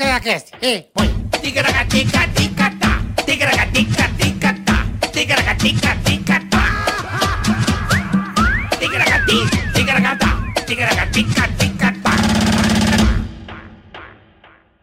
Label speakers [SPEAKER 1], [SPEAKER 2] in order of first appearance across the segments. [SPEAKER 1] é
[SPEAKER 2] Tigracast. Ei, põe.
[SPEAKER 3] Tigragatica-ticatá, tigragatica-ticatá, tigragatica-ticatá. Tigragati, tigragatá, tigragatica-ticatá.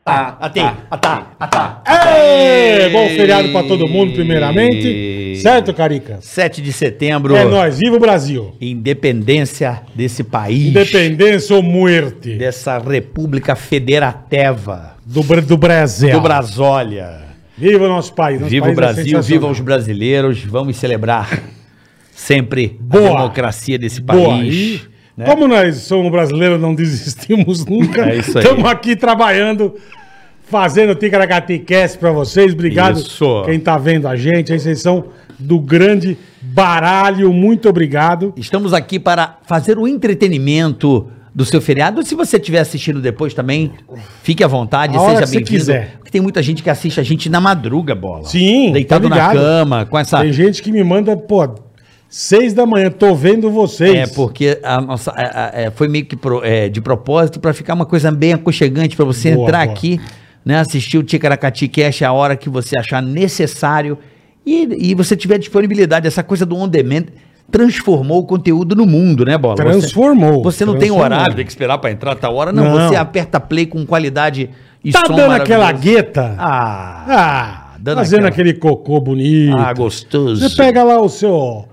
[SPEAKER 4] Tá,
[SPEAKER 5] Atei.
[SPEAKER 4] tá, tá, tá.
[SPEAKER 5] Aê!
[SPEAKER 4] Aê! Bom feriado pra todo mundo, primeiramente. Certo, Carica?
[SPEAKER 5] 7 de setembro,
[SPEAKER 4] É nóis, viva o Brasil.
[SPEAKER 5] independência desse país,
[SPEAKER 4] Independência ou muerte
[SPEAKER 5] dessa República Federativa
[SPEAKER 4] do, Bra- do Brasil.
[SPEAKER 5] do Brasólia.
[SPEAKER 4] Viva o nosso país. Nosso
[SPEAKER 5] Viva o
[SPEAKER 4] país é
[SPEAKER 5] Brasil,
[SPEAKER 4] sensacional.
[SPEAKER 5] viva os brasileiros, vamos celebrar sempre
[SPEAKER 4] Boa.
[SPEAKER 5] a democracia desse
[SPEAKER 4] Boa.
[SPEAKER 5] país.
[SPEAKER 4] E
[SPEAKER 5] né?
[SPEAKER 4] Como nós somos brasileiros, não desistimos nunca.
[SPEAKER 5] É isso aí.
[SPEAKER 4] Estamos aqui trabalhando, fazendo o Ticaracatecast pra vocês. Obrigado
[SPEAKER 5] Isso.
[SPEAKER 4] quem tá vendo a gente. Aí vocês são do grande baralho. Muito obrigado.
[SPEAKER 5] Estamos aqui para fazer o entretenimento do seu feriado. Se você estiver assistindo depois também, fique à vontade,
[SPEAKER 4] A hora
[SPEAKER 5] seja
[SPEAKER 4] que você
[SPEAKER 5] bem-vindo.
[SPEAKER 4] quiser.
[SPEAKER 5] Porque tem muita gente que assiste a gente na madruga, bola.
[SPEAKER 4] Sim,
[SPEAKER 5] Deitado
[SPEAKER 4] tá
[SPEAKER 5] na
[SPEAKER 4] ligado.
[SPEAKER 5] cama, com essa.
[SPEAKER 4] Tem gente que me manda, pô, seis da manhã, tô vendo vocês.
[SPEAKER 5] É, porque a nossa, a- a- é, foi meio que pro- é, de propósito para ficar uma coisa bem aconchegante para você
[SPEAKER 4] Boa,
[SPEAKER 5] entrar
[SPEAKER 4] boa.
[SPEAKER 5] aqui, né, assistir o Ticaracati Cash a hora que você achar necessário e, e você tiver disponibilidade. Essa coisa do on demand transformou o conteúdo no mundo, né, Bola? Você-
[SPEAKER 4] Transformou.
[SPEAKER 5] Você não tem
[SPEAKER 4] Transformou.
[SPEAKER 5] horário, tem que esperar pra entrar tal hora. Não,
[SPEAKER 4] Não.
[SPEAKER 5] você aperta play com qualidade e
[SPEAKER 4] Tá dando aquela
[SPEAKER 5] é um maravilhoso.
[SPEAKER 4] gueta.
[SPEAKER 5] Ah,
[SPEAKER 4] Ah,
[SPEAKER 5] dando
[SPEAKER 4] fazendo
[SPEAKER 5] aquela-
[SPEAKER 4] aquele cocô bonito.
[SPEAKER 5] ah, gostoso. É,
[SPEAKER 4] Você pega lá o seu.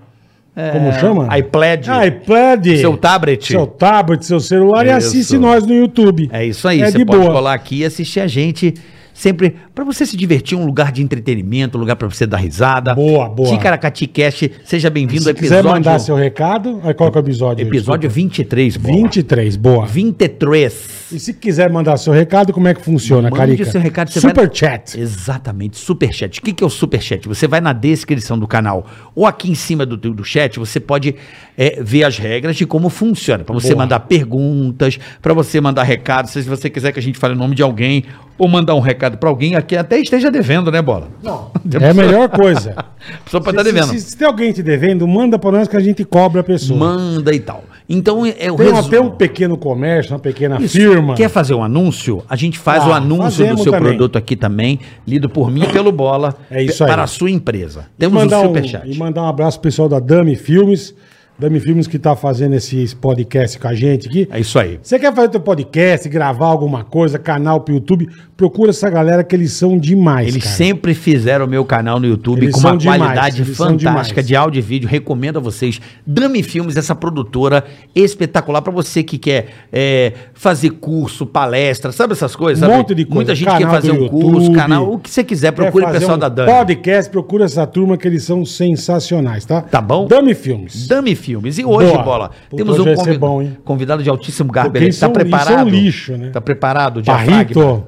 [SPEAKER 4] como chama?
[SPEAKER 5] iPad.
[SPEAKER 4] iPad.
[SPEAKER 5] Seu tablet.
[SPEAKER 4] Seu tablet, seu celular e
[SPEAKER 5] Isso.
[SPEAKER 4] assiste nós no YouTube.
[SPEAKER 5] É isso aí,
[SPEAKER 4] É
[SPEAKER 5] você
[SPEAKER 4] de
[SPEAKER 5] pode
[SPEAKER 4] boa.
[SPEAKER 5] colar aqui e assistir a gente sempre pra você se divertir, um lugar de entretenimento, um lugar pra você dar risada.
[SPEAKER 4] Boa, boa.
[SPEAKER 5] Ticaracati Cash, seja bem-vindo
[SPEAKER 4] Se
[SPEAKER 5] ao
[SPEAKER 4] quiser mandar
[SPEAKER 5] episódio
[SPEAKER 4] seu recado, aí qual que é o episódio?
[SPEAKER 5] episódio 23, bola.
[SPEAKER 4] 23, boa.
[SPEAKER 5] 23.
[SPEAKER 4] E se quiser mandar seu recado, como é que funciona,
[SPEAKER 5] Mande
[SPEAKER 4] Carica?
[SPEAKER 5] seu recado, você
[SPEAKER 4] Super
[SPEAKER 5] vai na-
[SPEAKER 4] chat. É
[SPEAKER 5] Exatamente, superchat. O que, que é o superchat? Você vai na descrição do canal ou aqui em cima do, do chat, você pode é, ver as regras de como funciona. Para você
[SPEAKER 4] Boa.
[SPEAKER 5] mandar perguntas, para você mandar recados, se você quiser que a gente fale o nome de alguém ou mandar um recado para alguém, aqui até esteja devendo, né, Bola? Não.
[SPEAKER 4] É a melhor coisa.
[SPEAKER 5] Só para estar Tá devendo.
[SPEAKER 4] Se, se- se tem alguém te devendo, manda pra nós que a gente cobra a pessoa.
[SPEAKER 5] Manda e tal. Então, é o
[SPEAKER 4] tem
[SPEAKER 5] resu-
[SPEAKER 4] até um pequeno comércio, uma pequena
[SPEAKER 5] Isso.
[SPEAKER 4] firma.
[SPEAKER 5] Quer fazer um anúncio? A gente faz
[SPEAKER 4] Ah,
[SPEAKER 5] o anúncio do
[SPEAKER 4] fazemos
[SPEAKER 5] seu
[SPEAKER 4] também.
[SPEAKER 5] produto aqui também, lido por mim e pelo Bola,
[SPEAKER 4] É isso
[SPEAKER 5] pe-
[SPEAKER 4] aí.
[SPEAKER 5] para a sua empresa.
[SPEAKER 4] E
[SPEAKER 5] Temos
[SPEAKER 4] mandar
[SPEAKER 5] um
[SPEAKER 4] um-
[SPEAKER 5] superchat.
[SPEAKER 4] e mandar um abraço pro pessoal da Dami Filmes. Dami Filmes que tá fazendo esse podcast com a gente aqui.
[SPEAKER 5] É isso aí.
[SPEAKER 4] Você quer fazer teu podcast, gravar alguma coisa, canal pro YouTube, procura essa galera que eles são demais,
[SPEAKER 5] Eles
[SPEAKER 4] cara.
[SPEAKER 5] sempre fizeram o meu canal no YouTube
[SPEAKER 4] Eles
[SPEAKER 5] com uma
[SPEAKER 4] são demais,
[SPEAKER 5] qualidade
[SPEAKER 4] eles são
[SPEAKER 5] fantástica
[SPEAKER 4] demais.
[SPEAKER 5] de áudio e vídeo. Recomendo a vocês Dami Filmes, essa produtora espetacular para você que quer é, fazer curso, palestra, sabe essas coisas?
[SPEAKER 4] Um
[SPEAKER 5] sabe?
[SPEAKER 4] monte de coisa.
[SPEAKER 5] Muita gente quer
[SPEAKER 4] Canal
[SPEAKER 5] fazer
[SPEAKER 4] do
[SPEAKER 5] um curso,
[SPEAKER 4] YouTube.
[SPEAKER 5] canal, o que você quiser,
[SPEAKER 4] Quer
[SPEAKER 5] procure o
[SPEAKER 4] fazer
[SPEAKER 5] pessoal
[SPEAKER 4] um
[SPEAKER 5] da Dami.
[SPEAKER 4] Podcast, procura essa turma que eles são sensacionais, tá?
[SPEAKER 5] Tá bom?
[SPEAKER 4] Dami Filmes.
[SPEAKER 5] Dami Filmes. E hoje,
[SPEAKER 4] Boa.
[SPEAKER 5] bola,
[SPEAKER 4] Puta,
[SPEAKER 5] temos um
[SPEAKER 4] hoje vai ser
[SPEAKER 5] convi-
[SPEAKER 4] bom, hein?
[SPEAKER 5] convidado de altíssimo
[SPEAKER 4] Porque
[SPEAKER 5] garbo. Ele
[SPEAKER 4] eles
[SPEAKER 5] tá
[SPEAKER 4] são- eles
[SPEAKER 5] preparado.
[SPEAKER 4] são lixo, né?
[SPEAKER 5] Tá preparado, diafragma?
[SPEAKER 4] Barrito.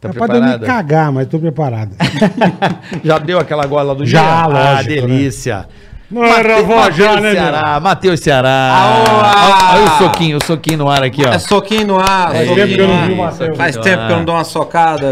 [SPEAKER 5] Tá
[SPEAKER 4] é pra eu me
[SPEAKER 5] preparado?
[SPEAKER 4] cagar, mas tô preparado.
[SPEAKER 5] já deu aquela gola do
[SPEAKER 4] Já,
[SPEAKER 5] dia? ah,
[SPEAKER 4] lógico, né?
[SPEAKER 5] delícia.
[SPEAKER 4] Não era
[SPEAKER 5] Mate-
[SPEAKER 4] vó já, né,
[SPEAKER 5] Ceará, Matheus Ceará.
[SPEAKER 6] Aoa!
[SPEAKER 5] Olha o soquinho, o soquinho no ar aqui, ó.
[SPEAKER 6] É soquinho no ar.
[SPEAKER 4] Faz
[SPEAKER 6] soquinho
[SPEAKER 4] tempo que eu
[SPEAKER 6] no
[SPEAKER 4] não
[SPEAKER 6] ar.
[SPEAKER 4] vi o Matheus.
[SPEAKER 6] Faz tempo que eu não dou uma socada.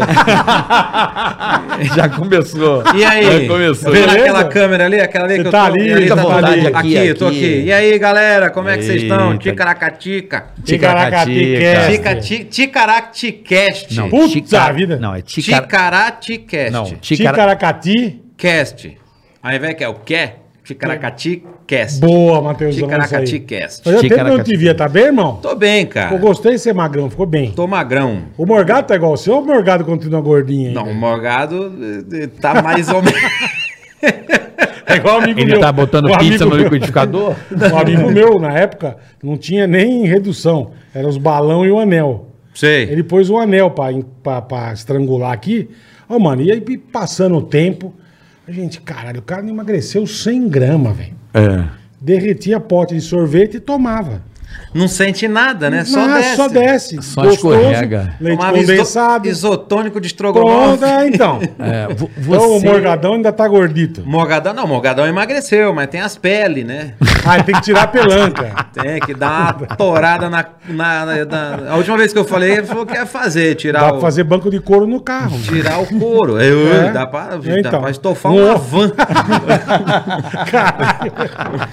[SPEAKER 5] já começou.
[SPEAKER 6] E aí?
[SPEAKER 5] Já começou.
[SPEAKER 6] Tá
[SPEAKER 4] Beleza?
[SPEAKER 6] Aquela câmera ali, aquela ali
[SPEAKER 4] Você
[SPEAKER 6] que
[SPEAKER 4] tá
[SPEAKER 6] eu tô.
[SPEAKER 4] ali,
[SPEAKER 5] fica à
[SPEAKER 6] tá
[SPEAKER 5] vontade
[SPEAKER 6] ali.
[SPEAKER 5] aqui,
[SPEAKER 6] aqui, eu tô
[SPEAKER 5] aqui.
[SPEAKER 6] aqui. E aí, galera, como é que vocês estão?
[SPEAKER 5] Eita.
[SPEAKER 6] Ticaracatica.
[SPEAKER 5] Ticaracatica.
[SPEAKER 4] Ticaracatica.
[SPEAKER 6] Tica- ti- Ticaracticast.
[SPEAKER 5] Não,
[SPEAKER 4] Puta
[SPEAKER 5] tica-
[SPEAKER 4] vida.
[SPEAKER 5] Não, é ticar...
[SPEAKER 6] Ticaraticast.
[SPEAKER 5] Não, ticar...
[SPEAKER 4] Ticaracati.
[SPEAKER 6] Cast. Ao invés que é o que? Ticaracaticast.
[SPEAKER 4] Boa, Matheus.
[SPEAKER 6] Ticaracaticast.
[SPEAKER 4] Eu tempo que eu não
[SPEAKER 5] Ticaracati.
[SPEAKER 4] te via, tá bem, irmão?
[SPEAKER 6] Tô bem,
[SPEAKER 4] Eu
[SPEAKER 6] cara.
[SPEAKER 4] gostei de ser magrão, ficou bem.
[SPEAKER 6] Tô magrão.
[SPEAKER 4] O Morgado tá igual o seu ou o Morgado continua gordinho ainda?
[SPEAKER 6] Não, o Morgado eh, tá mais ou menos.
[SPEAKER 4] É igual amigo
[SPEAKER 5] Ele
[SPEAKER 4] meu.
[SPEAKER 5] tá botando
[SPEAKER 4] Um
[SPEAKER 5] pizza
[SPEAKER 4] amigo
[SPEAKER 5] no
[SPEAKER 4] meu-
[SPEAKER 5] liquidificador?
[SPEAKER 4] Um amigo meu, na época, não tinha nem redução. Era os balão e o anel.
[SPEAKER 6] Sei.
[SPEAKER 4] Ele pôs um anel pra, pra, pra estrangular aqui. Ó, mano, e aí passando o tempo. a Gente, caralho, o cara não emagreceu 100 gramas, velho.
[SPEAKER 5] É.
[SPEAKER 4] Derretia pote de sorvete e tomava.
[SPEAKER 6] Não sente nada, né? Só
[SPEAKER 4] Mas
[SPEAKER 6] desce.
[SPEAKER 4] só desce.
[SPEAKER 5] Só escorrega.
[SPEAKER 4] Leite
[SPEAKER 6] Tomava iso-
[SPEAKER 4] condensado.
[SPEAKER 6] Isotônico de estrogonofe.
[SPEAKER 4] Pronto, é, então.
[SPEAKER 5] É, vo-
[SPEAKER 4] Então o
[SPEAKER 5] você-
[SPEAKER 4] Morgadão ainda tá gordito.
[SPEAKER 6] Morgadão, não, Morgadão emagreceu, mas tem as peles, né?
[SPEAKER 4] Ah, tem que tirar a pelanca.
[SPEAKER 6] Tem que dar uma torada na, na, na- na- A última vez que eu falei, ele falou que ia fazer,
[SPEAKER 4] Dá
[SPEAKER 6] tirar
[SPEAKER 4] pra
[SPEAKER 6] o.
[SPEAKER 4] fazer banco de couro no carro.
[SPEAKER 6] Tirar o couro. Eu,
[SPEAKER 4] É?
[SPEAKER 6] Dá, pra,
[SPEAKER 4] É,
[SPEAKER 6] dá
[SPEAKER 4] então.
[SPEAKER 6] pra estofar
[SPEAKER 4] Um
[SPEAKER 6] uma
[SPEAKER 4] ovo.
[SPEAKER 6] van.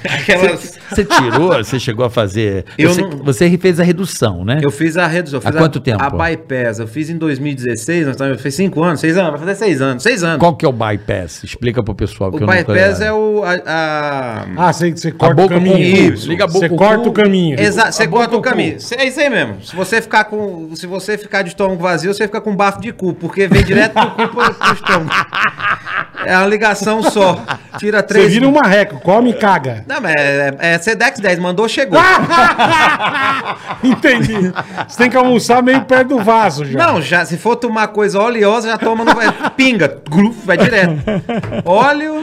[SPEAKER 6] Aquelas.
[SPEAKER 5] Você tirou, você chegou a fazer você.
[SPEAKER 6] Eu
[SPEAKER 5] você,
[SPEAKER 6] não-
[SPEAKER 5] você fez a redução, né?
[SPEAKER 6] Eu fiz a redução. eu
[SPEAKER 5] Há
[SPEAKER 6] fiz
[SPEAKER 5] quanto
[SPEAKER 6] a,
[SPEAKER 5] tempo?
[SPEAKER 6] A bypass. Eu fiz em 2016, nós estamos, fez 5 anos, 6 anos, vai fazer 6 anos, 6 anos.
[SPEAKER 5] Qual que é o bypass? Explica pro pessoal que
[SPEAKER 6] o
[SPEAKER 5] eu não tô
[SPEAKER 6] bypass
[SPEAKER 5] ligado.
[SPEAKER 6] é o. A, a-
[SPEAKER 4] Ah, você, você corta
[SPEAKER 5] boca
[SPEAKER 4] o caminho.
[SPEAKER 5] com o cu.
[SPEAKER 4] Isso.
[SPEAKER 5] Liga a boca
[SPEAKER 4] você
[SPEAKER 5] com o
[SPEAKER 4] corta
[SPEAKER 5] cu.
[SPEAKER 4] o caminho.
[SPEAKER 6] Exa- você
[SPEAKER 4] A
[SPEAKER 6] corta
[SPEAKER 4] boca
[SPEAKER 6] o
[SPEAKER 4] com
[SPEAKER 6] caminho. Cê- É isso aí mesmo. Se você ficar com. Se você ficar de estômago vazio, você fica com bafo de cu, porque vem direto do cu pro, pro estômago. É uma ligação só. Tira
[SPEAKER 4] Você
[SPEAKER 6] três.
[SPEAKER 4] vira um marreco, come e caga.
[SPEAKER 6] Não, mas é, é Sedex 10, mandou, chegou.
[SPEAKER 4] Ah! Entendi. Você tem que almoçar meio perto do vaso já.
[SPEAKER 6] Não, já, se for tomar coisa oleosa, já toma, não vai. Pinga, gruf, vai direto. Óleo,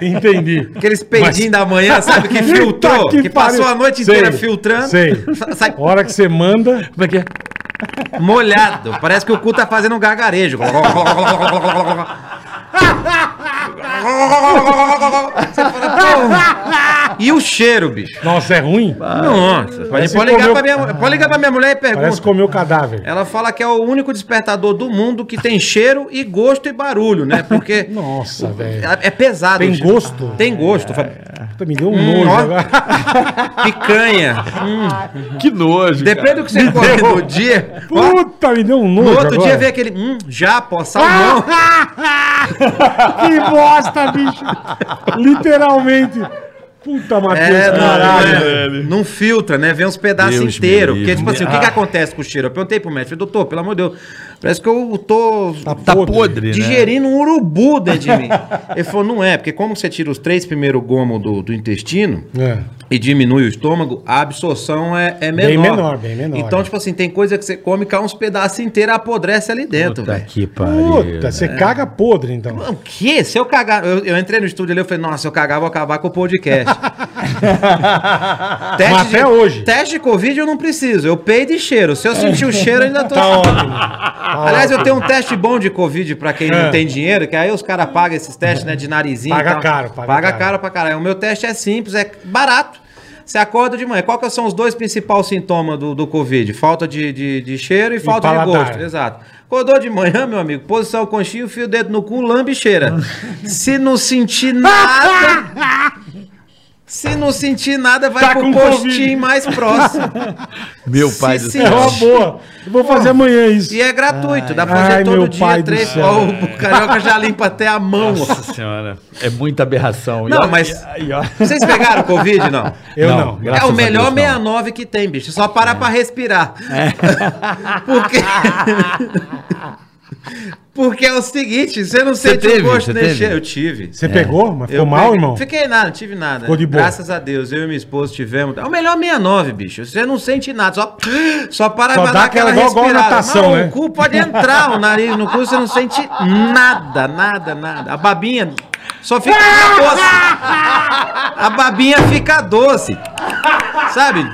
[SPEAKER 4] Entendi.
[SPEAKER 6] aqueles
[SPEAKER 4] Mas-
[SPEAKER 6] peidinhos da manhã, sabe? Que filtrou,
[SPEAKER 4] Puta
[SPEAKER 6] que,
[SPEAKER 4] que
[SPEAKER 6] passou
[SPEAKER 4] pariu.
[SPEAKER 6] a noite inteira
[SPEAKER 4] Sei,
[SPEAKER 6] filtrando.
[SPEAKER 4] sei.
[SPEAKER 6] Sai
[SPEAKER 4] A hora que você manda.
[SPEAKER 5] Como é que é?
[SPEAKER 6] molhado. Parece que o cu tá fazendo um gargarejo. Você fala, "Pô, E o cheiro, bicho?
[SPEAKER 4] Nossa, é ruim?
[SPEAKER 6] Nossa, pode,
[SPEAKER 4] Parece
[SPEAKER 6] pode ligar
[SPEAKER 4] comeu- Ah.
[SPEAKER 6] pra minha, pode ligar pra minha mulher e pergunta.
[SPEAKER 4] Parece comer o cadáver.
[SPEAKER 6] Ela fala que é o único despertador do mundo que tem cheiro e gosto e barulho, né? Porque
[SPEAKER 4] Nossa, velho.
[SPEAKER 6] é é pesado.
[SPEAKER 4] Tem
[SPEAKER 6] o cheiro.
[SPEAKER 4] gosto?
[SPEAKER 6] Tem gosto. Fa-
[SPEAKER 4] Puta, Me deu um
[SPEAKER 6] Hum,
[SPEAKER 4] nojo
[SPEAKER 6] ó.
[SPEAKER 4] agora.
[SPEAKER 6] Picanha.
[SPEAKER 4] Hum.
[SPEAKER 5] Que nojo.
[SPEAKER 6] Depende do que você come no dia. ó,
[SPEAKER 4] Puta, me deu um
[SPEAKER 6] no
[SPEAKER 4] nojo
[SPEAKER 6] outro
[SPEAKER 4] agora. Ah!
[SPEAKER 6] dia vem aquele, hum, japa, salmão.
[SPEAKER 4] Que bosta, bicho. Literalmente. Puta, Matheus,
[SPEAKER 6] É,
[SPEAKER 4] caralho.
[SPEAKER 6] não, é, não filtra, né? Vem uns
[SPEAKER 5] Deus
[SPEAKER 6] pedaços inteiros.
[SPEAKER 5] me
[SPEAKER 6] Porque, tipo
[SPEAKER 5] livre.
[SPEAKER 6] assim, o que, que acontece com o cheiro? Eu perguntei pro médico, doutor, pelo amor de Deus, parece que eu tô
[SPEAKER 5] Tá podre, né?
[SPEAKER 6] digerindo um urubu dentro de mim. Ele falou, não é, porque como você tira os três primeiros gomos do, do intestino
[SPEAKER 4] É.
[SPEAKER 6] e diminui o estômago, a absorção é, é menor.
[SPEAKER 4] Bem menor, bem menor,
[SPEAKER 6] Então,
[SPEAKER 4] é.
[SPEAKER 6] tipo assim, tem coisa que você come que há uns pedaços inteiros apodrece ali dentro,
[SPEAKER 5] Puta
[SPEAKER 6] velho.
[SPEAKER 5] que pariu.
[SPEAKER 4] Puta, você caga podre, então.
[SPEAKER 6] O quê? Se eu cagar. Eu, eu entrei no estúdio ali, eu falei, nossa, se eu cagar, vou acabar com o podcast. teste
[SPEAKER 4] Mas até hoje.
[SPEAKER 6] Teste de Covid eu não preciso. Eu peido e cheiro. Se eu sentir o cheiro, eu ainda tô.
[SPEAKER 4] Tá ótimo. Tá
[SPEAKER 6] Aliás, eu
[SPEAKER 4] ótimo.
[SPEAKER 6] tenho um teste bom de Covid pra quem
[SPEAKER 4] É.
[SPEAKER 6] não tem dinheiro, que aí os caras pagam esses testes, né? De narizinho. e
[SPEAKER 4] Paga
[SPEAKER 6] tal.
[SPEAKER 4] caro, paga
[SPEAKER 6] paga,
[SPEAKER 4] caro.
[SPEAKER 6] caro. pra caralho. O meu teste é simples, é barato. Você acorda de manhã. Qual que são os dois principais sintomas do, do Covid? Falta de, de, de cheiro e falta de
[SPEAKER 4] paladar.
[SPEAKER 6] gosto. Exato. Acordou de manhã, meu amigo, posição conchinha, fio o dedo no cu, lambe e cheira. Se não sentir nada. Se não sentir nada, vai
[SPEAKER 4] Tá
[SPEAKER 6] pro
[SPEAKER 4] com
[SPEAKER 6] postinho
[SPEAKER 4] Covid.
[SPEAKER 6] mais próximo.
[SPEAKER 5] Meu pai
[SPEAKER 6] Se
[SPEAKER 5] do
[SPEAKER 4] É
[SPEAKER 6] sentir-
[SPEAKER 5] céu.
[SPEAKER 4] uma boa. Eu vou fazer amanhã isso.
[SPEAKER 6] E é gratuito, dá pra
[SPEAKER 4] ai,
[SPEAKER 6] fazer
[SPEAKER 4] meu
[SPEAKER 6] todo dia,
[SPEAKER 4] pai do
[SPEAKER 6] três
[SPEAKER 4] céu.
[SPEAKER 6] ó, O carioca já limpa até a mão.
[SPEAKER 5] Nossa senhora. É muita aberração. E
[SPEAKER 6] Não,
[SPEAKER 5] olha-
[SPEAKER 6] mas-
[SPEAKER 5] e olha-
[SPEAKER 6] Vocês pegaram Covid, não?
[SPEAKER 4] Eu
[SPEAKER 5] Não,
[SPEAKER 4] não.
[SPEAKER 5] graças
[SPEAKER 6] é
[SPEAKER 5] a
[SPEAKER 6] o melhor
[SPEAKER 5] Deus, não. É.
[SPEAKER 6] 69 que tem, bicho. Só parar pra respirar. Porque... Porque é o seguinte, você não sente
[SPEAKER 5] teve,
[SPEAKER 6] o gosto
[SPEAKER 5] você
[SPEAKER 6] nem
[SPEAKER 5] teve?
[SPEAKER 6] cheiro. Eu tive.
[SPEAKER 4] Você pegou? Mas ficou
[SPEAKER 6] Eu
[SPEAKER 4] mal,
[SPEAKER 6] peguei-
[SPEAKER 4] irmão?
[SPEAKER 6] Fiquei nada, não tive nada.
[SPEAKER 4] Ficou de boa.
[SPEAKER 6] Graças a Deus, eu e minha esposa tivemos. É o melhor 69, bicho. Você não sente nada, só, só para
[SPEAKER 4] Só
[SPEAKER 6] pra
[SPEAKER 4] dá aquela igual- igual natação,
[SPEAKER 6] Não,
[SPEAKER 4] né?
[SPEAKER 6] O cu pode entrar, o nariz no cu, você não sente nada, nada, nada. A babinha só fica doce. A babinha fica doce. Sabe?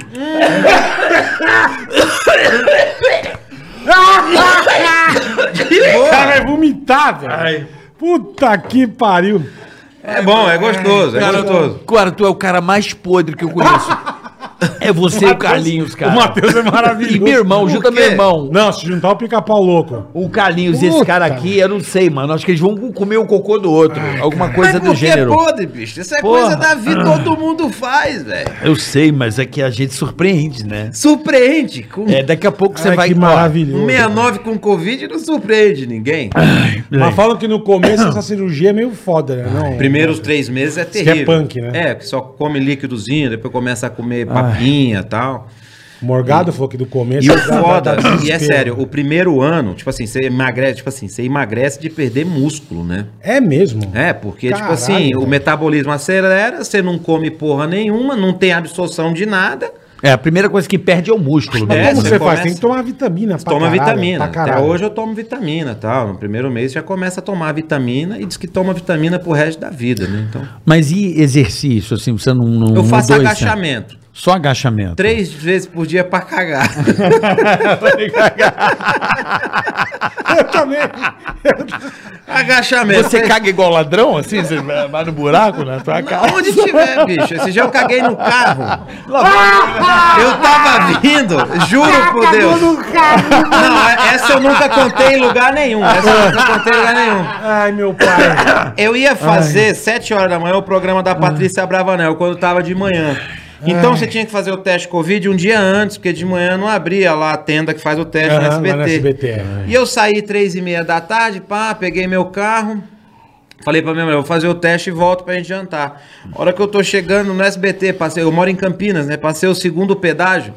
[SPEAKER 4] O cara vai vomitar, velho. Puta que pariu.
[SPEAKER 6] É bom, é gostoso, é gostoso.
[SPEAKER 5] Cara, tu é o cara mais podre que eu conheço. É você e o Carlinhos, cara.
[SPEAKER 4] O Matheus é maravilhoso.
[SPEAKER 5] E meu irmão,
[SPEAKER 6] Por
[SPEAKER 5] junta
[SPEAKER 6] quê?
[SPEAKER 5] meu irmão.
[SPEAKER 4] Não, se juntar o pica-pau louco.
[SPEAKER 5] O Carlinhos e esse
[SPEAKER 4] Puta.
[SPEAKER 5] Um cara aqui, eu não sei, mano. Acho que eles vão comer o cocô do outro. alguma coisa do
[SPEAKER 6] porque
[SPEAKER 5] gênero.
[SPEAKER 6] é podre, bicho. Isso é
[SPEAKER 5] Porra.
[SPEAKER 6] coisa da vida, todo mundo faz, velho.
[SPEAKER 5] Eu sei, mas é que a gente surpreende, né?
[SPEAKER 6] Surpreende. Com...
[SPEAKER 5] É, daqui a pouco você
[SPEAKER 4] Ai,
[SPEAKER 5] vai.
[SPEAKER 4] que
[SPEAKER 5] ó,
[SPEAKER 4] maravilhoso.
[SPEAKER 6] Um 69 com Covid não surpreende ninguém.
[SPEAKER 4] Ah, Mas falam que no começo essa cirurgia é meio foda, né? Não,
[SPEAKER 6] Primeiros três meses é
[SPEAKER 4] que
[SPEAKER 6] terrível.
[SPEAKER 4] é punk, né?
[SPEAKER 6] É, que só come líquidozinho, depois começa a comer papinha e tal.
[SPEAKER 4] Morgado falou que do começo...
[SPEAKER 6] E o
[SPEAKER 4] dá- dá-
[SPEAKER 6] foda,
[SPEAKER 4] dá
[SPEAKER 6] e é
[SPEAKER 4] desespero.
[SPEAKER 6] sério, o primeiro ano, tipo assim, você emagrece, tipo assim, você emagrece de perder músculo, né?
[SPEAKER 4] É mesmo.
[SPEAKER 6] É, porque,
[SPEAKER 4] Caralho,
[SPEAKER 6] tipo assim,
[SPEAKER 4] velho.
[SPEAKER 6] o metabolismo acelera, você não come porra nenhuma, não tem absorção de nada.
[SPEAKER 5] É, a primeira coisa que perde é o músculo.
[SPEAKER 4] Mas
[SPEAKER 6] É,
[SPEAKER 5] mesmo.
[SPEAKER 4] como
[SPEAKER 6] você
[SPEAKER 4] você faz?
[SPEAKER 6] começa-
[SPEAKER 4] Tem que tomar vitamina pra
[SPEAKER 6] toma
[SPEAKER 4] caralho,
[SPEAKER 6] vitamina.
[SPEAKER 4] pra
[SPEAKER 6] Até
[SPEAKER 4] caralho.
[SPEAKER 6] hoje eu tomo vitamina e tal. No primeiro mês já começa a tomar vitamina e diz que toma vitamina pro resto da vida, né? Então.
[SPEAKER 5] Mas e exercício, assim? Você não. não
[SPEAKER 6] Eu
[SPEAKER 5] não
[SPEAKER 6] faço
[SPEAKER 5] dois, né?
[SPEAKER 6] agachamento.
[SPEAKER 5] Só agachamento.
[SPEAKER 6] Três vezes por dia pra cagar.
[SPEAKER 4] Eu também.
[SPEAKER 6] agachamento.
[SPEAKER 5] Você caga igual ladrão, assim? Você vai no buraco na tua cara?
[SPEAKER 6] Onde tiver, bicho. Esse dia eu caguei no carro. Eu tava vindo, juro
[SPEAKER 4] Ah,
[SPEAKER 6] por Deus. Não, é- essa eu nunca contei em lugar nenhum. Essa eu nunca contei em lugar nenhum.
[SPEAKER 4] Ai, meu pai.
[SPEAKER 6] Eu ia fazer, sete horas da manhã, o programa da Patrícia Bravanel, quando tava de manhã. Então você tinha que fazer o teste Covid um dia antes, porque de manhã não abria lá a tenda que faz o teste no
[SPEAKER 4] Aham, lá
[SPEAKER 6] SBT.
[SPEAKER 4] no SBT, é.
[SPEAKER 6] E eu saí três e meia da tarde, pá, peguei meu carro. Falei pra minha mulher, vou fazer o teste e volto pra gente jantar. A hora que eu tô chegando no SBT, passei, eu moro em Campinas, né? Passei o segundo pedágio.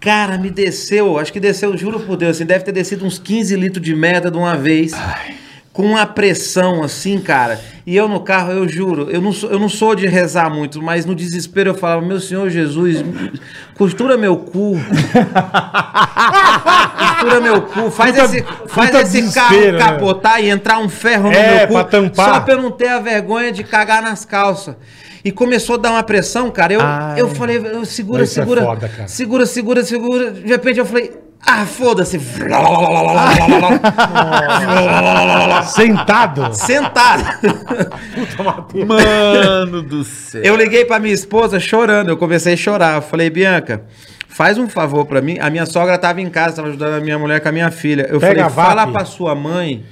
[SPEAKER 6] Cara, me desceu, acho que desceu, juro por Deus, assim, deve ter descido uns 15 litros de merda de uma vez. Com uma pressão assim, cara. E eu no carro, eu juro, eu não, sou, eu não sou de rezar muito, mas no desespero eu falava: Meu Senhor Jesus, costura meu cu. costura meu cu. Faz
[SPEAKER 4] Puta-
[SPEAKER 6] esse, faz
[SPEAKER 4] puta
[SPEAKER 6] esse carro
[SPEAKER 4] desespero, né?
[SPEAKER 6] capotar e entrar um ferro no
[SPEAKER 4] É,
[SPEAKER 6] meu cu.
[SPEAKER 4] pra tampar.
[SPEAKER 6] Só pra eu não ter a vergonha de cagar nas calças. E começou a dar uma pressão, cara. Eu,
[SPEAKER 5] Ai.
[SPEAKER 6] eu falei, eu, segura,
[SPEAKER 4] Isso é
[SPEAKER 6] segura,
[SPEAKER 4] foda, cara.
[SPEAKER 6] segura, segura, segura. De repente eu falei, ah, foda-se.
[SPEAKER 4] Sentado.
[SPEAKER 6] Sentado.
[SPEAKER 5] Mano do céu.
[SPEAKER 6] Eu liguei pra minha esposa chorando. Eu comecei a chorar. Eu falei, Bianca, faz um favor pra mim. A minha sogra tava em casa, tava ajudando a minha mulher com a minha filha. Eu
[SPEAKER 4] Pega a
[SPEAKER 6] falei, fala
[SPEAKER 4] VAP.
[SPEAKER 6] pra sua mãe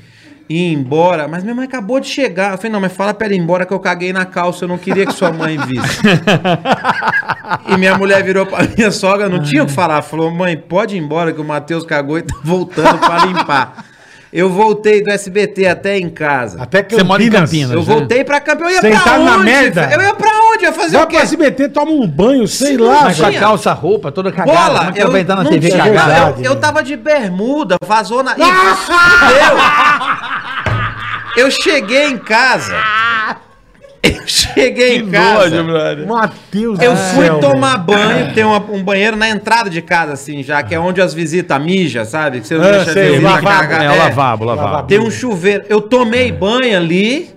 [SPEAKER 6] ir embora. Mas minha mãe acabou de chegar. Eu falei, não, mas fala pra ela ir embora que eu caguei na calça. Eu não queria que sua mãe visse. E minha mulher virou pra minha sogra, não tinha o que falar. Falou, mãe, pode ir embora que o Matheus cagou e tá voltando pra limpar. Eu voltei do SBT até em casa.
[SPEAKER 4] Até que
[SPEAKER 5] Você mora em Campinas.
[SPEAKER 6] Eu
[SPEAKER 5] né?
[SPEAKER 6] voltei pra campeão. Eu ia pra
[SPEAKER 4] Sentado
[SPEAKER 6] onde?
[SPEAKER 4] tá na merda.
[SPEAKER 6] Eu ia pra onde? Eu ia fazer
[SPEAKER 4] Vai
[SPEAKER 6] o quê?
[SPEAKER 4] pra SBT, toma um banho, sei
[SPEAKER 5] Mas
[SPEAKER 4] lá.
[SPEAKER 5] com a
[SPEAKER 4] cara.
[SPEAKER 6] Tinha.
[SPEAKER 5] calça, roupa, toda cagada. Como
[SPEAKER 6] Bola,
[SPEAKER 5] é que
[SPEAKER 6] eu
[SPEAKER 5] ela vai entrar na
[SPEAKER 6] não
[SPEAKER 5] TV
[SPEAKER 6] tinha-
[SPEAKER 5] cagada?
[SPEAKER 4] verdade,
[SPEAKER 6] eu, eu
[SPEAKER 4] né?
[SPEAKER 6] tava de bermuda, vazou na. Ih, fudeu. Eu cheguei em casa. Eu cheguei em casa.
[SPEAKER 5] brother.
[SPEAKER 4] Matheus
[SPEAKER 6] Eu
[SPEAKER 4] do
[SPEAKER 6] fui
[SPEAKER 4] céu,
[SPEAKER 6] tomar banho, tem uma- um banheiro na entrada de casa, assim, já, que é onde as visitas mijam, sabe? Que você não
[SPEAKER 4] Ah,
[SPEAKER 6] deixa
[SPEAKER 4] sei,
[SPEAKER 6] de
[SPEAKER 4] o lavabo,
[SPEAKER 6] cagar.
[SPEAKER 5] É, o lavabo, o lavabo.
[SPEAKER 4] Lavabo.
[SPEAKER 6] Tem um chuveiro. Eu tomei banho ali,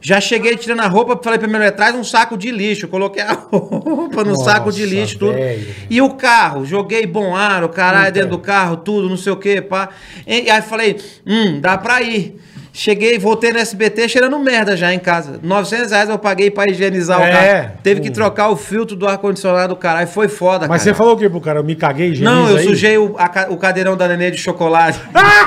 [SPEAKER 6] já cheguei tirando a roupa, falei pra minha mulher, traz um saco de lixo. Coloquei a roupa no
[SPEAKER 4] Nossa,
[SPEAKER 6] saco de lixo, tudo.
[SPEAKER 4] velho.
[SPEAKER 6] E o carro, joguei bom ar, o caralho dentro do carro, tudo, não sei o que, pá. E e aí falei, hum, dá pra ir. Cheguei, voltei no SBT cheirando merda já em casa. 900 reais eu paguei pra higienizar o
[SPEAKER 4] É.
[SPEAKER 6] carro. Teve que
[SPEAKER 4] Hum.
[SPEAKER 6] trocar o filtro do ar-condicionado, caralho. Foi foda,
[SPEAKER 4] Mas você
[SPEAKER 6] cara.
[SPEAKER 4] falou o quê pro cara? Eu me caguei, é higieniza
[SPEAKER 6] Não, eu
[SPEAKER 4] aí?
[SPEAKER 6] sujei o, a ca- o cadeirão da nenê de chocolate.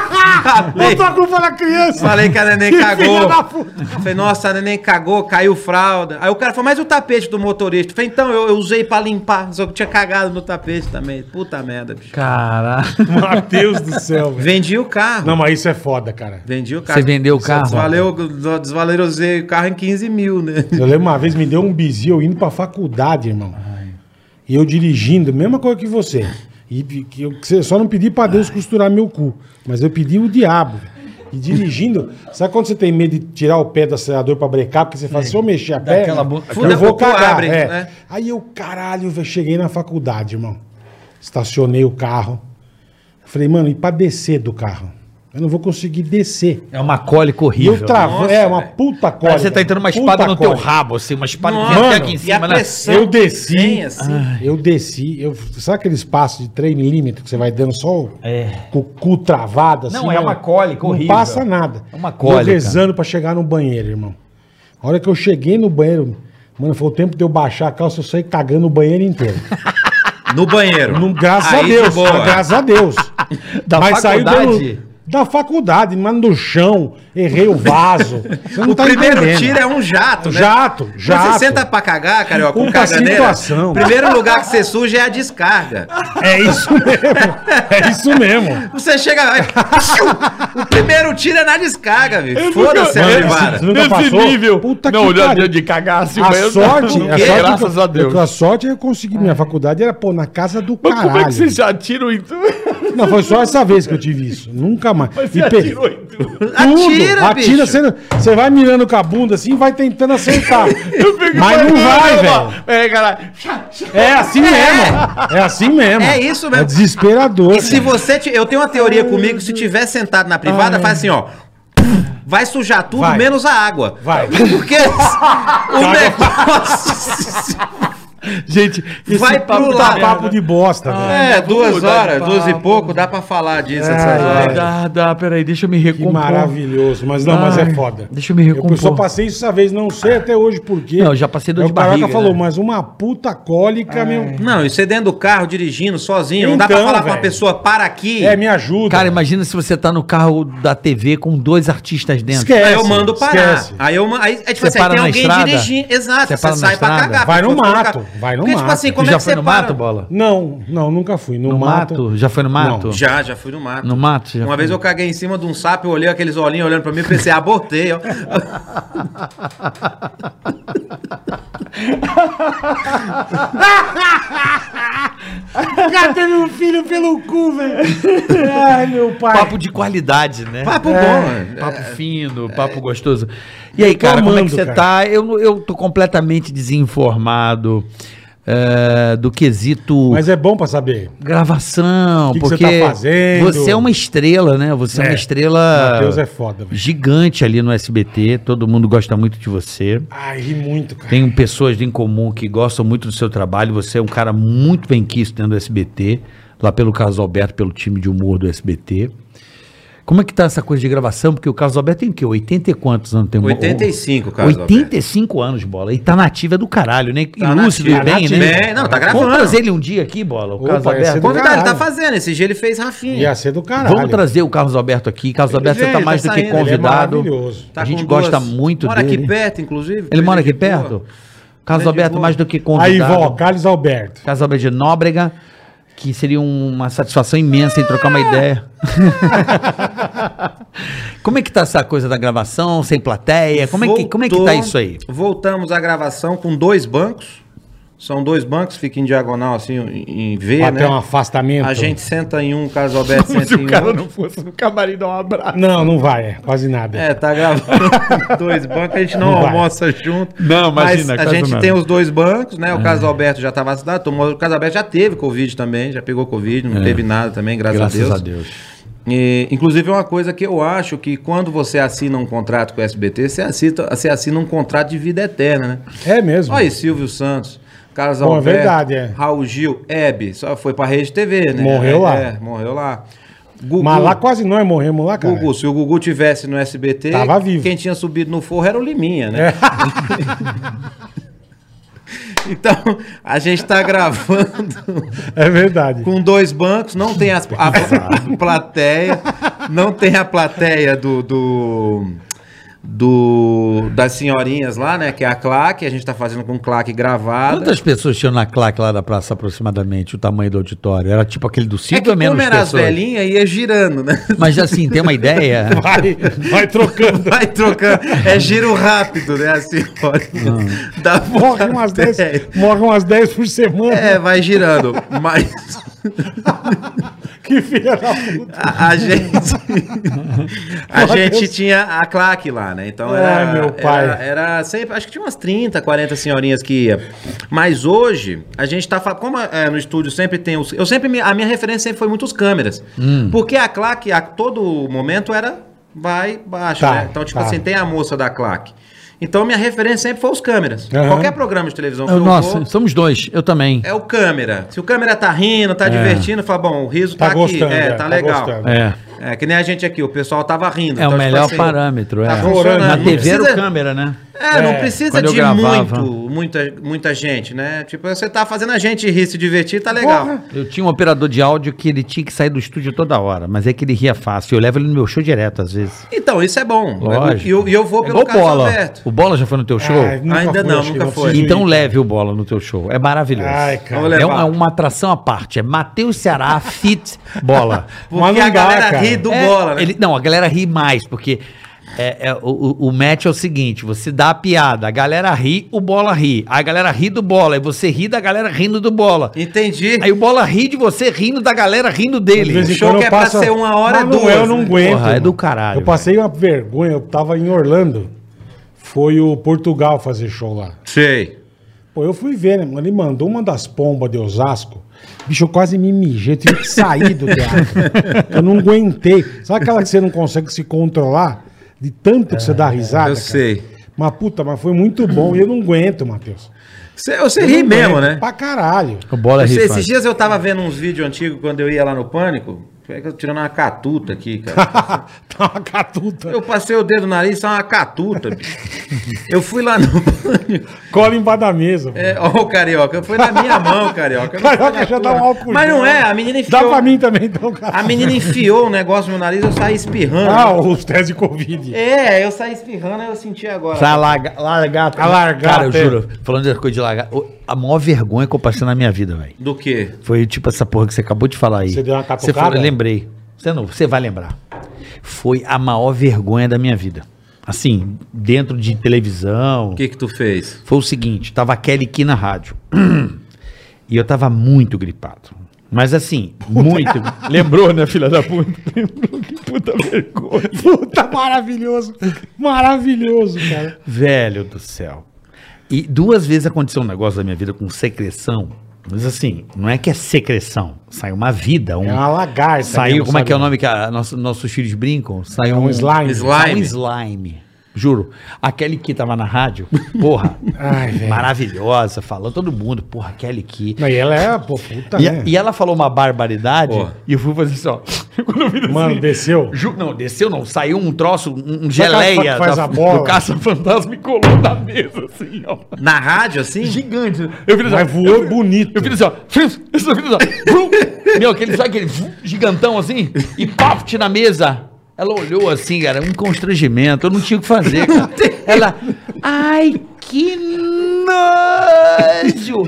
[SPEAKER 6] Falei.
[SPEAKER 4] Botou a culpa na criança.
[SPEAKER 6] Falei que a neném
[SPEAKER 4] Que
[SPEAKER 6] cagou.
[SPEAKER 4] filha da puta.
[SPEAKER 6] Falei, nossa, a neném cagou, caiu fralda. Aí o cara falou, mas e o tapete do motorista? Falei, então, eu, eu usei pra limpar, só que tinha cagado no tapete também. Puta merda, bicho.
[SPEAKER 5] Caralho.
[SPEAKER 4] Matheus do céu, velho.
[SPEAKER 6] Vendi o carro.
[SPEAKER 4] Não, mas isso é foda, cara.
[SPEAKER 6] Vendi o carro.
[SPEAKER 5] Você vendeu o carro?
[SPEAKER 6] Desvaleu, desvalorizei o carro em 15 mil, né?
[SPEAKER 4] Eu lembro uma vez me deu um bizi eu indo pra faculdade, irmão. E eu dirigindo, mesma coisa que você. E pe- que eu que você- só não pedi pra Deus costurar meu cu, mas eu pedi o diabo. velho. E dirigindo, sabe quando você tem medo de tirar o pé do acelerador pra brecar, porque você fala, se eu mexer a perna,
[SPEAKER 5] aquela bu-
[SPEAKER 6] aquela-
[SPEAKER 4] eu vou
[SPEAKER 6] o cu
[SPEAKER 4] cagar.
[SPEAKER 6] abre,
[SPEAKER 4] é.
[SPEAKER 6] né?
[SPEAKER 4] Aí eu, caralho, velho, cheguei na faculdade, irmão. Estacionei o carro. Falei, mano, e pra descer do carro? Eu não vou conseguir descer.
[SPEAKER 5] É uma cólica
[SPEAKER 4] E
[SPEAKER 5] horrível. né?
[SPEAKER 4] eu travou,
[SPEAKER 6] Nossa,
[SPEAKER 4] é uma
[SPEAKER 6] velho.
[SPEAKER 4] puta cólica.
[SPEAKER 5] Parece que você tá entrando uma
[SPEAKER 4] puta
[SPEAKER 5] espada no teu
[SPEAKER 4] cólica.
[SPEAKER 5] rabo, assim, uma espada que
[SPEAKER 6] Nossa,
[SPEAKER 5] vem até aqui em
[SPEAKER 6] e a
[SPEAKER 5] cima. né?
[SPEAKER 6] pressão
[SPEAKER 4] Eu desci.
[SPEAKER 6] Vem assim.
[SPEAKER 4] Eu desci, eu, sabe aquele espaço de 3 milímetros que você vai dando só o,
[SPEAKER 5] É.
[SPEAKER 4] com o cu travado? Assim,
[SPEAKER 5] Não, é uma cólica
[SPEAKER 4] Não
[SPEAKER 5] horrível.
[SPEAKER 4] passa nada.
[SPEAKER 5] É uma cólica.
[SPEAKER 4] Eu rezando pra chegar no banheiro, irmão. A hora que eu cheguei no banheiro, mano, foi o tempo de eu baixar a calça, eu saí cagando o banheiro inteiro.
[SPEAKER 6] No banheiro.
[SPEAKER 4] Não, graças
[SPEAKER 6] Aí
[SPEAKER 4] a
[SPEAKER 6] de
[SPEAKER 4] Deus,
[SPEAKER 6] boa.
[SPEAKER 4] mas graças a Deus.
[SPEAKER 5] Da
[SPEAKER 4] saiu
[SPEAKER 5] faculdade?
[SPEAKER 4] dando- da faculdade, mas no chão, errei o vaso. Você não
[SPEAKER 6] o
[SPEAKER 4] tá
[SPEAKER 6] primeiro
[SPEAKER 4] entendendo.
[SPEAKER 6] tiro é um jato, né?
[SPEAKER 4] Jato,
[SPEAKER 6] Quando
[SPEAKER 4] jato.
[SPEAKER 6] Você senta pra cagar, carioca, com
[SPEAKER 4] Puta
[SPEAKER 6] caganeira.
[SPEAKER 4] situação.
[SPEAKER 6] Primeiro lugar que você suja é a descarga.
[SPEAKER 4] É isso mesmo. É isso mesmo.
[SPEAKER 6] Você chega. vai- o primeiro tiro é na descarga, velho. Foda-se a
[SPEAKER 4] Mano,
[SPEAKER 6] privada.
[SPEAKER 4] esse- nunca passou? Puta que pariu.
[SPEAKER 5] cagar assim,
[SPEAKER 4] A
[SPEAKER 5] mas eu-
[SPEAKER 4] sorte, é
[SPEAKER 5] Não
[SPEAKER 4] a
[SPEAKER 5] quero,
[SPEAKER 4] sorte A sorte é que eu consegui. Minha faculdade era, pô, na casa do caralho.
[SPEAKER 5] é já tira o intuito?
[SPEAKER 4] Não, foi só essa vez que eu tive isso. Nunca mais. E pe-
[SPEAKER 5] intuito.
[SPEAKER 4] Tudo.
[SPEAKER 6] Atira, bicho.
[SPEAKER 4] Atira, você não- você vai mirando com a bunda assim e vai tentando acertar. Mas não vai, velho.
[SPEAKER 5] É, caralho.
[SPEAKER 4] É assim mesmo. É assim mesmo.
[SPEAKER 6] É isso mesmo.
[SPEAKER 4] É desesperador.
[SPEAKER 6] E se você. ti- Eu tenho uma teoria comigo: se tiver sentado na privada, faz assim, ó. Vai sujar tudo,
[SPEAKER 4] Vai.
[SPEAKER 6] menos a água.
[SPEAKER 4] Vai.
[SPEAKER 6] Porque o negócio.
[SPEAKER 5] Gente, esse
[SPEAKER 6] Vai pro
[SPEAKER 5] papo
[SPEAKER 6] lado.
[SPEAKER 5] tá
[SPEAKER 4] Tá papo de bosta, velho.
[SPEAKER 6] É, duas
[SPEAKER 5] dá de
[SPEAKER 6] horas, duas e
[SPEAKER 5] papo.
[SPEAKER 6] pouco, dá pra falar disso.
[SPEAKER 4] É,
[SPEAKER 6] essas
[SPEAKER 4] é.
[SPEAKER 6] horas.
[SPEAKER 5] Dá, dá, peraí, deixa eu me
[SPEAKER 4] Que
[SPEAKER 5] recompor.
[SPEAKER 4] maravilhoso, mas não, mas é
[SPEAKER 5] Ai,
[SPEAKER 4] foda.
[SPEAKER 5] deixa eu me
[SPEAKER 4] Eu
[SPEAKER 5] recompor.
[SPEAKER 4] só passei isso essa vez, não sei até hoje por quê.
[SPEAKER 5] Não, eu já passei dor
[SPEAKER 4] Aí
[SPEAKER 5] de
[SPEAKER 4] o Baraka
[SPEAKER 5] barriga,
[SPEAKER 4] falou,
[SPEAKER 5] né?
[SPEAKER 4] mas uma puta cólica, meu.
[SPEAKER 6] Não, e você dentro do carro, dirigindo, sozinho, não dá pra
[SPEAKER 4] Então,
[SPEAKER 6] falar pra uma
[SPEAKER 4] velho.
[SPEAKER 6] pessoa, para aqui.
[SPEAKER 4] É, me ajuda.
[SPEAKER 5] Cara, imagina se você tá no carro da TV com dois artistas dentro.
[SPEAKER 4] Esquece.
[SPEAKER 6] Aí eu mando parar.
[SPEAKER 4] esquece.
[SPEAKER 6] Aí eu ma- aí, é tipo
[SPEAKER 5] Você
[SPEAKER 6] assim, aí
[SPEAKER 5] para
[SPEAKER 6] tem
[SPEAKER 5] na
[SPEAKER 6] alguém
[SPEAKER 5] estrada?
[SPEAKER 6] dirigindo. Exato,
[SPEAKER 5] Você
[SPEAKER 6] você
[SPEAKER 5] para na
[SPEAKER 6] sai pra
[SPEAKER 5] estrada?
[SPEAKER 6] cagar.
[SPEAKER 4] Vai no
[SPEAKER 6] porque eu tô
[SPEAKER 4] mato.
[SPEAKER 6] ca-
[SPEAKER 4] Vai no
[SPEAKER 6] Porque, tipo
[SPEAKER 4] mato.
[SPEAKER 6] assim,
[SPEAKER 5] Tu
[SPEAKER 6] como é
[SPEAKER 5] já
[SPEAKER 6] que
[SPEAKER 5] foi
[SPEAKER 6] você
[SPEAKER 5] no
[SPEAKER 6] para-
[SPEAKER 5] mato, bola?
[SPEAKER 4] Não, não, nunca fui. No,
[SPEAKER 5] No mato? Já foi no mato?
[SPEAKER 4] Não.
[SPEAKER 6] Já, já fui no mato.
[SPEAKER 5] No mato? Já
[SPEAKER 6] Uma
[SPEAKER 5] foi?
[SPEAKER 6] vez eu caguei em cima de um sapo, eu olhei aqueles olhinhos olhando pra mim e pensei, abortei,
[SPEAKER 5] É.
[SPEAKER 6] ó.
[SPEAKER 4] O cara teve um filho pelo cu, velho. Ai, meu pai.
[SPEAKER 5] Papo de qualidade, né?
[SPEAKER 6] Papo bom, bom.
[SPEAKER 4] É,
[SPEAKER 5] Papo fino, papo gostoso. E aí, cara, como é que
[SPEAKER 4] amando,
[SPEAKER 5] você
[SPEAKER 4] cara.
[SPEAKER 5] tá? Eu, não- eu tô completamente desinformado é, do quesito
[SPEAKER 4] Mas é bom pra saber.
[SPEAKER 5] gravação,
[SPEAKER 4] O que que você
[SPEAKER 5] porque
[SPEAKER 4] tá fazendo?
[SPEAKER 5] você é uma estrela, né? Você é,
[SPEAKER 4] É.
[SPEAKER 5] uma estrela
[SPEAKER 4] Matheus é foda, velho.
[SPEAKER 5] gigante ali no SBT, todo mundo gosta muito de você.
[SPEAKER 4] Ai, ri muito, cara.
[SPEAKER 5] Tem pessoas em comum que gostam muito do seu trabalho. Você é um cara muito bem quisto dentro do SBT, lá pelo Carlos Alberto, pelo time de humor do SBT. Como é que tá essa coisa de gravação? Porque o Carlos Alberto tem o quê? 80 e quantos anos tem?
[SPEAKER 6] 85, Carlos
[SPEAKER 5] 85 anos, bola. E tá nativa do caralho, né? E
[SPEAKER 6] Tá
[SPEAKER 5] lúcido e
[SPEAKER 6] nativo.
[SPEAKER 5] bem,
[SPEAKER 6] Tá
[SPEAKER 5] né?
[SPEAKER 6] bem, não, tá
[SPEAKER 5] Vamos
[SPEAKER 6] gravando.
[SPEAKER 5] trazer ele um dia aqui, bola. O
[SPEAKER 4] Opa,
[SPEAKER 5] Carlos
[SPEAKER 4] ia ser
[SPEAKER 5] Alberto.
[SPEAKER 4] do
[SPEAKER 6] Convidado, ele tá
[SPEAKER 4] Caralho.
[SPEAKER 6] fazendo. Esse dia ele fez Rafinha.
[SPEAKER 4] Ia ser do caralho.
[SPEAKER 5] Vamos trazer o Carlos Alberto aqui. Carlos Alberto, você
[SPEAKER 6] vem,
[SPEAKER 5] tá
[SPEAKER 6] ele
[SPEAKER 5] mais
[SPEAKER 6] tá
[SPEAKER 5] do que
[SPEAKER 6] saindo, ele é
[SPEAKER 5] convidado.
[SPEAKER 4] maravilhoso.
[SPEAKER 5] a gente gosta muito
[SPEAKER 6] Tá mora
[SPEAKER 5] dele.
[SPEAKER 6] aqui perto, inclusive.
[SPEAKER 5] Ele mora
[SPEAKER 6] é de
[SPEAKER 5] aqui
[SPEAKER 6] boa.
[SPEAKER 5] perto? Carlos
[SPEAKER 6] Ele é de
[SPEAKER 5] Alberto,
[SPEAKER 6] boa.
[SPEAKER 5] mais do que
[SPEAKER 4] Aí,
[SPEAKER 5] Tá convidado.
[SPEAKER 4] vó, Carlos Alberto.
[SPEAKER 5] Casa Alberto de Nóbrega, que seria um, uma satisfação imensa em trocar uma ideia. como é que tá essa coisa da gravação, sem plateia? Como é que, como é que tá
[SPEAKER 6] Voltou,
[SPEAKER 5] isso aí?
[SPEAKER 6] Voltamos à gravação com dois bancos. São dois bancos, fica em diagonal, assim, em em V,
[SPEAKER 4] Pra
[SPEAKER 6] né?
[SPEAKER 4] ter um afastamento.
[SPEAKER 6] A gente senta em um, o Carlos Alberto senta em outro.
[SPEAKER 5] fosse no camarim dar um abraço.
[SPEAKER 4] Não, não vai, é, quase nada.
[SPEAKER 6] É, tá gravando dois bancos, a gente não,
[SPEAKER 4] Não vai.
[SPEAKER 6] almoça junto.
[SPEAKER 5] Não, imagina,
[SPEAKER 6] Mas a
[SPEAKER 5] quase
[SPEAKER 6] gente
[SPEAKER 5] nada.
[SPEAKER 6] tem os dois bancos, né? O Carlos Alberto já tá vacinado, tomou, o Carlos Alberto já teve Covid também, já pegou Covid, não teve nada também, graças,
[SPEAKER 5] Graças a
[SPEAKER 6] A Deus.
[SPEAKER 5] Deus.
[SPEAKER 6] E, inclusive, é uma coisa que eu acho que quando você assina um contrato com o SBT, você assina, você assina um contrato de vida eterna, né?
[SPEAKER 4] É mesmo.
[SPEAKER 6] Olha aí, Silvio Santos, Carlos
[SPEAKER 4] Bom, é
[SPEAKER 6] Alberto,
[SPEAKER 4] verdade, é.
[SPEAKER 6] Raul Gil, Hebe, só foi pra Rede TV, né?
[SPEAKER 4] Morreu
[SPEAKER 6] É,
[SPEAKER 4] lá.
[SPEAKER 6] É, morreu lá. Gugu,
[SPEAKER 4] Mas lá quase nós morremos lá, cara.
[SPEAKER 6] Gugu, se o Gugu tivesse no SBT,
[SPEAKER 4] Tava vivo. É.
[SPEAKER 6] quem tinha subido no forro era o Liminha, né? então, a gente tá gravando
[SPEAKER 4] É verdade.
[SPEAKER 6] com dois bancos, não tem as- a, a plateia, não tem a plateia do, do, do- das senhorinhas lá, né? Que é a claque, a gente tá fazendo com claque gravada. É
[SPEAKER 5] Quantas pessoas tinham na claque lá da praça aproximadamente, o tamanho do auditório? Era tipo aquele do
[SPEAKER 6] é
[SPEAKER 5] Cid
[SPEAKER 6] que
[SPEAKER 5] ou menos
[SPEAKER 6] como era as
[SPEAKER 5] pessoas?
[SPEAKER 6] velhinhas, ia girando, né?
[SPEAKER 5] Mas assim, tem uma ideia?
[SPEAKER 4] Vai, vai trocando.
[SPEAKER 6] Vai trocando, é giro rápido, né? As senhorinhas da
[SPEAKER 4] Ah. Morre umas 10, morre umas 10 por semana.
[SPEAKER 6] É, vai girando, mas
[SPEAKER 4] Que filha da puta.
[SPEAKER 6] a, a gente a
[SPEAKER 4] Meu
[SPEAKER 6] gente
[SPEAKER 4] Deus.
[SPEAKER 6] tinha a claque lá, né? Então
[SPEAKER 4] Ai,
[SPEAKER 6] era,
[SPEAKER 4] meu pai.
[SPEAKER 6] era era sempre, acho que tinha umas 30, 40 senhorinhas que ia. Mas hoje a gente tá fa- como é, no estúdio sempre tem os eu sempre me- a minha referência sempre foi muitos câmeras.
[SPEAKER 4] Hum.
[SPEAKER 6] Porque a claque a todo momento era vai baixo,
[SPEAKER 4] Tá,
[SPEAKER 6] né? Então tipo
[SPEAKER 4] tá.
[SPEAKER 6] assim, tem a moça da claque. Então minha referência sempre foi os câmeras.
[SPEAKER 4] Aham. Ah,
[SPEAKER 6] Qualquer programa de televisão que
[SPEAKER 5] Eu-
[SPEAKER 6] eu
[SPEAKER 5] Nossa,
[SPEAKER 6] vou,
[SPEAKER 5] somos dois, eu também.
[SPEAKER 6] é o câmera. Se o câmera tá rindo, tá divertindo, fala, bom, o riso
[SPEAKER 4] É. Tá
[SPEAKER 6] tá, aqui.
[SPEAKER 4] gostando,
[SPEAKER 6] é,
[SPEAKER 4] é,
[SPEAKER 6] tá,
[SPEAKER 4] tá
[SPEAKER 6] legal.
[SPEAKER 4] gostando.
[SPEAKER 5] É.
[SPEAKER 6] É, que nem a gente aqui, o pessoal tava rindo.
[SPEAKER 5] É o
[SPEAKER 6] então, tipo
[SPEAKER 5] melhor
[SPEAKER 6] assim,
[SPEAKER 5] parâmetro. é.
[SPEAKER 6] tá funcionando,
[SPEAKER 5] Na
[SPEAKER 6] não
[SPEAKER 5] TV era o
[SPEAKER 6] precisa-
[SPEAKER 5] câmera, né?
[SPEAKER 6] É, não
[SPEAKER 4] É,
[SPEAKER 6] precisa
[SPEAKER 5] quando eu
[SPEAKER 6] de
[SPEAKER 5] gravava.
[SPEAKER 6] muito, muita, muita gente, né? Tipo, você tá fazendo a gente rir, se divertir, tá legal.
[SPEAKER 4] Porra.
[SPEAKER 5] Eu tinha um operador de áudio que ele tinha que sair do estúdio toda hora, mas é que ele ria fácil. Eu levo ele no meu show direto, às vezes.
[SPEAKER 6] Então, isso é bom.
[SPEAKER 5] Lógico. É
[SPEAKER 6] E eu, e eu vou pelo
[SPEAKER 5] Igual
[SPEAKER 6] Carlos
[SPEAKER 5] bola.
[SPEAKER 6] Alberto.
[SPEAKER 5] O Bola já foi no teu show?
[SPEAKER 4] Ai, nunca
[SPEAKER 6] Ainda
[SPEAKER 4] fui,
[SPEAKER 6] não,
[SPEAKER 4] acho que
[SPEAKER 6] nunca
[SPEAKER 4] eu
[SPEAKER 6] foi.
[SPEAKER 4] preciso
[SPEAKER 5] então
[SPEAKER 4] ir.
[SPEAKER 5] leve o Bola no teu show. É maravilhoso.
[SPEAKER 4] Ai, cara.
[SPEAKER 6] Vamos
[SPEAKER 5] É
[SPEAKER 6] levar.
[SPEAKER 5] uma, uma atração à parte. É Matheus Ceará, Fit, Bola.
[SPEAKER 4] Mas
[SPEAKER 6] Porque
[SPEAKER 4] não dá,
[SPEAKER 6] a galera
[SPEAKER 4] cara.
[SPEAKER 6] ri do
[SPEAKER 5] É,
[SPEAKER 6] bola, né?
[SPEAKER 5] ele- não, a galera ri mais, porque é, é, o- o, o match é o seguinte: você dá a piada, a galera ri, o bola ri. A galera ri do bola, e você ri da galera rindo do bola.
[SPEAKER 6] Entendi.
[SPEAKER 5] Aí o bola ri de você rindo da galera rindo
[SPEAKER 4] De
[SPEAKER 5] dele.
[SPEAKER 4] vez em
[SPEAKER 6] O show
[SPEAKER 4] quando
[SPEAKER 6] que
[SPEAKER 4] eu
[SPEAKER 6] é pra
[SPEAKER 4] passo-
[SPEAKER 6] ser uma hora,
[SPEAKER 4] Mas não,
[SPEAKER 6] duas,
[SPEAKER 4] Eu não
[SPEAKER 6] né?
[SPEAKER 4] aguento.
[SPEAKER 5] Porra, é
[SPEAKER 4] mano.
[SPEAKER 5] do caralho,
[SPEAKER 4] Eu passei uma vergonha. Eu tava em Orlando. Foi o Portugal fazer show lá.
[SPEAKER 6] Sei.
[SPEAKER 4] Pô, eu fui ver, né, mano? Ele mandou uma das pombas de Osasco. Bicho, eu quase me mijei, eu tive que sair do teatro. Eu não aguentei. Sabe aquela que você não consegue se controlar? De tanto que você dá risada?
[SPEAKER 6] É, Eu
[SPEAKER 4] cara?
[SPEAKER 6] sei.
[SPEAKER 4] Mas puta, mas foi muito bom. E eu não aguento, Matheus.
[SPEAKER 6] Você, você
[SPEAKER 4] Eu
[SPEAKER 6] ri
[SPEAKER 4] não
[SPEAKER 6] mesmo,
[SPEAKER 4] aguento,
[SPEAKER 6] né?
[SPEAKER 4] Pra caralho.
[SPEAKER 5] O bola
[SPEAKER 6] Eu
[SPEAKER 5] ri.
[SPEAKER 6] sei,
[SPEAKER 5] fácil.
[SPEAKER 6] esses dias eu tava vendo uns vídeos antigos quando eu ia lá no Pânico. Foi que eu tirando uma catuta aqui, cara.
[SPEAKER 4] tá uma catuta.
[SPEAKER 6] Eu passei o dedo no nariz, só uma catuta, bicho. Eu fui lá no pânico.
[SPEAKER 4] Cola embaixo da mesa.
[SPEAKER 6] É, ó, o carioca, foi na minha mão, carioca. Não foi
[SPEAKER 4] Carioca
[SPEAKER 6] na
[SPEAKER 4] já
[SPEAKER 6] tua.
[SPEAKER 4] dá um álcool
[SPEAKER 6] Mas
[SPEAKER 4] gel.
[SPEAKER 6] não é, a menina
[SPEAKER 4] Dá
[SPEAKER 6] enfiou.
[SPEAKER 4] pra mim também, então, cara.
[SPEAKER 6] A menina enfiou o negócio no meu nariz, eu saí espirrando.
[SPEAKER 4] Ah, os testes de Covid.
[SPEAKER 6] É, eu saí espirrando, aí eu senti agora.
[SPEAKER 2] Essa larga, largata.
[SPEAKER 4] A largata.
[SPEAKER 5] Cara, eu juro, falando dessa coisa de largar, o- a maior vergonha que eu passei na minha vida, velho.
[SPEAKER 6] Do quê?
[SPEAKER 5] Foi tipo essa porra que você acabou de falar aí.
[SPEAKER 4] Você deu uma
[SPEAKER 5] Você
[SPEAKER 4] catucada?
[SPEAKER 5] falou- lembrei. Você não, você vai lembrar. Foi a maior vergonha da minha vida. Assim, dentro de televisão.
[SPEAKER 6] O que que tu fez?
[SPEAKER 5] Foi o seguinte, tava a Kelly aqui na rádio. E eu tava muito gripado. Mas assim, muito. Lembrou, né, filha da puta? Lembrou que puta vergonha.
[SPEAKER 4] Puta, maravilhoso. Maravilhoso, cara.
[SPEAKER 5] Velho do céu. E duas vezes aconteceu um negócio da minha vida com secreção. Mas assim, não é que é secreção. Saiu uma vida. Um,
[SPEAKER 4] É uma lagarta.
[SPEAKER 5] saiu,
[SPEAKER 4] mesmo,
[SPEAKER 5] como é que é o
[SPEAKER 4] sabe?
[SPEAKER 5] nome que a- nosso- nossos filhos brincam? Saiu
[SPEAKER 4] Um slime.
[SPEAKER 6] Slime.
[SPEAKER 5] Saiu um slime. Juro. A Kelly que tava na rádio, porra,
[SPEAKER 4] Ai, velho.
[SPEAKER 5] maravilhosa, falando todo mundo, porra, Kelly que.
[SPEAKER 4] Não, e ela é, pô, puta,
[SPEAKER 5] E,
[SPEAKER 4] né?
[SPEAKER 5] e ela falou uma barbaridade
[SPEAKER 6] Porra.
[SPEAKER 5] e eu fui fazer assim, ó. Quando eu vi assim,
[SPEAKER 4] Mano, desceu.
[SPEAKER 5] Ju- não, desceu não, saiu um troço, um, um
[SPEAKER 4] Sabe aquela
[SPEAKER 5] geleia
[SPEAKER 4] que faz
[SPEAKER 5] da-
[SPEAKER 4] a bola?
[SPEAKER 5] do caça-fantasma e colou na mesa, assim, ó.
[SPEAKER 6] Na rádio, assim?
[SPEAKER 5] Gigante. Eu vi assim, ó,
[SPEAKER 4] Mas voou
[SPEAKER 5] eu,
[SPEAKER 4] bonito.
[SPEAKER 5] eu vi assim, ó. Frios, isso, eu fiz assim, ó. Vrum. Meu, aquele, sabe aquele vrum, gigantão assim? E paft na mesa. Ela olhou assim, cara, um constrangimento. Eu não tinha o que fazer, cara. Ela, ai, que nojo.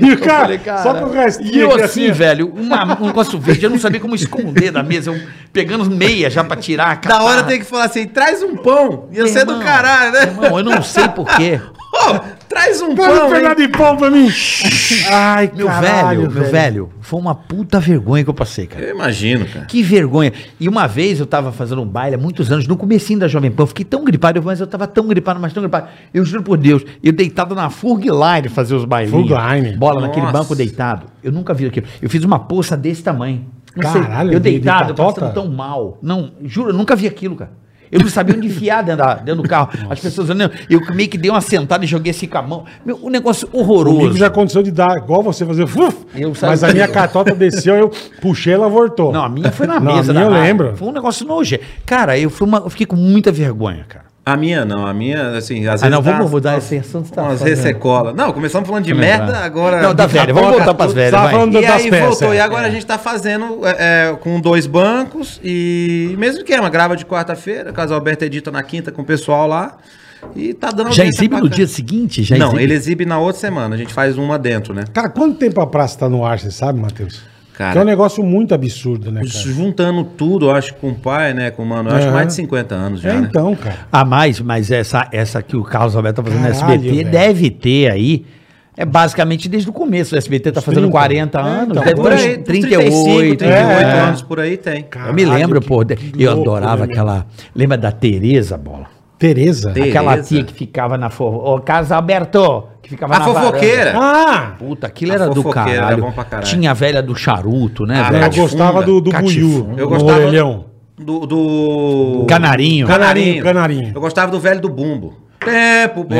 [SPEAKER 4] E o
[SPEAKER 5] Eu
[SPEAKER 4] cara, só com o restinho
[SPEAKER 5] E eu
[SPEAKER 4] aqui,
[SPEAKER 5] assim,
[SPEAKER 4] assim, ó.
[SPEAKER 5] velho, uma, um negócio verde. Eu não sabia como esconder da mesa. Eu pegando meia já pra tirar.
[SPEAKER 6] Da hora tem que falar assim, traz um pão. Ia ser do caralho, né?
[SPEAKER 5] Irmão, eu não sei porquê.
[SPEAKER 6] Ô, traz um
[SPEAKER 4] Põe um
[SPEAKER 6] pão, hein?
[SPEAKER 4] pedaço de pão pra mim. Ai,
[SPEAKER 5] Meu velho, meu velho, foi uma puta vergonha que eu passei, cara.
[SPEAKER 6] Eu imagino, cara.
[SPEAKER 5] Que vergonha. E uma vez eu tava fazendo um baile há muitos anos, no comecinho da Jovem Pan, eu fiquei tão gripado, eu- mas eu tava tão gripado, mas tão gripado. Eu juro por Deus, eu deitado na Furgline fazer os bailinhos.
[SPEAKER 4] Furgline.
[SPEAKER 5] Bola naquele
[SPEAKER 6] Nossa.
[SPEAKER 5] banco deitado. Eu nunca vi aquilo. Eu fiz uma poça desse tamanho. Não
[SPEAKER 4] Caralho,
[SPEAKER 5] sei, eu
[SPEAKER 4] de- de
[SPEAKER 5] deitado, eu
[SPEAKER 4] patota?
[SPEAKER 5] passando tão mal. Não, juro, eu nunca vi aquilo, cara. Eu não sabia onde enfiar dentro, da- dentro do carro. As pessoas olhando. Eu meio que dei uma sentada e joguei assim com a mão. Meu, um negócio
[SPEAKER 4] Comigo
[SPEAKER 5] horroroso.
[SPEAKER 4] já aconteceu de dar, igual você fazer, uf,
[SPEAKER 5] Eu saí
[SPEAKER 4] mas a
[SPEAKER 5] do-
[SPEAKER 4] minha catota desceu, eu puxei, ela voltou.
[SPEAKER 5] Não, a minha foi na
[SPEAKER 4] Não, a
[SPEAKER 5] mesa.
[SPEAKER 4] minha
[SPEAKER 5] da
[SPEAKER 4] eu
[SPEAKER 5] rádio.
[SPEAKER 4] lembro.
[SPEAKER 5] Foi um negócio nojento. Cara, eu, fui uma- eu fiquei com muita vergonha, cara.
[SPEAKER 6] A minha não, a minha, assim, às vezes.
[SPEAKER 5] Ah, não, vamos
[SPEAKER 6] dá-
[SPEAKER 5] mudar essa versão que tá
[SPEAKER 6] Às
[SPEAKER 5] falando.
[SPEAKER 6] vezes você cola. Não, começamos falando de
[SPEAKER 5] Lembrar.
[SPEAKER 6] merda, agora.
[SPEAKER 5] Não, da velha. Vamos voltar pras velhas,
[SPEAKER 4] Tava
[SPEAKER 5] vai.
[SPEAKER 4] falando
[SPEAKER 6] E
[SPEAKER 4] das
[SPEAKER 6] aí
[SPEAKER 4] peças.
[SPEAKER 6] voltou. E agora
[SPEAKER 4] É.
[SPEAKER 6] a gente tá fazendo é, é, com dois bancos e mesmo que é uma grava de quarta-feira, caso Alberto edita na quinta com o pessoal lá. E tá dando
[SPEAKER 5] Já
[SPEAKER 6] audiência
[SPEAKER 5] exibe no
[SPEAKER 4] é
[SPEAKER 6] bacana.
[SPEAKER 5] dia seguinte? Já
[SPEAKER 6] não,
[SPEAKER 5] exibe?
[SPEAKER 6] ele exibe na outra semana. A gente faz uma dentro, né?
[SPEAKER 4] Cara, quanto tempo a praça tá no ar, você sabe, Matheus?
[SPEAKER 6] Cara.
[SPEAKER 4] Que é um negócio muito absurdo, né, cara?
[SPEAKER 6] Juntando tudo, eu acho, com o pai, né? Com o mano. Eu acho
[SPEAKER 4] É.
[SPEAKER 6] que mais de 50 anos já.
[SPEAKER 4] É
[SPEAKER 6] né?
[SPEAKER 4] então, cara.
[SPEAKER 5] Ah, mais, mas essa, essa que o Carlos Alberto tá fazendo
[SPEAKER 4] Caralho,
[SPEAKER 5] no SBT
[SPEAKER 4] velho.
[SPEAKER 5] deve ter aí. É basicamente desde o começo. O SBT tá
[SPEAKER 4] Os
[SPEAKER 5] fazendo
[SPEAKER 4] 30.
[SPEAKER 5] 40
[SPEAKER 4] É,
[SPEAKER 5] anos.
[SPEAKER 4] então,
[SPEAKER 5] deve
[SPEAKER 6] Por
[SPEAKER 5] ter uns
[SPEAKER 6] aí,
[SPEAKER 5] 38,
[SPEAKER 6] 38
[SPEAKER 4] é.
[SPEAKER 6] anos por aí tem.
[SPEAKER 5] Eu me
[SPEAKER 4] Caralho,
[SPEAKER 5] lembro,
[SPEAKER 4] que
[SPEAKER 5] pô. de- eu
[SPEAKER 4] louco,
[SPEAKER 5] adorava
[SPEAKER 4] né,
[SPEAKER 5] aquela. Lembra da Tereza, bola?
[SPEAKER 4] Tereza?
[SPEAKER 6] Te-
[SPEAKER 5] Aquela
[SPEAKER 6] Tereza?
[SPEAKER 5] tia que ficava na. Fo... Ô, Carlos Alberto! Que ficava
[SPEAKER 6] A
[SPEAKER 5] na varanda.
[SPEAKER 6] fofoqueira.
[SPEAKER 4] Ah!
[SPEAKER 5] Puta, aquilo
[SPEAKER 6] A
[SPEAKER 5] era do
[SPEAKER 6] fofoqueira,
[SPEAKER 5] caralho.
[SPEAKER 6] era bom pra caralho.
[SPEAKER 5] Tinha a velha do charuto, né,
[SPEAKER 6] Ah,
[SPEAKER 5] velho?
[SPEAKER 4] Eu
[SPEAKER 6] Catifunda.
[SPEAKER 4] gostava do, do Buiú.
[SPEAKER 5] Catifunda.
[SPEAKER 6] Eu
[SPEAKER 4] no
[SPEAKER 6] gostava-
[SPEAKER 4] orelhão.
[SPEAKER 6] Do. do...
[SPEAKER 5] Canarinho.
[SPEAKER 4] Canarinho, canarinho.
[SPEAKER 6] Eu gostava do velho do bumbo. Tempo bom.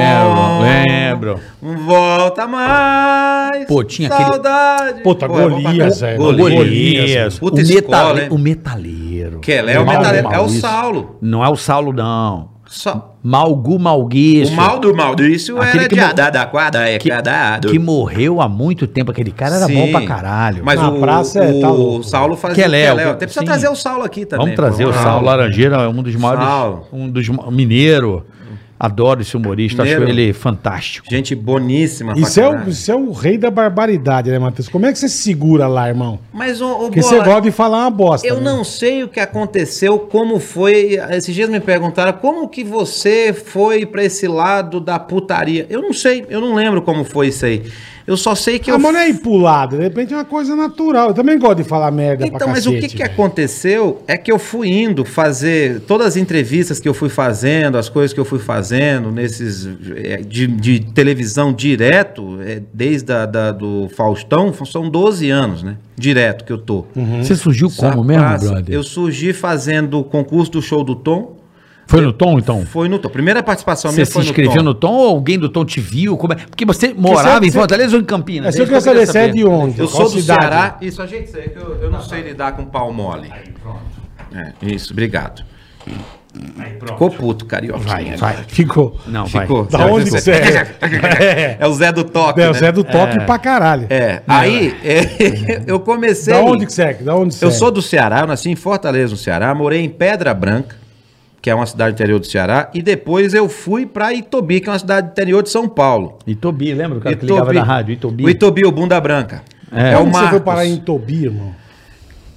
[SPEAKER 5] Lembro,
[SPEAKER 6] Volta mais.
[SPEAKER 5] Pô, tinha aquele-
[SPEAKER 6] saudade.
[SPEAKER 4] Puta,
[SPEAKER 6] Pô, é bom pra
[SPEAKER 4] Golias, velho.
[SPEAKER 6] caralho. Golias.
[SPEAKER 5] Golias. o,
[SPEAKER 6] Puta escola,
[SPEAKER 5] metale-
[SPEAKER 6] hein?
[SPEAKER 5] o metaleiro.
[SPEAKER 6] Que é, é o
[SPEAKER 5] Mal
[SPEAKER 6] metaleiro, é o
[SPEAKER 5] Maurício.
[SPEAKER 6] Saulo.
[SPEAKER 5] Não é o Saulo, não.
[SPEAKER 6] Só-
[SPEAKER 5] Malgu Malguiço.
[SPEAKER 6] O mal do Maurício
[SPEAKER 5] Aquele
[SPEAKER 6] era
[SPEAKER 5] que
[SPEAKER 6] de
[SPEAKER 5] mo-
[SPEAKER 6] adar da quadra, é
[SPEAKER 5] que,
[SPEAKER 6] cadado.
[SPEAKER 5] que morreu há muito tempo. Aquele cara era bom
[SPEAKER 6] Sim.
[SPEAKER 5] pra caralho.
[SPEAKER 6] Mas
[SPEAKER 4] Na
[SPEAKER 6] o,
[SPEAKER 4] praça é,
[SPEAKER 6] o,
[SPEAKER 4] tá louco.
[SPEAKER 6] Saulo fazia
[SPEAKER 5] Queléu.
[SPEAKER 6] o Queléu. Até precisa
[SPEAKER 5] Sim.
[SPEAKER 6] trazer o Saulo aqui também.
[SPEAKER 5] Vamos trazer
[SPEAKER 6] pô.
[SPEAKER 5] o Saulo Laranjeira, é um dos maiores.
[SPEAKER 6] Saulo.
[SPEAKER 5] Um dos ma- mineiro. Adoro esse humorista, acho
[SPEAKER 6] Mineiro.
[SPEAKER 5] ele fantástico.
[SPEAKER 6] Gente boníssima. pra
[SPEAKER 4] Isso é, o,
[SPEAKER 6] caralho.
[SPEAKER 4] isso é o rei da barbaridade, né, Matheus? Como é que você se segura lá, irmão?
[SPEAKER 6] Mas o, o
[SPEAKER 4] Porque é você
[SPEAKER 6] Bola,
[SPEAKER 4] gosta de falar uma bosta.
[SPEAKER 6] Eu
[SPEAKER 4] né?
[SPEAKER 6] não sei o que aconteceu, como foi. Esses dias me perguntaram como que você foi pra esse lado da putaria. Eu não sei, eu não lembro como foi isso aí. Eu só sei que
[SPEAKER 4] ah,
[SPEAKER 6] eu.
[SPEAKER 4] mas não é ir pro lado, de repente é uma coisa natural. Eu também gosto de falar merda pra
[SPEAKER 6] Então, mas o que,
[SPEAKER 4] cacete, né?
[SPEAKER 6] que
[SPEAKER 4] velho.
[SPEAKER 6] aconteceu é que eu fui indo fazer todas as entrevistas que eu fui fazendo, as coisas que eu fui fazendo nesses eh, de, de televisão direto, eh, desde a, da, do Faustão, são 12 anos, né? Direto que eu tô.
[SPEAKER 4] Uhum.
[SPEAKER 5] Você surgiu como mesmo,
[SPEAKER 6] Rapaz,
[SPEAKER 5] brother?
[SPEAKER 6] Eu surgi fazendo o concurso do show do Tom.
[SPEAKER 5] Foi no Tom, então?
[SPEAKER 6] Foi no Tom. Primeira participação
[SPEAKER 5] Você
[SPEAKER 6] minha
[SPEAKER 5] se
[SPEAKER 6] foi
[SPEAKER 5] inscreveu no Tom. ou alguém do Tom te viu? Como é? Porque você morava
[SPEAKER 4] você-
[SPEAKER 5] em Fortaleza ou em Campinas?
[SPEAKER 4] É só
[SPEAKER 5] Isso
[SPEAKER 4] que eu
[SPEAKER 5] queria
[SPEAKER 4] saber se é de onde.
[SPEAKER 6] Eu
[SPEAKER 4] Qual
[SPEAKER 6] sou do
[SPEAKER 4] cidade?
[SPEAKER 6] Ceará. Isso, a gente sei que eu, eu não sei lidar com pau mole. É, isso, obrigado. Ficou puto, carioca.
[SPEAKER 5] Vai, vai.
[SPEAKER 4] Ficou.
[SPEAKER 5] Não,
[SPEAKER 6] Ficou.
[SPEAKER 5] vai.
[SPEAKER 4] Da onde que você é?
[SPEAKER 6] É o Zé do Toque.
[SPEAKER 4] É, o
[SPEAKER 6] né?
[SPEAKER 4] Zé do toque pra caralho.
[SPEAKER 6] É, aí é, eu comecei.
[SPEAKER 4] Da onde que você é? Da onde você
[SPEAKER 6] Eu
[SPEAKER 4] é?
[SPEAKER 6] sou do Ceará, eu nasci em Fortaleza, no Ceará, morei em Pedra Branca, que é uma cidade interior do Ceará, e depois eu fui pra Itobi, que é uma cidade interior de São Paulo.
[SPEAKER 5] Itobi, lembra o cara que ligava na rádio? Itobi.
[SPEAKER 6] O Itobi, o Bunda Branca.
[SPEAKER 5] É.
[SPEAKER 6] É, o
[SPEAKER 4] Como você foi
[SPEAKER 6] Marcos.
[SPEAKER 4] parar em Tobi, irmão?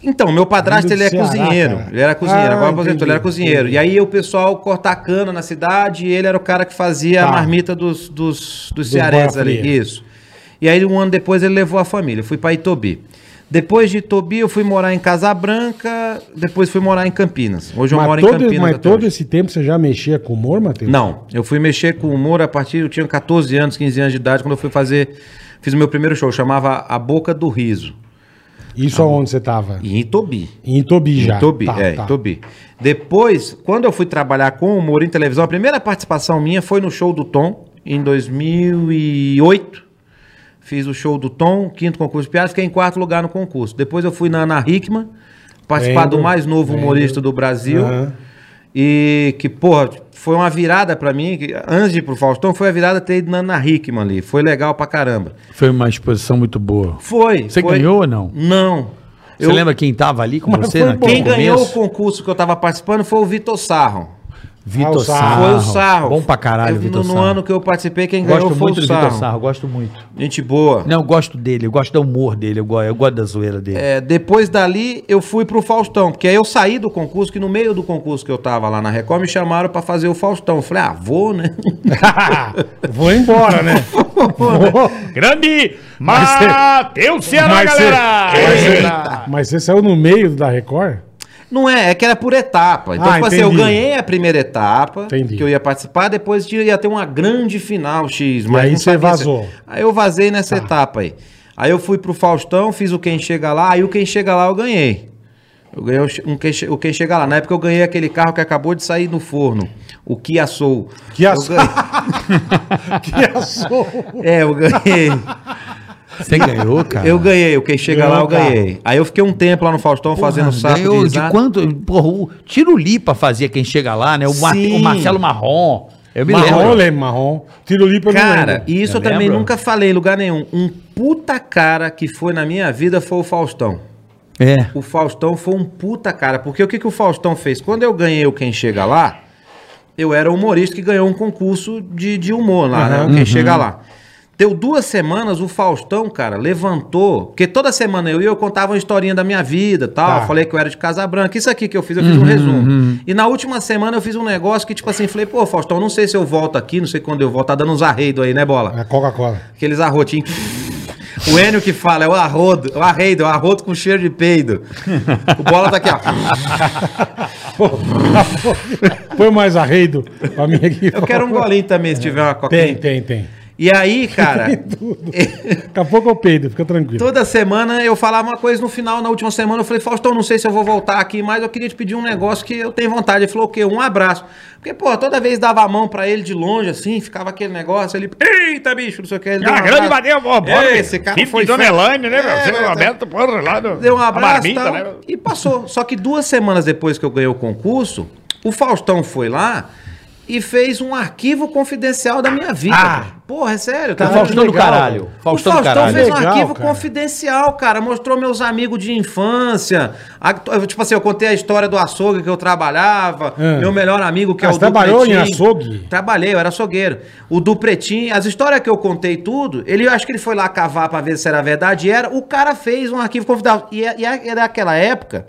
[SPEAKER 6] Então, meu padrasto,
[SPEAKER 4] Vindo do
[SPEAKER 6] ele é
[SPEAKER 4] Ceará,
[SPEAKER 6] cozinheiro.
[SPEAKER 4] cara.
[SPEAKER 6] Ele era cozinheiro,
[SPEAKER 4] Ah,
[SPEAKER 6] agora aposentou, ele era
[SPEAKER 4] entendi.
[SPEAKER 6] cozinheiro. E aí o pessoal cortar cana na cidade e ele era o cara que fazia
[SPEAKER 4] Tá.
[SPEAKER 6] a marmita dos, dos, dos,
[SPEAKER 4] boia
[SPEAKER 6] cearenses ali.
[SPEAKER 4] fria.
[SPEAKER 6] Isso. E aí um ano depois ele levou a família, fui para Itobi. Depois de Itobi eu fui morar em Casabranca, depois fui morar em Campinas. Hoje eu moro
[SPEAKER 4] Mas
[SPEAKER 6] em
[SPEAKER 4] todo,
[SPEAKER 6] Campinas.
[SPEAKER 4] mas
[SPEAKER 6] até
[SPEAKER 4] todo
[SPEAKER 6] hoje.
[SPEAKER 4] esse tempo você já mexia com humor, Matheus?
[SPEAKER 6] Não, eu fui mexer com humor a partir, eu tinha 14 anos, 15 anos de idade, quando eu fui fazer, fiz o meu primeiro show, chamava A Boca do Riso,
[SPEAKER 4] Isso aonde você tava?
[SPEAKER 6] e Tá em Itobi.
[SPEAKER 4] Em Tobi já.
[SPEAKER 6] Tobi,
[SPEAKER 4] Tá,
[SPEAKER 6] é,
[SPEAKER 4] tá.
[SPEAKER 6] Tobi. Depois, quando eu fui trabalhar com humor em televisão, a primeira participação minha foi no show do Tom, em 2008. Fiz o show do Tom, quinto concurso de piadas, fiquei em quarto lugar no concurso. Depois eu fui na Ana Hickman, participar
[SPEAKER 4] Lembro,
[SPEAKER 6] do mais novo
[SPEAKER 4] lembro.
[SPEAKER 6] humorista do Brasil.
[SPEAKER 4] Aham.
[SPEAKER 6] E que, porra, foi uma virada pra mim, que, antes de ir pro Faustão, foi a virada ter ido na Ana Hickman ali. Foi legal pra caramba.
[SPEAKER 5] Foi uma exposição muito boa.
[SPEAKER 6] Foi.
[SPEAKER 5] Você
[SPEAKER 6] foi-
[SPEAKER 5] ganhou ou não?
[SPEAKER 6] Não.
[SPEAKER 5] Você
[SPEAKER 6] Eu-
[SPEAKER 5] lembra quem tava ali com
[SPEAKER 4] Mas
[SPEAKER 5] você
[SPEAKER 4] foi
[SPEAKER 5] naquele
[SPEAKER 6] Quem ganhou o
[SPEAKER 5] começo?
[SPEAKER 6] concurso que eu tava participando foi o Vitor Sarro.
[SPEAKER 4] Ah, o
[SPEAKER 5] Vitor
[SPEAKER 4] Sarro.
[SPEAKER 5] Sarro.
[SPEAKER 6] Foi o Sarro.
[SPEAKER 5] Bom pra caralho,
[SPEAKER 6] Eu-
[SPEAKER 5] Vitor
[SPEAKER 6] no,
[SPEAKER 5] Sarro.
[SPEAKER 6] no ano que eu participei, quem ganhou
[SPEAKER 5] Gosto
[SPEAKER 6] foi
[SPEAKER 5] muito
[SPEAKER 6] o
[SPEAKER 5] do
[SPEAKER 6] Sarro.
[SPEAKER 5] Vitor Sarro, gosto muito.
[SPEAKER 6] Gente boa.
[SPEAKER 5] Não, eu gosto dele, eu gosto do humor dele, eu gosto, eu gosto da zoeira dele.
[SPEAKER 6] É, depois dali, eu fui pro Faustão, porque aí eu saí do concurso, que no meio do concurso que eu tava lá na Record, me chamaram pra fazer o Faustão. Eu falei, ah, vou, né?
[SPEAKER 4] Ah, Vou embora, né?
[SPEAKER 2] Grande
[SPEAKER 4] Mas cê-
[SPEAKER 2] Matheus Ceará,
[SPEAKER 4] mas cê-
[SPEAKER 2] galera!
[SPEAKER 4] mas cê- Mas você saiu no meio da Record?
[SPEAKER 6] Não é, é que era por etapa. Então,
[SPEAKER 4] Ah,
[SPEAKER 6] tipo assim, eu
[SPEAKER 4] entendi.
[SPEAKER 6] ganhei a primeira etapa,
[SPEAKER 4] Entendi.
[SPEAKER 6] que eu ia participar, depois tinha- ia ter uma grande final X. Mas
[SPEAKER 4] aí
[SPEAKER 6] não
[SPEAKER 4] você
[SPEAKER 6] sabia se-
[SPEAKER 4] vazou. Tá.
[SPEAKER 6] Aí eu vazei nessa etapa aí. Aí eu fui pro Faustão, fiz o Quem Chega Lá, aí o Quem Chega Lá eu ganhei. Eu ganhei o che- um quem, Che- o Quem Chega Lá. Na época eu ganhei aquele carro que acabou de sair do forno, o Kia Soul.
[SPEAKER 4] Kia
[SPEAKER 6] Eu
[SPEAKER 4] Soul.
[SPEAKER 6] ganhei-
[SPEAKER 4] Que assou.
[SPEAKER 6] É, eu ganhei.
[SPEAKER 5] Você ganhou, cara?
[SPEAKER 6] Eu ganhei, o Quem Chega
[SPEAKER 4] Ganhou
[SPEAKER 6] Lá eu
[SPEAKER 4] o carro.
[SPEAKER 6] ganhei. Aí eu fiquei um tempo lá no Faustão fazendo saco
[SPEAKER 5] ganhou de,
[SPEAKER 6] risada.
[SPEAKER 5] quanto? Porra, o Tiro Lipa fazia quem chega lá, né? O, Mar-
[SPEAKER 6] Sim.
[SPEAKER 5] o Marcelo Marrom. Eu me
[SPEAKER 4] Marrom, eu
[SPEAKER 5] lembro.
[SPEAKER 4] lembro, marrom. Tiro lipa tipo, eu não
[SPEAKER 6] Cara,
[SPEAKER 4] lembro.
[SPEAKER 6] e isso
[SPEAKER 5] Eu
[SPEAKER 6] eu também
[SPEAKER 5] lembro.
[SPEAKER 6] nunca falei em lugar nenhum. Um puta cara que foi na minha vida foi o Faustão.
[SPEAKER 5] É.
[SPEAKER 6] O Faustão foi um puta cara, porque o que, que o Faustão fez? Quando eu ganhei o Quem Chega Lá, eu era humorista que ganhou um concurso de, de humor lá, né? O
[SPEAKER 4] Uhum.
[SPEAKER 6] Quem Chega Lá. Deu duas semanas, o Faustão, cara, levantou. Porque toda semana eu ia, eu contava uma historinha da minha vida tal.
[SPEAKER 4] Tá. Uhum,
[SPEAKER 6] Falei que eu era de Casa Branca. Isso aqui que eu fiz, eu fiz um resumo. E na última semana eu fiz um negócio que, tipo assim, falei, pô, Faustão, não sei se eu volto aqui, não sei quando eu volto. Tá dando uns arreidos aí, né, bola?
[SPEAKER 4] É Coca-Cola.
[SPEAKER 6] Aqueles arrotinhos. O Enio que fala, é o arrodo, o arreido, é o arroto com cheiro de peido. O bola tá aqui, ó.
[SPEAKER 4] Põe mais arreido pra mim aqui.
[SPEAKER 6] Eu quero um golinho também, se tiver uma coquinha.
[SPEAKER 4] Tem, tem, tem.
[SPEAKER 6] E aí, cara,
[SPEAKER 4] Daqui a pouco eu peido, fica tranquilo.
[SPEAKER 6] toda semana eu falava uma coisa no final, na última semana eu falei, Faustão, não sei se eu vou voltar aqui, mas eu queria te pedir um negócio que eu tenho vontade. Ele falou, o quê? Um abraço. Porque, pô, toda vez dava a mão pra ele de longe, assim, ficava aquele negócio, ele, eita, bicho, não sei o que. Ele deu um
[SPEAKER 2] Ah, grande
[SPEAKER 6] abraço. É,
[SPEAKER 2] Matheus, ó, bora.
[SPEAKER 6] Esse cara
[SPEAKER 2] Filho
[SPEAKER 6] foi
[SPEAKER 2] de Dona
[SPEAKER 6] fera.
[SPEAKER 2] Elane, né,
[SPEAKER 6] É,
[SPEAKER 2] meu? Você
[SPEAKER 6] mas-
[SPEAKER 2] é Roberto, porra, lá do...
[SPEAKER 6] Deu um abraço
[SPEAKER 2] a
[SPEAKER 6] tal,
[SPEAKER 2] né? meu?
[SPEAKER 6] e passou. Só que duas semanas depois que eu ganhei o concurso, o Faustão foi lá e fez um arquivo confidencial da minha
[SPEAKER 2] Ah.
[SPEAKER 6] vida. cara. Porra, é sério.
[SPEAKER 5] Tá
[SPEAKER 6] cara.
[SPEAKER 5] Faustão do
[SPEAKER 4] legal.
[SPEAKER 5] caralho. Faustão,
[SPEAKER 6] o
[SPEAKER 5] do
[SPEAKER 6] Faustão
[SPEAKER 5] caralho.
[SPEAKER 6] fez um
[SPEAKER 4] Legal,
[SPEAKER 6] arquivo
[SPEAKER 4] cara.
[SPEAKER 6] confidencial, cara. Mostrou meus amigos de infância. Act- eu, Tipo assim, eu contei a história do açougue que eu trabalhava.
[SPEAKER 4] É.
[SPEAKER 6] Meu melhor amigo que
[SPEAKER 4] Ah,
[SPEAKER 6] é o
[SPEAKER 4] você
[SPEAKER 6] Du
[SPEAKER 4] trabalhou em
[SPEAKER 6] Pretinho.
[SPEAKER 4] açougue?
[SPEAKER 6] Trabalhei, eu era açougueiro. O do Pretinho, as histórias que eu contei tudo, ele, eu acho que ele foi lá cavar pra ver se era verdade. E era, o cara fez um arquivo confidencial. E, é- e é- era aquela época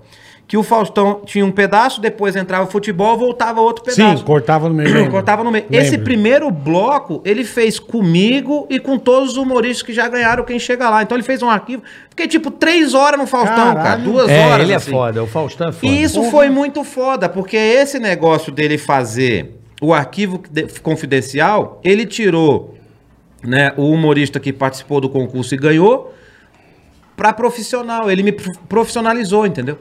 [SPEAKER 6] que o Faustão tinha um pedaço, depois entrava o futebol, voltava outro pedaço.
[SPEAKER 4] Sim, cortava no meio. lembro.
[SPEAKER 6] Cortava no meio.
[SPEAKER 4] Lembro.
[SPEAKER 6] Esse primeiro bloco ele fez comigo e com todos os humoristas que já ganharam quem chega lá. Então ele fez um arquivo. Fiquei tipo três horas no Faustão,
[SPEAKER 4] Caralho.
[SPEAKER 6] cara. Duas
[SPEAKER 5] É,
[SPEAKER 6] horas.
[SPEAKER 5] ele é
[SPEAKER 6] assim.
[SPEAKER 5] foda, o Faustão é foda.
[SPEAKER 6] E isso foi muito foda, porque esse negócio dele fazer o arquivo de- confidencial, ele tirou né, o humorista que participou do concurso e ganhou pra profissional. Ele me prof- profissionalizou, entendeu?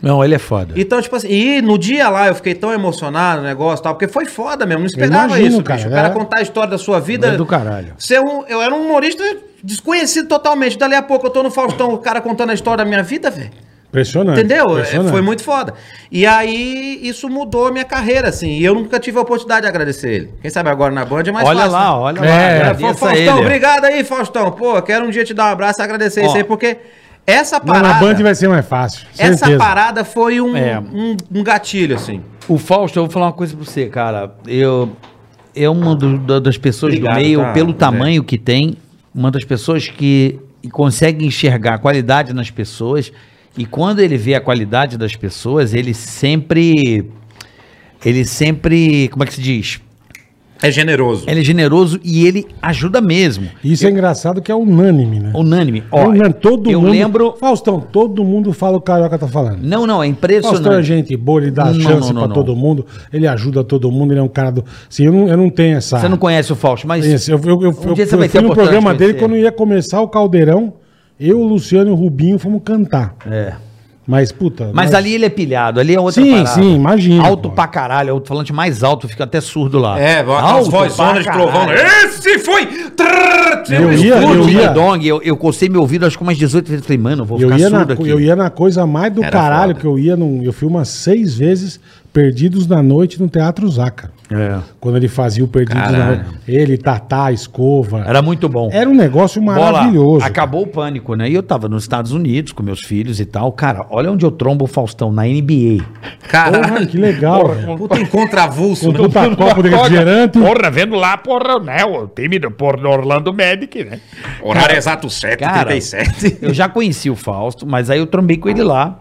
[SPEAKER 5] Não, ele é foda.
[SPEAKER 6] Então, tipo assim, e no dia lá eu fiquei tão emocionado no negócio e tal, porque foi foda mesmo, não esperava
[SPEAKER 4] imagino,
[SPEAKER 6] isso,
[SPEAKER 4] cara,
[SPEAKER 6] bicho. O
[SPEAKER 4] né?
[SPEAKER 6] cara contar a história da sua vida.
[SPEAKER 5] É do caralho.
[SPEAKER 6] Ser um, eu era um humorista desconhecido totalmente. Dali a pouco eu tô no Faustão, o cara contando a história da minha vida, velho.
[SPEAKER 4] Impressionante.
[SPEAKER 6] Entendeu? É,
[SPEAKER 4] Impressionante.
[SPEAKER 6] Foi muito foda. E aí, isso mudou a minha carreira, assim. E eu nunca tive a oportunidade de agradecer ele. Quem sabe agora na Band é mais
[SPEAKER 5] olha
[SPEAKER 6] fácil. né?
[SPEAKER 5] lá, olha lá.
[SPEAKER 6] É,
[SPEAKER 5] agradeça
[SPEAKER 6] Fa- Faustão,
[SPEAKER 5] ele. né?
[SPEAKER 6] obrigado aí, Faustão. Pô, quero um dia te dar um abraço e agradecer
[SPEAKER 5] Ó.
[SPEAKER 6] isso aí, porque essa
[SPEAKER 4] Não,
[SPEAKER 6] parada.
[SPEAKER 4] na Band vai ser mais fácil.
[SPEAKER 6] Essa
[SPEAKER 4] certeza.
[SPEAKER 6] parada foi um,
[SPEAKER 5] É.
[SPEAKER 6] um, um gatilho, assim.
[SPEAKER 5] O Fausto, eu vou falar uma coisa pra você, cara. Eu é uma do- da- das pessoas
[SPEAKER 6] Obrigado,
[SPEAKER 5] do meio,
[SPEAKER 6] tá,
[SPEAKER 5] pelo
[SPEAKER 6] André.
[SPEAKER 5] tamanho que tem, uma das pessoas que consegue enxergar a qualidade nas pessoas. E quando ele vê a qualidade das pessoas, ele sempre. Ele sempre. Como é que se diz?
[SPEAKER 6] É generoso.
[SPEAKER 5] Ele é generoso e ele ajuda mesmo.
[SPEAKER 4] Isso é engraçado que é unânime, né?
[SPEAKER 5] Unânime. Ó,
[SPEAKER 4] Unânime, todo
[SPEAKER 5] eu
[SPEAKER 4] mundo.
[SPEAKER 5] lembro.
[SPEAKER 4] Faustão, todo mundo fala o carioca tá falando.
[SPEAKER 5] Não, não, é
[SPEAKER 4] Faustão é
[SPEAKER 5] impressionante.
[SPEAKER 4] gente boa, ele dá
[SPEAKER 5] Não,
[SPEAKER 4] chance
[SPEAKER 5] não, não,
[SPEAKER 4] pra
[SPEAKER 5] não.
[SPEAKER 4] todo mundo, ele ajuda todo mundo, ele é um cara do. Assim, eu, não, eu não tenho essa.
[SPEAKER 5] Você não conhece o Fausto, mas.
[SPEAKER 4] Esse, eu, eu, eu,
[SPEAKER 5] Um dia
[SPEAKER 4] eu
[SPEAKER 5] você vai ter
[SPEAKER 4] fui
[SPEAKER 5] a
[SPEAKER 4] no
[SPEAKER 5] oportunidade
[SPEAKER 4] programa
[SPEAKER 5] de
[SPEAKER 4] dele
[SPEAKER 5] conhecer.
[SPEAKER 4] quando ia começar o Caldeirão. Eu, o Luciano e o Rubinho fomos cantar.
[SPEAKER 5] É.
[SPEAKER 4] Mas, puta.
[SPEAKER 5] Mas
[SPEAKER 4] nós-
[SPEAKER 5] ali ele é pilhado, ali é outra
[SPEAKER 4] Sim, sim, imagino,
[SPEAKER 5] Alto
[SPEAKER 4] pô.
[SPEAKER 5] pra caralho, é o falante mais alto, fica até surdo lá.
[SPEAKER 6] É, aquelas vozonas de trovão.
[SPEAKER 5] Eu,
[SPEAKER 6] Esse foi! Trrr,
[SPEAKER 4] Eu ia, eu
[SPEAKER 5] eu,
[SPEAKER 4] ia.
[SPEAKER 5] dong, eu, eu cocei meu ouvido acho que umas 18 vezes. Falei, mano, eu vou
[SPEAKER 4] Eu
[SPEAKER 5] ficar
[SPEAKER 4] ia, na,
[SPEAKER 5] surdo aqui.
[SPEAKER 4] eu ia na coisa mais do
[SPEAKER 6] Era
[SPEAKER 4] caralho
[SPEAKER 6] foda.
[SPEAKER 4] que eu ia. Num, eu fui umas seis vezes Perdidos na Noite no Teatro Zaca.
[SPEAKER 5] É.
[SPEAKER 4] Quando ele fazia o Perdidos na
[SPEAKER 6] Caralho.
[SPEAKER 4] Noite. Ele, Tatá, Escova. Era,
[SPEAKER 5] Era muito bom.
[SPEAKER 4] um negócio maravilhoso.
[SPEAKER 5] acabou o pânico, né? E eu tava nos Estados Unidos com meus filhos e tal. Cara, olha onde eu trombo o Faustão, na NBA.
[SPEAKER 4] Porra,
[SPEAKER 6] Caralho,
[SPEAKER 4] que legal. velho.
[SPEAKER 6] puta encontro avulso,
[SPEAKER 4] Com
[SPEAKER 6] né?
[SPEAKER 4] puta copo de refrigerante.
[SPEAKER 2] Porra, vendo lá, porra, né? O time do por- do Orlando Medic, né?
[SPEAKER 6] Horário exato 7,
[SPEAKER 5] Cara,
[SPEAKER 6] 37.
[SPEAKER 5] Eu já conheci o Fausto, mas aí eu trombei com ele lá.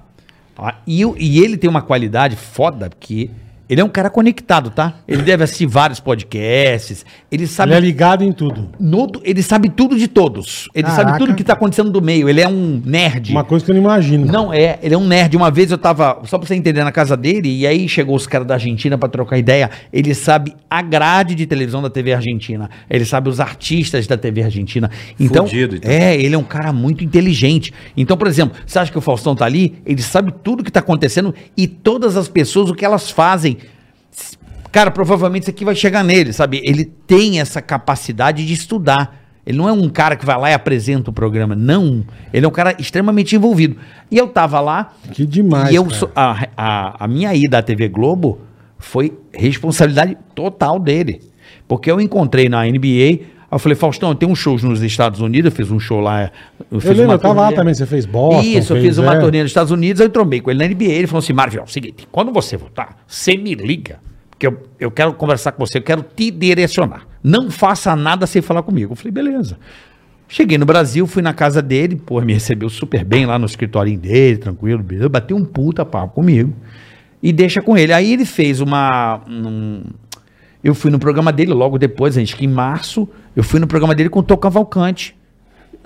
[SPEAKER 5] Ah, E, eu- e ele tem uma qualidade foda, porque ele é um cara conectado, tá? Ele deve assistir vários podcasts, ele sabe,
[SPEAKER 4] Ele é ligado em tudo.
[SPEAKER 5] no- ele sabe tudo de todos. Ele sabe
[SPEAKER 4] Caraca.
[SPEAKER 5] tudo que tá acontecendo do meio. Ele é um nerd.
[SPEAKER 4] Uma coisa que eu não imagino.
[SPEAKER 5] Não é, ele é um nerd. Uma vez eu tava, só pra você entender, na casa dele, e aí chegou os caras da Argentina pra trocar ideia. Ele sabe a grade de televisão da TV Argentina. Ele sabe os artistas da TV Argentina. Então,
[SPEAKER 6] Fudido, então.
[SPEAKER 5] é, ele é um cara muito inteligente. Então, por exemplo, você acha que o Faustão tá ali? Ele sabe tudo que tá acontecendo e todas as pessoas, o que elas fazem. Cara, provavelmente isso aqui vai chegar nele, sabe? Ele tem essa capacidade de estudar. Ele não é um cara que vai lá e apresenta o programa, não. Ele é um cara extremamente envolvido. E eu tava lá.
[SPEAKER 4] Que demais,
[SPEAKER 5] E eu
[SPEAKER 4] cara.
[SPEAKER 5] sou- a, a, a minha ida à TV Globo foi responsabilidade total dele. Porque eu encontrei na NBA. aí Eu falei, Faustão, tem uns shows nos Estados Unidos, eu fiz um show lá. Eu, fiz
[SPEAKER 4] Eu lembro,
[SPEAKER 5] uma
[SPEAKER 4] eu tava lá
[SPEAKER 5] turnê.
[SPEAKER 4] também, você fez Boston.
[SPEAKER 5] Isso, eu
[SPEAKER 4] fez,
[SPEAKER 5] fiz uma
[SPEAKER 4] é.
[SPEAKER 5] turnê nos Estados Unidos, aí eu trombei com ele na NBA, ele falou assim, Marvel, é o seguinte,
[SPEAKER 2] Quando você voltar, você me liga.
[SPEAKER 5] porque eu, eu quero conversar com você, eu quero te direcionar. Não faça nada sem falar comigo. Eu falei, beleza. Cheguei no Brasil, fui na casa dele, pô, me recebeu super bem lá no escritório dele, tranquilo, beleza. Bateu um puta papo comigo e deixa com ele. Aí ele fez uma. um- eu fui no programa dele logo depois, acho que em março, eu fui no programa dele com o Tom Cavalcante.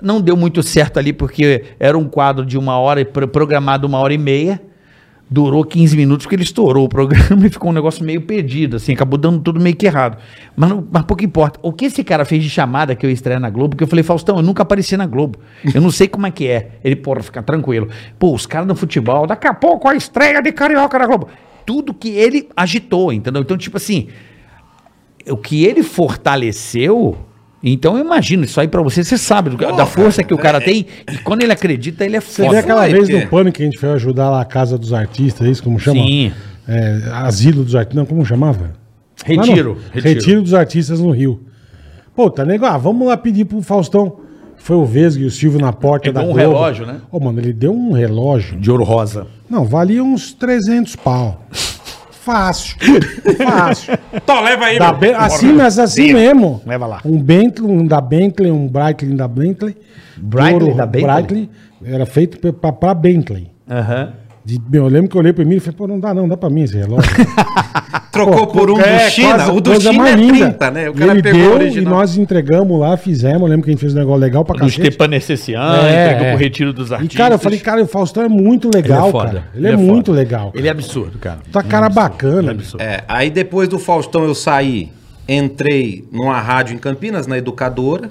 [SPEAKER 5] Não deu muito certo ali, porque era um quadro de uma hora, e pro- programado uma hora e meia. Durou 15 minutos, porque ele estourou o programa e ficou um negócio meio perdido, assim, acabou dando tudo meio que errado. Mas, não- mas pouco importa. O que esse cara fez de chamada que eu estreia na Globo, que eu falei, Faustão, eu nunca apareci na Globo. Eu não sei como é que é. Ele, porra, fica tranquilo. Pô, os caras do futebol, daqui a pouco a estreia de Carioca na Globo. Tudo que ele agitou, entendeu? Então, tipo assim, o que ele fortaleceu. Então eu imagino isso aí pra você, você sabe do- da
[SPEAKER 6] Porra,
[SPEAKER 5] força que o cara tem e quando ele acredita ele é
[SPEAKER 4] é. Você vê
[SPEAKER 5] foda.
[SPEAKER 4] aquela
[SPEAKER 6] Foi,
[SPEAKER 4] vez
[SPEAKER 6] que-
[SPEAKER 4] do pânico que a gente foi ajudar lá a casa dos artistas, isso como chama?
[SPEAKER 5] Sim.
[SPEAKER 4] É, asilo dos artistas. Não, como chamava?
[SPEAKER 5] Retiro,
[SPEAKER 4] Lá no-
[SPEAKER 5] retiro.
[SPEAKER 4] retiro. dos artistas no Rio. Pô, tá nego, ah, vamos lá pedir pro Faustão. Foi o Vesgo e o Silvio na porta
[SPEAKER 5] Ele
[SPEAKER 4] da
[SPEAKER 5] deu um
[SPEAKER 4] Globo.
[SPEAKER 5] relógio, né?
[SPEAKER 4] Ô, mano, ele deu um relógio.
[SPEAKER 5] De ouro rosa.
[SPEAKER 4] Não, valia uns 300 pau. Fácil. Fácil.
[SPEAKER 6] Então leva aí,
[SPEAKER 4] Da
[SPEAKER 6] meu.
[SPEAKER 4] Ben- assim, mas assim mesmo.
[SPEAKER 5] Leva lá.
[SPEAKER 4] Um Bentley, um da Bentley, um Breitling da Bentley.
[SPEAKER 5] Breitling
[SPEAKER 4] Ouro-
[SPEAKER 5] da Bentley?
[SPEAKER 4] Breitling era feito pe- pra, pra Bentley. De- meu, eu lembro que eu olhei pra mim e falei, pô, não dá não, dá pra mim esse relógio.
[SPEAKER 6] Trocou por um do China.
[SPEAKER 4] é, quase
[SPEAKER 6] o do
[SPEAKER 4] coisa
[SPEAKER 6] China é
[SPEAKER 4] mais linda.
[SPEAKER 6] 30, né? O
[SPEAKER 4] E
[SPEAKER 6] cara
[SPEAKER 4] ele
[SPEAKER 6] pegou
[SPEAKER 4] deu
[SPEAKER 6] o
[SPEAKER 4] e
[SPEAKER 6] original.
[SPEAKER 4] nós entregamos lá, fizemos. Eu lembro que a gente fez um negócio legal pra
[SPEAKER 2] Dos
[SPEAKER 4] cacete.
[SPEAKER 2] Tepanecessian,
[SPEAKER 4] É,
[SPEAKER 2] entregou
[SPEAKER 4] é.
[SPEAKER 2] pro retiro dos artistas.
[SPEAKER 4] E cara, eu falei, cara, o Faustão é muito legal, cara. Ele, é, muito
[SPEAKER 5] foda.
[SPEAKER 4] legal.
[SPEAKER 5] Ele é absurdo, cara.
[SPEAKER 4] Tá cara bacana.
[SPEAKER 6] É, aí depois do Faustão eu saí, entrei numa rádio em Campinas, na Educadora,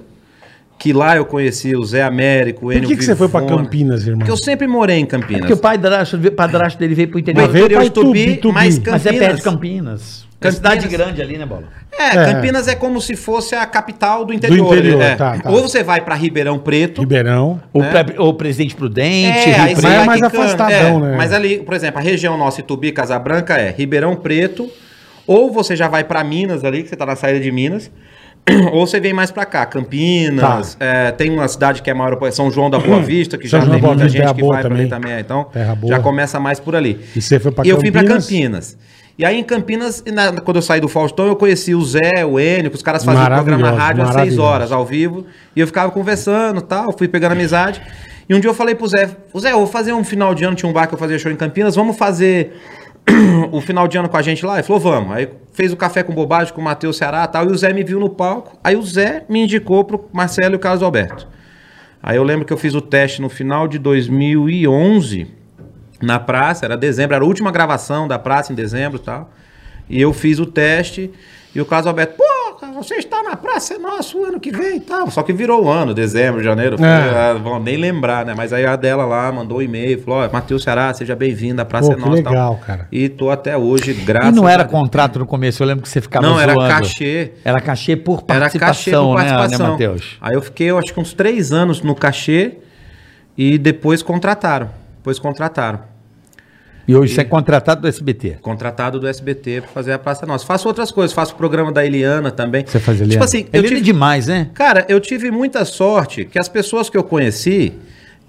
[SPEAKER 6] que lá eu conheci o Zé Américo, o
[SPEAKER 4] Por que, que você foi pra
[SPEAKER 6] Vivona.
[SPEAKER 4] Campinas, irmão?
[SPEAKER 6] Porque eu sempre morei em Campinas.
[SPEAKER 5] Porque o pai padrasto, padrasto dele veio pro interior.
[SPEAKER 4] Mas veio
[SPEAKER 6] interior
[SPEAKER 4] pra
[SPEAKER 6] de Tupi,
[SPEAKER 4] Tupi, Tupi.
[SPEAKER 6] mas Campinas.
[SPEAKER 5] Mas é perto de Campinas. É
[SPEAKER 6] Campinas.
[SPEAKER 5] cidade grande ali, né, Bola?
[SPEAKER 6] É,
[SPEAKER 4] É.
[SPEAKER 6] Campinas é como se fosse a capital do interior.
[SPEAKER 4] interior,
[SPEAKER 6] é.
[SPEAKER 4] tá, tá.
[SPEAKER 6] Ou você vai pra Ribeirão Preto.
[SPEAKER 4] Ribeirão.
[SPEAKER 5] Ou, pra- ou Presidente Prudente,
[SPEAKER 6] É,
[SPEAKER 5] Rio
[SPEAKER 6] aí
[SPEAKER 5] Preto.
[SPEAKER 6] você vai
[SPEAKER 4] é mais
[SPEAKER 6] quicando,
[SPEAKER 4] afastadão,
[SPEAKER 6] é.
[SPEAKER 4] né?
[SPEAKER 6] Mas ali, por exemplo, a região nossa, Itubi, Casabranca, é Ribeirão Preto, ou você já vai pra Minas ali, que você tá na saída de Minas, ou você vem mais pra cá, Campinas, é, tem uma cidade que é maior, São João da Boa Vista, que
[SPEAKER 4] Tá. São
[SPEAKER 6] já
[SPEAKER 4] João
[SPEAKER 6] tem
[SPEAKER 4] da Boa
[SPEAKER 6] muita
[SPEAKER 4] Vista é
[SPEAKER 6] gente que
[SPEAKER 4] boa
[SPEAKER 6] vai
[SPEAKER 4] também.
[SPEAKER 6] pra ali também, então
[SPEAKER 4] Terra boa.
[SPEAKER 6] já começa mais por ali.
[SPEAKER 4] E você foi pra
[SPEAKER 6] E eu fui pra
[SPEAKER 4] Campinas?
[SPEAKER 6] Campinas. E aí em Campinas, e na- quando eu saí do Faustão, eu conheci o Zé, o Enio, que os caras faziam um programa
[SPEAKER 4] Maravilhoso,
[SPEAKER 6] rádio às 6
[SPEAKER 4] maravilhoso.
[SPEAKER 6] horas horas ao vivo e eu ficava conversando tal, fui pegando amizade. E um dia eu falei pro Zé, "Ô, Zé, eu vou fazer um final de ano, tinha um bar que eu fazia show em Campinas, vamos fazer o final de ano com a gente lá? Ele falou, vamos. Aí fez o café com bobagem com o Matheus Ceará tal, e o Zé me viu no palco. Aí o Zé me indicou pro Marcelo e o Carlos Alberto. Aí eu lembro que eu fiz o teste no final de 2011 na praça, era dezembro, era a última gravação da praça em dezembro e tal. E eu fiz o teste e o Carlos Alberto, pô, cara, você está na praça, é nosso ano que vem e tal. Só que virou o ano, dezembro, janeiro,
[SPEAKER 4] É.
[SPEAKER 6] ah, vão nem lembrar, né? Mas aí a dela lá mandou um e-mail, falou: ó, Matheus Ceará, seja bem-vindo, a praça
[SPEAKER 4] Pô,
[SPEAKER 6] é
[SPEAKER 4] que
[SPEAKER 6] nossa. e tal.
[SPEAKER 4] legal, cara.
[SPEAKER 6] E tô até hoje,
[SPEAKER 5] E
[SPEAKER 6] graças
[SPEAKER 5] não
[SPEAKER 6] a
[SPEAKER 5] era
[SPEAKER 6] Deus.
[SPEAKER 5] contrato no começo, eu lembro que você ficava
[SPEAKER 6] Não, era
[SPEAKER 5] zoando.
[SPEAKER 6] cachê.
[SPEAKER 5] Era cachê por
[SPEAKER 6] Era cachê por
[SPEAKER 5] participação,
[SPEAKER 6] participação.
[SPEAKER 5] né, né Matheus?
[SPEAKER 6] Aí eu fiquei, eu acho que uns três anos no cachê e depois contrataram. Depois contrataram.
[SPEAKER 5] E hoje você é contratado do SBT.
[SPEAKER 6] Contratado do SBT pra fazer a Praça Nossa. Faço outras coisas, faço o programa da Eliana também.
[SPEAKER 5] Você fazia
[SPEAKER 6] Tipo assim, eu
[SPEAKER 5] Eliana é
[SPEAKER 6] tive-
[SPEAKER 5] demais, né?
[SPEAKER 6] Cara, eu tive muita sorte que as pessoas que eu conheci,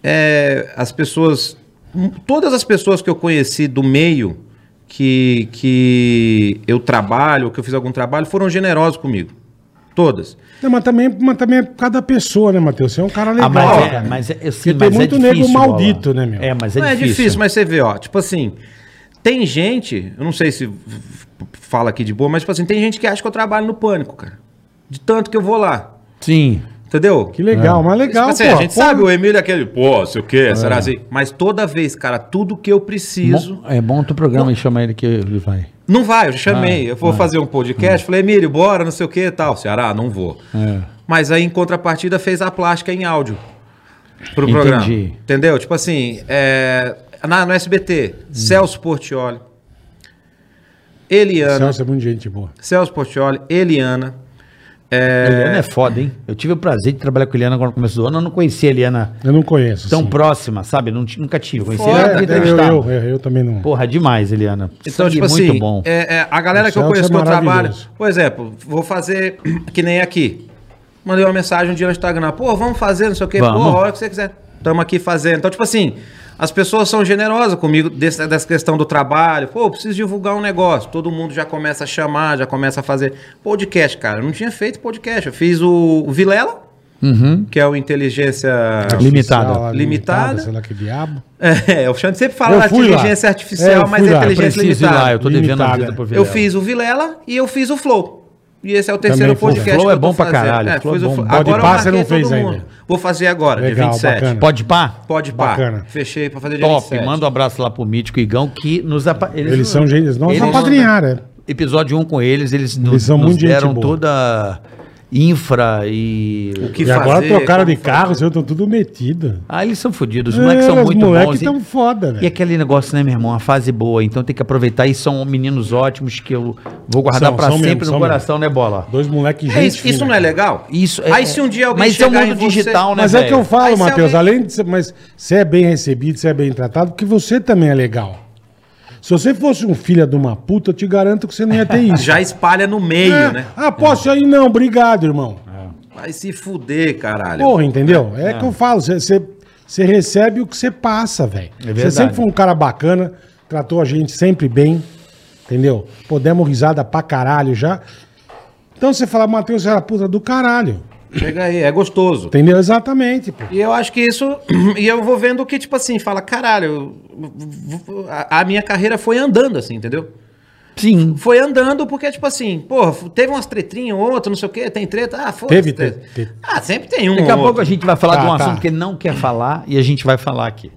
[SPEAKER 6] é, as pessoas. m- Todas as pessoas que eu conheci do meio que, que eu trabalho, que eu fiz algum trabalho, foram generosas comigo. Todas.
[SPEAKER 4] Não, mas, também, mas também é por causa da pessoa, né, Matheus? Você é um cara legal,
[SPEAKER 5] Ah, mas, é,
[SPEAKER 4] cara.
[SPEAKER 5] mas é, eu
[SPEAKER 4] Porque
[SPEAKER 5] sim,
[SPEAKER 4] tem
[SPEAKER 5] mas
[SPEAKER 4] muito
[SPEAKER 5] é
[SPEAKER 4] nego
[SPEAKER 5] difícil, Bola.
[SPEAKER 4] maldito, né, meu?
[SPEAKER 5] É, mas é,
[SPEAKER 6] Não,
[SPEAKER 5] difícil.
[SPEAKER 6] mas você vê, ó, tipo assim, tem gente, eu não sei se f- f- fala aqui de boa, mas tipo assim, tem gente que acha que eu trabalho no pânico, cara. De tanto que eu vou lá.
[SPEAKER 5] Sim.
[SPEAKER 6] Entendeu?
[SPEAKER 4] Que legal, mas legal,
[SPEAKER 6] Tipo assim,
[SPEAKER 4] pô. É.
[SPEAKER 6] a gente
[SPEAKER 4] Pô,
[SPEAKER 6] sabe, o Emílio é aquele, pô, sei o quê, será assim? Mas toda vez, cara, tudo que eu preciso.
[SPEAKER 5] Bom, é bom tu programa e chama ele que ele vai.
[SPEAKER 6] Não vai, eu já
[SPEAKER 4] Ah,
[SPEAKER 6] chamei. eu
[SPEAKER 4] é.
[SPEAKER 6] vou fazer um
[SPEAKER 4] Hum.
[SPEAKER 6] podcast. Falei, Emílio, bora, não sei o que e tal. Ceará, não vou.
[SPEAKER 5] É.
[SPEAKER 6] Mas aí, em contrapartida, fez a plástica em áudio pro
[SPEAKER 5] Entendi.
[SPEAKER 6] programa. Entendeu? Tipo assim, é, na, no SBT,
[SPEAKER 5] Hum.
[SPEAKER 6] Celso Portioli, Eliana, Celso,
[SPEAKER 4] Celso é muito gente boa.
[SPEAKER 6] Portioli, Eliana.
[SPEAKER 5] A
[SPEAKER 6] É,
[SPEAKER 5] Eliana é foda, hein? Eu tive o prazer de trabalhar com a Eliana agora no começo do ano. Eu não conhecia a Eliana
[SPEAKER 4] Eu não conheço.
[SPEAKER 5] tão
[SPEAKER 4] assim.
[SPEAKER 5] próxima, sabe? Não ti- nunca tive. Conheci
[SPEAKER 6] Foda,
[SPEAKER 5] ela
[SPEAKER 4] É,
[SPEAKER 5] porque
[SPEAKER 4] eu, eu,
[SPEAKER 5] entrevistava.
[SPEAKER 4] eu, eu também não.
[SPEAKER 5] Porra, demais, Eliana.
[SPEAKER 6] Então,
[SPEAKER 5] Sangue
[SPEAKER 6] tipo assim,
[SPEAKER 5] muito bom.
[SPEAKER 6] é- é, a galera
[SPEAKER 4] O
[SPEAKER 6] que eu
[SPEAKER 4] Celso
[SPEAKER 6] conheço
[SPEAKER 4] é
[SPEAKER 6] que eu trabalho,
[SPEAKER 4] maravilhoso.
[SPEAKER 6] por exemplo, vou fazer que nem aqui. Mandei uma mensagem um dia no Instagram, pô, vamos fazer, não sei o quê, pô,
[SPEAKER 5] Vamos.
[SPEAKER 6] a hora que você quiser. Estamos aqui fazendo. Então, tipo assim, as pessoas são generosas comigo desse- dessa questão do trabalho. Pô, eu preciso divulgar um negócio. Todo mundo já começa a chamar, já começa a fazer. Podcast, cara, eu não tinha feito podcast. Eu fiz o, o Vilela, que é o Inteligência.
[SPEAKER 5] Uhum. é Limitada.
[SPEAKER 4] Artificial,
[SPEAKER 6] Limitada.
[SPEAKER 4] Sei lá que diabo.
[SPEAKER 6] É, o Xande sempre fala
[SPEAKER 4] Eu
[SPEAKER 6] da
[SPEAKER 4] fui lá.
[SPEAKER 6] inteligência
[SPEAKER 4] É,
[SPEAKER 6] artificial,
[SPEAKER 4] eu
[SPEAKER 6] mas
[SPEAKER 4] fui
[SPEAKER 6] é
[SPEAKER 4] lá.
[SPEAKER 6] inteligência
[SPEAKER 5] Preciso ir lá,
[SPEAKER 6] limitada.
[SPEAKER 5] eu tô devendo a
[SPEAKER 4] Limitada.
[SPEAKER 5] vida pro
[SPEAKER 6] Eu
[SPEAKER 5] Vilela.
[SPEAKER 6] fiz o Vilela e eu fiz o Flow. E esse é o terceiro
[SPEAKER 4] Também foi.
[SPEAKER 6] podcast.
[SPEAKER 5] O Flow
[SPEAKER 6] que
[SPEAKER 5] é
[SPEAKER 6] eu tô
[SPEAKER 5] bom pra
[SPEAKER 6] fazendo.
[SPEAKER 5] caralho,
[SPEAKER 6] É,
[SPEAKER 5] o Flow
[SPEAKER 6] fiz
[SPEAKER 5] é
[SPEAKER 6] o
[SPEAKER 5] bom.
[SPEAKER 6] Flow.
[SPEAKER 4] Pode
[SPEAKER 6] Agora eu
[SPEAKER 4] pá, você
[SPEAKER 6] marquei
[SPEAKER 4] não fez
[SPEAKER 6] todo mundo.
[SPEAKER 4] ainda.
[SPEAKER 6] Vou fazer agora,
[SPEAKER 4] Legal,
[SPEAKER 6] dia 27.
[SPEAKER 4] bacana.
[SPEAKER 5] Pode pá?
[SPEAKER 6] Pode pá.
[SPEAKER 4] Bacana.
[SPEAKER 6] Fechei pra fazer dia
[SPEAKER 5] Top.
[SPEAKER 6] 27.
[SPEAKER 5] Manda um abraço lá pro Mítico e Igão, que nos apa-
[SPEAKER 4] Eles são gente. Eles não
[SPEAKER 5] Eles-
[SPEAKER 4] apadrinharam, é.
[SPEAKER 5] Episódio 1 com eles, eles, nos,
[SPEAKER 4] são
[SPEAKER 5] nos
[SPEAKER 4] muito gente
[SPEAKER 5] deram
[SPEAKER 4] boa.
[SPEAKER 5] toda infra e.
[SPEAKER 6] O que
[SPEAKER 4] E agora
[SPEAKER 6] fazer,
[SPEAKER 4] trocaram
[SPEAKER 6] como
[SPEAKER 4] de carro, vocês estão tudo metido.
[SPEAKER 5] Ah, eles são fodidos, os
[SPEAKER 4] É,
[SPEAKER 5] moleques são
[SPEAKER 4] os
[SPEAKER 5] muito
[SPEAKER 4] moleque
[SPEAKER 5] bons. e-
[SPEAKER 4] tão foda,
[SPEAKER 5] E
[SPEAKER 4] velho.
[SPEAKER 5] aquele negócio, né, meu irmão? A fase boa, então tem que aproveitar. E são meninos ótimos que eu vou guardar
[SPEAKER 4] São,
[SPEAKER 5] pra
[SPEAKER 4] são
[SPEAKER 5] sempre
[SPEAKER 4] mesmo,
[SPEAKER 5] no
[SPEAKER 4] são
[SPEAKER 5] coração, né, bola?
[SPEAKER 4] Dois moleques
[SPEAKER 6] fazer. É isso, isso não é legal?
[SPEAKER 5] Isso
[SPEAKER 6] Aí se um dia alguém
[SPEAKER 5] Mas isso é o
[SPEAKER 6] chegar
[SPEAKER 5] mundo
[SPEAKER 6] em você-
[SPEAKER 5] digital, né,
[SPEAKER 4] Mas é
[SPEAKER 5] velho?
[SPEAKER 4] que eu falo,
[SPEAKER 6] Aí se
[SPEAKER 4] Matheus,
[SPEAKER 6] alguém-
[SPEAKER 4] além de ser, mas você é bem recebido, você é bem tratado, porque você também é legal. Se você fosse um filho de uma puta, eu te garanto que você não ia ter
[SPEAKER 5] né?
[SPEAKER 4] isso.
[SPEAKER 6] Já espalha no meio,
[SPEAKER 4] é.
[SPEAKER 6] né?
[SPEAKER 4] Ah, posso ir aí? Não, obrigado, irmão.
[SPEAKER 6] Vai se fuder, caralho.
[SPEAKER 4] Porra, entendeu? É, que eu falo, você- você você recebe o que você passa, velho. Você
[SPEAKER 5] verdade.
[SPEAKER 4] sempre foi um cara bacana, tratou a gente sempre bem, entendeu? Podemos risada pra caralho já. Então você fala, Matheus, você era puta do caralho.
[SPEAKER 6] Chega aí, é gostoso.
[SPEAKER 4] Entendeu? Exatamente, pô.
[SPEAKER 6] E eu acho que isso. E eu vou vendo que, tipo assim, fala, caralho, eu- a, a minha carreira foi andando, assim, entendeu?
[SPEAKER 5] Sim.
[SPEAKER 6] Foi andando porque, tipo assim, porra, teve umas tretrinhas, outra, não sei o quê, tem treta. Ah, foda
[SPEAKER 4] Teve, teve, teve.
[SPEAKER 6] Ah, sempre tem um.
[SPEAKER 5] Daqui a
[SPEAKER 6] ou
[SPEAKER 5] pouco a
[SPEAKER 6] outro.
[SPEAKER 5] gente vai falar
[SPEAKER 4] Tá,
[SPEAKER 5] de um
[SPEAKER 4] tá.
[SPEAKER 5] assunto que ele não quer falar e a gente vai falar aqui.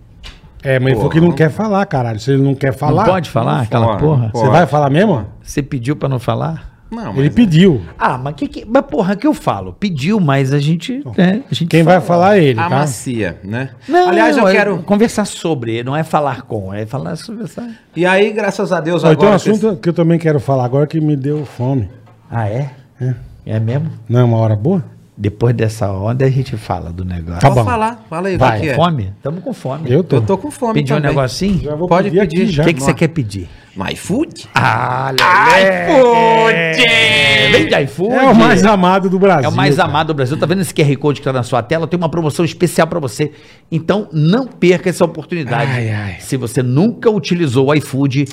[SPEAKER 4] É, mas ele falou que não quer falar, caralho. Se ele não quer falar.
[SPEAKER 5] não pode falar aquela
[SPEAKER 6] fala,
[SPEAKER 5] porra?
[SPEAKER 6] não
[SPEAKER 4] Você vai falar mesmo?
[SPEAKER 5] Você pediu pra não falar?
[SPEAKER 6] Não,
[SPEAKER 4] Ele pediu.
[SPEAKER 5] Ah, mas que que. Mas porra, que eu falo? Pediu, mas a gente. né, a gente
[SPEAKER 4] Quem vai
[SPEAKER 5] fala.
[SPEAKER 4] falar é ele, tá?
[SPEAKER 6] a macia, né?
[SPEAKER 5] Não,
[SPEAKER 6] Aliás, eu
[SPEAKER 5] é
[SPEAKER 6] quero.
[SPEAKER 5] Conversar sobre, não é falar com, é falar sobre. essa-
[SPEAKER 6] E aí, graças a Deus,
[SPEAKER 4] Ó, tem um
[SPEAKER 6] agora.
[SPEAKER 4] assunto que eu também quero falar agora que me deu fome.
[SPEAKER 5] Ah, é? É mesmo?
[SPEAKER 4] Não é uma hora boa?
[SPEAKER 5] Depois dessa onda a gente fala do negócio.
[SPEAKER 4] Tá
[SPEAKER 6] Pode
[SPEAKER 4] bom.
[SPEAKER 6] falar, fala aí o
[SPEAKER 5] Vai,
[SPEAKER 6] que, que é.
[SPEAKER 5] fome? Tamo com fome.
[SPEAKER 4] Eu tô.
[SPEAKER 6] Eu tô com fome
[SPEAKER 5] Pedir um
[SPEAKER 6] também.
[SPEAKER 5] negocinho?
[SPEAKER 4] Já vou
[SPEAKER 6] Pode
[SPEAKER 4] pedir, aqui
[SPEAKER 6] pedir.
[SPEAKER 4] já.
[SPEAKER 5] O que, que você
[SPEAKER 6] Nossa.
[SPEAKER 5] quer pedir?
[SPEAKER 6] No iFood?
[SPEAKER 5] Ah, iFood! Vem de iFood!
[SPEAKER 4] É o mais amado do Brasil.
[SPEAKER 5] É o mais
[SPEAKER 4] cara.
[SPEAKER 5] amado do Brasil. Tá vendo esse QR Code que tá na sua tela? Tem uma promoção especial para você. Então, não perca essa oportunidade.
[SPEAKER 4] Ai, ai.
[SPEAKER 5] Se você nunca utilizou o iFood,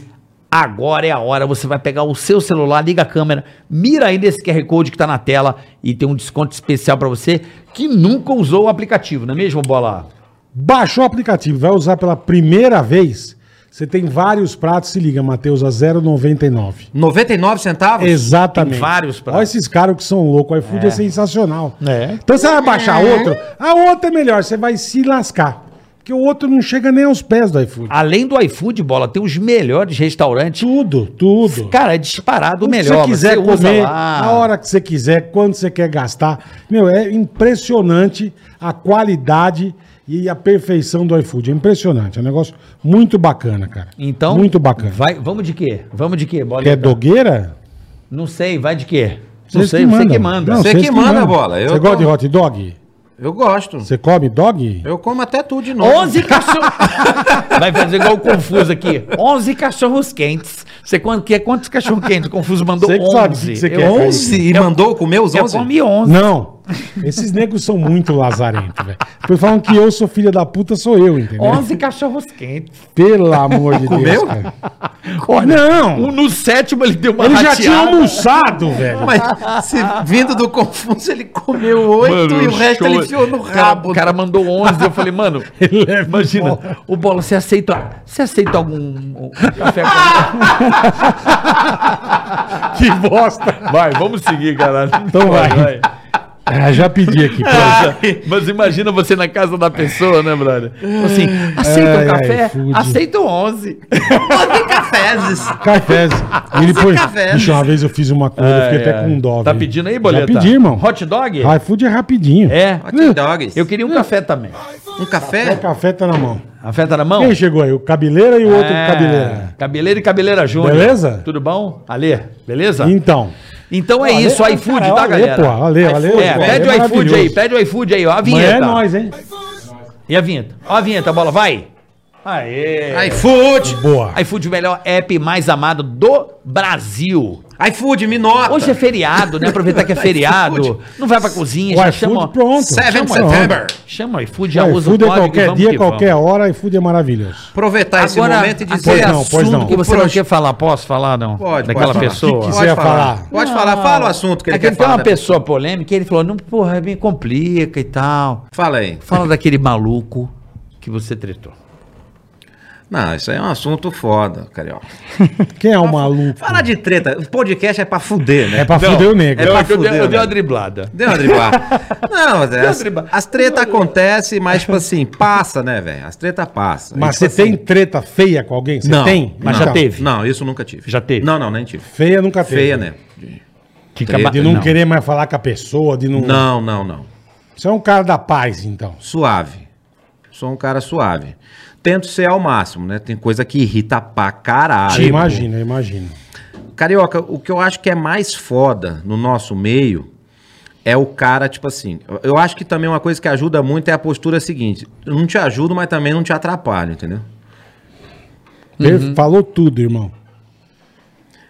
[SPEAKER 5] agora é a hora. Você vai pegar o seu celular, liga a câmera, mira aí nesse QR Code que tá na tela e tem um desconto especial para você que nunca usou o aplicativo, não é mesmo, Bola?
[SPEAKER 4] Baixou o aplicativo, vai usar pela primeira vez. Você tem vários pratos, se liga, Matheus, a 0,99.
[SPEAKER 6] 99 centavos?
[SPEAKER 4] Exatamente.
[SPEAKER 5] Tem vários pratos.
[SPEAKER 4] Olha esses caras que são loucos. O iFood é, sensacional.
[SPEAKER 5] É.
[SPEAKER 4] Então você vai baixar outro, a outra é melhor, você vai se lascar. Porque o outro não chega nem aos pés do iFood.
[SPEAKER 5] Além do iFood, Bola, tem os melhores restaurantes.
[SPEAKER 4] Tudo, tudo.
[SPEAKER 5] Cara, é disparado o
[SPEAKER 4] O que
[SPEAKER 5] melhor.
[SPEAKER 4] você quiser
[SPEAKER 5] usa
[SPEAKER 4] comer,
[SPEAKER 5] lá.
[SPEAKER 4] a hora que você quiser, quando você quer gastar. Meu, é impressionante a qualidade e a perfeição do iFood. É impressionante. É um negócio muito bacana, cara.
[SPEAKER 5] Então,
[SPEAKER 4] Muito bacana.
[SPEAKER 5] Vai, vamos de quê? Vamos de quê, Bola?
[SPEAKER 4] Quer dogueira?
[SPEAKER 5] Não sei, vai de quê? Não
[SPEAKER 4] Vocês
[SPEAKER 5] sei, você que manda.
[SPEAKER 4] Não,
[SPEAKER 6] Você
[SPEAKER 4] vocês
[SPEAKER 6] que manda, bola. Eu
[SPEAKER 4] Você
[SPEAKER 6] tô-
[SPEAKER 4] gosta de hot dog?
[SPEAKER 6] Eu gosto.
[SPEAKER 4] Você come dog?
[SPEAKER 6] Eu como até tudo de novo.
[SPEAKER 5] 11 cachorros. vai fazer igual o Confuso aqui. 11 cachorros quentes. Você quando quer quantos cachorros quentes? O Confuso mandou
[SPEAKER 4] Você que sabe o
[SPEAKER 5] 11.
[SPEAKER 4] que você
[SPEAKER 5] Eu-
[SPEAKER 4] quer.
[SPEAKER 6] e mandou comer os
[SPEAKER 5] Eu
[SPEAKER 6] 11?
[SPEAKER 5] comi 11.
[SPEAKER 4] Não. Esses negros são muito lazarentos, velho. Por falam que eu sou filha da puta, sou eu, entendeu?
[SPEAKER 5] 11 cachorros quentes.
[SPEAKER 4] Pelo amor de Deus.
[SPEAKER 6] Comeu?
[SPEAKER 4] cara.
[SPEAKER 5] não. no sétimo ele deu uma
[SPEAKER 4] Hum. Ele já
[SPEAKER 5] rateada.
[SPEAKER 4] tinha almoçado, velho.
[SPEAKER 6] Mas se, vindo do Confúcio, ele comeu oito
[SPEAKER 5] Mano,
[SPEAKER 6] e o resto
[SPEAKER 5] show.
[SPEAKER 6] ele enfiou no
[SPEAKER 5] Cara,
[SPEAKER 6] rabo.
[SPEAKER 5] O cara mandou 11, eu falei, mano, É, imagina, o Bola, você aceita, você aceita algum um café com...
[SPEAKER 4] Que bosta.
[SPEAKER 5] Vai, vamos seguir, caralho.
[SPEAKER 4] Então vai. Ah, já pedi aqui.
[SPEAKER 5] É.
[SPEAKER 4] pronto.
[SPEAKER 5] Mas imagina você na casa da pessoa, né, brother? Assim, aceita
[SPEAKER 4] Ai,
[SPEAKER 5] um café?
[SPEAKER 4] ai, fude.
[SPEAKER 5] aceita um o 11.
[SPEAKER 6] Manda cafezes.
[SPEAKER 4] Cafés. E ele põe.
[SPEAKER 6] cafés.
[SPEAKER 4] Bicho, uma vez eu fiz uma coisa, eu fiquei
[SPEAKER 5] Ai,
[SPEAKER 4] até
[SPEAKER 5] ai.
[SPEAKER 4] com dó.
[SPEAKER 5] Tá
[SPEAKER 4] velho.
[SPEAKER 5] pedindo aí, boleta?
[SPEAKER 4] Já pedi, irmão.
[SPEAKER 5] Hot dog?
[SPEAKER 4] Ah, iFood é rapidinho.
[SPEAKER 5] É.
[SPEAKER 6] Hot dogs.
[SPEAKER 5] Eu queria um café também.
[SPEAKER 6] Um
[SPEAKER 4] O
[SPEAKER 6] café?
[SPEAKER 4] café tá na mão.
[SPEAKER 5] Café tá na mão?
[SPEAKER 4] Quem chegou aí? O cabeleira e o outro
[SPEAKER 5] É,
[SPEAKER 4] cabeleira.
[SPEAKER 5] Cabeleira e cabeleira júnior.
[SPEAKER 4] Beleza?
[SPEAKER 5] Tudo bom? Alê, beleza?
[SPEAKER 4] Então.
[SPEAKER 5] Então Tá. é
[SPEAKER 4] Alê-
[SPEAKER 5] isso,
[SPEAKER 4] Alê,
[SPEAKER 5] iFood,
[SPEAKER 4] cara,
[SPEAKER 5] tá,
[SPEAKER 4] Alê,
[SPEAKER 5] galera?
[SPEAKER 4] pô, Alê, Alê,
[SPEAKER 5] iFood. É,
[SPEAKER 4] pô,
[SPEAKER 5] pede
[SPEAKER 4] Alê é
[SPEAKER 5] o iFood aí,
[SPEAKER 4] maravilhoso.
[SPEAKER 5] pede o iFood aí, ó, a
[SPEAKER 4] Amanhã
[SPEAKER 5] vinheta.
[SPEAKER 4] é nós, hein?
[SPEAKER 5] E a vinheta? Ó a vinheta, bola, vai. Aê.
[SPEAKER 6] É. iFood.
[SPEAKER 4] Boa.
[SPEAKER 5] iFood, o melhor app mais amado do Brasil.
[SPEAKER 6] iFood, me nota.
[SPEAKER 5] Hoje é feriado, né? Aproveitar que é feriado. Não vai pra cozinha,
[SPEAKER 4] O
[SPEAKER 5] já
[SPEAKER 4] iFood,
[SPEAKER 5] chama.
[SPEAKER 4] pronto.
[SPEAKER 6] 7 de
[SPEAKER 4] Chama,
[SPEAKER 6] setembro.
[SPEAKER 5] Chama o iFood, já
[SPEAKER 4] ó. O
[SPEAKER 5] usa o
[SPEAKER 4] iFood é
[SPEAKER 5] código. e
[SPEAKER 4] qualquer
[SPEAKER 5] vamos
[SPEAKER 4] dia,
[SPEAKER 5] que vamos.
[SPEAKER 4] qualquer hora, iFood é maravilhoso.
[SPEAKER 6] Aproveitar esse
[SPEAKER 5] Agora, ah,
[SPEAKER 6] momento e
[SPEAKER 5] aquele
[SPEAKER 6] dizer...
[SPEAKER 4] Pois não, pois
[SPEAKER 5] assunto
[SPEAKER 4] não.
[SPEAKER 5] que você
[SPEAKER 6] Por
[SPEAKER 5] não
[SPEAKER 6] hoje.
[SPEAKER 5] quer falar, posso falar não?
[SPEAKER 6] Pode,
[SPEAKER 5] Daquela
[SPEAKER 6] pode falar.
[SPEAKER 5] pessoa.
[SPEAKER 4] Que
[SPEAKER 6] Pode
[SPEAKER 4] quiser
[SPEAKER 6] falar.
[SPEAKER 4] falar.
[SPEAKER 6] Pode falar, fala o assunto que
[SPEAKER 5] É
[SPEAKER 6] ele
[SPEAKER 5] que
[SPEAKER 6] quer
[SPEAKER 5] tem
[SPEAKER 6] falar. né?
[SPEAKER 5] uma
[SPEAKER 6] também.
[SPEAKER 5] pessoa polêmica, ele falou, não, porra, me complica e tal.
[SPEAKER 6] Fala aí.
[SPEAKER 5] Fala daquele maluco que você tretou.
[SPEAKER 6] Não, isso aí é um assunto foda, carioca.
[SPEAKER 4] Quem é
[SPEAKER 5] Tá
[SPEAKER 4] o maluco?
[SPEAKER 6] Falar de treta, o podcast é pra fuder, né?
[SPEAKER 4] É pra fuder o negro.
[SPEAKER 5] eu,
[SPEAKER 6] pra
[SPEAKER 5] eu dei-
[SPEAKER 6] fuder,
[SPEAKER 5] eu dei uma
[SPEAKER 6] né?
[SPEAKER 5] driblada.
[SPEAKER 6] Deu uma driblada. Não, mas é, as,
[SPEAKER 5] driblada.
[SPEAKER 6] as tretas acontecem, mas, tipo assim, passa, né, velho? As tretas passam.
[SPEAKER 4] Mas
[SPEAKER 6] E,
[SPEAKER 4] você
[SPEAKER 6] tipo assim,
[SPEAKER 4] tem treta feia com alguém? Você
[SPEAKER 6] não,
[SPEAKER 4] tem? então,
[SPEAKER 6] Mas
[SPEAKER 5] já teve?
[SPEAKER 6] Não, isso nunca tive.
[SPEAKER 5] Já teve?
[SPEAKER 6] Não, não, nem tive.
[SPEAKER 4] Feia nunca teve.
[SPEAKER 6] Feia, né?
[SPEAKER 5] Que
[SPEAKER 6] Treta.
[SPEAKER 5] caba-
[SPEAKER 4] De não, querer mais falar com a pessoa, de não...
[SPEAKER 6] Não, não, não.
[SPEAKER 4] Você é um cara da paz, então.
[SPEAKER 6] Suave. Sou um cara suave. Tento ser ao máximo, né? Tem coisa que irrita pra caralho.
[SPEAKER 4] Eu imagino, eu imagino.
[SPEAKER 6] Carioca, o que eu acho que é mais foda no nosso meio é o cara, tipo assim. eu- Eu acho que também uma coisa que ajuda muito é a postura seguinte: eu não te ajudo, mas também não te atrapalho, entendeu? Uhum.
[SPEAKER 4] Per- Falou tudo, irmão.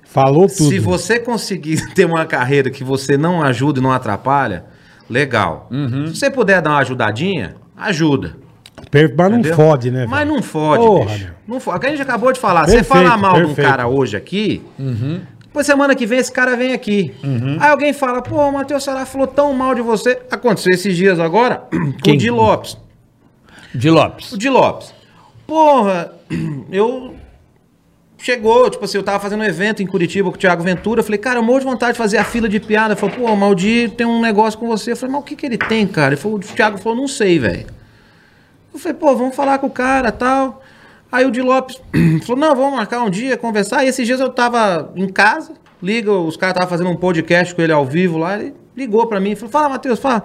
[SPEAKER 4] Falou tudo.
[SPEAKER 6] Se você conseguir ter uma carreira que você não ajuda e não atrapalha, legal.
[SPEAKER 4] Uhum.
[SPEAKER 6] Se você puder dar uma ajudadinha, ajuda.
[SPEAKER 4] Per- Mas não
[SPEAKER 6] entendeu?
[SPEAKER 4] fode, né?
[SPEAKER 6] Mas
[SPEAKER 4] velho?
[SPEAKER 6] não fode,
[SPEAKER 4] Porra,
[SPEAKER 6] bicho.
[SPEAKER 4] meu.
[SPEAKER 6] Não fode. O que a gente acabou de falar. você
[SPEAKER 4] Perfeito,
[SPEAKER 6] falar mal de um
[SPEAKER 4] perfeito. Uhum.
[SPEAKER 6] cara hoje aqui, depois semana que vem esse cara vem aqui. Aí alguém fala, pô, o Matheus Sará falou tão mal de você. Aconteceu esses dias agora com o
[SPEAKER 5] Quem?
[SPEAKER 6] Di Lopes.
[SPEAKER 5] De
[SPEAKER 6] O
[SPEAKER 5] Lopes.
[SPEAKER 6] Di Lopes. Porra, eu. Chegou, tipo assim, eu tava fazendo um evento em Curitiba com o Thiago Ventura. eu Falei, cara, eu morro de vontade de fazer a fila de piada. Falei, pô, o Maldi tem um negócio com você. Eu falei, mas o que que ele tem, cara? Ele falou, o Thiago falou, não sei, velho. Eu falei, pô, vamos falar com o cara tal. Aí o Di Lopes falou, não, vamos marcar um dia, conversar. E esses dias eu tava em casa. Liga, os caras estavam fazendo um podcast com ele ao vivo lá, ele ligou pra mim e falou: Fala, Matheus, fala.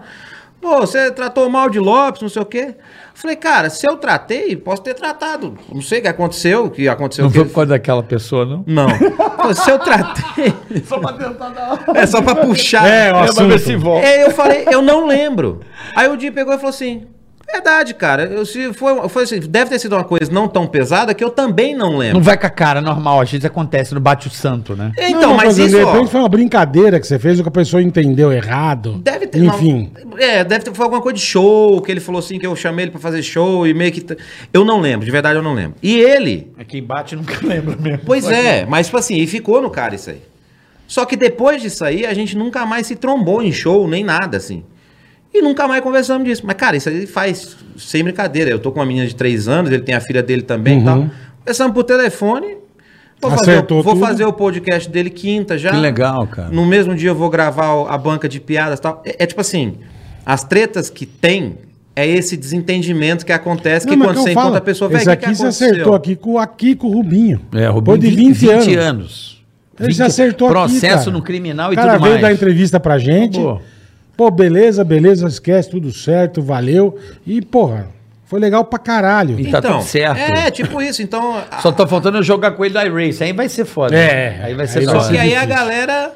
[SPEAKER 6] Pô, você tratou mal de Lopes, não sei o quê. Eu Falei, cara, se eu tratei, posso ter tratado. Não sei o que aconteceu, o que aconteceu.
[SPEAKER 5] Não
[SPEAKER 6] o que
[SPEAKER 5] foi por causa daquela pessoa, não?
[SPEAKER 6] não. Falei, se eu tratei. Só pra tentar É só pra puxar.
[SPEAKER 4] É, ó.
[SPEAKER 2] Lembra
[SPEAKER 4] assunto.
[SPEAKER 2] desse vó.
[SPEAKER 6] É, eu falei, eu não lembro. Aí o Di pegou e falou assim: verdade, cara. Eu, se foi, foi assim, deve ter sido uma coisa não tão pesada que eu também não lembro.
[SPEAKER 5] Não vai com a cara, normal. Às vezes acontece, não bate o santo, né?
[SPEAKER 6] Então,
[SPEAKER 4] Não,
[SPEAKER 6] mas isso.
[SPEAKER 4] De
[SPEAKER 6] ó,
[SPEAKER 4] repente foi uma brincadeira que você fez, o que a pessoa entendeu errado.
[SPEAKER 6] Deve ter.
[SPEAKER 4] Enfim.
[SPEAKER 6] não, é, deve ter. Foi alguma coisa de show, que ele falou assim que eu chamei ele pra fazer show e meio que. t- Eu não lembro, de verdade eu não lembro. E ele.
[SPEAKER 5] É quem bate nunca lembra mesmo.
[SPEAKER 6] Pois é, mas tipo assim, e ficou no cara isso aí. Só que depois disso aí, a gente nunca mais se trombou em show, nem nada, assim. E nunca mais conversamos disso. Mas, cara, isso aí faz sem brincadeira. Eu tô com uma menina de três anos, ele tem a filha dele também e tal. Conversamos por telefone. Vou, fazer
[SPEAKER 4] Uhum. Acertou
[SPEAKER 6] o, vou
[SPEAKER 4] tudo.
[SPEAKER 6] fazer o podcast dele quinta já.
[SPEAKER 5] Que legal, cara.
[SPEAKER 6] No mesmo dia eu vou gravar o- a banca de piadas e tal. É, é tipo assim, as tretas que tem é esse desentendimento que acontece que
[SPEAKER 4] Não, mas
[SPEAKER 6] quando
[SPEAKER 4] que eu
[SPEAKER 6] você
[SPEAKER 4] falo,
[SPEAKER 6] encontra a pessoa,
[SPEAKER 4] Esse
[SPEAKER 6] "Véi,
[SPEAKER 4] aqui você acertou aqui com o aqui com o Rubinho.
[SPEAKER 5] É,
[SPEAKER 4] Depois
[SPEAKER 5] Rubinho,
[SPEAKER 4] de 20, anos.
[SPEAKER 5] anos.
[SPEAKER 4] Ele já acertou
[SPEAKER 5] Processo
[SPEAKER 4] cara.
[SPEAKER 5] no criminal e
[SPEAKER 4] O cara
[SPEAKER 5] tudo
[SPEAKER 4] veio
[SPEAKER 5] mais.
[SPEAKER 4] dar entrevista pra gente.
[SPEAKER 5] Pô.
[SPEAKER 4] Pô, beleza, beleza, esquece, tudo certo, valeu. E, porra, foi legal pra caralho.
[SPEAKER 5] E tá tudo certo.
[SPEAKER 6] É, tipo isso. Então, a-
[SPEAKER 5] Só tá faltando eu jogar com ele da race. Aí vai ser foda.
[SPEAKER 4] É,
[SPEAKER 5] Aí vai ser
[SPEAKER 4] aí vai
[SPEAKER 6] Só
[SPEAKER 5] foda.
[SPEAKER 6] que aí a
[SPEAKER 4] difícil.
[SPEAKER 6] galera.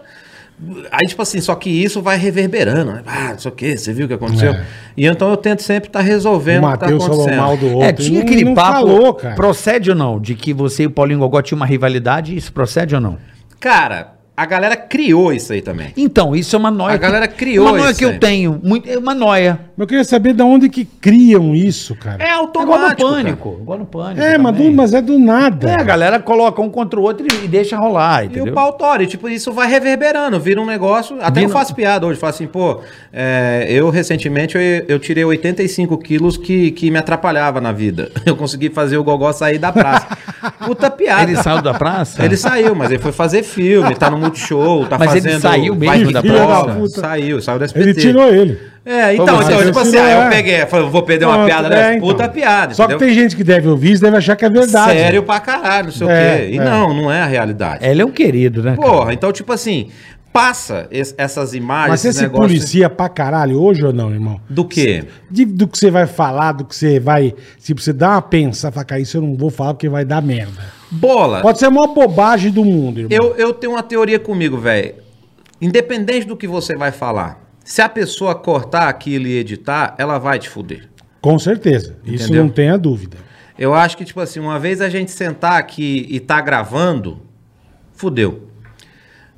[SPEAKER 6] Aí, tipo assim, só que isso vai reverberando. né? Ah, não sei o quê, você viu o que aconteceu?
[SPEAKER 4] É.
[SPEAKER 6] E então eu tento sempre estar
[SPEAKER 4] o
[SPEAKER 6] resolvendo o que tá
[SPEAKER 4] Matheus falou
[SPEAKER 6] acontecendo.
[SPEAKER 4] mal do outro.
[SPEAKER 5] É, tinha
[SPEAKER 4] E não-
[SPEAKER 5] aquele
[SPEAKER 4] não
[SPEAKER 5] papo.
[SPEAKER 4] falou, cara.
[SPEAKER 5] Procede ou não? De que você e o Paulinho Gogó tinham uma rivalidade, isso procede ou não?
[SPEAKER 6] Cara, a galera criou isso aí também.
[SPEAKER 5] Então, isso é uma noia.
[SPEAKER 6] A
[SPEAKER 5] que-
[SPEAKER 6] galera criou
[SPEAKER 5] Uma noia
[SPEAKER 6] isso
[SPEAKER 5] que
[SPEAKER 6] aí.
[SPEAKER 5] eu tenho. Muito, é uma noia.
[SPEAKER 4] Mas eu queria saber de onde que criam isso, cara.
[SPEAKER 6] É
[SPEAKER 5] É igual no
[SPEAKER 6] automático.
[SPEAKER 5] pânico. Igual no pânico.
[SPEAKER 4] É, mas, do-
[SPEAKER 5] também.
[SPEAKER 4] mas é do nada.
[SPEAKER 5] É, a galera coloca um contra o outro e, e deixa rolar,
[SPEAKER 6] E
[SPEAKER 5] entendeu?
[SPEAKER 6] o pau tório, tipo, isso vai reverberando, vira um negócio. Até eu
[SPEAKER 5] Vira-
[SPEAKER 6] faço piada hoje, falo assim, pô, é, eu recentemente eu, eu tirei 85 quilos que, que me atrapalhava na vida. Eu consegui fazer o Gogó sair da praça. Puta piada.
[SPEAKER 5] Ele saiu da praça?
[SPEAKER 6] Ele saiu, mas ele foi fazer filme, tá no Multishow, tá
[SPEAKER 5] Mas ele
[SPEAKER 6] fazendo.
[SPEAKER 5] saiu mesmo
[SPEAKER 6] Vai que
[SPEAKER 5] da
[SPEAKER 6] Cola,
[SPEAKER 4] prova? Puta.
[SPEAKER 6] Saiu, saiu da SPT.
[SPEAKER 4] Ele tirou ele.
[SPEAKER 6] É, então,
[SPEAKER 5] Foi você.
[SPEAKER 6] então tipo
[SPEAKER 4] Ele
[SPEAKER 6] assim,
[SPEAKER 4] tirou,
[SPEAKER 6] ah, eu
[SPEAKER 4] é.
[SPEAKER 6] peguei, falei, vou perder uma
[SPEAKER 4] Pronto,
[SPEAKER 6] piada,
[SPEAKER 4] é,
[SPEAKER 6] né?
[SPEAKER 4] então.
[SPEAKER 6] Puta piada.
[SPEAKER 4] Só que tem gente que deve ouvir isso, deve achar que é verdade.
[SPEAKER 6] Sério pra caralho, não sei
[SPEAKER 4] É,
[SPEAKER 6] o quê. E
[SPEAKER 4] é.
[SPEAKER 6] não, não é a realidade.
[SPEAKER 5] Ele é um querido, né? cara?
[SPEAKER 6] Porra, então, tipo assim, passa es- essas imagens,
[SPEAKER 4] Mas você se policia pra caralho hoje ou não, irmão?
[SPEAKER 6] Ah, do quê?
[SPEAKER 4] De- do que você vai falar, do que você vai. Se você dá uma pensada, fala, cara, isso eu não vou falar porque vai dar merda.
[SPEAKER 6] Bola.
[SPEAKER 4] Pode ser a maior bobagem do mundo, irmão.
[SPEAKER 6] Ah. Eu, eu tenho uma teoria comigo, velho. Independente do que você vai falar, se a pessoa cortar aquilo e editar, ela vai te fuder.
[SPEAKER 4] Com certeza. Isso
[SPEAKER 6] Entendeu?
[SPEAKER 4] não tenha dúvida.
[SPEAKER 6] Eu acho que, tipo assim, uma vez a gente sentar aqui e tá gravando, fudeu.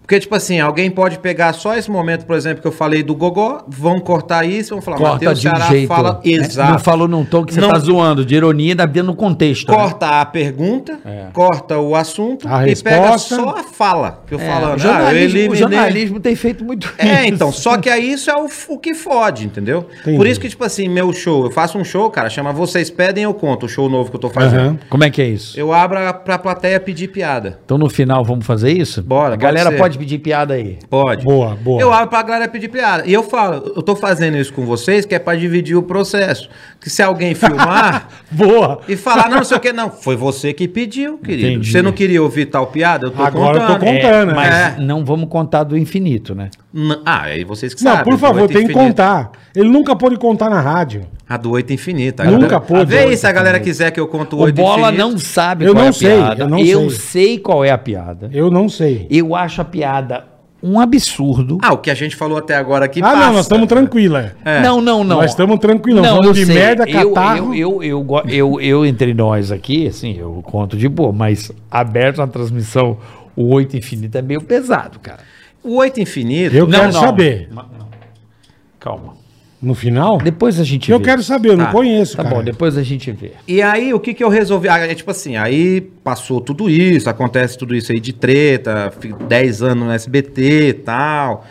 [SPEAKER 6] Porque, tipo assim, alguém pode pegar só esse momento, por exemplo, que eu falei do Gogó, vão cortar isso, vão falar,
[SPEAKER 5] Corta
[SPEAKER 6] "Mateus
[SPEAKER 5] de um
[SPEAKER 6] Ceará
[SPEAKER 5] jeito.
[SPEAKER 6] fala...
[SPEAKER 5] né?
[SPEAKER 6] Exato.
[SPEAKER 5] Não falou num tom que você
[SPEAKER 6] Não-
[SPEAKER 5] tá zoando, de ironia, dá dentro do contexto. né?
[SPEAKER 6] Corta a pergunta, corta o assunto
[SPEAKER 4] A
[SPEAKER 6] e pega
[SPEAKER 4] resposta.
[SPEAKER 6] só a fala que eu
[SPEAKER 5] É,
[SPEAKER 6] falando.
[SPEAKER 5] o,
[SPEAKER 6] ah, eu
[SPEAKER 5] jornalismo, o
[SPEAKER 6] eliminei-
[SPEAKER 5] jornalismo tem feito muito
[SPEAKER 6] É, então, só que aí isso é o, f- o que fode, entendeu?
[SPEAKER 4] Entendi.
[SPEAKER 6] Por isso que, tipo assim, meu show, eu faço um show, cara, chama Vocês Pedem, eu conto o show novo que eu tô fazendo.
[SPEAKER 4] Aham.
[SPEAKER 5] Como é que é isso?
[SPEAKER 6] Eu abro a- pra plateia pedir piada.
[SPEAKER 5] Então no final vamos fazer isso?
[SPEAKER 6] Bora,
[SPEAKER 5] A galera
[SPEAKER 6] pode ser.
[SPEAKER 5] pode pedir piada aí.
[SPEAKER 6] Pode.
[SPEAKER 4] Boa, boa.
[SPEAKER 6] Eu abro pra galera pedir piada. E eu falo, eu tô fazendo isso com vocês que é pra dividir o processo. Que se alguém filmar
[SPEAKER 4] Boa!
[SPEAKER 6] e falar, não, não sei o que, não. Foi você que pediu, querido.
[SPEAKER 5] Entendi.
[SPEAKER 6] Você não queria ouvir tal piada? Eu tô
[SPEAKER 4] Agora eu tô
[SPEAKER 6] contando.
[SPEAKER 4] contando. É,
[SPEAKER 5] mas
[SPEAKER 6] é.
[SPEAKER 5] não vamos contar do infinito, né?
[SPEAKER 6] N- Ah, aí vocês que
[SPEAKER 4] não,
[SPEAKER 6] sabem.
[SPEAKER 4] por favor,
[SPEAKER 6] Oito
[SPEAKER 4] tem que
[SPEAKER 6] Infinito.
[SPEAKER 4] contar. Ele nunca pôde contar na rádio.
[SPEAKER 6] A do oito infinito. A
[SPEAKER 4] Nunca
[SPEAKER 6] galera-
[SPEAKER 4] pôde.
[SPEAKER 6] Vê aí se a galera quiser que eu conto
[SPEAKER 5] O
[SPEAKER 6] oito
[SPEAKER 5] Bola não sabe
[SPEAKER 4] Eu
[SPEAKER 5] qual
[SPEAKER 4] não
[SPEAKER 5] é a
[SPEAKER 4] sei,
[SPEAKER 5] piada.
[SPEAKER 4] eu não sei.
[SPEAKER 5] qual é a piada.
[SPEAKER 4] Eu não sei.
[SPEAKER 5] Eu acho a piada um absurdo.
[SPEAKER 6] Ah, o que a gente falou até agora aqui
[SPEAKER 4] ah, não, nós
[SPEAKER 6] passa.
[SPEAKER 4] estamos tranquila.
[SPEAKER 6] É.
[SPEAKER 5] Não, não, não.
[SPEAKER 4] Nós estamos tranquilão.
[SPEAKER 5] Não,
[SPEAKER 4] Falando
[SPEAKER 5] eu
[SPEAKER 4] de
[SPEAKER 5] sei.
[SPEAKER 4] merda,
[SPEAKER 5] Eu- Eu,
[SPEAKER 4] catarro.
[SPEAKER 5] eu, eu, go- eu, eu, entre nós aqui, assim, eu conto de boa, mas aberto na transmissão, o 8 infinito é meio pesado, cara.
[SPEAKER 6] O oito infinito...
[SPEAKER 4] Eu quero saber.
[SPEAKER 5] Ma- não. Calma.
[SPEAKER 4] No final?
[SPEAKER 5] Depois a gente
[SPEAKER 4] Eu
[SPEAKER 5] vê.
[SPEAKER 4] quero saber, eu não
[SPEAKER 6] Tá,
[SPEAKER 4] conheço,
[SPEAKER 5] Tá
[SPEAKER 4] cara.
[SPEAKER 5] bom, depois a gente vê.
[SPEAKER 6] E aí, o que que eu resolvi? Ah, é tipo assim, aí passou tudo isso, acontece tudo isso aí de treta, fico 10 anos no SBT e tal.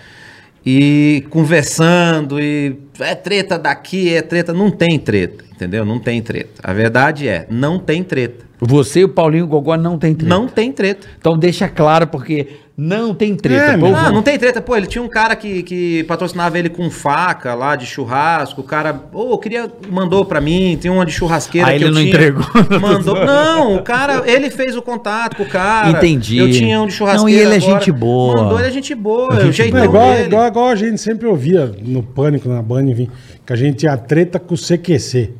[SPEAKER 6] E conversando, e é treta daqui, é treta. Não tem treta, entendeu? Não tem treta. A verdade é, não tem treta.
[SPEAKER 5] Você e o Paulinho Gogó não tem treta.
[SPEAKER 6] Não tem treta.
[SPEAKER 5] Então deixa claro, porque Não tem treta.
[SPEAKER 4] É,
[SPEAKER 5] povo.
[SPEAKER 6] Ah, não tem treta. Pô, ele tinha um cara que, que patrocinava ele com faca lá de churrasco. O cara, ô, eu queria, mandou pra mim. Tem uma de churrasqueira
[SPEAKER 5] Aí
[SPEAKER 6] que
[SPEAKER 5] ele
[SPEAKER 6] eu
[SPEAKER 5] não
[SPEAKER 6] tinha.
[SPEAKER 5] entregou.
[SPEAKER 6] Mandou. Não, o cara, ele fez o contato com o cara.
[SPEAKER 5] Entendi.
[SPEAKER 6] Eu tinha um de churrasqueira.
[SPEAKER 5] Não, e ele é
[SPEAKER 6] agora.
[SPEAKER 5] gente boa.
[SPEAKER 6] Mandou, ele é gente boa.
[SPEAKER 5] Gente
[SPEAKER 6] o jeitão
[SPEAKER 5] boa.
[SPEAKER 4] É, igual,
[SPEAKER 6] dele.
[SPEAKER 4] igual, igual a gente sempre ouvia no Pânico, na Band, enfim, que a gente tinha treta com o CQC.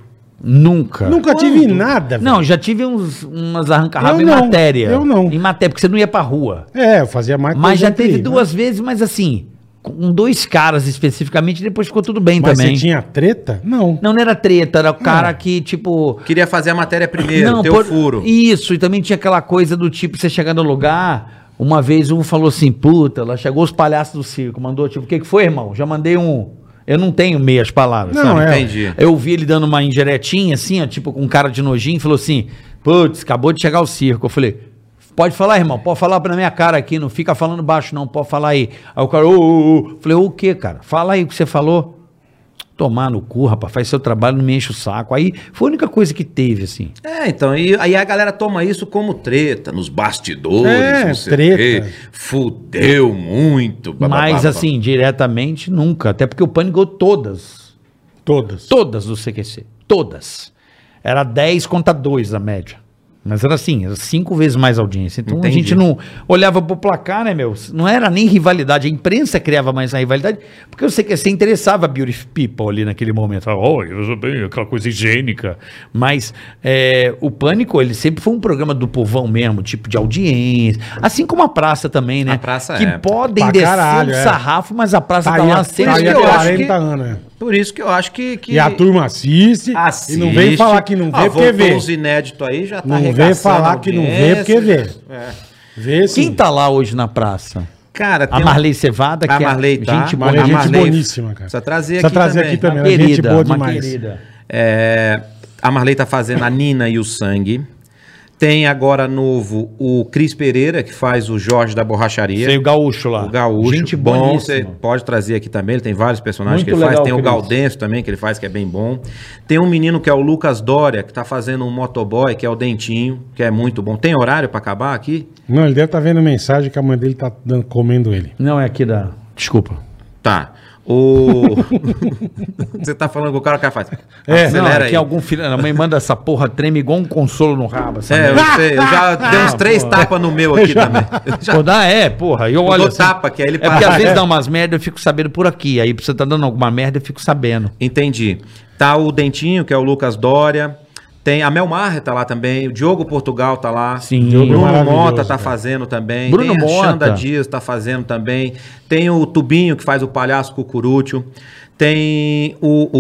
[SPEAKER 5] Nunca.
[SPEAKER 4] Nunca tive nada, velho.
[SPEAKER 5] Não, já tive uns, umas arrancarradas
[SPEAKER 4] Eu
[SPEAKER 5] em
[SPEAKER 4] não,
[SPEAKER 5] matéria.
[SPEAKER 4] eu não.
[SPEAKER 5] Em matéria, porque você não ia pra rua.
[SPEAKER 4] É, eu fazia mais
[SPEAKER 5] Mas
[SPEAKER 4] coisa
[SPEAKER 5] já
[SPEAKER 4] entre
[SPEAKER 5] teve
[SPEAKER 4] eles, né?
[SPEAKER 5] duas vezes, mas assim, com dois caras especificamente, depois ficou tudo bem
[SPEAKER 6] assim
[SPEAKER 4] né? Mas
[SPEAKER 5] também.
[SPEAKER 4] você tinha treta? Não.
[SPEAKER 5] Não, não era treta, era o cara que, tipo.
[SPEAKER 6] Queria fazer a matéria primeiro,
[SPEAKER 5] não,
[SPEAKER 6] ter o
[SPEAKER 5] por-
[SPEAKER 6] furo.
[SPEAKER 5] Isso, e também tinha aquela coisa do tipo, você chegar no lugar, uma vez um falou assim, puta, lá chegou os palhaços do circo, mandou, tipo, o que, que foi, irmão? Já mandei um. Eu não tenho meias palavras.
[SPEAKER 4] Não,
[SPEAKER 5] sabe?
[SPEAKER 4] é.
[SPEAKER 6] Entendi.
[SPEAKER 5] Eu vi ele dando uma indiretinha, assim, ó, tipo, com um cara de nojinho, falou assim: putz, acabou de chegar o circo. Eu falei. Pode falar, irmão, pode falar na minha cara aqui, não fica falando baixo, não, pode falar aí. Aí o cara, ô, ô, ô. Falei, ô, o quê, cara? Fala aí o que você falou. Tomar no cu, rapaz, faz seu trabalho, não me enche o saco. Aí foi a única coisa que teve, assim.
[SPEAKER 6] É, então, e aí a galera toma isso como treta, nos bastidores,
[SPEAKER 4] É,
[SPEAKER 6] não sei o
[SPEAKER 4] treta.
[SPEAKER 6] quê. Fudeu muito. blá, blá, blá,
[SPEAKER 5] Mas,
[SPEAKER 6] blá.
[SPEAKER 5] assim, diretamente, nunca. Até porque o Pânico ganhou todas.
[SPEAKER 4] Todas.
[SPEAKER 5] Todas do CQC. Todas. Era 10 contra 2 a média. Mas era assim, era cinco vezes mais audiência. Então
[SPEAKER 6] Entendi.
[SPEAKER 5] a gente não olhava pro placar, né, meu? Não era nem rivalidade. A imprensa criava mais a rivalidade, porque o CQC interessava a Beauty People ali naquele momento. Falava, oh, eu sou bem, aquela coisa higiênica. Mas é, o Pânico, ele sempre foi um programa do povão mesmo, tipo de audiência. Assim como a praça também, né?
[SPEAKER 6] A praça
[SPEAKER 5] que
[SPEAKER 6] é.
[SPEAKER 5] podem
[SPEAKER 4] Pra
[SPEAKER 5] descer
[SPEAKER 4] caralho,
[SPEAKER 5] o
[SPEAKER 4] é.
[SPEAKER 5] sarrafo, mas a praça tá,
[SPEAKER 4] aí
[SPEAKER 5] lá
[SPEAKER 4] há-
[SPEAKER 5] sempre.
[SPEAKER 6] tá
[SPEAKER 4] aí
[SPEAKER 6] que
[SPEAKER 4] há
[SPEAKER 6] eu acho
[SPEAKER 4] 40
[SPEAKER 6] que-
[SPEAKER 4] anos, né?
[SPEAKER 6] Por isso que eu acho que. que...
[SPEAKER 4] E a turma assiste,
[SPEAKER 6] Assiste.
[SPEAKER 4] e não vem falar que não vê,
[SPEAKER 6] Ah,
[SPEAKER 4] porque
[SPEAKER 6] voltou
[SPEAKER 4] vê.
[SPEAKER 6] uns inéditos aí, já tá
[SPEAKER 4] Não vem
[SPEAKER 6] arregaçando a
[SPEAKER 4] falar que não vê, porque
[SPEAKER 6] audiência. É.
[SPEAKER 4] Vê
[SPEAKER 5] Quem
[SPEAKER 4] sim.
[SPEAKER 5] tá lá hoje na praça?
[SPEAKER 6] Cara, tem
[SPEAKER 5] A
[SPEAKER 6] um-
[SPEAKER 5] Marley Cevada,
[SPEAKER 6] A Marley tá.
[SPEAKER 5] gente boa.
[SPEAKER 4] Marley é gente
[SPEAKER 5] A Marley,
[SPEAKER 4] boníssima, cara.
[SPEAKER 6] Precisa trazer
[SPEAKER 4] Precisa
[SPEAKER 6] aqui
[SPEAKER 4] trazer
[SPEAKER 6] também.
[SPEAKER 4] aqui também.
[SPEAKER 5] uma
[SPEAKER 4] Ela é gente
[SPEAKER 5] querida,
[SPEAKER 4] boa
[SPEAKER 5] uma
[SPEAKER 4] demais.
[SPEAKER 5] querida.
[SPEAKER 6] É, a Marley tá fazendo a Nina e o Sangue. Tem agora novo o Cris Pereira, que faz o Jorge da Borracharia.
[SPEAKER 5] Sei o gaúcho lá.
[SPEAKER 6] O gaúcho,
[SPEAKER 5] Gente
[SPEAKER 6] bom, você
[SPEAKER 5] boníssima.
[SPEAKER 6] pode trazer aqui também, ele tem vários personagens
[SPEAKER 5] Muito
[SPEAKER 6] que ele faz,
[SPEAKER 5] legal,
[SPEAKER 6] tem o
[SPEAKER 5] Cris.
[SPEAKER 6] Gaudenso também, que ele faz, que é bem bom. Tem um menino que é o Lucas Dória, que tá fazendo um motoboy, que é o Dentinho, que é muito bom. Tem horário pra acabar aqui?
[SPEAKER 4] Não, ele deve estar vendo mensagem que a mãe dele tá dando- comendo ele.
[SPEAKER 5] Não é aqui da... Desculpa.
[SPEAKER 6] Tá. O... você tá falando com o cara que faz.
[SPEAKER 5] É,
[SPEAKER 6] Acelera
[SPEAKER 5] não, é
[SPEAKER 6] aí.
[SPEAKER 5] que algum filho... A mãe manda essa porra, treme igual um consolo no rabo. essa
[SPEAKER 6] É, eu
[SPEAKER 5] merda.
[SPEAKER 6] sei, eu já dei
[SPEAKER 5] Ah,
[SPEAKER 6] uns três tapas no meu aqui também. Eu já
[SPEAKER 5] Pô, dá, é, porra. Eu
[SPEAKER 6] eu
[SPEAKER 5] olho
[SPEAKER 6] dou
[SPEAKER 5] assim-
[SPEAKER 6] tapa, que aí ele
[SPEAKER 5] É porque às vezes dá umas merda, eu fico sabendo por aqui. Aí você tá dando alguma merda, eu fico sabendo.
[SPEAKER 6] Entendi. Tá o Dentinho, que é o Lucas Dória. Tem a Mel Marra tá lá também, o Diogo Portugal tá lá.
[SPEAKER 5] Sim.
[SPEAKER 6] O
[SPEAKER 5] Diogo é
[SPEAKER 6] Bruno
[SPEAKER 4] maravilhoso,
[SPEAKER 6] Mota tá
[SPEAKER 4] cara.
[SPEAKER 6] fazendo também.
[SPEAKER 5] Bruno
[SPEAKER 6] tem a Xanda
[SPEAKER 5] Mota.
[SPEAKER 6] Dias tá fazendo também. Tem o Tubinho que faz o palhaço Cucurúcio. Tem o-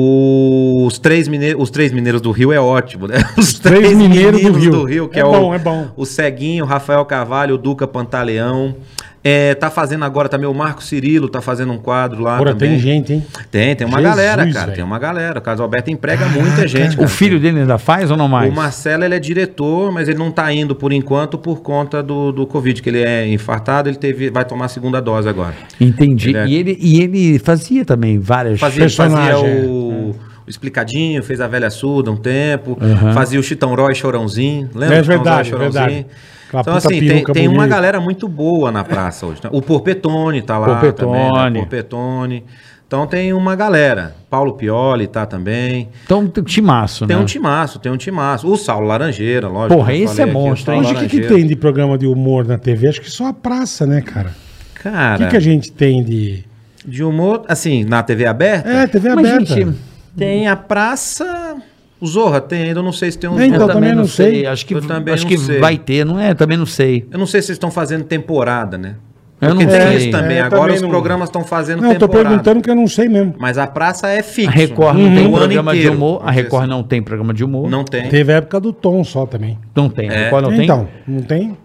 [SPEAKER 6] o- os, três mine- os três mineiros do Rio é ótimo, né? Os
[SPEAKER 4] Três Mineiros do Rio.
[SPEAKER 6] que é,
[SPEAKER 4] É bom,
[SPEAKER 6] o,
[SPEAKER 4] é bom.
[SPEAKER 6] o Ceguinho, o Rafael Carvalho, o Duca Pantaleão. É, tá fazendo agora também o Marco Cirilo, tá fazendo um quadro lá
[SPEAKER 4] Agora
[SPEAKER 6] também.
[SPEAKER 4] tem gente, hein?
[SPEAKER 6] Tem, tem uma
[SPEAKER 4] Jesus,
[SPEAKER 6] galera, cara.
[SPEAKER 4] velho.
[SPEAKER 6] Tem uma galera. O Carlos Alberto emprega muita gente.
[SPEAKER 5] O
[SPEAKER 6] cara.
[SPEAKER 5] filho dele ainda faz ou não mais?
[SPEAKER 6] O Marcelo, ele é diretor, mas ele não tá indo por enquanto por conta do, do Covid, que ele é infartado, ele teve, vai tomar a segunda dose agora.
[SPEAKER 5] Entendi.
[SPEAKER 6] Ele é-
[SPEAKER 5] E, ele, e ele fazia também várias...
[SPEAKER 6] Fazia, fazia
[SPEAKER 4] Personagem, é.
[SPEAKER 6] o, o Explicadinho, fez a Velha Surda um tempo, fazia o Chitão Roy Chorãozinho. Lembra
[SPEAKER 4] É
[SPEAKER 6] o Chitão
[SPEAKER 4] verdade, verdade. Aquela
[SPEAKER 6] Então,
[SPEAKER 4] puta
[SPEAKER 6] assim, tem,
[SPEAKER 4] peruca
[SPEAKER 6] tem uma
[SPEAKER 4] bonita.
[SPEAKER 6] galera muito boa na praça hoje. né? O Porpetone tá lá também.
[SPEAKER 5] Porpetone.
[SPEAKER 6] Né? Porpetone. Então tem uma galera. Paulo Pioli tá também.
[SPEAKER 5] Então, tem um timaço,
[SPEAKER 6] Tem
[SPEAKER 5] né?
[SPEAKER 6] um timaço, tem um timaço. O Saulo Laranjeira, lógico.
[SPEAKER 5] Porra,
[SPEAKER 6] que eu
[SPEAKER 5] esse é
[SPEAKER 6] falei aqui,
[SPEAKER 5] monstro,
[SPEAKER 6] Saulo
[SPEAKER 5] hein?
[SPEAKER 4] Hoje o que, que
[SPEAKER 6] Laranjeira.
[SPEAKER 4] tem de programa de humor na TV? Acho que só a praça, né, cara? O
[SPEAKER 6] Cara,
[SPEAKER 4] que, que a gente tem de.
[SPEAKER 6] de humor, assim, na TV aberta,
[SPEAKER 4] É, TV
[SPEAKER 5] Mas,
[SPEAKER 4] aberta.
[SPEAKER 5] gente,
[SPEAKER 6] tem a praça... O Zorra tem ainda, eu não sei se tem um...
[SPEAKER 4] É, então,
[SPEAKER 5] eu
[SPEAKER 6] Zorra.
[SPEAKER 5] também, não sei. Acho que,
[SPEAKER 6] Eu também
[SPEAKER 5] acho
[SPEAKER 6] não
[SPEAKER 5] que
[SPEAKER 6] sei.
[SPEAKER 5] vai ter, não é? Também não sei.
[SPEAKER 6] Eu não sei se eles estão fazendo temporada, né?
[SPEAKER 5] Eu
[SPEAKER 6] Porque
[SPEAKER 5] não
[SPEAKER 6] tem
[SPEAKER 5] sei.
[SPEAKER 6] isso também.
[SPEAKER 4] É, eu
[SPEAKER 6] Agora
[SPEAKER 4] também
[SPEAKER 6] os
[SPEAKER 4] não-
[SPEAKER 6] programas estão fazendo
[SPEAKER 4] Não, eu tô
[SPEAKER 6] temporada.
[SPEAKER 4] perguntando que eu não sei mesmo.
[SPEAKER 6] Mas a praça é
[SPEAKER 5] A
[SPEAKER 6] fixa.
[SPEAKER 5] Record não tem
[SPEAKER 6] O ano
[SPEAKER 5] programa
[SPEAKER 6] inteiro,
[SPEAKER 5] de humor. A
[SPEAKER 6] vamos dizer
[SPEAKER 5] Record
[SPEAKER 6] assim.
[SPEAKER 5] não tem programa de humor.
[SPEAKER 6] Não tem,
[SPEAKER 4] Teve a época do Tom só também.
[SPEAKER 5] Não tem. A
[SPEAKER 6] É.
[SPEAKER 5] Record não
[SPEAKER 4] então,
[SPEAKER 5] tem.
[SPEAKER 4] não tem?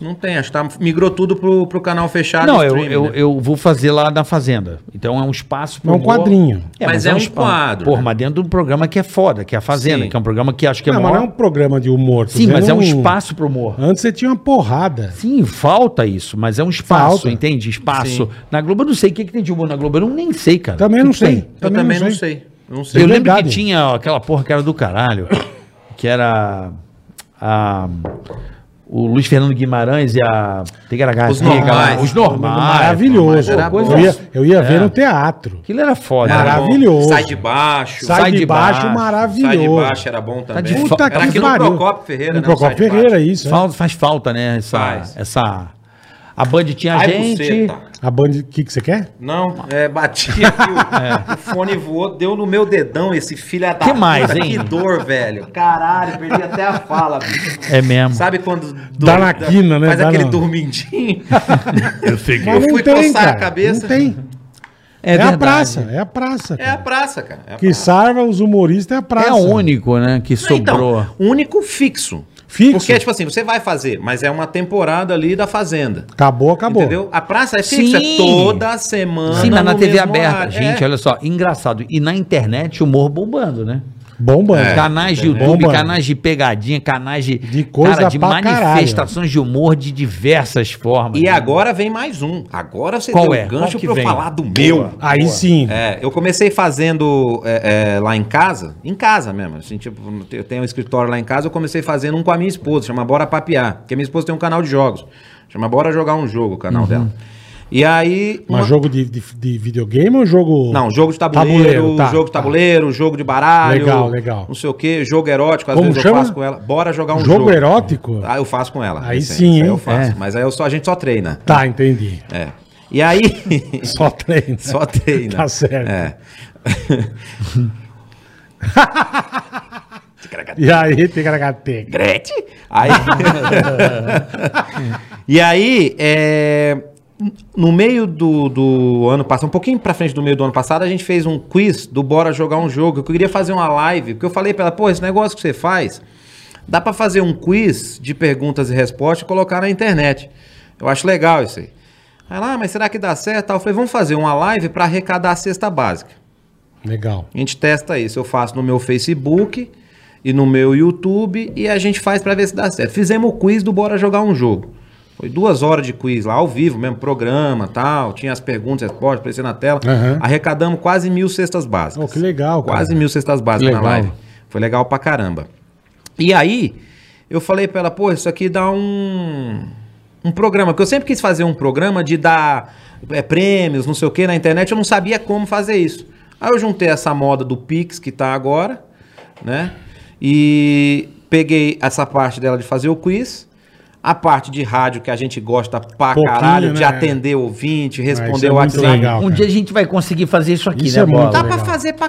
[SPEAKER 6] não tem. Acho que tá, migrou tudo pro, pro canal fechado.
[SPEAKER 5] Não,
[SPEAKER 6] e
[SPEAKER 5] eu,
[SPEAKER 6] streaming,
[SPEAKER 5] eu,
[SPEAKER 6] né?
[SPEAKER 5] eu vou fazer lá na Fazenda. Então é um espaço pro
[SPEAKER 4] É um
[SPEAKER 5] humor.
[SPEAKER 4] quadrinho.
[SPEAKER 6] Mas é um
[SPEAKER 5] espaço.
[SPEAKER 6] quadro,
[SPEAKER 5] Porra,
[SPEAKER 6] né?
[SPEAKER 5] mas dentro de um programa que é foda, que é a Fazenda,
[SPEAKER 6] Sim.
[SPEAKER 5] que é um programa que acho que é
[SPEAKER 4] não,
[SPEAKER 5] maior.
[SPEAKER 4] mas não é um programa de humor. tô
[SPEAKER 5] Sim, mas é um
[SPEAKER 4] dizendo
[SPEAKER 5] espaço pro humor.
[SPEAKER 4] Antes você tinha uma porrada.
[SPEAKER 5] Sim, falta isso, mas é um espaço,
[SPEAKER 4] Falta.
[SPEAKER 5] entende? Espaço. Na Globo eu não sei o que, que tem de humor na Globo, eu não, nem sei, cara.
[SPEAKER 4] Também
[SPEAKER 5] O que
[SPEAKER 4] não
[SPEAKER 5] que
[SPEAKER 4] sei.
[SPEAKER 5] tem?
[SPEAKER 6] Eu também não sei. Eu não sei. Tá
[SPEAKER 5] Eu lembro
[SPEAKER 4] verdade.
[SPEAKER 5] que tinha ó, aquela porra que era do caralho, que era a, o Luiz Fernando Guimarães e a Tegaragá.
[SPEAKER 6] Os normais.
[SPEAKER 5] Os normais.
[SPEAKER 4] Ah, Maravilhoso.
[SPEAKER 6] era
[SPEAKER 5] coisa-
[SPEAKER 4] eu ia, eu ia ver
[SPEAKER 5] É.
[SPEAKER 4] no teatro.
[SPEAKER 5] Aquilo era foda. né?
[SPEAKER 6] Era bom.
[SPEAKER 4] Maravilhoso.
[SPEAKER 6] Sai de baixo.
[SPEAKER 4] Sai,
[SPEAKER 5] Sai
[SPEAKER 4] de
[SPEAKER 5] de
[SPEAKER 4] baixo,
[SPEAKER 5] baixo.
[SPEAKER 4] maravilhoso.
[SPEAKER 6] Sai de baixo era bom também.
[SPEAKER 5] de
[SPEAKER 4] Puta
[SPEAKER 6] era
[SPEAKER 4] que
[SPEAKER 6] aqui
[SPEAKER 4] pariu.
[SPEAKER 6] no Procopio Ferreira,
[SPEAKER 4] No
[SPEAKER 6] né? o Sai
[SPEAKER 4] Procopio
[SPEAKER 6] de baixo.
[SPEAKER 4] Ferreira, isso. né?
[SPEAKER 5] Fal- faz falta, né? Essa,
[SPEAKER 6] Faz.
[SPEAKER 5] essa. A Band tinha
[SPEAKER 6] Ai,
[SPEAKER 5] gente.
[SPEAKER 6] buceta.
[SPEAKER 4] A Band, o que, que você quer?
[SPEAKER 6] Não, é, bati aqui, o, o fone voou, deu no meu dedão esse filho da
[SPEAKER 5] Que mais,
[SPEAKER 6] puta,
[SPEAKER 5] hein?
[SPEAKER 6] Que dor, velho. Caralho, perdi até a fala, bicho.
[SPEAKER 5] É mesmo.
[SPEAKER 6] Sabe quando...
[SPEAKER 4] Dá na quina, né?
[SPEAKER 6] Faz
[SPEAKER 4] Dá
[SPEAKER 6] aquele
[SPEAKER 4] na-
[SPEAKER 6] dormindinho.
[SPEAKER 2] Eu sei que
[SPEAKER 6] Mas-
[SPEAKER 2] eu...
[SPEAKER 6] fui coçar a cabeça.
[SPEAKER 4] Não tem. É, a
[SPEAKER 5] verdade.
[SPEAKER 4] praça, é a praça.
[SPEAKER 6] É a
[SPEAKER 4] cara.
[SPEAKER 6] praça, cara. É a
[SPEAKER 4] Que
[SPEAKER 6] praça.
[SPEAKER 4] sarva os humoristas é a praça.
[SPEAKER 5] É o único, né? Que
[SPEAKER 6] Não,
[SPEAKER 5] sobrou.
[SPEAKER 6] Então, único fixo.
[SPEAKER 4] Fixo.
[SPEAKER 6] Porque, tipo assim, você vai fazer, mas é uma temporada ali da Fazenda.
[SPEAKER 4] Acabou, acabou.
[SPEAKER 6] Entendeu? A praça é fixa
[SPEAKER 5] Sim.
[SPEAKER 6] toda semana.
[SPEAKER 5] Sim, mas na
[SPEAKER 6] no
[SPEAKER 5] TV
[SPEAKER 6] mesmo
[SPEAKER 5] aberta.
[SPEAKER 6] horário.
[SPEAKER 5] Gente,
[SPEAKER 6] É.
[SPEAKER 5] olha só. Engraçado. E na internet, humor bombando, né?
[SPEAKER 4] Bombando.
[SPEAKER 6] É.
[SPEAKER 5] canais de YouTube,
[SPEAKER 4] Bomba.
[SPEAKER 5] canais de pegadinha, canais de.
[SPEAKER 4] De coisa
[SPEAKER 5] Cara, de
[SPEAKER 4] pra caralho.
[SPEAKER 5] manifestações de humor de diversas formas. né?
[SPEAKER 6] E agora vem mais um. Agora você
[SPEAKER 5] Qual
[SPEAKER 6] deu
[SPEAKER 5] é?
[SPEAKER 6] um gancho
[SPEAKER 5] Qual que
[SPEAKER 6] pra eu
[SPEAKER 5] vem?
[SPEAKER 6] falar do meu.
[SPEAKER 4] Aí sim.
[SPEAKER 6] É, eu comecei fazendo é, é, lá em casa, em casa mesmo. Assim, tipo, eu tenho um escritório lá em casa, eu comecei fazendo um com a minha esposa, chama Bora Papear. Porque a minha esposa tem um canal de jogos. Chama Bora Jogar um Jogo, o canal dela. E aí.
[SPEAKER 4] Uhum. Mas
[SPEAKER 6] uma-
[SPEAKER 4] jogo de, de- de videogame ou jogo.
[SPEAKER 6] Não, jogo de tabuleiro,
[SPEAKER 4] tá,
[SPEAKER 6] jogo de
[SPEAKER 4] tá.
[SPEAKER 6] tabuleiro, jogo de baralho.
[SPEAKER 4] Legal, legal.
[SPEAKER 6] Não sei o quê, jogo erótico, às
[SPEAKER 4] Como
[SPEAKER 6] vezes
[SPEAKER 4] chama?
[SPEAKER 6] eu faço com ela. Bora jogar um
[SPEAKER 4] Jogo
[SPEAKER 6] jogo.
[SPEAKER 4] erótico?
[SPEAKER 6] Ah, eu faço com ela.
[SPEAKER 4] Aí
[SPEAKER 6] Isso
[SPEAKER 4] sim,
[SPEAKER 6] isso
[SPEAKER 4] hein?
[SPEAKER 6] eu faço.
[SPEAKER 5] É.
[SPEAKER 6] Mas aí eu só, a gente só treina.
[SPEAKER 4] Tá, entendi.
[SPEAKER 6] É. E aí.
[SPEAKER 4] Só treino.
[SPEAKER 6] só treina.
[SPEAKER 4] Tá certo.
[SPEAKER 6] É.
[SPEAKER 4] E aí, tem caracateca.
[SPEAKER 6] Gretchen. Aí... e aí, é, no meio do, do ano passado, um pouquinho pra frente do meio do ano passado, a gente fez um quiz do Bora Jogar um Jogo. Eu queria fazer uma live, porque eu falei pra ela, pô, esse negócio que você faz, dá pra fazer um quiz de perguntas e respostas e colocar na internet. Eu acho legal isso aí. Ela, ah, mas será que dá certo? Eu falei, vamos fazer uma live pra arrecadar a cesta básica.
[SPEAKER 4] Legal.
[SPEAKER 6] A gente testa isso. Eu faço no meu Facebook e no meu YouTube e a gente faz pra ver se dá certo. Fizemos o quiz do Bora Jogar um Jogo. Foi duas horas de quiz lá, ao vivo mesmo, programa tal. Tinha as perguntas, respostas, aparecendo na tela.
[SPEAKER 4] Aham.
[SPEAKER 6] Arrecadamos quase mil cestas básicas.
[SPEAKER 4] Oh, que legal, cara.
[SPEAKER 6] Quase mil cestas básicas
[SPEAKER 5] Legal.
[SPEAKER 6] na live. Foi legal pra caramba. E aí, eu falei pra ela, pô, isso aqui dá um, um programa. Porque eu sempre quis fazer um programa de dar é, prêmios, não sei o que, na internet. Eu não sabia como fazer isso. Aí eu juntei essa moda do Pix que tá agora, né? E peguei essa parte dela de fazer o quiz. A parte de rádio que a gente gosta pra
[SPEAKER 4] Pouquinho,
[SPEAKER 6] caralho, de
[SPEAKER 4] né?
[SPEAKER 6] atender ouvinte,
[SPEAKER 4] isso
[SPEAKER 6] responder
[SPEAKER 4] é
[SPEAKER 6] o
[SPEAKER 4] muito
[SPEAKER 6] WhatsApp.
[SPEAKER 4] legal,
[SPEAKER 5] um
[SPEAKER 4] cara.
[SPEAKER 5] dia a gente vai conseguir fazer isso aqui,
[SPEAKER 4] Isso
[SPEAKER 5] né,
[SPEAKER 4] é muito
[SPEAKER 5] Bola?
[SPEAKER 6] Dá
[SPEAKER 4] legal.
[SPEAKER 6] pra fazer pra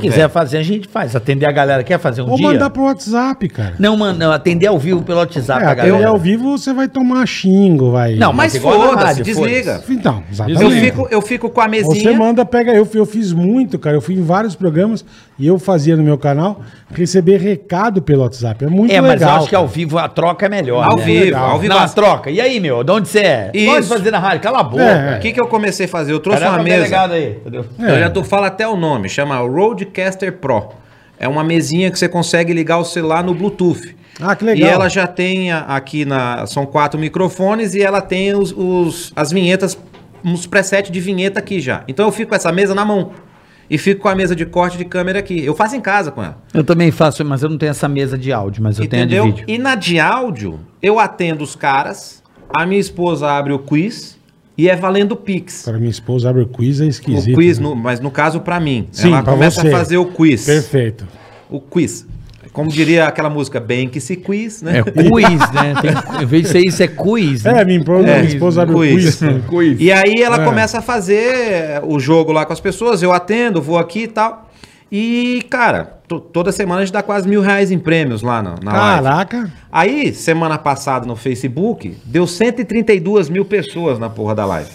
[SPEAKER 5] Se quiser fazer, a gente faz. Atender a galera. Quer fazer um
[SPEAKER 4] Ou
[SPEAKER 5] dia?
[SPEAKER 4] mandar pro WhatsApp, cara.
[SPEAKER 5] Não, mano, não, atender ao vivo pelo WhatsApp
[SPEAKER 4] é,
[SPEAKER 5] a
[SPEAKER 4] até
[SPEAKER 5] galera.
[SPEAKER 4] ao vivo você vai tomar xingo, vai.
[SPEAKER 5] Não,
[SPEAKER 6] Mas
[SPEAKER 5] Mas igual na
[SPEAKER 6] foda-se,
[SPEAKER 5] rádio,
[SPEAKER 6] desliga.
[SPEAKER 4] Então, exatamente.
[SPEAKER 6] Eu fico, eu fico com a mesinha.
[SPEAKER 4] Você manda, pega. Eu, eu fiz muito, cara. Eu fui em vários programas e eu fazia no meu canal receber recado pelo WhatsApp. É muito
[SPEAKER 5] É,
[SPEAKER 4] legal.
[SPEAKER 5] mas eu acho que ao
[SPEAKER 4] cara.
[SPEAKER 5] vivo a troca é melhor.
[SPEAKER 6] Ao
[SPEAKER 5] né?
[SPEAKER 6] vivo,
[SPEAKER 5] Legal.
[SPEAKER 6] ao vivo.
[SPEAKER 5] Não, a troca. E aí, meu? De onde você é? Pode
[SPEAKER 6] Isso.
[SPEAKER 5] fazer na rádio. Cala a boca.
[SPEAKER 4] É.
[SPEAKER 6] O que, que eu comecei a fazer? Eu trouxe
[SPEAKER 5] Caramba,
[SPEAKER 6] uma mesa.
[SPEAKER 5] delegado aí. entendeu?
[SPEAKER 6] Eu já tô fala até o nome, chama Roadcaster Pro. É uma mesinha que você consegue ligar o celular no Bluetooth.
[SPEAKER 4] Ah, que legal.
[SPEAKER 6] E ela já tem a- aqui na. São quatro microfones e ela tem os, os- as vinhetas, uns presets de vinheta aqui já. Então eu fico com essa mesa na mão. E fico com a mesa de corte de câmera aqui. Eu faço em casa com ela.
[SPEAKER 5] Eu também faço, mas eu não tenho essa mesa de áudio, mas eu tenho
[SPEAKER 6] Entendeu?
[SPEAKER 5] a de vídeo.
[SPEAKER 6] E na de áudio, eu atendo os caras, a minha esposa abre o quiz e é valendo Pix.
[SPEAKER 4] Para minha esposa, abre o quiz é esquisito.
[SPEAKER 6] o quiz,
[SPEAKER 4] né?
[SPEAKER 6] no- mas no caso pra mim.
[SPEAKER 4] Sim,
[SPEAKER 6] ela
[SPEAKER 4] pra
[SPEAKER 6] começa
[SPEAKER 4] você.
[SPEAKER 6] a fazer o quiz.
[SPEAKER 4] Perfeito.
[SPEAKER 6] O quiz. Como diria aquela música, bem que se quiz, né?
[SPEAKER 5] É quiz, né? Tem, em vez de ser isso, é quiz. né?
[SPEAKER 4] É, minha, esposa- minha esposa abre
[SPEAKER 6] quiz.
[SPEAKER 4] o quiz.
[SPEAKER 6] E aí ela
[SPEAKER 4] É.
[SPEAKER 6] começa a fazer o jogo lá com as pessoas, eu atendo, vou aqui e tal. E, cara, to- toda semana a gente dá quase mil reais em prêmios lá na, na live.
[SPEAKER 4] Caraca.
[SPEAKER 6] Aí, semana passada no Facebook, deu 132 mil pessoas na porra da live.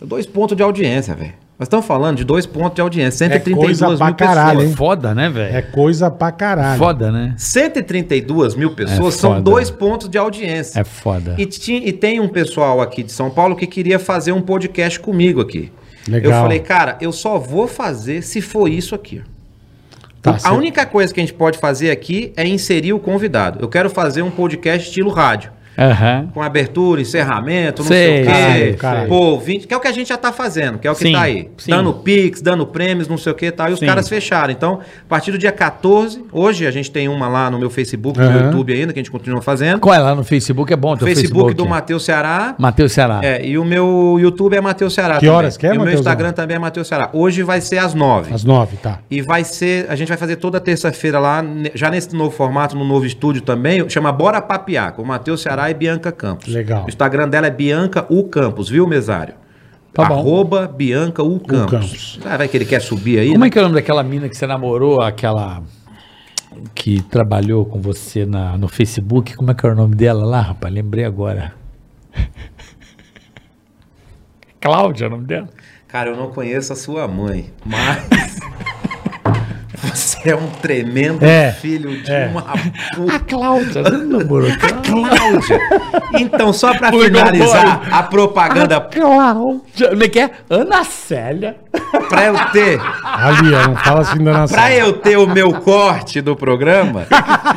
[SPEAKER 6] Dois pontos de audiência, velho. Nós estamos falando de dois pontos de audiência. 132
[SPEAKER 4] É coisa pra
[SPEAKER 6] mil
[SPEAKER 4] caralho,
[SPEAKER 6] pessoas.
[SPEAKER 4] hein?
[SPEAKER 5] Foda, né, velho?
[SPEAKER 4] É coisa pra caralho.
[SPEAKER 5] Foda, né?
[SPEAKER 6] 132 mil pessoas
[SPEAKER 5] É
[SPEAKER 6] são
[SPEAKER 5] foda.
[SPEAKER 6] dois pontos de audiência.
[SPEAKER 5] É foda.
[SPEAKER 6] E, ti- e tem um pessoal aqui de São Paulo que queria fazer um podcast comigo aqui.
[SPEAKER 4] Legal.
[SPEAKER 6] Eu falei, cara, eu só vou fazer se for isso aqui.
[SPEAKER 4] Tá
[SPEAKER 6] a
[SPEAKER 4] certo.
[SPEAKER 6] única coisa que a gente pode fazer aqui é inserir o convidado. Eu quero fazer um podcast estilo rádio.
[SPEAKER 7] Aham.
[SPEAKER 6] com abertura, encerramento, não
[SPEAKER 7] Sei,
[SPEAKER 6] sei,
[SPEAKER 4] sei,
[SPEAKER 6] o quê.
[SPEAKER 4] sei.
[SPEAKER 6] Pô, 20, que é o que a gente já tá fazendo, que é o que
[SPEAKER 7] Sim,
[SPEAKER 6] tá aí.
[SPEAKER 7] sim.
[SPEAKER 6] Dando Pix, dando prêmios, não sei o quê tá? e tal. E os
[SPEAKER 7] Sim.
[SPEAKER 6] caras fecharam. Então, a partir do dia 14, hoje a gente tem uma lá no meu Facebook, no
[SPEAKER 4] Aham.
[SPEAKER 6] YouTube ainda, que a gente continua fazendo.
[SPEAKER 5] Qual é lá no Facebook? É bom teu
[SPEAKER 6] Facebook,
[SPEAKER 5] Facebook.
[SPEAKER 6] do Matheus Ceará.
[SPEAKER 5] Matheus Ceará.
[SPEAKER 6] É, e o meu YouTube é Matheus Ceará.
[SPEAKER 4] Que
[SPEAKER 6] também.
[SPEAKER 4] horas que é,
[SPEAKER 6] E o meu
[SPEAKER 4] Matheus?
[SPEAKER 6] Instagram também é Matheus Ceará. Hoje vai ser às 9.
[SPEAKER 4] Às nove, tá.
[SPEAKER 6] E vai ser, a gente vai fazer toda terça-feira lá, ne- já nesse novo formato, no novo estúdio também, chama Bora Papiar, com Matheus Ceará e Bianca Campos.
[SPEAKER 4] Legal.
[SPEAKER 6] O Instagram dela é Bianca U Campos, viu, mesário?
[SPEAKER 5] Tá bom.
[SPEAKER 6] Arroba Bianca U Campos.
[SPEAKER 4] Campos.
[SPEAKER 6] Ah, vai que ele quer subir aí,
[SPEAKER 5] Como
[SPEAKER 6] né?
[SPEAKER 5] é que é o nome daquela mina que você namorou, aquela que trabalhou com você na, no Facebook? Como é que era o nome dela lá, rapaz? Lembrei agora.
[SPEAKER 7] Cláudia é o nome dela?
[SPEAKER 6] Cara, eu não conheço a sua mãe, mas... Você é um tremendo
[SPEAKER 4] É,
[SPEAKER 6] filho de
[SPEAKER 4] é.
[SPEAKER 6] uma
[SPEAKER 2] Ah,
[SPEAKER 6] puta.
[SPEAKER 7] Cláudia.
[SPEAKER 5] Namorou.
[SPEAKER 6] Cláudia. Então, só pra
[SPEAKER 7] Igor
[SPEAKER 6] finalizar a propaganda
[SPEAKER 7] Cláudia.
[SPEAKER 5] Como é que é? Ana Célia.
[SPEAKER 6] pra eu ter
[SPEAKER 4] Ali, ó, não fala assim da nação.
[SPEAKER 6] Pra eu ter o meu corte do programa,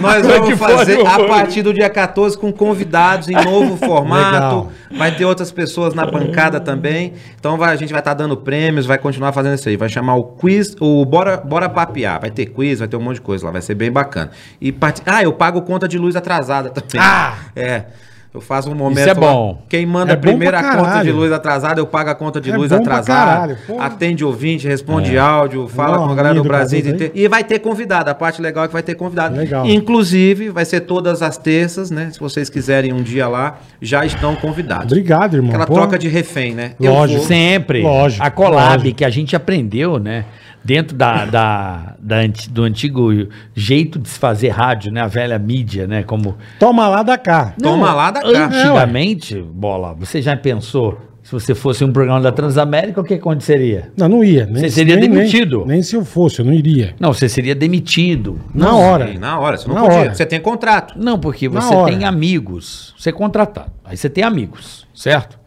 [SPEAKER 6] nós
[SPEAKER 7] que
[SPEAKER 6] vamos
[SPEAKER 7] foi,
[SPEAKER 6] fazer
[SPEAKER 7] meu
[SPEAKER 6] a
[SPEAKER 7] mano?
[SPEAKER 6] partir do dia 14 com convidados em novo formato.
[SPEAKER 4] Legal.
[SPEAKER 6] Vai ter outras pessoas na bancada também. Então vai- a gente vai estar dando prêmios, vai continuar fazendo isso aí. Vai chamar o quiz, o Bora, Bora Papear. Vai ter quiz, vai ter um monte de coisa lá, vai ser bem bacana. E part... Ah, eu pago conta de luz atrasada também. Ah! É. Eu faço um momento.
[SPEAKER 5] é
[SPEAKER 6] lá.
[SPEAKER 5] bom.
[SPEAKER 6] Quem manda
[SPEAKER 4] É bom pra
[SPEAKER 6] primeiro a conta de
[SPEAKER 4] caralho.
[SPEAKER 6] luz atrasada, eu pago a conta de
[SPEAKER 4] É
[SPEAKER 6] luz
[SPEAKER 4] bom pra
[SPEAKER 6] atrasada.
[SPEAKER 4] caralho, porra.
[SPEAKER 6] Atende ouvinte,
[SPEAKER 5] É.
[SPEAKER 6] responde áudio, fala
[SPEAKER 4] Não,
[SPEAKER 6] com a galera do
[SPEAKER 4] lindo,
[SPEAKER 6] Brasil
[SPEAKER 4] Brasil,
[SPEAKER 6] inteiro. E vai ter convidado. A parte legal é que vai ter convidado.
[SPEAKER 4] Legal.
[SPEAKER 6] Inclusive, vai ser todas as terças, né? Se vocês quiserem um dia lá, já estão convidados.
[SPEAKER 4] Obrigado, irmão.
[SPEAKER 6] Aquela
[SPEAKER 4] Pô,
[SPEAKER 6] troca de refém, né?
[SPEAKER 4] Lógico.
[SPEAKER 6] vou-
[SPEAKER 5] Sempre.
[SPEAKER 4] Lógico,
[SPEAKER 5] A collab
[SPEAKER 4] lógico.
[SPEAKER 5] que a gente aprendeu, né? Dentro da, da, da anti- do antigo jeito de se fazer rádio, né? A velha mídia, né? Como
[SPEAKER 4] Toma lá da cá.
[SPEAKER 6] Toma lá
[SPEAKER 4] é,
[SPEAKER 6] da cá.
[SPEAKER 5] Antigamente, bola, você já pensou se você fosse um programa da Transamérica, o que aconteceria?
[SPEAKER 4] Não, não ia. Nem,
[SPEAKER 5] Você seria
[SPEAKER 4] nem- nem-
[SPEAKER 5] demitido.
[SPEAKER 4] Nem, se eu fosse, eu não iria.
[SPEAKER 5] Não, você seria demitido.
[SPEAKER 4] Na
[SPEAKER 6] Não,
[SPEAKER 4] hora.
[SPEAKER 6] sim, Na hora. Você não
[SPEAKER 4] Na
[SPEAKER 6] podia.
[SPEAKER 4] hora.
[SPEAKER 6] Você tem contrato.
[SPEAKER 5] Não, porque
[SPEAKER 4] Na
[SPEAKER 5] você
[SPEAKER 4] hora.
[SPEAKER 5] tem amigos. Você é contratado. Aí você tem amigos, certo?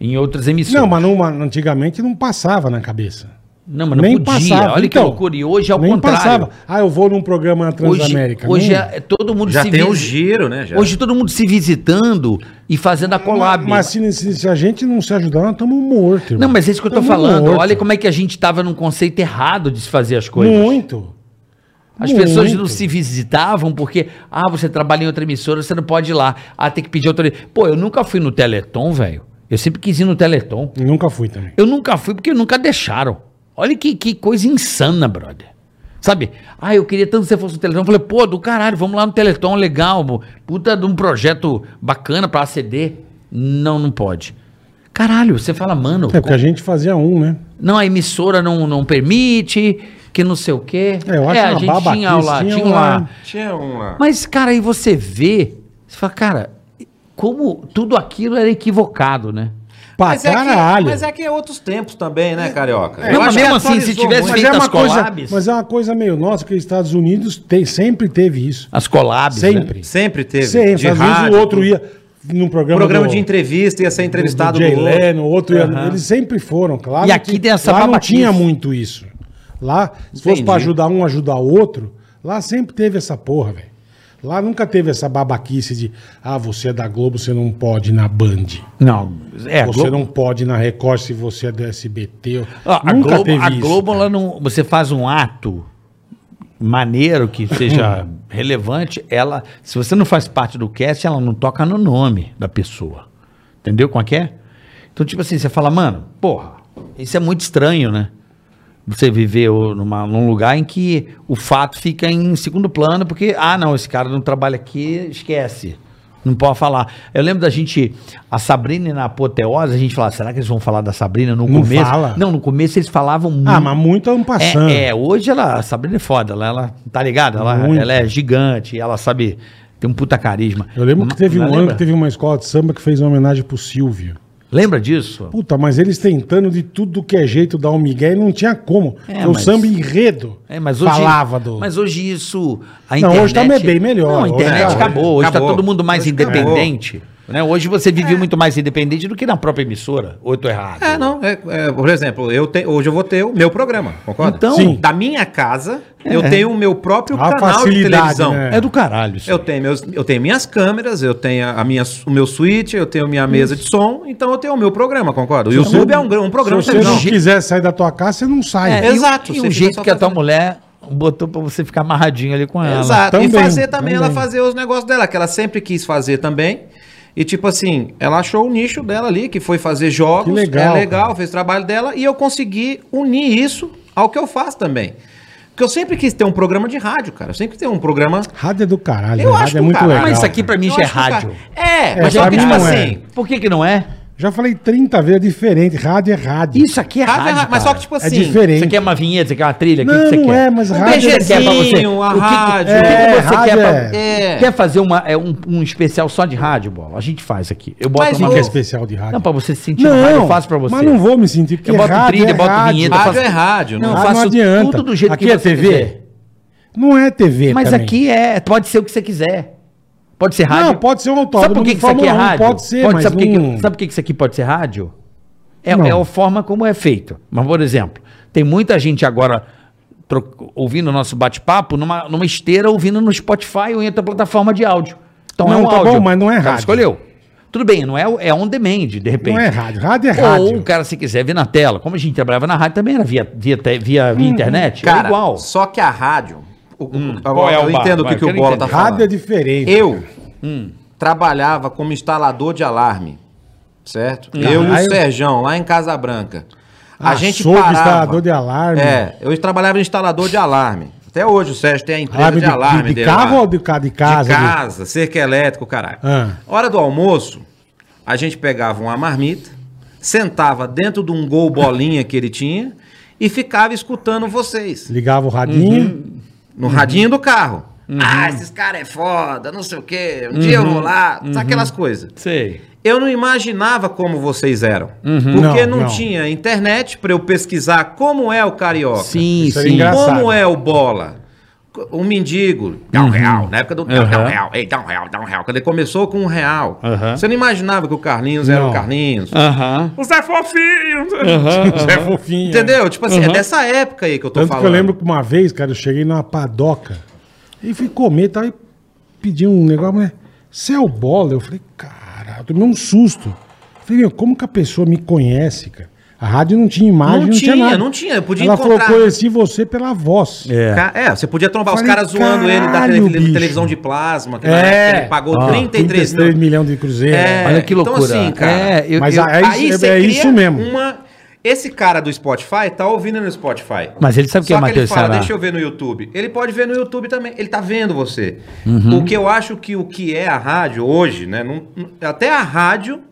[SPEAKER 5] Em outras emissoras.
[SPEAKER 4] Não, mas não- mas antigamente não passava na cabeça.
[SPEAKER 5] Não, mas não
[SPEAKER 4] nem
[SPEAKER 5] podia.
[SPEAKER 4] passava.
[SPEAKER 5] Olha que
[SPEAKER 4] Então,
[SPEAKER 5] loucura. E hoje é o
[SPEAKER 4] nem
[SPEAKER 5] contrário.
[SPEAKER 4] passava. Ah, eu vou num programa
[SPEAKER 5] Hoje,
[SPEAKER 4] Transamérica.
[SPEAKER 5] hoje
[SPEAKER 4] Nem-
[SPEAKER 5] é, é todo mundo
[SPEAKER 6] Já tem o
[SPEAKER 5] visi-
[SPEAKER 6] giro, né? já.
[SPEAKER 5] Hoje todo mundo se visitando e fazendo a collab.
[SPEAKER 4] Mas se, se- se a gente não se ajudar, nós estamos mortos. irmão.
[SPEAKER 5] Não, mas é isso que eu tô
[SPEAKER 4] Tamo
[SPEAKER 5] falando.
[SPEAKER 4] morto.
[SPEAKER 5] Olha como é que a gente tava num conceito errado de se fazer as coisas.
[SPEAKER 4] Muito.
[SPEAKER 5] As pessoas
[SPEAKER 4] Muito.
[SPEAKER 5] não se visitavam porque, ah, você trabalha em outra emissora, você não pode ir lá. Ah, tem que pedir autorização. Pô, eu nunca fui no Teleton, velho. Eu sempre quis ir no Teleton.
[SPEAKER 4] Nunca fui também.
[SPEAKER 5] Eu nunca fui porque nunca deixaram. Olha que, que coisa insana, brother. Sabe? Ah, eu queria tanto que você fosse no Teleton. Eu falei, pô, do caralho, vamos lá no Teleton, legal, mo. puta de um projeto bacana pra ACD. Não, não pode. Caralho, você fala, mano,
[SPEAKER 4] É porque a gente fazia um, né?
[SPEAKER 5] não, a emissora não, não permite, que não sei o quê.
[SPEAKER 4] É, eu acho
[SPEAKER 5] a
[SPEAKER 4] uma
[SPEAKER 5] gente
[SPEAKER 4] babaquice,
[SPEAKER 5] tinha lá,
[SPEAKER 4] tinha
[SPEAKER 5] tinha
[SPEAKER 4] um lá.
[SPEAKER 5] lá.
[SPEAKER 6] Tinha um lá.
[SPEAKER 5] Mas, cara, aí você vê, você fala, cara, como tudo aquilo era equivocado, né?
[SPEAKER 4] Pra
[SPEAKER 6] Mas é, que,
[SPEAKER 4] caralho.
[SPEAKER 6] mas é que é outros tempos também, né, Carioca?
[SPEAKER 5] Não, mas
[SPEAKER 6] acho que
[SPEAKER 5] mesmo assim,
[SPEAKER 6] atualizou
[SPEAKER 5] se tivesse
[SPEAKER 6] muito.
[SPEAKER 4] Mas
[SPEAKER 5] feito
[SPEAKER 4] é uma
[SPEAKER 5] as
[SPEAKER 4] coisa,
[SPEAKER 5] collabs.
[SPEAKER 4] mas é uma coisa meio nossa, porque os Estados Unidos tem, sempre teve isso.
[SPEAKER 5] As collabs, né?
[SPEAKER 4] Sempre.
[SPEAKER 6] Sempre teve.
[SPEAKER 4] Sempre.
[SPEAKER 6] De
[SPEAKER 4] Às vezes
[SPEAKER 6] rádio,
[SPEAKER 4] o outro ia num programa.
[SPEAKER 6] Programa
[SPEAKER 4] do-
[SPEAKER 6] de entrevista, ia ser entrevistado
[SPEAKER 4] do Jay
[SPEAKER 6] do outro.
[SPEAKER 4] Leno, outro ia- eles sempre foram, claro.
[SPEAKER 5] E aqui
[SPEAKER 4] que
[SPEAKER 5] tem essa
[SPEAKER 4] lá não
[SPEAKER 5] babaquice.
[SPEAKER 4] tinha muito isso. Lá, se fosse
[SPEAKER 6] Entendi.
[SPEAKER 4] pra ajudar um, ajudar o outro, lá sempre teve essa porra, velho. Lá nunca teve essa babaquice de, ah, você é da Globo, você não pode ir na Band.
[SPEAKER 5] Não, é, a
[SPEAKER 4] você
[SPEAKER 5] Globo,
[SPEAKER 4] não pode ir na Record se você é do SBT.
[SPEAKER 5] Ó, Ah, a Globo, a Globo ela não, você faz um ato maneiro que seja
[SPEAKER 4] Hum.
[SPEAKER 5] relevante, ela, se você não faz parte do cast, ela não toca no nome da pessoa. Entendeu como é que é? Então, tipo assim, você fala, mano, porra, isso é muito estranho, né? Você viver o- numa, num lugar em que o fato fica em segundo plano, porque, ah, não, esse cara não trabalha aqui, esquece. Não pode falar. Eu lembro da gente, a Sabrina na apoteose, a gente falava, será que eles vão falar da Sabrina no
[SPEAKER 4] Não
[SPEAKER 5] começo?
[SPEAKER 4] fala.
[SPEAKER 5] Não, no começo eles falavam muito.
[SPEAKER 4] Ah, mas muito é um passando.
[SPEAKER 5] É, é, hoje ela, a Sabrina é foda, ela, ela tá ligada? Ela,
[SPEAKER 4] Muito.
[SPEAKER 5] ela é gigante, ela sabe, tem um puta carisma.
[SPEAKER 4] Eu lembro que teve um
[SPEAKER 5] Não
[SPEAKER 4] ano
[SPEAKER 5] lembra?
[SPEAKER 4] que teve uma escola de samba que fez uma homenagem pro Silvio.
[SPEAKER 5] Lembra disso?
[SPEAKER 4] Puta, mas eles tentando de tudo que é jeito dar um migué e não tinha como.
[SPEAKER 5] É,
[SPEAKER 4] Porque O
[SPEAKER 5] mas-
[SPEAKER 4] samba enredo
[SPEAKER 5] É, mas hoje,
[SPEAKER 4] falava do...
[SPEAKER 5] Mas hoje isso. A
[SPEAKER 4] Não, hoje tá bem melhor.
[SPEAKER 5] Não, a
[SPEAKER 4] Hoje
[SPEAKER 5] internet
[SPEAKER 4] tá-
[SPEAKER 5] acabou. Hoje
[SPEAKER 6] acabou.
[SPEAKER 5] tá todo mundo mais
[SPEAKER 6] Hoje acabou.
[SPEAKER 5] independente. Né? Hoje você vive muito mais independente do que na própria emissora. Ou eu tô errado?
[SPEAKER 6] É, não. é- é, por exemplo, eu te, hoje eu vou ter o meu programa, concorda?
[SPEAKER 5] Então-
[SPEAKER 6] Sim. da minha casa, eu tenho o meu próprio
[SPEAKER 4] A
[SPEAKER 6] canal de
[SPEAKER 4] facilidade,
[SPEAKER 6] televisão.
[SPEAKER 4] né?
[SPEAKER 5] É do caralho isso.
[SPEAKER 6] Eu tenho, meus, eu tenho minhas câmeras, eu tenho a minha, o meu switch, eu tenho minha mesa de som, então eu tenho o meu programa, concorda? O YouTube é um, gran- um programa de
[SPEAKER 4] Se você não
[SPEAKER 6] televisão.
[SPEAKER 4] quiser sair da tua casa, você não sai.
[SPEAKER 6] É, exato,
[SPEAKER 5] E
[SPEAKER 6] você
[SPEAKER 5] um
[SPEAKER 6] fica só
[SPEAKER 5] jeito que a tua
[SPEAKER 6] fazendo.
[SPEAKER 5] mulher botou pra você ficar amarradinho ali com ela.
[SPEAKER 6] Exato. e
[SPEAKER 4] Também,
[SPEAKER 6] fazer também, ela
[SPEAKER 4] também.
[SPEAKER 6] fazer os negócios dela, que ela sempre quis fazer também. E tipo assim, ela achou o nicho dela ali, que foi fazer jogos,
[SPEAKER 4] Que legal,
[SPEAKER 6] é legal,
[SPEAKER 4] cara.
[SPEAKER 6] fez trabalho dela, e eu consegui unir isso ao que eu faço também. Porque eu sempre quis ter um programa de rádio, cara. Eu sempre quis ter um programa.
[SPEAKER 4] Rádio é do caralho.
[SPEAKER 6] Eu
[SPEAKER 4] rádio
[SPEAKER 6] acho
[SPEAKER 4] é
[SPEAKER 6] do
[SPEAKER 4] muito
[SPEAKER 6] caralho.
[SPEAKER 4] legal.
[SPEAKER 5] Mas isso aqui pra mim
[SPEAKER 6] Eu
[SPEAKER 5] já é
[SPEAKER 6] acho que,
[SPEAKER 5] rádio.
[SPEAKER 6] cara, É, mas
[SPEAKER 4] pra
[SPEAKER 6] só que
[SPEAKER 4] mim
[SPEAKER 6] tipo
[SPEAKER 4] não é.
[SPEAKER 6] assim.
[SPEAKER 5] Por que que não é?
[SPEAKER 4] Já falei 30 vezes, é diferente. Rádio é rádio.
[SPEAKER 5] Isso aqui é
[SPEAKER 6] rádio é
[SPEAKER 5] rádio,
[SPEAKER 6] rádio, mas só
[SPEAKER 5] cara.
[SPEAKER 6] que tipo
[SPEAKER 4] é
[SPEAKER 6] assim.
[SPEAKER 4] diferente.
[SPEAKER 5] Você quer uma vinheta, você quer uma trilha? O que
[SPEAKER 4] Não,
[SPEAKER 5] que você
[SPEAKER 4] não
[SPEAKER 5] quer?
[SPEAKER 4] é, mas
[SPEAKER 6] Um
[SPEAKER 4] rádio
[SPEAKER 5] que você quer pra você?
[SPEAKER 6] beijezinho, a
[SPEAKER 5] O que que-
[SPEAKER 6] rádio.
[SPEAKER 5] O que, que
[SPEAKER 4] É,
[SPEAKER 5] você quer
[SPEAKER 4] rádio
[SPEAKER 5] pra...
[SPEAKER 6] é.
[SPEAKER 5] Quer fazer uma, é, um, um especial só de rádio, Bola? A gente faz aqui. Eu boto
[SPEAKER 6] Mas
[SPEAKER 5] uma...
[SPEAKER 6] o-
[SPEAKER 4] que é especial de rádio.
[SPEAKER 5] Não, pra você se sentir
[SPEAKER 4] Não,
[SPEAKER 5] no rádio, eu faço pra você.
[SPEAKER 4] Mas não vou me sentir, porque
[SPEAKER 5] Eu boto
[SPEAKER 4] rádio
[SPEAKER 5] trilha,
[SPEAKER 4] é
[SPEAKER 5] boto
[SPEAKER 4] rádio.
[SPEAKER 5] vinheta.
[SPEAKER 6] Rádio é rádio,
[SPEAKER 5] Não,
[SPEAKER 6] né?
[SPEAKER 5] eu
[SPEAKER 4] Ah, não
[SPEAKER 5] faço
[SPEAKER 4] adianta.
[SPEAKER 5] tudo do jeito
[SPEAKER 4] Aqui
[SPEAKER 5] que
[SPEAKER 4] é
[SPEAKER 5] você
[SPEAKER 4] TV?
[SPEAKER 5] quiser.
[SPEAKER 4] Não é TV
[SPEAKER 5] Mas
[SPEAKER 4] também.
[SPEAKER 5] aqui é, pode ser o que você quiser. Pode ser rádio.
[SPEAKER 4] Não, pode ser um autódromo
[SPEAKER 5] Sabe por que,
[SPEAKER 4] de
[SPEAKER 5] que isso aqui é
[SPEAKER 4] Fórmula 1,
[SPEAKER 5] rádio?
[SPEAKER 4] pode ser, mas
[SPEAKER 5] sabe, por que que-
[SPEAKER 4] não-
[SPEAKER 5] sabe por que que isso aqui pode ser rádio? É,
[SPEAKER 4] Não.
[SPEAKER 5] é a forma como é feito. Mas, por exemplo, tem muita gente agora tro- ouvindo o nosso bate-papo numa, numa esteira, ouvindo no Spotify ou em outra plataforma de áudio. Então
[SPEAKER 4] Não,
[SPEAKER 5] é um
[SPEAKER 4] tá
[SPEAKER 5] áudio.
[SPEAKER 4] bom, mas não é
[SPEAKER 5] O cara
[SPEAKER 4] rádio.
[SPEAKER 5] escolheu. Tudo bem, não é, é on demand, de repente.
[SPEAKER 4] Não é rádio. Rádio é rádio.
[SPEAKER 5] Ou o cara, se quiser, ver na tela. Como a gente trabalhava na rádio, também era via, via, te- via,
[SPEAKER 4] Uhum.
[SPEAKER 5] via internet.
[SPEAKER 6] Cara,
[SPEAKER 5] era igual.
[SPEAKER 6] só que a rádio. o- o-
[SPEAKER 5] qual
[SPEAKER 6] agora,
[SPEAKER 5] é
[SPEAKER 6] eu
[SPEAKER 5] o bar?
[SPEAKER 6] entendo o
[SPEAKER 5] Vai,
[SPEAKER 6] que,
[SPEAKER 5] eu
[SPEAKER 6] que o
[SPEAKER 5] quero
[SPEAKER 6] Bola
[SPEAKER 5] entender.
[SPEAKER 6] tá falando.
[SPEAKER 4] Rádio é diferente.
[SPEAKER 6] Eu
[SPEAKER 4] Hum.
[SPEAKER 6] trabalhava como instalador de alarme, certo? Eu e
[SPEAKER 4] Caralho.
[SPEAKER 6] o Serjão, lá em Casa Branca. A
[SPEAKER 4] Ah,
[SPEAKER 6] gente
[SPEAKER 4] sou de
[SPEAKER 6] parava...
[SPEAKER 4] instalador de alarme.
[SPEAKER 6] É, eu trabalhava em instalador de alarme. Até hoje o Sérgio tem a empresa
[SPEAKER 4] Alarme
[SPEAKER 6] de,
[SPEAKER 4] de-
[SPEAKER 6] alarme
[SPEAKER 4] de- de
[SPEAKER 6] dele
[SPEAKER 4] carro
[SPEAKER 6] lá.
[SPEAKER 4] ou de ca- de casa,
[SPEAKER 6] De
[SPEAKER 4] de-
[SPEAKER 6] casa, cerca elétrico, caralho.
[SPEAKER 4] Ah.
[SPEAKER 6] Hora do almoço, a gente pegava uma marmita, sentava dentro de um gol bolinha que ele tinha e ficava escutando vocês.
[SPEAKER 4] Ligava o radinho.
[SPEAKER 5] Uhum.
[SPEAKER 6] No radinho do carro. Ah, esses caras é foda, não sei o quê. Um dia eu vou lá. Sabe aquelas coisas.
[SPEAKER 5] Sei.
[SPEAKER 6] Eu não imaginava como vocês eram.
[SPEAKER 4] Não,
[SPEAKER 6] Porque não,
[SPEAKER 4] não.
[SPEAKER 6] tinha internet pra eu pesquisar como é o carioca.
[SPEAKER 5] Sim,
[SPEAKER 4] Isso era
[SPEAKER 5] sim.
[SPEAKER 4] engraçado.
[SPEAKER 6] Como é o bola. Um mendigo. Dá um real. Na época do. Dá, dá um
[SPEAKER 5] Uhum.
[SPEAKER 6] real. Ei, dá um real, dá um real. Quando ele começou com um real.
[SPEAKER 5] Uhum.
[SPEAKER 6] Você não imaginava que o Carlinhos era
[SPEAKER 4] Não.
[SPEAKER 6] o Carlinhos.
[SPEAKER 5] Aham.
[SPEAKER 3] Os é fofinho.
[SPEAKER 4] Zé é
[SPEAKER 5] Uhum.
[SPEAKER 4] Fofinho. né?
[SPEAKER 6] Entendeu? Tipo assim, é dessa época aí que eu tô
[SPEAKER 4] Tanto
[SPEAKER 6] falando.
[SPEAKER 4] que eu lembro que uma vez, cara, eu cheguei numa padoca e fui comer, tá? E pedi um negócio, né? Céu bola. Eu falei, cara, eu tomei um susto. Eu falei, meu, como que a pessoa me conhece, cara? A rádio não tinha imagem, não,
[SPEAKER 6] Não
[SPEAKER 4] tinha,
[SPEAKER 6] tinha,
[SPEAKER 4] nada.
[SPEAKER 6] não tinha, eu podia
[SPEAKER 4] Ela
[SPEAKER 6] encontrar.
[SPEAKER 4] falou, conheci você pela voz.
[SPEAKER 5] É.
[SPEAKER 6] Ca- É, você podia trombar os
[SPEAKER 4] Falei,
[SPEAKER 6] caras zoando ele da
[SPEAKER 4] "Caralho,
[SPEAKER 6] tele- tele-
[SPEAKER 4] bicho."
[SPEAKER 6] televisão de plasma, que na
[SPEAKER 4] É.
[SPEAKER 6] época ele pagou
[SPEAKER 4] Ah,
[SPEAKER 6] 33 mil.
[SPEAKER 4] milhões de né? cruzeiros.
[SPEAKER 6] É,
[SPEAKER 5] Olha que
[SPEAKER 6] então
[SPEAKER 5] loucura.
[SPEAKER 6] assim, cara,
[SPEAKER 5] É, eu-
[SPEAKER 4] Mas
[SPEAKER 5] eu-
[SPEAKER 4] a- é isso-
[SPEAKER 6] você
[SPEAKER 4] é isso
[SPEAKER 6] cria
[SPEAKER 4] mesmo.
[SPEAKER 6] Uma... Esse cara do Spotify tá ouvindo no Spotify.
[SPEAKER 5] Mas ele sabe o que é
[SPEAKER 6] Só que ele
[SPEAKER 5] Matheus
[SPEAKER 6] fala,
[SPEAKER 5] Ceará.
[SPEAKER 6] deixa eu ver no YouTube. Ele pode ver no YouTube também. Ele tá vendo você.
[SPEAKER 4] Uhum.
[SPEAKER 6] O que eu acho que o que é a rádio hoje, né? não- não- até a rádio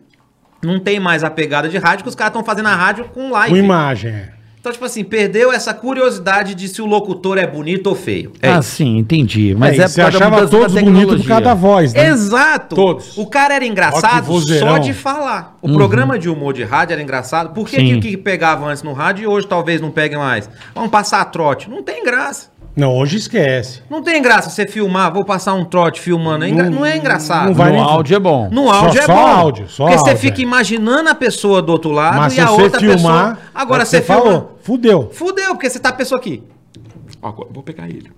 [SPEAKER 6] não tem mais a pegada de rádio, que os caras estão fazendo a rádio com live.
[SPEAKER 4] Com imagem, é.
[SPEAKER 6] Então, tipo assim, perdeu essa curiosidade de se o locutor é bonito ou feio. É
[SPEAKER 5] ah,
[SPEAKER 6] isso.
[SPEAKER 5] sim, entendi. Mas
[SPEAKER 4] É,
[SPEAKER 5] é,
[SPEAKER 4] e você achava todos bonitos por causa da voz, né?
[SPEAKER 6] Exato.
[SPEAKER 4] Todos.
[SPEAKER 6] O cara era
[SPEAKER 4] Ó que
[SPEAKER 6] engraçado
[SPEAKER 4] vozeirão. Uhum.
[SPEAKER 6] só de falar. O programa de humor de rádio era engraçado. Por que, que
[SPEAKER 5] Sim.
[SPEAKER 6] o que pegava antes no rádio e hoje talvez não pegue mais? Vamos passar trote. Não tem graça.
[SPEAKER 4] Não, hoje esquece.
[SPEAKER 6] Não tem graça você filmar, vou passar um trote filmando. É engra- Não, é engraçado.
[SPEAKER 4] não
[SPEAKER 5] No
[SPEAKER 4] vai nem-
[SPEAKER 5] áudio é bom.
[SPEAKER 6] No áudio
[SPEAKER 4] Só-
[SPEAKER 6] é
[SPEAKER 4] só
[SPEAKER 6] bom.
[SPEAKER 4] áudio, só
[SPEAKER 6] Porque você
[SPEAKER 4] áudio,
[SPEAKER 6] fica
[SPEAKER 4] é.
[SPEAKER 6] imaginando a pessoa do outro lado
[SPEAKER 4] Mas
[SPEAKER 6] e
[SPEAKER 4] se
[SPEAKER 6] a
[SPEAKER 4] você
[SPEAKER 6] outra
[SPEAKER 4] filmar...
[SPEAKER 6] pessoa.
[SPEAKER 4] é
[SPEAKER 6] Agora
[SPEAKER 4] o que
[SPEAKER 6] você, filma.
[SPEAKER 4] falou, fudeu.
[SPEAKER 6] Fudeu, porque você tá a pessoa aqui.
[SPEAKER 3] Agora eu vou pegar ele.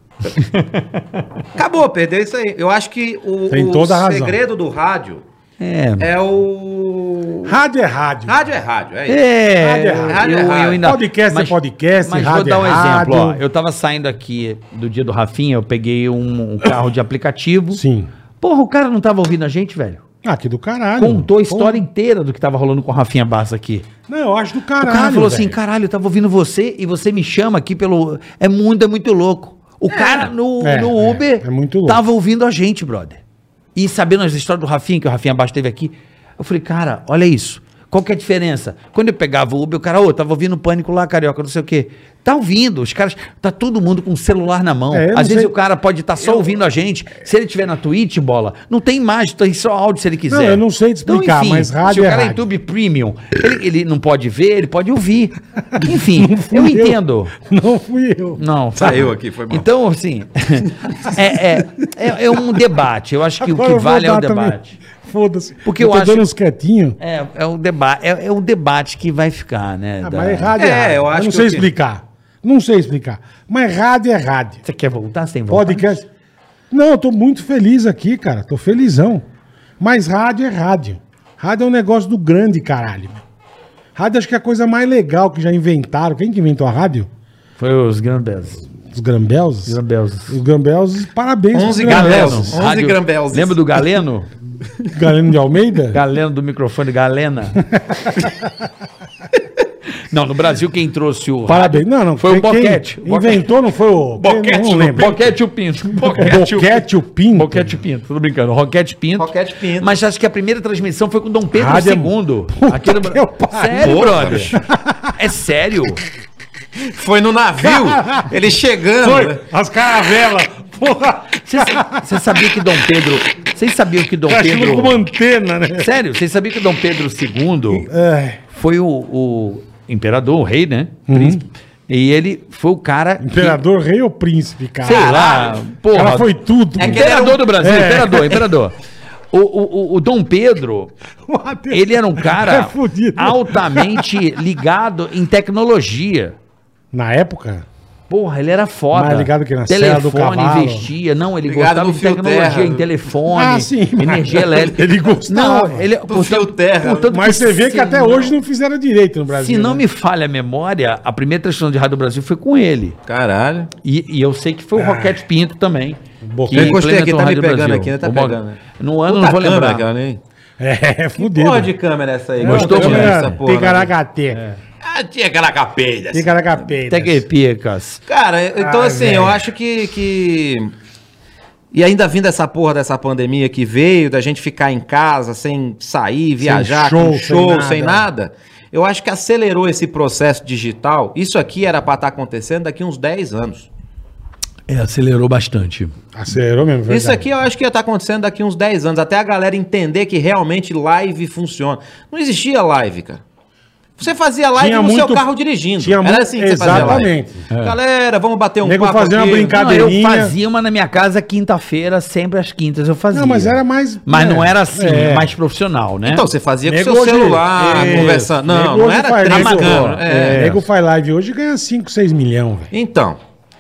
[SPEAKER 6] Acabou, perdeu isso aí. Eu acho que o,
[SPEAKER 4] Tem
[SPEAKER 6] o
[SPEAKER 4] toda a razão.
[SPEAKER 6] segredo do rádio
[SPEAKER 5] É.
[SPEAKER 6] é o.
[SPEAKER 4] Rádio é rádio.
[SPEAKER 6] Rádio é rádio, é isso.
[SPEAKER 5] É,
[SPEAKER 4] Rádio é rádio.
[SPEAKER 5] eu, eu ainda,
[SPEAKER 4] Podcast é podcast,
[SPEAKER 5] mas
[SPEAKER 4] rádio
[SPEAKER 5] vou dar um
[SPEAKER 4] é rádio.
[SPEAKER 5] exemplo. Ó, eu tava saindo aqui do dia do Rafinha, eu peguei um, um carro de aplicativo.
[SPEAKER 4] Sim.
[SPEAKER 5] Porra, o cara não tava ouvindo a gente, velho.
[SPEAKER 4] Ah, que do caralho.
[SPEAKER 5] Contou a
[SPEAKER 4] Pô.
[SPEAKER 5] história inteira do que tava rolando com o Rafinha Barça aqui.
[SPEAKER 4] Não, eu acho do
[SPEAKER 5] o
[SPEAKER 4] caralho.
[SPEAKER 5] cara falou assim,
[SPEAKER 4] velho.
[SPEAKER 5] caralho, eu tava ouvindo você e você me chama aqui pelo... É muito, é muito louco. O cara no,
[SPEAKER 4] É,
[SPEAKER 5] no
[SPEAKER 4] é,
[SPEAKER 5] Uber
[SPEAKER 4] é muito louco.
[SPEAKER 5] tava ouvindo a gente, brother. E sabendo as histórias do Rafinha, que o Rafinha Baixo teve aqui, eu falei, cara, olha isso. Qual que é a diferença? Quando eu pegava o Uber, o cara, ô, tava ouvindo o pânico lá, carioca, não sei o quê. Tá ouvindo, os caras, tá todo mundo com o celular na mão.
[SPEAKER 4] É, eu não
[SPEAKER 5] Às vezes
[SPEAKER 4] sei-
[SPEAKER 5] o cara pode estar só ouvindo a gente. Se ele tiver na Twitch, bola, não tem imagem, tem só áudio se ele quiser. Então,
[SPEAKER 4] eu não sei te explicar, mas rádio
[SPEAKER 5] se o
[SPEAKER 4] é
[SPEAKER 5] cara é
[SPEAKER 4] rádio.
[SPEAKER 5] YouTube Premium, ele, ele não pode ver, ele pode ouvir. Enfim, eu entendo.
[SPEAKER 4] Não fui eu.
[SPEAKER 5] Não,
[SPEAKER 6] Saiu aqui, foi mal.
[SPEAKER 5] Então, assim, é, é, é- é um debate. Eu acho que o que
[SPEAKER 4] eu vou
[SPEAKER 5] vale é o
[SPEAKER 4] dar também.
[SPEAKER 5] debate.
[SPEAKER 4] Foda-se.
[SPEAKER 5] Porque eu
[SPEAKER 4] tô
[SPEAKER 5] acho-
[SPEAKER 4] dando uns quietinhos.
[SPEAKER 5] É, é um, deba é, é um debate que vai ficar, né?
[SPEAKER 4] Ah,
[SPEAKER 5] da-
[SPEAKER 4] mas errado é,
[SPEAKER 6] É,
[SPEAKER 4] errado.
[SPEAKER 6] eu acho
[SPEAKER 4] não
[SPEAKER 6] que
[SPEAKER 4] sei
[SPEAKER 6] eu que-
[SPEAKER 4] explicar. Não sei explicar. Mas rádio é rádio.
[SPEAKER 5] Você quer voltar sem voltar?
[SPEAKER 4] Podcast. Não, eu tô muito feliz aqui, cara. Tô felizão. Mas rádio é rádio. Rádio é um negócio do grande caralho. Rádio acho que é a coisa mais legal que já inventaram. Quem que inventou a rádio?
[SPEAKER 5] Foi os grandes.
[SPEAKER 4] Os Grambelzes?
[SPEAKER 5] Grambelzes.
[SPEAKER 4] Os Grambelzes, parabéns.
[SPEAKER 6] Onze
[SPEAKER 4] pros Grambelzes.
[SPEAKER 6] Galeno. 11
[SPEAKER 5] Rádio-
[SPEAKER 6] Grambelzes.
[SPEAKER 5] Lembra do Galeno?
[SPEAKER 4] Galeno de Almeida?
[SPEAKER 5] Galeno do microfone, Galena. não, no Brasil quem trouxe o...
[SPEAKER 4] Parabéns. Não, não.
[SPEAKER 5] Foi o
[SPEAKER 4] quem- quem
[SPEAKER 5] Boquete.
[SPEAKER 4] Inventou, não foi o...
[SPEAKER 7] Boquete
[SPEAKER 4] não
[SPEAKER 7] no
[SPEAKER 4] lembro.
[SPEAKER 5] Boquete e o Pinto.
[SPEAKER 4] Boquete, o Pinto.
[SPEAKER 5] Roquete Pinto, tô brincando. Roquete Pinto.
[SPEAKER 6] Roquete Pinto.
[SPEAKER 5] Mas acho que a primeira transmissão foi com Dom Pedro
[SPEAKER 4] Rádio é-
[SPEAKER 5] II. Aqui no...
[SPEAKER 4] que eu pariu.
[SPEAKER 5] Sério,
[SPEAKER 6] Porra,
[SPEAKER 5] brother? É sério?
[SPEAKER 6] Foi no navio, ele chegando.
[SPEAKER 4] Foi, as caravelas. Porra,
[SPEAKER 5] Você sabia que Dom Pedro. Vocês sabiam que Dom
[SPEAKER 4] cachorro com uma
[SPEAKER 5] Pedro.
[SPEAKER 4] antena, né?
[SPEAKER 5] Sério, vocês sabiam que Dom Pedro II
[SPEAKER 4] É,
[SPEAKER 5] foi o, o imperador, o rei, né? Príncipe. E ele foi o cara. que-
[SPEAKER 4] Uhum. imperador, rei ou príncipe, cara?
[SPEAKER 5] sei lá, porra.
[SPEAKER 4] Ela foi tudo.
[SPEAKER 6] É que-
[SPEAKER 5] Imperador do Brasil,
[SPEAKER 4] É.
[SPEAKER 5] imperador, imperador. O, o, o- o Dom Pedro, ele era um
[SPEAKER 4] É
[SPEAKER 5] cara
[SPEAKER 4] fudido.
[SPEAKER 5] altamente ligado em tecnologia.
[SPEAKER 4] Na época,
[SPEAKER 5] Porra, ele era foda.
[SPEAKER 4] Mais ligado que na Serra do
[SPEAKER 5] Telefone,
[SPEAKER 4] Cavalo.
[SPEAKER 5] investia. Não, ele
[SPEAKER 6] Ligado
[SPEAKER 5] gostava
[SPEAKER 6] no
[SPEAKER 5] de
[SPEAKER 6] fio
[SPEAKER 5] tecnologia,
[SPEAKER 6] terra.
[SPEAKER 5] em telefone,
[SPEAKER 4] Ah, sim, mas-
[SPEAKER 5] energia elétrica.
[SPEAKER 4] Ele gostava.
[SPEAKER 5] Não, ele...
[SPEAKER 6] fio terra.
[SPEAKER 4] mas você vê que
[SPEAKER 5] se
[SPEAKER 4] até
[SPEAKER 5] não-
[SPEAKER 4] hoje não fizeram direito no Brasil.
[SPEAKER 5] Se não
[SPEAKER 4] né?
[SPEAKER 5] me falha a memória, a primeira transmissão de Rádio do Brasil foi com ele.
[SPEAKER 6] Caralho.
[SPEAKER 5] E, e eu sei que foi o
[SPEAKER 4] Ah.
[SPEAKER 5] Roquete Pinto também.
[SPEAKER 4] Boca-
[SPEAKER 5] que
[SPEAKER 6] Eu encostei aqui,
[SPEAKER 5] implementou
[SPEAKER 6] tá
[SPEAKER 5] a
[SPEAKER 6] me
[SPEAKER 5] Rádio
[SPEAKER 6] pegando
[SPEAKER 5] Brasil.
[SPEAKER 6] aqui, né? Tá
[SPEAKER 5] O Bo-
[SPEAKER 6] pegando, né?
[SPEAKER 5] No ano,
[SPEAKER 6] Puta
[SPEAKER 5] não vou
[SPEAKER 6] câmera
[SPEAKER 5] lembrar.
[SPEAKER 6] aquela, hein?
[SPEAKER 4] É, é fudido.
[SPEAKER 6] Porra de câmera essa
[SPEAKER 4] É,
[SPEAKER 6] aí.
[SPEAKER 5] Gostou,
[SPEAKER 6] Puta câmera
[SPEAKER 5] mano?
[SPEAKER 6] essa porra, né?
[SPEAKER 4] Picaragaté.
[SPEAKER 6] Ah, tinha aquela capelha. assim.
[SPEAKER 4] Picaragaté.
[SPEAKER 5] Até É. que picas.
[SPEAKER 6] Cara, então
[SPEAKER 4] Ai,
[SPEAKER 6] assim,
[SPEAKER 4] velho.
[SPEAKER 6] eu acho que, que. E ainda vindo essa porra dessa pandemia que veio, da gente ficar em casa sem sair, viajar,
[SPEAKER 4] show,
[SPEAKER 6] com
[SPEAKER 4] sem
[SPEAKER 6] show,
[SPEAKER 4] nada.
[SPEAKER 6] sem nada. Eu acho que acelerou esse processo digital. Isso aqui era pra estar acontecendo daqui uns 10 anos.
[SPEAKER 5] É, acelerou bastante.
[SPEAKER 4] Acelerou mesmo, verdade.
[SPEAKER 6] Isso aqui eu acho que ia estar acontecendo daqui uns 10 anos, até a galera entender que realmente live funciona. Não existia live, cara. Você fazia live
[SPEAKER 4] Tinha
[SPEAKER 6] no
[SPEAKER 4] muito-
[SPEAKER 6] seu carro dirigindo. assim
[SPEAKER 4] tinha muito-
[SPEAKER 6] live.
[SPEAKER 4] exatamente. É.
[SPEAKER 6] Galera, vamos bater um
[SPEAKER 4] Nego fazia uma brincadeira.
[SPEAKER 5] Não, eu
[SPEAKER 4] Cadeirinha.
[SPEAKER 5] fazia uma na minha casa quinta-feira, sempre às quintas eu fazia.
[SPEAKER 4] Não, mas era mais-
[SPEAKER 5] Mas
[SPEAKER 4] é,
[SPEAKER 5] não era assim,
[SPEAKER 4] é.
[SPEAKER 5] mais profissional, né?
[SPEAKER 6] Então, você fazia com
[SPEAKER 4] Nego
[SPEAKER 6] seu
[SPEAKER 4] hoje-
[SPEAKER 6] celular,
[SPEAKER 4] Isso.
[SPEAKER 6] conversando.
[SPEAKER 4] Nego
[SPEAKER 6] Não, não
[SPEAKER 4] hoje
[SPEAKER 6] era
[SPEAKER 4] faz
[SPEAKER 6] três
[SPEAKER 4] live,
[SPEAKER 6] câmeras.
[SPEAKER 4] ó.
[SPEAKER 6] É.
[SPEAKER 4] É. Nego faz live hoje e ganha 5, 6 milhões, velho.
[SPEAKER 6] Então,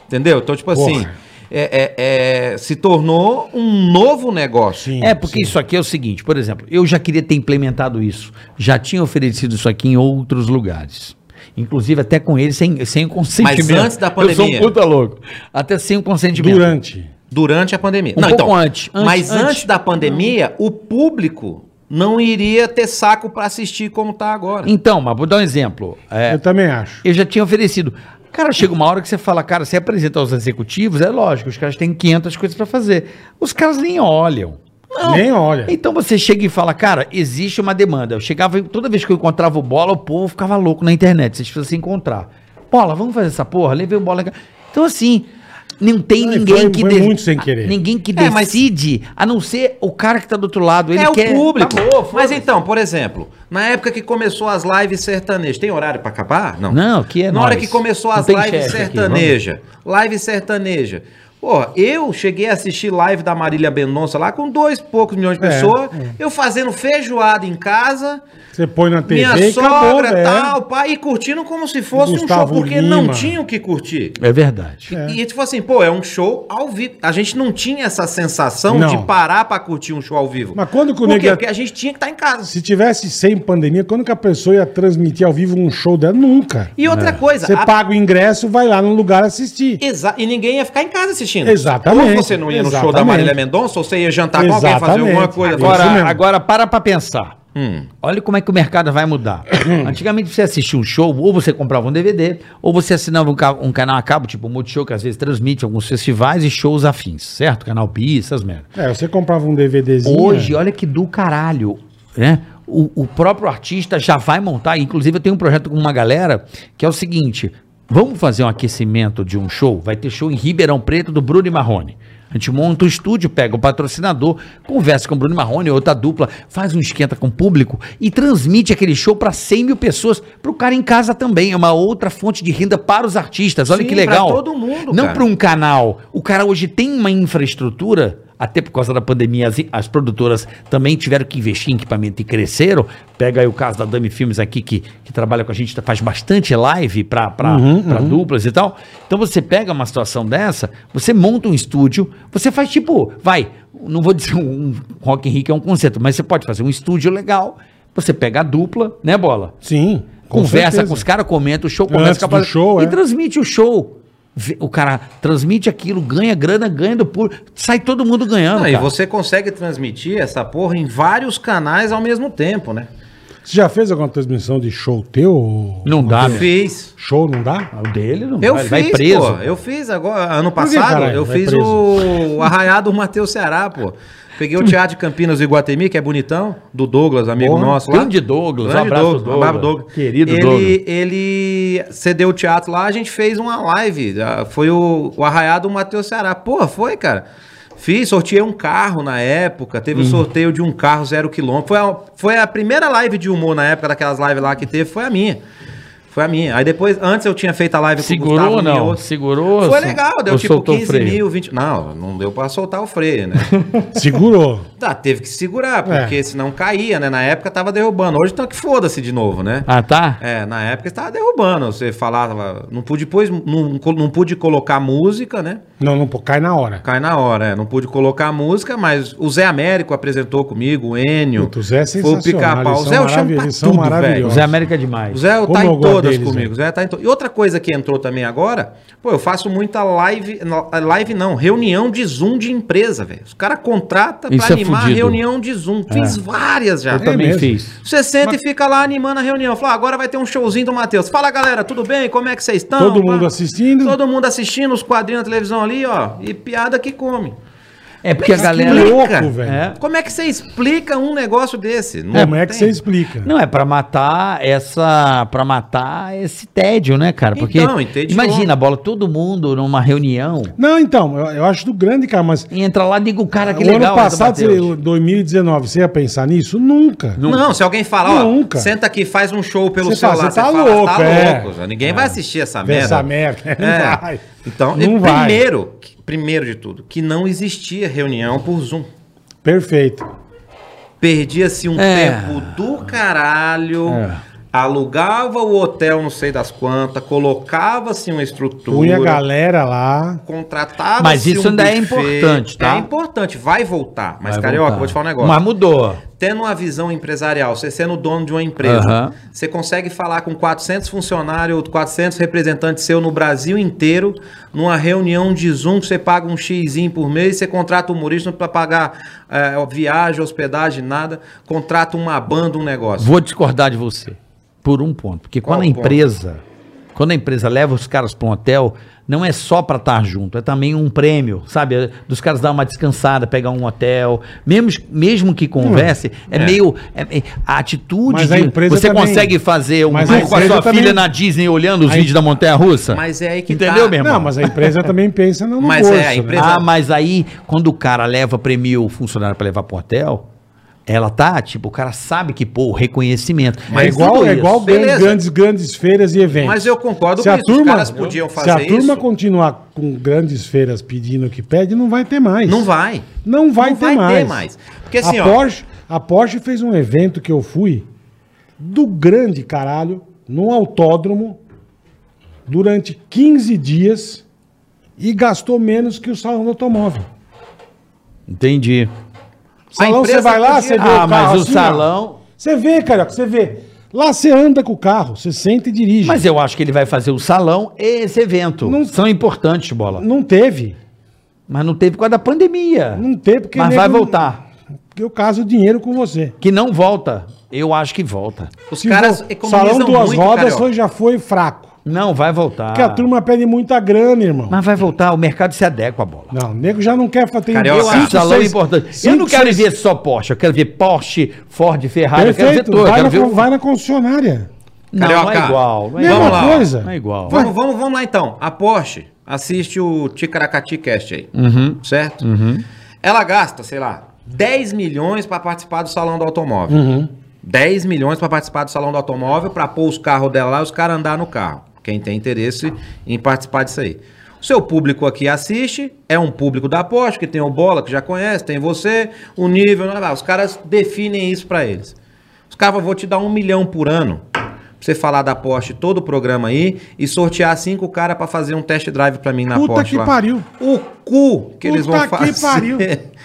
[SPEAKER 6] entendeu? Então, tipo
[SPEAKER 4] Porra.
[SPEAKER 6] assim, é- é- é, se tornou um novo negócio.
[SPEAKER 4] Sim,
[SPEAKER 5] é, porque
[SPEAKER 4] sim.
[SPEAKER 5] isso aqui é o seguinte, por exemplo, eu já queria ter implementado isso. Já tinha oferecido isso aqui em outros lugares. Inclusive até com ele sem, sem o consentimento.
[SPEAKER 6] antes da
[SPEAKER 5] Eu sou um
[SPEAKER 6] pandemia.
[SPEAKER 5] puta louco. Até sem o
[SPEAKER 6] é
[SPEAKER 5] consentimento.
[SPEAKER 4] Durante.
[SPEAKER 6] Durante a pandemia. então,
[SPEAKER 5] Um pouco antes, antes,
[SPEAKER 6] mas antes,
[SPEAKER 5] antes.
[SPEAKER 6] da pandemia, o público não iria ter saco pra assistir como tá agora.
[SPEAKER 5] Então, mas vou dar um exemplo. É,
[SPEAKER 4] Eu também acho.
[SPEAKER 5] Eu já tinha oferecido. Cara, chega uma hora que você fala, cara, você apresenta aos executivos, é lógico, os caras têm 500 coisas pra fazer. Os caras nem olham.
[SPEAKER 4] Nem olha.
[SPEAKER 5] Então você chega e fala, cara, existe uma demanda. Eu chegava, e toda vez que eu encontrava o bola, o povo ficava louco na internet. Vocês precisam se encontrar. Bola, vamos fazer essa porra? Levei o bola. aqui. Então, assim, não tem
[SPEAKER 4] Não, e
[SPEAKER 5] ninguém
[SPEAKER 4] foi-
[SPEAKER 5] que.
[SPEAKER 4] foi muito sem querer.
[SPEAKER 5] Ninguém que
[SPEAKER 6] É, mas-
[SPEAKER 5] decide, a não ser o cara que tá do outro lado. Ele
[SPEAKER 6] é
[SPEAKER 5] quer.
[SPEAKER 6] o público.
[SPEAKER 5] Acabou,
[SPEAKER 6] mas
[SPEAKER 5] foda-se.
[SPEAKER 6] então, por exemplo, na época que começou as lives sertanejas, tem horário pra acabar? Não.
[SPEAKER 5] Não, aqui é
[SPEAKER 6] então, Na hora
[SPEAKER 5] nós.
[SPEAKER 6] que começou
[SPEAKER 5] Não
[SPEAKER 6] as
[SPEAKER 5] tem
[SPEAKER 6] lives
[SPEAKER 5] chefe aqui,
[SPEAKER 6] sertaneja, live sertaneja. Porra, eu cheguei a assistir live da Marília Mendonça lá com dois poucos milhões de
[SPEAKER 4] É,
[SPEAKER 6] pessoas, eu fazendo feijoada em casa,
[SPEAKER 4] Você põe na TV
[SPEAKER 6] minha
[SPEAKER 4] e acabou,
[SPEAKER 6] sogra,
[SPEAKER 4] velho.
[SPEAKER 6] tal, pai, e curtindo como se fosse um
[SPEAKER 4] Gustavo
[SPEAKER 6] show, porque não
[SPEAKER 4] Lima.
[SPEAKER 6] tinha o que curtir.
[SPEAKER 5] É verdade.
[SPEAKER 6] E, e tipo assim, pô, é um show ao vivo. A gente não tinha essa sensação
[SPEAKER 4] Não.
[SPEAKER 6] de parar pra curtir um show ao vivo.
[SPEAKER 4] Mas quando que o
[SPEAKER 6] Por quê?
[SPEAKER 4] nego ia-
[SPEAKER 6] Porque a gente tinha que estar em casa.
[SPEAKER 4] Se tivesse sem pandemia, quando que a pessoa ia transmitir ao vivo um show dela? Nunca.
[SPEAKER 6] E outra coisa,
[SPEAKER 4] Você
[SPEAKER 6] a-
[SPEAKER 4] paga o ingresso, vai lá no lugar assistir.
[SPEAKER 6] exa- e ninguém ia ficar em casa assistindo.
[SPEAKER 4] Exatamente.
[SPEAKER 6] Ou você não ia no show da
[SPEAKER 4] Exatamente.
[SPEAKER 6] Marília Mendonça, ou você ia jantar com alguém, fazer
[SPEAKER 4] Exatamente.
[SPEAKER 6] alguma coisa.
[SPEAKER 4] É Isso
[SPEAKER 5] Agora,
[SPEAKER 4] mesmo.
[SPEAKER 5] agora para pra pensar.
[SPEAKER 6] Hum.
[SPEAKER 5] Olha como é que o mercado vai mudar. Antigamente, você assistia um show, ou você comprava um DVD, ou você assinava um, ca- um canal a cabo, tipo o Multishow, que às vezes transmite alguns festivais e shows afins, certo? Canal Pi, essas merdas.
[SPEAKER 4] É, você comprava um DVDzinho.
[SPEAKER 5] Hoje, olha que do caralho, né? O, o próprio artista já vai montar, inclusive eu tenho um projeto com uma galera que é o seguinte, vamos fazer um aquecimento de um show? Vai ter show em Ribeirão Preto do Bruno e Marrone. A gente monta o estúdio, pega o patrocinador, conversa com o Bruno e Marrone, outra dupla, faz um esquenta com o público e transmite aquele show para 100 mil pessoas, para o cara em casa também. É uma outra fonte de renda para os artistas. Olha
[SPEAKER 6] Sim,
[SPEAKER 5] que
[SPEAKER 6] pra
[SPEAKER 5] legal.
[SPEAKER 6] todo mundo,
[SPEAKER 5] Não
[SPEAKER 6] cara.
[SPEAKER 5] para um canal. O cara hoje tem uma infraestrutura. até por causa da pandemia, as, as produtoras também tiveram que investir em equipamento e cresceram. Pega aí o caso da Dami Filmes aqui, que, que trabalha com a gente, faz bastante live para
[SPEAKER 6] Uhum,
[SPEAKER 5] duplas e tal. Então você pega uma situação dessa, você monta um estúdio, você faz tipo, vai, não vou dizer um, um Rock in Rio que é um conceito, mas você pode fazer um estúdio legal, você pega a dupla, né, Bola?
[SPEAKER 4] Sim. com
[SPEAKER 5] conversa
[SPEAKER 4] certeza.
[SPEAKER 5] com os caras, comenta o show, começa
[SPEAKER 4] Antes
[SPEAKER 5] com a
[SPEAKER 4] do
[SPEAKER 5] palestra-
[SPEAKER 4] show,
[SPEAKER 5] e
[SPEAKER 4] é.
[SPEAKER 5] transmite o show. Vê- O cara transmite aquilo, ganha grana, ganha do público, sai todo mundo ganhando.
[SPEAKER 6] Não, e
[SPEAKER 5] cara.
[SPEAKER 6] você consegue transmitir essa porra em vários canais ao mesmo tempo, né?
[SPEAKER 4] Você já fez alguma transmissão de show teu?
[SPEAKER 5] Não dá, né?
[SPEAKER 6] Fiz.
[SPEAKER 4] Show não dá?
[SPEAKER 5] O dele não
[SPEAKER 6] Eu
[SPEAKER 5] vai,
[SPEAKER 6] fiz,
[SPEAKER 5] vai preso.
[SPEAKER 6] pô. Eu fiz agora, ano
[SPEAKER 4] Por que,
[SPEAKER 6] passado,
[SPEAKER 4] caralho,
[SPEAKER 6] eu
[SPEAKER 4] vai
[SPEAKER 6] fiz
[SPEAKER 4] preso?
[SPEAKER 6] o Arraiado Matheus Ceará, pô. Peguei o Teatro de Campinas do Iguatemi, que é bonitão, do Douglas, amigo
[SPEAKER 5] Porra,
[SPEAKER 6] nosso lá.
[SPEAKER 5] grande Douglas, um abraço, Douglas.
[SPEAKER 6] abraço, Douglas.
[SPEAKER 5] Querido
[SPEAKER 6] ele,
[SPEAKER 5] Douglas.
[SPEAKER 6] Ele cedeu o teatro lá, a gente fez uma live, ah, foi o, o Arraiado Matheus Ceará. Porra, foi, cara. Fiz, sorteei um carro na época, teve o
[SPEAKER 7] Uhum.
[SPEAKER 6] sorteio de um carro zero quilômetro. Foi a, foi a primeira live de humor na época, daquelas lives lá que teve, foi a minha. Foi a minha. Aí depois, antes eu tinha feito a live
[SPEAKER 7] Segurou ou não?
[SPEAKER 6] Minhoto.
[SPEAKER 7] Segurou ou
[SPEAKER 6] Foi
[SPEAKER 7] sol-
[SPEAKER 6] legal, deu
[SPEAKER 7] ou
[SPEAKER 6] tipo
[SPEAKER 7] soltou o
[SPEAKER 6] 15
[SPEAKER 7] freio?
[SPEAKER 6] mil, 20 Não, não deu pra soltar o freio, né?
[SPEAKER 4] Segurou.
[SPEAKER 6] tá, teve que segurar, porque
[SPEAKER 4] É.
[SPEAKER 6] senão caía, né? Na época tava derrubando. Hoje tá que foda-se de novo, né?
[SPEAKER 7] Ah, tá?
[SPEAKER 6] É, na época estava derrubando. Você falava. Não pude, pôs, não, não pude colocar música, né?
[SPEAKER 4] Não, não, pô, cai na hora.
[SPEAKER 6] Cai na hora, é. Não pude colocar a música, mas o Zé Américo apresentou comigo, o Enio.
[SPEAKER 4] Puta, o Zé é
[SPEAKER 6] Foi
[SPEAKER 4] sensacional,
[SPEAKER 6] o pica-pau.
[SPEAKER 4] eles
[SPEAKER 6] O
[SPEAKER 4] são
[SPEAKER 6] Zé eu chamo
[SPEAKER 4] maravilhosos,
[SPEAKER 6] pra
[SPEAKER 4] eles são
[SPEAKER 6] tudo, velho.
[SPEAKER 4] maravilhosos.
[SPEAKER 6] O
[SPEAKER 5] O
[SPEAKER 6] Zé,
[SPEAKER 5] Zé América é demais.
[SPEAKER 6] o
[SPEAKER 4] Como
[SPEAKER 6] tá
[SPEAKER 4] eu
[SPEAKER 6] em
[SPEAKER 4] gosto
[SPEAKER 6] todas
[SPEAKER 4] deles,
[SPEAKER 6] comigo.
[SPEAKER 4] velho.
[SPEAKER 6] O Zé tá em to... E outra coisa que entrou também agora, pô, eu faço muita live. na- Live não, reunião de Zoom de empresa, velho. Os caras contratam pra
[SPEAKER 7] Isso é
[SPEAKER 6] animar
[SPEAKER 7] fudido.
[SPEAKER 6] reunião de Zoom.
[SPEAKER 4] É.
[SPEAKER 6] Fiz várias já.
[SPEAKER 5] Eu também
[SPEAKER 4] mesmo.
[SPEAKER 5] fiz.
[SPEAKER 6] Você senta e fica lá animando a reunião. Fala, ah, agora vai ter um showzinho do Matheus. Fala, galera, tudo bem? Como é que vocês estão?
[SPEAKER 4] Todo
[SPEAKER 6] Pá.
[SPEAKER 4] mundo assistindo.
[SPEAKER 6] Todo mundo assistindo os quadrinhos na televisão ali, ó. E piada que come.
[SPEAKER 5] É porque a
[SPEAKER 6] Mas
[SPEAKER 5] galera.
[SPEAKER 6] que
[SPEAKER 4] louco, velho.
[SPEAKER 5] É.
[SPEAKER 6] Como é que você explica um negócio desse? Não
[SPEAKER 4] Como é que
[SPEAKER 6] tem.
[SPEAKER 4] você explica?
[SPEAKER 5] Não, é pra matar essa. para matar esse tédio, né, cara? Porque.
[SPEAKER 6] Então, entende
[SPEAKER 5] imagina,
[SPEAKER 6] como.
[SPEAKER 5] bola, todo mundo numa reunião.
[SPEAKER 4] Não, então, eu, eu acho do grande, cara, mas
[SPEAKER 5] E entra lá e diga o
[SPEAKER 6] Ah,
[SPEAKER 5] cara que
[SPEAKER 4] É, o
[SPEAKER 5] legal.
[SPEAKER 4] ano
[SPEAKER 5] né,
[SPEAKER 4] passado,
[SPEAKER 5] Matheus?
[SPEAKER 4] você- 2019, você ia pensar nisso? Nunca.
[SPEAKER 6] Não, se alguém falar, ó,
[SPEAKER 4] Nunca.
[SPEAKER 6] senta aqui, faz um show pelo
[SPEAKER 4] Você fala,
[SPEAKER 6] celular,
[SPEAKER 4] você tá louco, é.
[SPEAKER 6] já. ninguém vai assistir essa merda.
[SPEAKER 4] Essa merda.
[SPEAKER 6] É.
[SPEAKER 4] Não vai.
[SPEAKER 6] Então,
[SPEAKER 4] Não
[SPEAKER 6] e
[SPEAKER 4] vai.
[SPEAKER 6] primeiro, que- primeiro de tudo, que não existia reunião por Zoom.
[SPEAKER 4] Perfeito.
[SPEAKER 6] Perdia-se um
[SPEAKER 5] É.
[SPEAKER 6] tempo do caralho.
[SPEAKER 4] É.
[SPEAKER 6] Alugava o hotel, não sei das quantas, colocava-se uma
[SPEAKER 4] Punha a
[SPEAKER 6] estrutura.
[SPEAKER 4] galera lá.
[SPEAKER 6] contratava
[SPEAKER 5] Mas isso ainda é importante, tá?
[SPEAKER 6] É importante, vai voltar. Mas,
[SPEAKER 5] Vai
[SPEAKER 6] Carioca,
[SPEAKER 5] voltar.
[SPEAKER 6] vou te falar um negócio.
[SPEAKER 5] Mas mudou.
[SPEAKER 6] Tendo uma visão empresarial, você sendo dono de uma empresa,
[SPEAKER 5] Aham.
[SPEAKER 6] você consegue falar com 400 funcionários, 400 representantes seu no Brasil inteiro, numa reunião de Zoom, que você paga um xizinho por mês, você contrata um humorista para pagar eh, viagem, hospedagem, nada, contrata uma banda, um negócio.
[SPEAKER 5] Vou discordar de você por um ponto, porque
[SPEAKER 6] Qual
[SPEAKER 5] quando a
[SPEAKER 6] ponto?
[SPEAKER 5] empresa, quando a empresa leva os caras para um hotel, não é só para estar junto, é também um prêmio, sabe? É Dos caras dar uma descansada, pegar um hotel, mesmo mesmo que converse, é, meio é- é- a atitude
[SPEAKER 4] Hum, Mas a empresa
[SPEAKER 5] você
[SPEAKER 4] também-
[SPEAKER 5] consegue fazer um
[SPEAKER 4] Mas a
[SPEAKER 5] tour com a
[SPEAKER 4] empresa
[SPEAKER 5] sua
[SPEAKER 4] também-
[SPEAKER 5] filha na Disney olhando os vídeos da montanha russa.
[SPEAKER 6] Mas é aí que
[SPEAKER 5] entendeu,
[SPEAKER 6] tá.
[SPEAKER 5] meu irmão?
[SPEAKER 4] Não, mas a empresa também pensa no, no
[SPEAKER 6] Mas é,
[SPEAKER 4] bolso,
[SPEAKER 6] a
[SPEAKER 4] né?
[SPEAKER 6] empresa-
[SPEAKER 5] Ah, mas aí, quando o cara leva, premia o funcionário pra levar pro hotel, ela tá, tipo, o cara sabe que, pô, o reconhecimento.
[SPEAKER 4] É
[SPEAKER 6] Mas
[SPEAKER 4] igual,
[SPEAKER 5] tudo
[SPEAKER 4] é
[SPEAKER 5] isso.
[SPEAKER 4] igual grandes,
[SPEAKER 6] Beleza.
[SPEAKER 4] grandes, grandes feiras e eventos.
[SPEAKER 6] Mas eu concordo
[SPEAKER 4] se a
[SPEAKER 6] os
[SPEAKER 4] turma,
[SPEAKER 6] caras podiam fazer
[SPEAKER 4] Se a turma
[SPEAKER 6] isso.
[SPEAKER 4] continuar com grandes feiras pedindo o que pede, não vai ter mais.
[SPEAKER 6] Não vai.
[SPEAKER 4] Não vai,
[SPEAKER 6] Não
[SPEAKER 4] ter,
[SPEAKER 6] vai
[SPEAKER 4] mais.
[SPEAKER 6] ter mais. Porque assim,
[SPEAKER 4] a
[SPEAKER 6] ó-
[SPEAKER 4] Porsche, a Porsche fez um evento que eu fui do grande caralho, no autódromo, durante 15 dias e gastou menos que o salão do automóvel.
[SPEAKER 5] Entendi.
[SPEAKER 4] Salão você
[SPEAKER 6] empresa
[SPEAKER 4] vai lá,
[SPEAKER 6] podia-
[SPEAKER 4] você
[SPEAKER 5] Ah,
[SPEAKER 4] vê o carro.
[SPEAKER 5] mas o
[SPEAKER 4] assim, ó.
[SPEAKER 5] salão-
[SPEAKER 4] Você vê, cara, você vê. Lá você anda com o carro, você senta e dirige.
[SPEAKER 5] Mas eu acho que ele vai fazer o salão e esse evento.
[SPEAKER 4] Não-
[SPEAKER 5] São importantes, bola.
[SPEAKER 4] Não teve.
[SPEAKER 5] Mas não teve por causa da pandemia.
[SPEAKER 4] Não teve, porque.
[SPEAKER 5] Mas
[SPEAKER 4] nego-
[SPEAKER 5] vai voltar.
[SPEAKER 4] Porque eu caso dinheiro com você.
[SPEAKER 5] Que não volta. Eu acho que um volta.
[SPEAKER 6] Os
[SPEAKER 4] Se
[SPEAKER 6] caras
[SPEAKER 4] vo-
[SPEAKER 6] economizam
[SPEAKER 4] Salão duas
[SPEAKER 6] muito,
[SPEAKER 4] rodas
[SPEAKER 6] Carioca.
[SPEAKER 4] foi- já foi fraco.
[SPEAKER 5] Não, vai voltar.
[SPEAKER 4] Porque a turma pede muita grana, irmão.
[SPEAKER 5] Mas vai voltar, o mercado se adequa à bola.
[SPEAKER 4] Não, o nego já não quer fazer.
[SPEAKER 6] Carioca,
[SPEAKER 5] Eu
[SPEAKER 6] Cinco,
[SPEAKER 5] acho salão é importante. eu não quero ver só Porsche, eu quero ver Porsche, Ford, Ferrari, eu quero ver
[SPEAKER 4] Perfeito,
[SPEAKER 5] tudo. eu
[SPEAKER 4] vai,
[SPEAKER 5] quero
[SPEAKER 4] na,
[SPEAKER 5] ver o-
[SPEAKER 4] vai na concessionária.
[SPEAKER 5] Não, não é
[SPEAKER 6] Carioca.
[SPEAKER 5] igual. Não é
[SPEAKER 4] Mesma
[SPEAKER 5] igual.
[SPEAKER 6] lá, ó.
[SPEAKER 4] coisa.
[SPEAKER 5] Não é igual.
[SPEAKER 6] Vamos, vamos, vamos lá então. A Porsche assiste o Ticaracati Cast aí. Certo? Ela gasta, sei lá, 10 milhões para participar do salão do automóvel. 10 milhões para participar do salão do automóvel, para pôr os carros dela lá e os caras andar no carro. Quem tem interesse em participar disso aí. Os Seu público aqui assiste, é um público da aposta, que tem o Bola, que já conhece, tem você, o nível, lá, lá. os caras definem isso pra eles. Os caras vão te dar um milhão por ano. Pra você falar da Porsche todo o programa aí e sortear cinco caras pra fazer um test drive pra mim na
[SPEAKER 4] Puta
[SPEAKER 6] Porsche
[SPEAKER 4] que
[SPEAKER 6] lá.
[SPEAKER 4] pariu.
[SPEAKER 6] O cu que eles
[SPEAKER 4] Puta
[SPEAKER 6] vão
[SPEAKER 4] que
[SPEAKER 6] fazer.
[SPEAKER 4] pariu.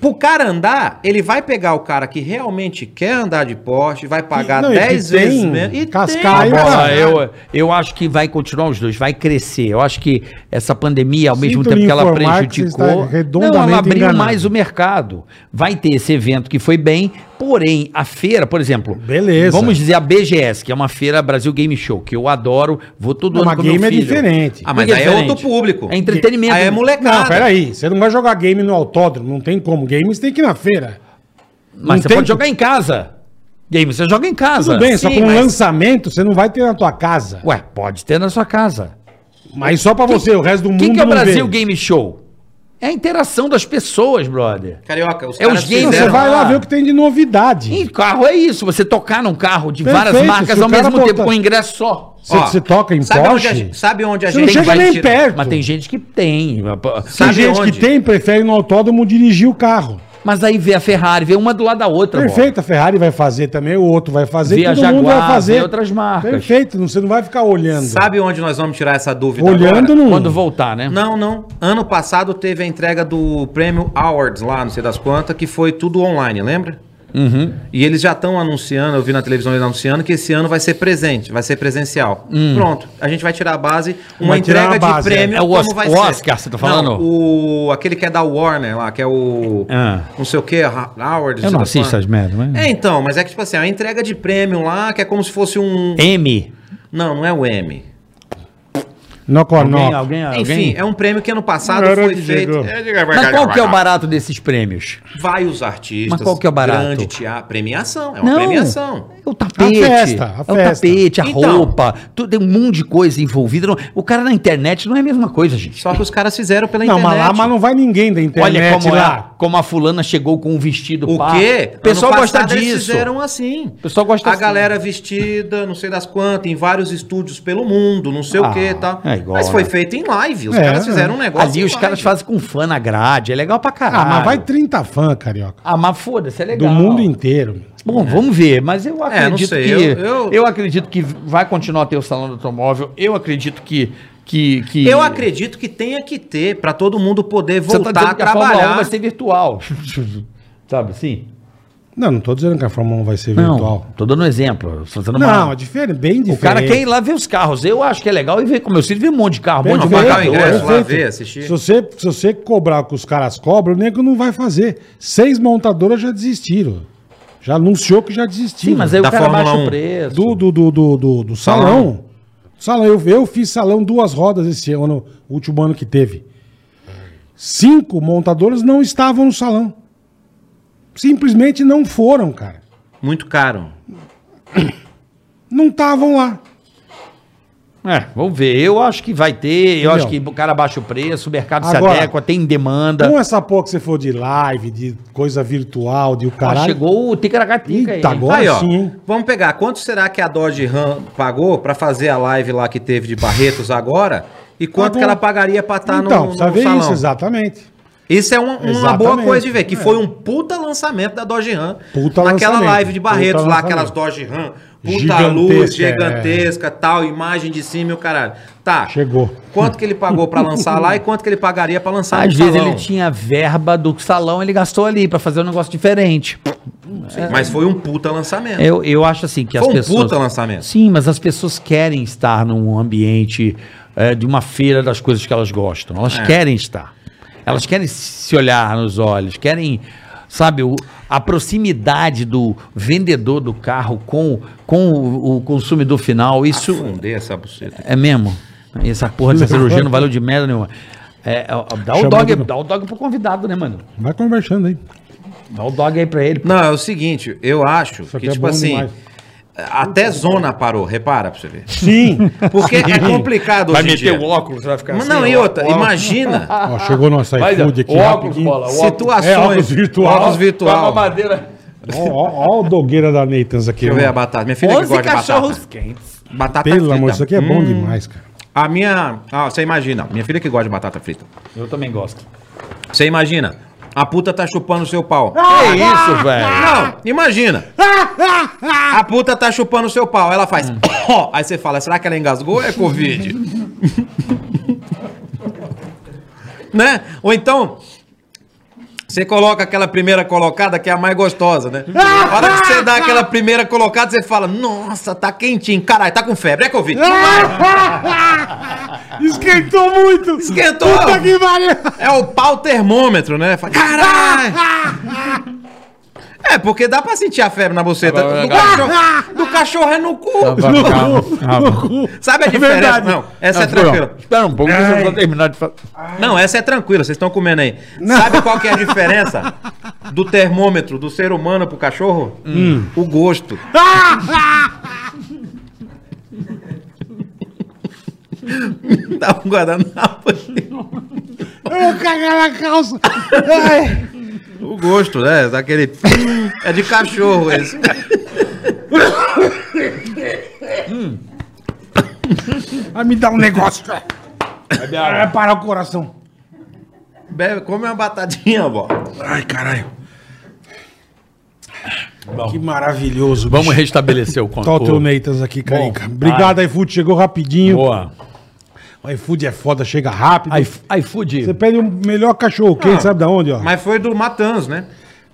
[SPEAKER 6] Pro cara andar, ele vai pegar o cara que realmente quer andar de Porsche, vai pagar
[SPEAKER 4] não, e que
[SPEAKER 6] 10
[SPEAKER 4] tem
[SPEAKER 6] vezes menos. E
[SPEAKER 4] cascaio,
[SPEAKER 6] tem,
[SPEAKER 4] cara.
[SPEAKER 5] Bola, eu, eu acho que vai continuar os dois, vai crescer. Eu acho que essa pandemia, ao mesmo
[SPEAKER 4] Sinto
[SPEAKER 5] tempo
[SPEAKER 4] lhe
[SPEAKER 5] que ela
[SPEAKER 4] informar que você
[SPEAKER 5] prejudicou,
[SPEAKER 4] está
[SPEAKER 5] não,
[SPEAKER 4] redondamente
[SPEAKER 5] ela abriu
[SPEAKER 4] enganado.
[SPEAKER 5] mais o mercado. Vai ter esse evento que foi bem, porém, a feira, por exemplo,
[SPEAKER 4] Beleza.
[SPEAKER 5] vamos dizer a BGS, que é uma feira Brasil Game Show, que eu adoro, vou todo
[SPEAKER 4] Não,
[SPEAKER 5] ano
[SPEAKER 4] mas
[SPEAKER 5] com meu
[SPEAKER 4] game é
[SPEAKER 5] filho.
[SPEAKER 4] diferente.
[SPEAKER 6] Ah, mas
[SPEAKER 5] Porque
[SPEAKER 6] aí é
[SPEAKER 5] diferente.
[SPEAKER 6] outro público.
[SPEAKER 5] É entretenimento.
[SPEAKER 6] Aí é molecada.
[SPEAKER 4] Não, peraí. Você não vai jogar game no autódromo, não tem como. Games tem que ir na feira.
[SPEAKER 5] Mas
[SPEAKER 4] Não
[SPEAKER 5] você
[SPEAKER 4] tem-
[SPEAKER 5] pode jogar em casa. Game, você joga em casa.
[SPEAKER 4] Tudo bem, só
[SPEAKER 6] sim,
[SPEAKER 4] com um
[SPEAKER 6] mas-
[SPEAKER 4] lançamento você não vai ter na tua casa.
[SPEAKER 5] Ué, pode ter na sua casa.
[SPEAKER 4] Mas só pra você, o resto do
[SPEAKER 5] O
[SPEAKER 4] mundo
[SPEAKER 5] que, que é o
[SPEAKER 4] não
[SPEAKER 5] Brasil
[SPEAKER 4] vê.
[SPEAKER 5] Game Show? É a interação das pessoas, brother.
[SPEAKER 6] Carioca, os
[SPEAKER 5] É os games,
[SPEAKER 4] Não, Você
[SPEAKER 6] fizeram
[SPEAKER 4] vai lá
[SPEAKER 5] lá.
[SPEAKER 4] ver o que tem de novidade.
[SPEAKER 5] E carro é isso, você tocar num carro de
[SPEAKER 4] Perfeito,
[SPEAKER 5] várias marcas
[SPEAKER 4] se o
[SPEAKER 5] ao
[SPEAKER 4] cara
[SPEAKER 5] mesmo
[SPEAKER 4] botar-
[SPEAKER 5] tempo com um ingresso só.
[SPEAKER 4] Você,
[SPEAKER 6] Ó,
[SPEAKER 4] você toca em
[SPEAKER 6] sabe
[SPEAKER 4] Porsche?
[SPEAKER 6] Onde a, sabe onde a
[SPEAKER 4] Você não
[SPEAKER 6] gente
[SPEAKER 4] chega
[SPEAKER 6] vai
[SPEAKER 4] nem
[SPEAKER 6] tirar-
[SPEAKER 4] perto.
[SPEAKER 5] Mas tem gente que tem.
[SPEAKER 4] Tem
[SPEAKER 6] sabe
[SPEAKER 4] gente
[SPEAKER 6] onde?
[SPEAKER 4] que tem, prefere no autódromo dirigir o carro.
[SPEAKER 5] Mas aí vê a Ferrari, vê uma do lado da outra.
[SPEAKER 4] Perfeito, a Ferrari vai fazer também, o outro vai fazer,
[SPEAKER 5] Vê a Jaguar,
[SPEAKER 4] vai fazer.
[SPEAKER 5] vê outras marcas.
[SPEAKER 4] Perfeito, não- você não vai ficar olhando.
[SPEAKER 6] Sabe onde nós vamos tirar essa dúvida
[SPEAKER 4] olhando
[SPEAKER 6] agora?
[SPEAKER 5] bola.
[SPEAKER 4] não.
[SPEAKER 5] Quando voltar, né?
[SPEAKER 6] Não, não. Ano passado teve a entrega do prêmio Awards lá, não sei das quantas, que foi tudo online, lembra?
[SPEAKER 5] Uhum.
[SPEAKER 6] E eles já estão anunciando, eu vi na televisão eles anunciando, que esse ano vai ser presente, vai ser presencial.
[SPEAKER 5] Hum.
[SPEAKER 6] Pronto, a gente vai tirar a base, uma
[SPEAKER 4] Vai tirar
[SPEAKER 6] entrega
[SPEAKER 4] a base,
[SPEAKER 6] de prêmio.
[SPEAKER 5] é. É o Os- o Oscar, você tá falando?
[SPEAKER 6] Não, o, aquele que é da Warner lá, que é o.
[SPEAKER 5] Ah.
[SPEAKER 6] Não sei o quê, Ra- Awards.
[SPEAKER 5] Eu não
[SPEAKER 6] sei
[SPEAKER 5] assisto
[SPEAKER 6] das quantas.
[SPEAKER 5] as merdas, mas...
[SPEAKER 6] É, então, mas é que, tipo assim, a entrega de prêmio lá, que é como se fosse um.
[SPEAKER 5] M.
[SPEAKER 6] Não, não é o M.
[SPEAKER 4] Knock on knock.
[SPEAKER 5] Ah,
[SPEAKER 6] Enfim, é um prêmio que ano passado
[SPEAKER 2] Não era
[SPEAKER 6] foi
[SPEAKER 2] que
[SPEAKER 6] feito.
[SPEAKER 2] chegou.
[SPEAKER 6] É, diga, vai,
[SPEAKER 5] Mas
[SPEAKER 6] vai,
[SPEAKER 5] qual
[SPEAKER 6] vai,
[SPEAKER 5] que é o
[SPEAKER 6] vai.
[SPEAKER 5] barato desses prêmios?
[SPEAKER 6] Vai os artistas.
[SPEAKER 5] Mas qual que é o barato?
[SPEAKER 6] Grande teatro. Premiação. É uma premiação.
[SPEAKER 5] É o tapete.
[SPEAKER 4] A festa, a
[SPEAKER 5] é o
[SPEAKER 4] festa.
[SPEAKER 5] tapete, a
[SPEAKER 6] Então.
[SPEAKER 5] roupa. Tudo, tem um monte de coisa envolvida. Não- o cara na internet não é a mesma coisa, gente.
[SPEAKER 6] Só que os caras fizeram pela
[SPEAKER 4] Não, mas
[SPEAKER 6] internet.
[SPEAKER 4] lá mas não vai ninguém da internet
[SPEAKER 5] Olha como, é-
[SPEAKER 4] lá.
[SPEAKER 5] como a fulana chegou com um vestido
[SPEAKER 6] O
[SPEAKER 5] pá.
[SPEAKER 6] quê?
[SPEAKER 5] O pessoal
[SPEAKER 6] Ano
[SPEAKER 5] gosta
[SPEAKER 6] passado Eles
[SPEAKER 5] disso.
[SPEAKER 6] fizeram assim.
[SPEAKER 5] O pessoal gosta
[SPEAKER 6] A
[SPEAKER 5] assim.
[SPEAKER 6] galera vestida, não sei das quantas, em vários estúdios pelo mundo, não sei
[SPEAKER 5] Ah,
[SPEAKER 6] o que e tal.
[SPEAKER 5] é igual,
[SPEAKER 6] mas foi
[SPEAKER 5] né?
[SPEAKER 6] feito em live. Os
[SPEAKER 4] É,
[SPEAKER 6] caras fizeram
[SPEAKER 4] é.
[SPEAKER 6] um negócio.
[SPEAKER 5] Ali
[SPEAKER 6] em
[SPEAKER 5] os caras
[SPEAKER 6] live.
[SPEAKER 5] fazem com fã na grade. É legal pra caralho.
[SPEAKER 4] Ah, mas vai 30 fã, carioca.
[SPEAKER 5] Ah, mas foda-se, é
[SPEAKER 4] Do
[SPEAKER 5] legal.
[SPEAKER 4] mundo inteiro.
[SPEAKER 5] Bom, vamos ver, mas eu
[SPEAKER 6] É, não
[SPEAKER 5] acredito
[SPEAKER 6] sei,
[SPEAKER 5] que
[SPEAKER 6] eu- eu-
[SPEAKER 5] acredito que vai continuar a ter o salão do automóvel. Eu acredito que que, que
[SPEAKER 6] Eu acredito que tenha que ter pra todo mundo poder
[SPEAKER 5] Você tá
[SPEAKER 6] voltar
[SPEAKER 5] dizendo
[SPEAKER 6] a
[SPEAKER 5] que a Fórmula 1
[SPEAKER 6] trabalhar.
[SPEAKER 5] vai ser virtual. Sabe assim?
[SPEAKER 4] Não, não tô dizendo que a Fórmula 1 vai ser
[SPEAKER 5] Não,
[SPEAKER 4] virtual.
[SPEAKER 5] tô dando um exemplo. tô fazendo uma-
[SPEAKER 4] Não, é diferente, bem diferente.
[SPEAKER 5] O cara quer ir lá ver os carros. Eu acho que é legal e ver como eu filho vê um monte de carro, um
[SPEAKER 4] Bem
[SPEAKER 5] monte de
[SPEAKER 6] não, pagar o
[SPEAKER 5] variador.
[SPEAKER 6] ingresso lá,
[SPEAKER 4] perfeito.
[SPEAKER 6] ver, assistir.
[SPEAKER 4] Se você, se você cobrar o que os caras cobram, o nego não vai fazer. Seis montadoras já desistiram. Já anunciou que já desistiram.
[SPEAKER 5] Sim, mas aí
[SPEAKER 6] Da
[SPEAKER 5] o cara
[SPEAKER 6] Fórmula
[SPEAKER 5] baixa
[SPEAKER 6] 1.
[SPEAKER 5] o preço.
[SPEAKER 4] um. do, do, do, do, do, do salão. salão. Eu, eu fiz salão duas rodas esse ano, último ano que teve. Cinco montadoras não estavam no salão. Simplesmente não foram, cara.
[SPEAKER 6] Muito caro.
[SPEAKER 4] Não estavam lá.
[SPEAKER 5] É, vamos ver. Eu acho que vai ter. Eu
[SPEAKER 4] Entendeu?
[SPEAKER 5] acho que o cara baixa o preço, o mercado
[SPEAKER 4] Agora,
[SPEAKER 5] se adequa, tem demanda.
[SPEAKER 4] Com essa porra que você for de live, de coisa virtual,
[SPEAKER 6] Ah,
[SPEAKER 4] de o
[SPEAKER 5] Ó,
[SPEAKER 4] caralho.
[SPEAKER 5] chegou o Ticaracatica aí.
[SPEAKER 4] Eita,
[SPEAKER 5] hein?
[SPEAKER 4] agora
[SPEAKER 6] aí, ó,
[SPEAKER 4] sim, hein?
[SPEAKER 6] vamos pegar. Quanto será que a Dodge Ram pagou pra fazer a live lá que teve de Barretos agora? E quanto
[SPEAKER 4] Tá bom.
[SPEAKER 6] que ela pagaria pra estar
[SPEAKER 4] então,
[SPEAKER 6] no,
[SPEAKER 4] precisa
[SPEAKER 6] no
[SPEAKER 4] ver
[SPEAKER 6] salão?
[SPEAKER 4] isso, exatamente.
[SPEAKER 6] Isso é uma, uma
[SPEAKER 4] Exatamente.
[SPEAKER 6] boa coisa de ver, que
[SPEAKER 4] É.
[SPEAKER 6] foi um puta lançamento da Dodge Ram.
[SPEAKER 4] Puta
[SPEAKER 6] Naquela
[SPEAKER 4] lançamento,
[SPEAKER 6] live de Barretos
[SPEAKER 4] puta
[SPEAKER 6] lá,
[SPEAKER 4] lançamento.
[SPEAKER 6] aquelas Dodge Ram, puta
[SPEAKER 4] Gigantesca,
[SPEAKER 6] luz,
[SPEAKER 4] é.
[SPEAKER 6] gigantesca, tal, imagem de cima e o caralho. Tá.
[SPEAKER 4] Chegou.
[SPEAKER 6] Quanto que ele pagou pra lançar lá e quanto que ele pagaria pra lançar
[SPEAKER 5] Às vezes ele tinha verba do salão, ele gastou ali pra fazer um negócio diferente.
[SPEAKER 6] Mas foi um puta lançamento.
[SPEAKER 5] Eu, eu acho assim que as
[SPEAKER 6] Foi um
[SPEAKER 5] pessoas.
[SPEAKER 6] puta lançamento.
[SPEAKER 5] Sim, mas as pessoas querem estar num ambiente eh, de uma feira das coisas que elas gostam. Elas
[SPEAKER 6] É.
[SPEAKER 5] querem estar. Elas querem se olhar nos olhos, querem, sabe, o- a proximidade do vendedor do carro com, com o, o consumidor final. Isso
[SPEAKER 6] Afundei essa buceta.
[SPEAKER 5] é mesmo. Essa porra dessa cirurgia não valeu de merda nenhuma. É, ó, ó, dá, o
[SPEAKER 4] Chamando
[SPEAKER 5] dog,
[SPEAKER 4] do-
[SPEAKER 5] dá o dog pro convidado, né, mano?
[SPEAKER 4] Vai conversando aí.
[SPEAKER 5] Dá o dog aí pra ele.
[SPEAKER 6] Não, é o seguinte, eu acho
[SPEAKER 4] aqui
[SPEAKER 6] que,
[SPEAKER 4] é
[SPEAKER 6] tipo
[SPEAKER 4] bom
[SPEAKER 6] assim,
[SPEAKER 4] demais.
[SPEAKER 6] até zona parou, repara pra você ver.
[SPEAKER 4] Sim.
[SPEAKER 6] Porque é complicado hoje em dia.
[SPEAKER 5] óculos, vai ficar
[SPEAKER 6] Mas
[SPEAKER 4] assim,
[SPEAKER 6] não,
[SPEAKER 2] assim,
[SPEAKER 6] e outra, imagina
[SPEAKER 4] Ó, chegou nosso
[SPEAKER 6] é,
[SPEAKER 4] iFood aqui rapidinho.
[SPEAKER 6] situações...
[SPEAKER 4] É, óculos Tá virtual.
[SPEAKER 6] Óculos virtual.
[SPEAKER 5] madeira.
[SPEAKER 4] Ó, ó, ó o dogueira da Neitans aqui.
[SPEAKER 6] Deixa eu ver a Tá
[SPEAKER 4] mano.
[SPEAKER 6] batata. Minha filha que gosta de batata.
[SPEAKER 5] quentes.
[SPEAKER 6] Batata
[SPEAKER 4] Pelo
[SPEAKER 6] frita.
[SPEAKER 4] amor, isso aqui é bom demais, cara.
[SPEAKER 6] A minha. Ah, você imagina. Minha filha que gosta de batata frita.
[SPEAKER 5] Eu também gosto.
[SPEAKER 6] Você imagina. A puta tá chupando o seu pau.
[SPEAKER 5] Que isso, velho?
[SPEAKER 6] Não, imagina. A puta tá chupando o seu pau. Ela faz. Aí você fala, será que ela engasgou ou é Covid? né? Ou então. Você coloca aquela primeira colocada que é a mais gostosa, né? A hora que você dá aquela primeira colocada, você fala: Nossa, tá quentinho. Caralho, tá com febre. É Covid.
[SPEAKER 4] Ah, Esquentou muito!
[SPEAKER 6] Esquentou.
[SPEAKER 4] Puta que pariu!
[SPEAKER 6] É o pau termômetro, né? Fala, Caralho! É, porque dá pra sentir a febre na buceta. Do cachorro, do cachorro é no cu. Sabe a diferença?
[SPEAKER 4] verdade.
[SPEAKER 6] Não, essa é tranquila.
[SPEAKER 5] Tranquilo. Espera um pouco, deixa eu só terminar de falar.
[SPEAKER 6] Não, essa é tranquila, vocês estão comendo aí. Sabe qual que é a diferença do termômetro do ser humano pro cachorro? O gosto. Dá um guardanapo aqui.
[SPEAKER 4] Eu vou cagar na calça! Ai.
[SPEAKER 6] O gosto, né? Daquele. É de cachorro esse.
[SPEAKER 4] Vai me dar um negócio! Vai parar o coração!
[SPEAKER 6] Bebe, come uma batatinha, vó.
[SPEAKER 4] Ai, caralho! que maravilhoso,
[SPEAKER 5] Vamos restabelecer o contato.
[SPEAKER 4] Tá o teu Neitas aqui, Carica. Obrigado, iFood. Chegou rapidinho.
[SPEAKER 5] Boa.
[SPEAKER 4] O iFood é foda, chega rápido.
[SPEAKER 5] I- iFood.
[SPEAKER 4] Você pede o melhor cachorro quem sabe da onde, ó?
[SPEAKER 6] Mas foi do Matanz, né?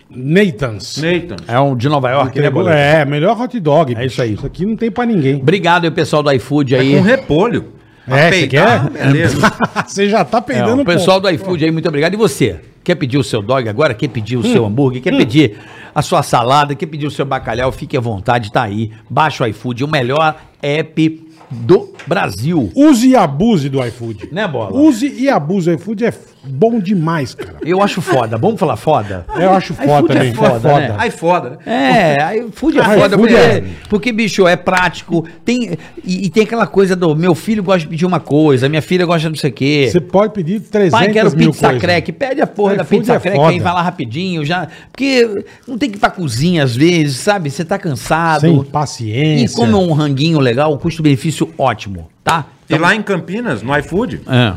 [SPEAKER 4] Neitans.
[SPEAKER 6] Nathan.
[SPEAKER 5] É um de Nova York, né,
[SPEAKER 4] Entregou-
[SPEAKER 5] Boleto?
[SPEAKER 4] É, melhor hot dog.
[SPEAKER 5] É isso aí.
[SPEAKER 4] Isso aqui não tem pra ninguém.
[SPEAKER 5] Obrigado aí, pessoal do iFood aí.
[SPEAKER 6] Um repolho.
[SPEAKER 4] É,
[SPEAKER 6] Pra
[SPEAKER 4] você
[SPEAKER 6] peidar,
[SPEAKER 4] quer?
[SPEAKER 6] Beleza.
[SPEAKER 4] Você já tá
[SPEAKER 5] É,
[SPEAKER 4] perdendo
[SPEAKER 5] o pessoal do iFood aí, muito obrigado. E você? Quer pedir o seu dog agora? Quer pedir o seu hambúrguer? Quer pedir a sua salada? Quer pedir o seu bacalhau? Fique à vontade, tá aí. Baixa o iFood, o melhor app do Brasil.
[SPEAKER 4] Use e abuse do iFood.
[SPEAKER 5] Né, Bola?
[SPEAKER 4] Use e abuse. O iFood é f- bom demais, cara.
[SPEAKER 5] Eu acho foda. Vamos falar foda?
[SPEAKER 4] Eu acho foda
[SPEAKER 5] iFood é
[SPEAKER 4] também.
[SPEAKER 5] foda, né?
[SPEAKER 6] Aí foda, né?
[SPEAKER 5] É, iFood é
[SPEAKER 4] Ah,
[SPEAKER 5] foda,
[SPEAKER 4] iFood
[SPEAKER 5] porque,
[SPEAKER 4] é-
[SPEAKER 5] porque, bicho, é prático. Tem, e, e tem aquela coisa do meu filho gosta de pedir uma coisa, minha filha gosta de não sei o quê.
[SPEAKER 4] Você pode pedir 300
[SPEAKER 5] Pai, quero
[SPEAKER 4] mil
[SPEAKER 5] pizza
[SPEAKER 4] coisas.
[SPEAKER 5] crack. Pede a porra da
[SPEAKER 4] iFood
[SPEAKER 5] pizza
[SPEAKER 4] é
[SPEAKER 5] crack
[SPEAKER 4] foda.
[SPEAKER 5] aí, vai lá rapidinho. já Porque não tem que ir pra cozinha às vezes, sabe? Você tá cansado.
[SPEAKER 4] Sem
[SPEAKER 5] e
[SPEAKER 4] paciência.
[SPEAKER 5] como é um ranguinho legal, custo-benefício ótimo, tá?
[SPEAKER 6] E
[SPEAKER 4] Então-
[SPEAKER 6] lá em Campinas, no iFood,
[SPEAKER 5] É.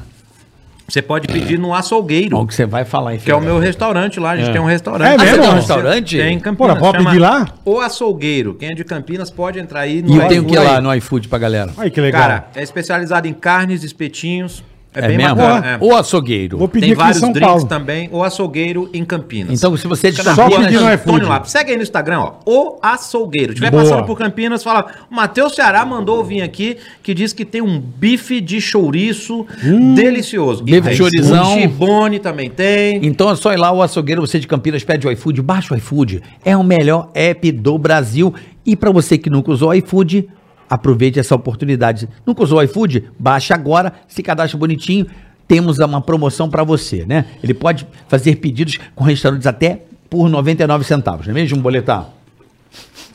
[SPEAKER 6] você pode pedir no açougueiro,
[SPEAKER 5] Bom, que você vai falar, hein,
[SPEAKER 6] que é o
[SPEAKER 5] filho?
[SPEAKER 6] meu restaurante lá. A gente tem um
[SPEAKER 4] É
[SPEAKER 6] restaurante.
[SPEAKER 5] Ah, você
[SPEAKER 4] mesmo?
[SPEAKER 5] tem um
[SPEAKER 4] Você
[SPEAKER 5] restaurante?
[SPEAKER 6] Tem em
[SPEAKER 4] Pô,
[SPEAKER 6] Campinas.
[SPEAKER 4] mas pode
[SPEAKER 6] chama
[SPEAKER 4] pedir lá?
[SPEAKER 6] O açougueiro. Quem é de Campinas pode entrar
[SPEAKER 5] E
[SPEAKER 6] aí
[SPEAKER 5] eu
[SPEAKER 6] iFood
[SPEAKER 5] tenho que ir lá
[SPEAKER 6] aí.
[SPEAKER 5] no iFood pra galera.
[SPEAKER 4] Ai, que legal.
[SPEAKER 6] Cara, é especializado em carnes, espetinhos. É,
[SPEAKER 5] É
[SPEAKER 6] bem
[SPEAKER 5] mesmo?
[SPEAKER 6] bacana. é.
[SPEAKER 5] O açougueiro.
[SPEAKER 4] Vou pedir
[SPEAKER 6] Tem
[SPEAKER 4] aqui em
[SPEAKER 6] vários
[SPEAKER 4] São
[SPEAKER 6] drinks
[SPEAKER 4] Paulo.
[SPEAKER 6] também. O açougueiro em Campinas.
[SPEAKER 5] Então, se você é de
[SPEAKER 6] Fica na
[SPEAKER 4] Só
[SPEAKER 6] rua,
[SPEAKER 5] Campinas,
[SPEAKER 4] pedir
[SPEAKER 6] né?
[SPEAKER 4] no
[SPEAKER 6] Antônio
[SPEAKER 4] iFood.
[SPEAKER 6] Lapa. Segue aí no Instagram, ó. O Açougueiro. Tiver
[SPEAKER 4] Boa.
[SPEAKER 6] passando por Campinas, fala. Matheus Ceará mandou eu vir aqui que diz que tem um bife de chouriço
[SPEAKER 4] Hum.
[SPEAKER 6] delicioso.
[SPEAKER 5] Bife
[SPEAKER 6] tem
[SPEAKER 5] de chourizão.
[SPEAKER 6] Chibone também tem.
[SPEAKER 5] Então é só ir lá, o açougueiro, você de Campinas, pede o iFood, baixa o iFood. É o melhor app do Brasil. E pra você que nunca usou o iFood, aproveite essa oportunidade. Nunca usou o iFood? Baixa agora, se cadastra bonitinho. Temos uma promoção pra você, né? Ele pode fazer pedidos com restaurantes até por 99 centavos, não é mesmo, Boletar?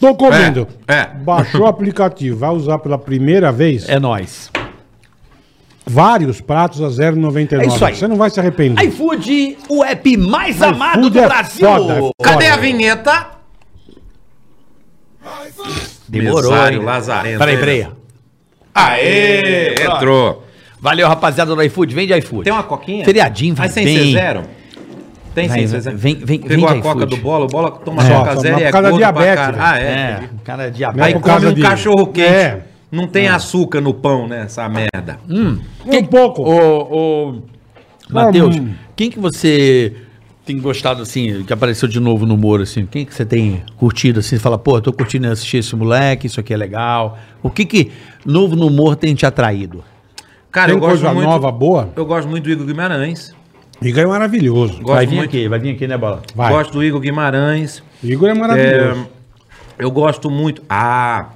[SPEAKER 4] Tô comendo.
[SPEAKER 6] É, é.
[SPEAKER 4] Baixou o aplicativo, vai usar pela primeira vez
[SPEAKER 5] É nóis.
[SPEAKER 4] vários pratos a 0,99.
[SPEAKER 5] É isso aí.
[SPEAKER 4] Você não vai se arrepender.
[SPEAKER 5] iFood, o app mais amado
[SPEAKER 4] iFood
[SPEAKER 5] do
[SPEAKER 4] é
[SPEAKER 5] Brasil.
[SPEAKER 4] foda, é foda.
[SPEAKER 6] Cadê a vinheta?
[SPEAKER 5] Demorou,
[SPEAKER 6] Mesário
[SPEAKER 5] hein?
[SPEAKER 6] Lazarento.
[SPEAKER 5] Peraí, peraí.
[SPEAKER 6] Aê! Entrou.
[SPEAKER 5] Valeu, rapaziada do iFood. Vende iFood.
[SPEAKER 6] Tem uma coquinha?
[SPEAKER 5] Feriadinho, vai
[SPEAKER 6] Mas sem
[SPEAKER 5] bem.
[SPEAKER 6] ser zero? Tem
[SPEAKER 5] Vem,
[SPEAKER 6] sem ser zero.
[SPEAKER 5] vem, vem,
[SPEAKER 6] Pegou
[SPEAKER 5] vem de
[SPEAKER 6] a coca
[SPEAKER 5] iFood.
[SPEAKER 6] do Bola, o Bola toma
[SPEAKER 4] É,
[SPEAKER 6] coca
[SPEAKER 4] só
[SPEAKER 6] zero e
[SPEAKER 4] por
[SPEAKER 6] é
[SPEAKER 4] causa da
[SPEAKER 6] gordo pra
[SPEAKER 4] diabetes,
[SPEAKER 6] caralho.
[SPEAKER 4] velho.
[SPEAKER 6] Ah, é.
[SPEAKER 5] É, o cara é
[SPEAKER 4] por
[SPEAKER 6] Aí
[SPEAKER 5] diabético.
[SPEAKER 6] come
[SPEAKER 4] causa
[SPEAKER 6] um
[SPEAKER 4] de-
[SPEAKER 6] cachorro quente.
[SPEAKER 4] É.
[SPEAKER 6] Não tem açúcar no pão, né? Essa merda.
[SPEAKER 4] Um pouco.
[SPEAKER 5] Ô, ô, Matheus,
[SPEAKER 4] Hum.
[SPEAKER 5] quem que você tem gostado, assim, que apareceu de novo no Moro, assim? Quem que você tem curtido, assim? Fala, pô, tô curtindo assistir esse moleque, isso aqui é legal. O que que novo no humor tem te atraído?
[SPEAKER 6] Cara,
[SPEAKER 4] Tem
[SPEAKER 6] eu gosto
[SPEAKER 4] coisa
[SPEAKER 6] muito.
[SPEAKER 4] nova, boa?
[SPEAKER 6] Eu gosto muito do Igor Guimarães.
[SPEAKER 4] Igor é maravilhoso.
[SPEAKER 6] Gosto
[SPEAKER 5] vai vir
[SPEAKER 6] muito.
[SPEAKER 5] aqui, vai vir aqui, né, Bola?
[SPEAKER 4] Vai.
[SPEAKER 6] Gosto do Igor Guimarães.
[SPEAKER 4] Igor é maravilhoso.
[SPEAKER 6] Eu gosto muito. Ah!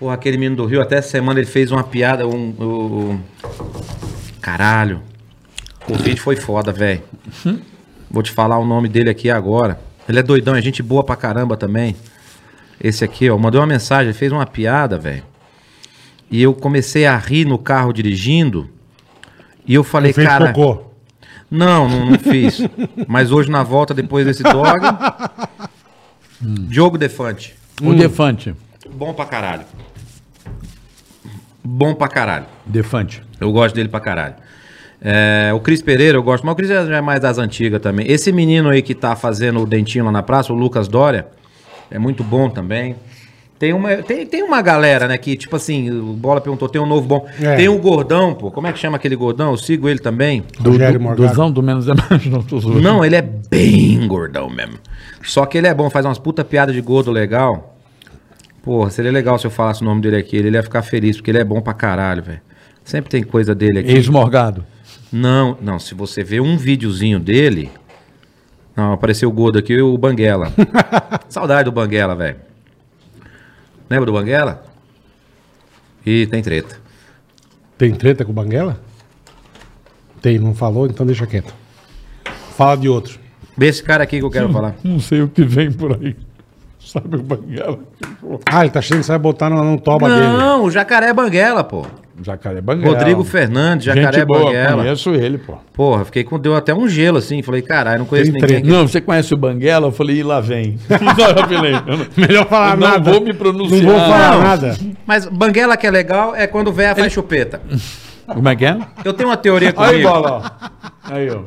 [SPEAKER 6] Porra, aquele menino do Rio, até essa semana ele fez uma piada. Um, um- Caralho. O vídeo foi foda, velho. Vou te falar o nome dele aqui agora. Ele é doidão, é gente boa pra caramba também. Esse aqui, ó, mandou uma mensagem, ele fez uma piada, velho. E eu comecei a rir no carro dirigindo. E eu
[SPEAKER 5] É,
[SPEAKER 6] falei,
[SPEAKER 4] Fez
[SPEAKER 6] cara.
[SPEAKER 4] cocô.
[SPEAKER 6] Não, não, não fiz. Mas hoje, na volta, depois desse dog. Diogo Defante.
[SPEAKER 4] Hum.
[SPEAKER 5] O Defante.
[SPEAKER 6] Bom pra caralho. bom pra caralho.
[SPEAKER 5] Defante.
[SPEAKER 6] Eu gosto dele pra caralho. É, o Cris Pereira, eu gosto, mas o Cris já é mais das antigas também. Esse menino aí que tá fazendo o dentinho lá na praça, o Lucas Dória, é muito bom também. Tem uma, tem, tem uma galera, né, que, tipo assim, o Bola perguntou, tem um novo bom.
[SPEAKER 4] É.
[SPEAKER 6] Tem o Gordão, pô. Como é que chama aquele Gordão? Eu sigo ele também.
[SPEAKER 5] Do,
[SPEAKER 4] Rogério
[SPEAKER 5] do,
[SPEAKER 4] Morgado.
[SPEAKER 5] dozão, do menos é mais, não tô zoando.
[SPEAKER 6] Não, ele é bem gordão mesmo. Só que ele é bom, faz umas puta piada de gordo legal. Porra, seria legal se eu falasse o nome dele aqui. Ele ia ficar feliz, porque ele é bom pra caralho, velho. Sempre tem coisa dele aqui.
[SPEAKER 5] Ex-morgado.
[SPEAKER 6] Não, não, se você vê um videozinho dele. Não, apareceu o gordo aqui e o Banguela. Saudade do Banguela, velho. Lembra do Banguela? Ih, tem treta.
[SPEAKER 4] Tem treta com o Banguela? Tem, não falou, então deixa quieto. Fala de outro.
[SPEAKER 6] Vê esse cara aqui que eu quero falar.
[SPEAKER 7] Não sei o que vem por aí. Sabe o banguela?
[SPEAKER 4] Ah, ele tá achando que você vai botar na, na toba dele.
[SPEAKER 6] Não, o jacaré é Banguela, pô.
[SPEAKER 7] Jacaré Banguela.
[SPEAKER 6] Rodrigo Fernandes, jacaré
[SPEAKER 7] Gente boa,
[SPEAKER 6] Banguela.
[SPEAKER 7] conheço ele, pô.
[SPEAKER 6] Porra, fiquei com. Deu até um gelo assim. Falei, caralho, não conheço
[SPEAKER 4] Tem
[SPEAKER 6] ninguém.
[SPEAKER 4] treta.
[SPEAKER 6] aqui.
[SPEAKER 5] Não, você conhece o Banguela? Eu falei, e lá vem.
[SPEAKER 4] Melhor falar
[SPEAKER 5] Eu não
[SPEAKER 4] Ah, nada.
[SPEAKER 5] vou me pronunciar.
[SPEAKER 4] Não vou falar
[SPEAKER 6] Não.
[SPEAKER 4] nada.
[SPEAKER 6] Mas banguela que é legal é quando o véia faz chupeta.
[SPEAKER 5] Como é que é?
[SPEAKER 6] Eu tenho uma teoria
[SPEAKER 5] Aí,
[SPEAKER 6] comigo.
[SPEAKER 5] bola. ó. Aí, ó.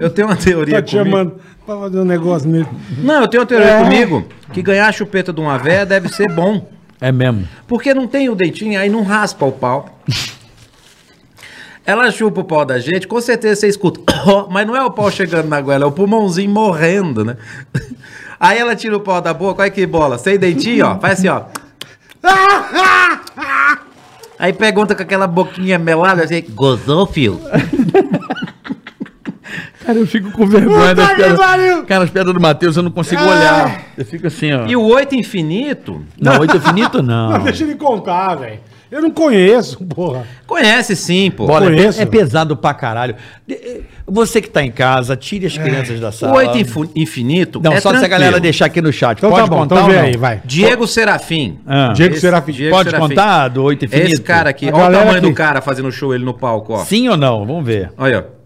[SPEAKER 6] Eu tenho uma teoria
[SPEAKER 4] Tá te É.
[SPEAKER 6] comigo.
[SPEAKER 4] chamando pra fazer um negócio nele.
[SPEAKER 6] Não, eu tenho uma teoria comigo que ganhar a chupeta de uma véia deve ser bom.
[SPEAKER 5] É mesmo.
[SPEAKER 6] Porque não tem o dentinho, aí não raspa o pau. Ela chupa o pau da gente, com certeza você escuta. Mas não é o pau chegando na goela, é o pulmãozinho morrendo, né? Aí ela tira o pau da boca, olha que bola. Sem dentinho, ó. Faz assim, ó. Aí pergunta com aquela boquinha melada, assim, gozou, filho?
[SPEAKER 5] Cara, eu fico com vergonha é das piadas. Cara, as piadas do Matheus eu não consigo
[SPEAKER 6] Ah.
[SPEAKER 5] olhar. Eu fico assim, ó.
[SPEAKER 6] E o oito infinito,
[SPEAKER 5] Não, oito infinito não.
[SPEAKER 4] Não, Ah, deixa ele contar, velho. Eu não conheço, porra.
[SPEAKER 6] conhece sim, pô.
[SPEAKER 5] Bola, é,
[SPEAKER 4] Conheço.
[SPEAKER 5] é pesado pra caralho. De- eh, Você que tá em casa, tire as crianças da
[SPEAKER 6] É. O
[SPEAKER 5] sala.
[SPEAKER 6] oito infu- infinito é
[SPEAKER 5] Não, só se a
[SPEAKER 6] tranquilo.
[SPEAKER 5] galera deixar aqui no chat.
[SPEAKER 4] Então
[SPEAKER 5] Pode
[SPEAKER 4] tá bom,
[SPEAKER 5] contar
[SPEAKER 4] então
[SPEAKER 5] ou
[SPEAKER 4] vê
[SPEAKER 5] não?
[SPEAKER 4] aí, vai.
[SPEAKER 6] Diego Serafim.
[SPEAKER 5] Ah.
[SPEAKER 4] Diego Serafim.
[SPEAKER 6] Diego
[SPEAKER 5] Pode contar do oito infinito?
[SPEAKER 6] Esse cara
[SPEAKER 4] A
[SPEAKER 6] aqui, olha o
[SPEAKER 4] galera
[SPEAKER 6] tamanho do
[SPEAKER 4] aqui.
[SPEAKER 6] cara fazendo show ele no palco, ó.
[SPEAKER 5] Sim ou não? Vamos ver.
[SPEAKER 6] Olha, ó.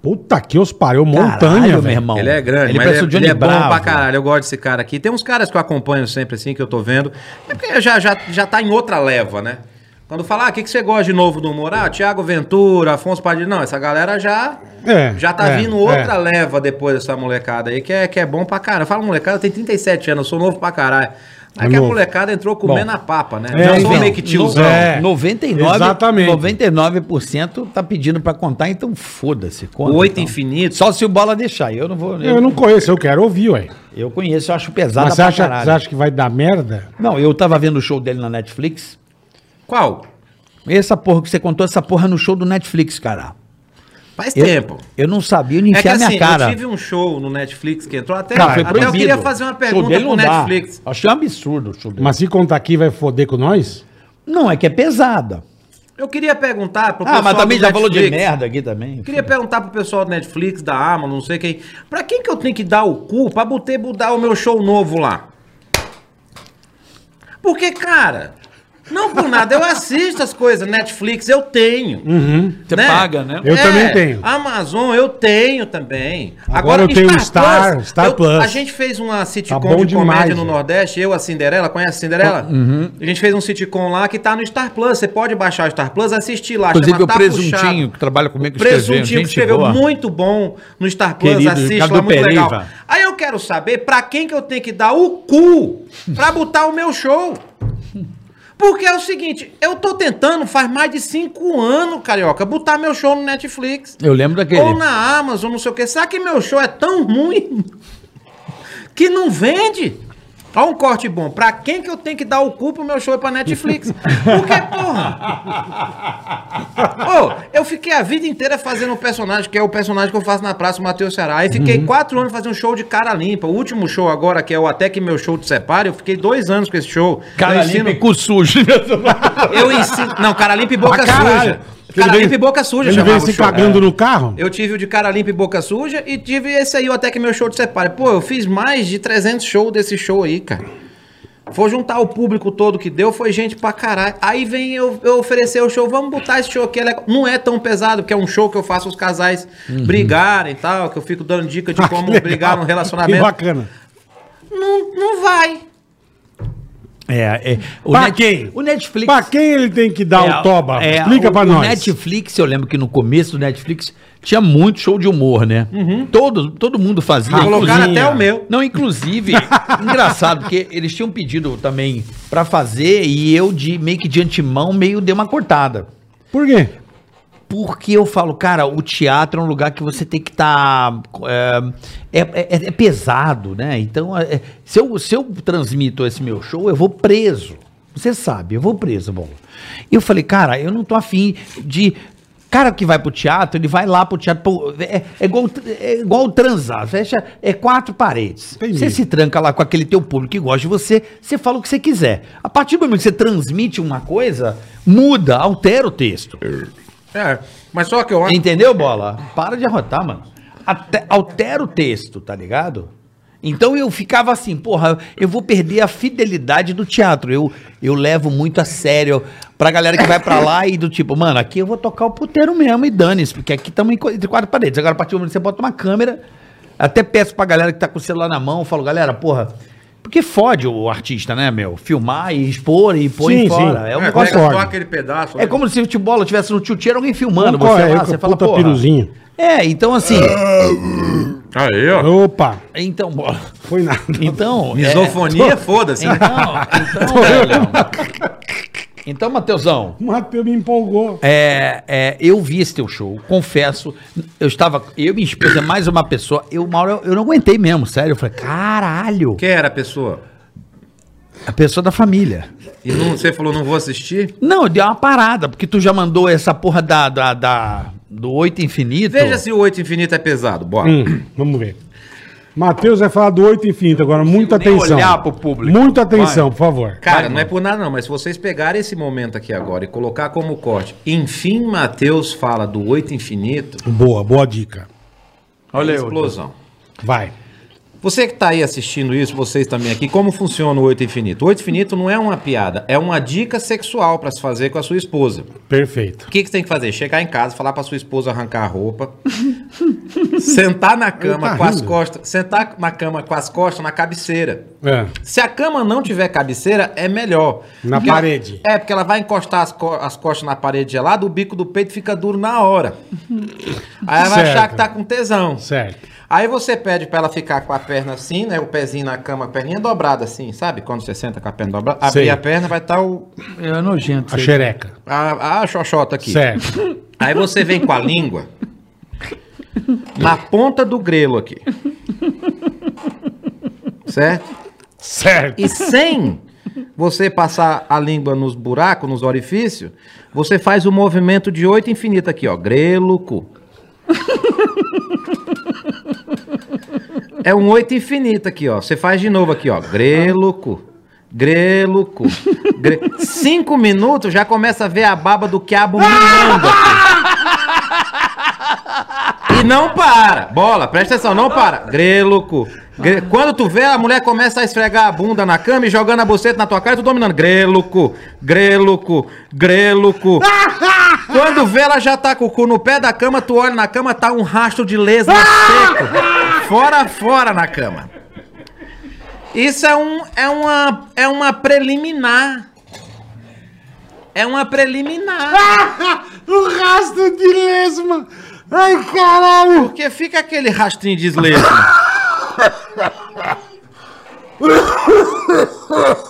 [SPEAKER 4] Puta que os pariu,
[SPEAKER 5] Caralho,
[SPEAKER 4] montanha,
[SPEAKER 5] meu
[SPEAKER 4] velho.
[SPEAKER 5] irmão.
[SPEAKER 6] Ele é grande,
[SPEAKER 5] ele
[SPEAKER 6] mas
[SPEAKER 5] parece
[SPEAKER 6] ele,
[SPEAKER 5] o Johnny
[SPEAKER 6] ele é bom
[SPEAKER 5] Bravo.
[SPEAKER 6] pra caralho. Eu gosto desse cara aqui. Tem uns caras que eu acompanho sempre, assim, que eu tô vendo. É porque já, já, já tá em outra leva, né? Quando falar, ah, o que, que você gosta de novo do humor? Ah, Thiago Ventura, Afonso Padilha. Não, essa galera já,
[SPEAKER 4] É,
[SPEAKER 6] já tá
[SPEAKER 4] é,
[SPEAKER 6] vindo outra leva depois dessa molecada aí, que é, que é bom pra caralho. Fala, molecada, tem 37 anos, eu sou novo pra caralho. Aí
[SPEAKER 4] É
[SPEAKER 6] que a
[SPEAKER 4] novo.
[SPEAKER 6] molecada entrou comendo a papa, né?
[SPEAKER 4] É,
[SPEAKER 6] já sou
[SPEAKER 4] então.
[SPEAKER 6] meio que tiozão.
[SPEAKER 4] Não, é.
[SPEAKER 5] 99,
[SPEAKER 4] Exatamente.
[SPEAKER 5] 99% tá pedindo pra contar, então foda-se. conta,
[SPEAKER 6] O oito
[SPEAKER 5] então.
[SPEAKER 6] infinito.
[SPEAKER 5] Só se o bola deixar. Eu não vou. Eu,
[SPEAKER 4] Eu não conheço, eu quero ouvir, ué.
[SPEAKER 5] eu conheço, eu acho pesado
[SPEAKER 4] Mas você acha, você acha que vai dar merda?
[SPEAKER 5] Não, eu tava vendo o show dele na Netflix.
[SPEAKER 6] Qual?
[SPEAKER 5] Essa porra que você contou, essa porra no show do Netflix, cara.
[SPEAKER 6] Faz
[SPEAKER 5] Eu,
[SPEAKER 6] tempo.
[SPEAKER 5] Eu não sabia onde
[SPEAKER 6] É que
[SPEAKER 5] enfiar
[SPEAKER 6] assim,
[SPEAKER 5] minha cara.
[SPEAKER 6] eu tive um show no Netflix que entrou até.
[SPEAKER 5] Cara, foi
[SPEAKER 6] até eu
[SPEAKER 5] proibido.
[SPEAKER 6] queria fazer uma
[SPEAKER 5] Show
[SPEAKER 6] pergunta
[SPEAKER 5] dele
[SPEAKER 6] pro
[SPEAKER 5] não dá.
[SPEAKER 6] Netflix.
[SPEAKER 5] Achei um absurdo o show dele.
[SPEAKER 4] Mas se contar aqui, vai foder com nós?
[SPEAKER 5] Não, é que é pesada.
[SPEAKER 6] Eu queria perguntar pro
[SPEAKER 5] Ah, mas
[SPEAKER 6] do
[SPEAKER 5] também já falou de
[SPEAKER 6] Netflix.
[SPEAKER 5] merda aqui também.
[SPEAKER 6] Eu Queria perguntar pro pessoal do Netflix, da Amazon, não sei quem. Pra quem que eu tenho que dar o cu pra botar, botar o meu show novo lá? Porque, cara, não por nada, eu assisto as coisas. Netflix eu tenho.
[SPEAKER 5] Você paga, né?
[SPEAKER 4] Eu também tenho.
[SPEAKER 6] É, Amazon eu tenho também.
[SPEAKER 4] Agora eu
[SPEAKER 6] que
[SPEAKER 4] tenho Star-
[SPEAKER 6] Plus,
[SPEAKER 4] Star
[SPEAKER 6] eu-
[SPEAKER 4] Plus.
[SPEAKER 6] A gente fez uma sitcom
[SPEAKER 4] bom
[SPEAKER 6] de
[SPEAKER 4] demais,
[SPEAKER 6] comédia no
[SPEAKER 4] né?
[SPEAKER 6] Nordeste, eu, a Cinderela, conhece a Cinderela?
[SPEAKER 5] Ah, uhum.
[SPEAKER 6] A gente fez um sitcom lá que tá no Star Plus. Você pode baixar o Star Plus, assistir lá.
[SPEAKER 5] Inclusive
[SPEAKER 6] chama
[SPEAKER 5] o
[SPEAKER 6] Tá
[SPEAKER 5] Presuntinho,
[SPEAKER 6] Puxado.
[SPEAKER 5] que trabalha comigo, é que
[SPEAKER 6] Presuntinho
[SPEAKER 5] escreveu,
[SPEAKER 6] que
[SPEAKER 5] gente
[SPEAKER 6] escreveu
[SPEAKER 5] boa.
[SPEAKER 6] muito bom no Star Plus,
[SPEAKER 5] Querido,
[SPEAKER 6] assiste
[SPEAKER 5] Ricardo
[SPEAKER 6] lá, muito
[SPEAKER 5] Pereira.
[SPEAKER 6] legal. Aí eu quero saber pra quem que eu tenho que dar o cu pra botar o meu show. Porque é o seguinte, eu tô tentando faz mais de cinco anos, Carioca, botar meu show no Netflix.
[SPEAKER 5] Eu lembro daquele.
[SPEAKER 6] Ou na Amazon, não sei o que. Será que meu show é tão ruim que não vende? Olha um corte bom. Pra quem que eu tenho que dar o cu pro meu show é pra Netflix? Porque, porra... Ô, eu fiquei a vida inteira fazendo um personagem, que é o personagem que eu faço na praça, o Matheus Ceará. Aí fiquei
[SPEAKER 4] Uhum.
[SPEAKER 6] quatro anos fazendo um show de cara limpa. O último show agora, que é o Até Que Meu Show Te Separe, eu fiquei dois anos com esse show. eu
[SPEAKER 5] Cara
[SPEAKER 6] ensino...
[SPEAKER 5] limpa e cu sujo.
[SPEAKER 6] Eu ensino... Não, cara limpa e boca suja. Cara
[SPEAKER 4] Ah, vem-
[SPEAKER 6] limpa e boca suja
[SPEAKER 4] Ele vem
[SPEAKER 6] chamava o
[SPEAKER 4] se
[SPEAKER 6] show. É.
[SPEAKER 5] É.
[SPEAKER 4] cagando no carro?
[SPEAKER 6] Eu tive o de cara limpa e boca suja e tive esse aí, o até que meu show te separe. Pô, eu fiz mais de 300 shows desse show aí, cara. Foi juntar o público todo que deu, foi gente pra caralho. Aí vem eu, eu oferecer o show, vamos botar esse show aqui. é legal. Não é tão pesado, porque é um show que eu faço os casais brigarem e tal, que eu fico dando dica de como
[SPEAKER 4] Legal.
[SPEAKER 6] brigar no
[SPEAKER 4] Que
[SPEAKER 6] relacionamento.
[SPEAKER 4] bacana.
[SPEAKER 6] Não, não vai.
[SPEAKER 5] É, é. O
[SPEAKER 4] Pra
[SPEAKER 5] Net-
[SPEAKER 4] quem?
[SPEAKER 5] O Netflix.
[SPEAKER 4] Pra quem ele tem que dar o um toba?
[SPEAKER 5] é,
[SPEAKER 4] Explica
[SPEAKER 5] o-
[SPEAKER 4] pra nós.
[SPEAKER 5] O Netflix, eu lembro que no começo do Netflix tinha muito show de humor, né? Todo, todo mundo fazia.
[SPEAKER 6] Uhum. Ah, Colocaram
[SPEAKER 5] inclusive-
[SPEAKER 6] até o meu.
[SPEAKER 5] Não, inclusive, engraçado, porque eles tinham pedido também pra fazer e eu de meio que de antemão meio dei uma cortada.
[SPEAKER 4] Por quê?
[SPEAKER 5] Porque eu falo, cara, o teatro é um lugar que você tem que estar. é, é- é pesado, né? Então, é- se, eu, se eu transmito esse meu show, eu vou preso. Você sabe, eu vou preso, bom. E eu falei, cara, eu não tô afim de. Cara que vai pro teatro, ele vai lá pro teatro. pô, é, é igual, é igual transar. Fecha, é quatro paredes.
[SPEAKER 4] Entendi.
[SPEAKER 5] Você se tranca lá com aquele teu público que gosta de você, você fala o que você quiser. A partir do momento que você transmite uma coisa, muda, altera o texto.
[SPEAKER 6] É, mas só que eu acho.
[SPEAKER 5] Entendeu, bola? Para de arrotar, mano. Até- altera o texto, tá ligado? Então eu ficava assim, porra, eu vou perder a fidelidade do teatro. Eu, eu levo muito a sério pra galera que vai pra lá e do tipo, mano, aqui eu vou tocar o puteiro mesmo e dane-se, porque aqui estamos entre quatro paredes. Agora, a partir do momento que você bota uma câmera, até peço pra galera que tá com o celular na mão, eu falo, galera, porra, porque fode o artista, né, meu? Filmar e expor e pôr
[SPEAKER 4] Sim, sim.
[SPEAKER 5] fora. É, um
[SPEAKER 4] É,
[SPEAKER 6] é,
[SPEAKER 5] negócio
[SPEAKER 6] pega
[SPEAKER 4] concordo.
[SPEAKER 6] só aquele pedaço.
[SPEAKER 5] é como se o futebol tivesse no tchutcheiro alguém filmando
[SPEAKER 4] Vamos
[SPEAKER 5] você
[SPEAKER 4] correr,
[SPEAKER 5] lá,
[SPEAKER 4] com
[SPEAKER 5] você
[SPEAKER 4] a
[SPEAKER 5] fala,
[SPEAKER 4] é? puta
[SPEAKER 5] porra.
[SPEAKER 4] piruzinho.
[SPEAKER 5] É, então assim,
[SPEAKER 3] Aí, ó.
[SPEAKER 4] Opa,
[SPEAKER 5] então, bola.
[SPEAKER 4] foi nada.
[SPEAKER 5] Então,
[SPEAKER 6] É, Misofonia, foda-se.
[SPEAKER 5] é, então, então, velho. Então, Mateusão,
[SPEAKER 4] O Matheus me empolgou.
[SPEAKER 5] é, é, eu vi esse teu show, confesso. Eu estava. Eu me expus a mais uma pessoa. Eu, uma hora, eu, eu não aguentei mesmo, sério. Eu falei, caralho!
[SPEAKER 6] Quem era a pessoa?
[SPEAKER 5] A pessoa da família.
[SPEAKER 6] E não- você falou, não vou assistir?
[SPEAKER 5] Não, deu uma parada, porque tu já mandou essa porra da, da, da- do oito infinito.
[SPEAKER 6] Veja se o 8 infinito é pesado, bora.
[SPEAKER 4] Hum, vamos ver. Matheus vai falar do oito infinito agora. Muita
[SPEAKER 5] nem
[SPEAKER 4] atenção.
[SPEAKER 5] olhar pro público.
[SPEAKER 4] Muita atenção, por favor.
[SPEAKER 6] Cara, não é por nada não, mas se vocês pegarem esse momento aqui agora e colocar como corte, enfim, Mateus fala do 8 infinito,
[SPEAKER 4] Boa, boa dica.
[SPEAKER 6] olha explosão.
[SPEAKER 4] Vai.
[SPEAKER 6] Você que está aí assistindo isso, vocês também aqui, como funciona o Oito Infinito? O Oito Infinito não é uma piada, é uma dica sexual para se fazer com a sua esposa.
[SPEAKER 4] Perfeito.
[SPEAKER 6] O que, que você tem que fazer? Chegar em casa, falar pra sua esposa arrancar a roupa, sentar na cama
[SPEAKER 4] tá
[SPEAKER 6] com as
[SPEAKER 4] rindo.
[SPEAKER 6] costas, sentar na cama com as costas na cabeceira.
[SPEAKER 4] É.
[SPEAKER 6] Se a cama não tiver cabeceira, é melhor.
[SPEAKER 4] Na
[SPEAKER 6] Porque ela-
[SPEAKER 4] parede.
[SPEAKER 6] é, porque ela vai encostar as, co- as costas na parede gelada, o bico do peito fica duro na hora. Aí ela vai
[SPEAKER 4] Certo.
[SPEAKER 6] achar que tá com tesão.
[SPEAKER 4] Certo.
[SPEAKER 6] Aí você pede pra ela ficar com a perna assim, né? O pezinho na cama, a perninha dobrada assim, sabe? Quando você senta com a perna dobrada, abrir
[SPEAKER 4] Sei.
[SPEAKER 6] a perna vai estar o,
[SPEAKER 5] É nojento.
[SPEAKER 4] A xereca.
[SPEAKER 6] a, a xoxota aqui.
[SPEAKER 4] Certo.
[SPEAKER 6] Aí você vem com a língua na ponta do grelo aqui. Certo?
[SPEAKER 4] Certo.
[SPEAKER 6] E sem você passar a língua nos buracos, nos orifícios, você faz o movimento de oito infinito aqui, ó. Grelo, cu. É um oito infinito aqui, ó. Você faz de novo aqui, ó. Grelo, cu. Grelo, cu. Gre- Cinco minutos já começa a ver a baba do quiabo minando aqui. E não para. Bola, presta atenção, não para. Grelo, cu. Gre- Quando tu vê, a mulher começa a esfregar a bunda na cama e jogando a buceta na tua cara e tu dominando. Grelo, cu. Grelo, cu. Grelo, cu. Quando vê, ela já tá com o cu no pé da cama, tu olha na cama, tá um rastro de lesma seco. Fora, fora na cama. Isso é, um, é, uma, é uma preliminar. É uma preliminar.
[SPEAKER 4] o Um rastro de lesma. Ai, caralho.
[SPEAKER 6] Porque fica aquele rastrinho de lesma.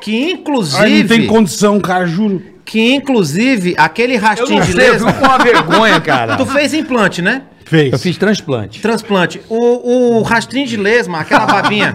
[SPEAKER 6] Que
[SPEAKER 4] Ai, não tem
[SPEAKER 6] inclusive,
[SPEAKER 4] condição, cara, juro.
[SPEAKER 6] que inclusive, aquele rastinho de
[SPEAKER 5] Eu
[SPEAKER 6] lesma.
[SPEAKER 5] fico com uma vergonha, cara.
[SPEAKER 6] Tu fez implante, né?
[SPEAKER 4] Fez.
[SPEAKER 5] Eu fiz transplante.
[SPEAKER 6] Transplante. O, o rastrinho de lesma, aquela babinha.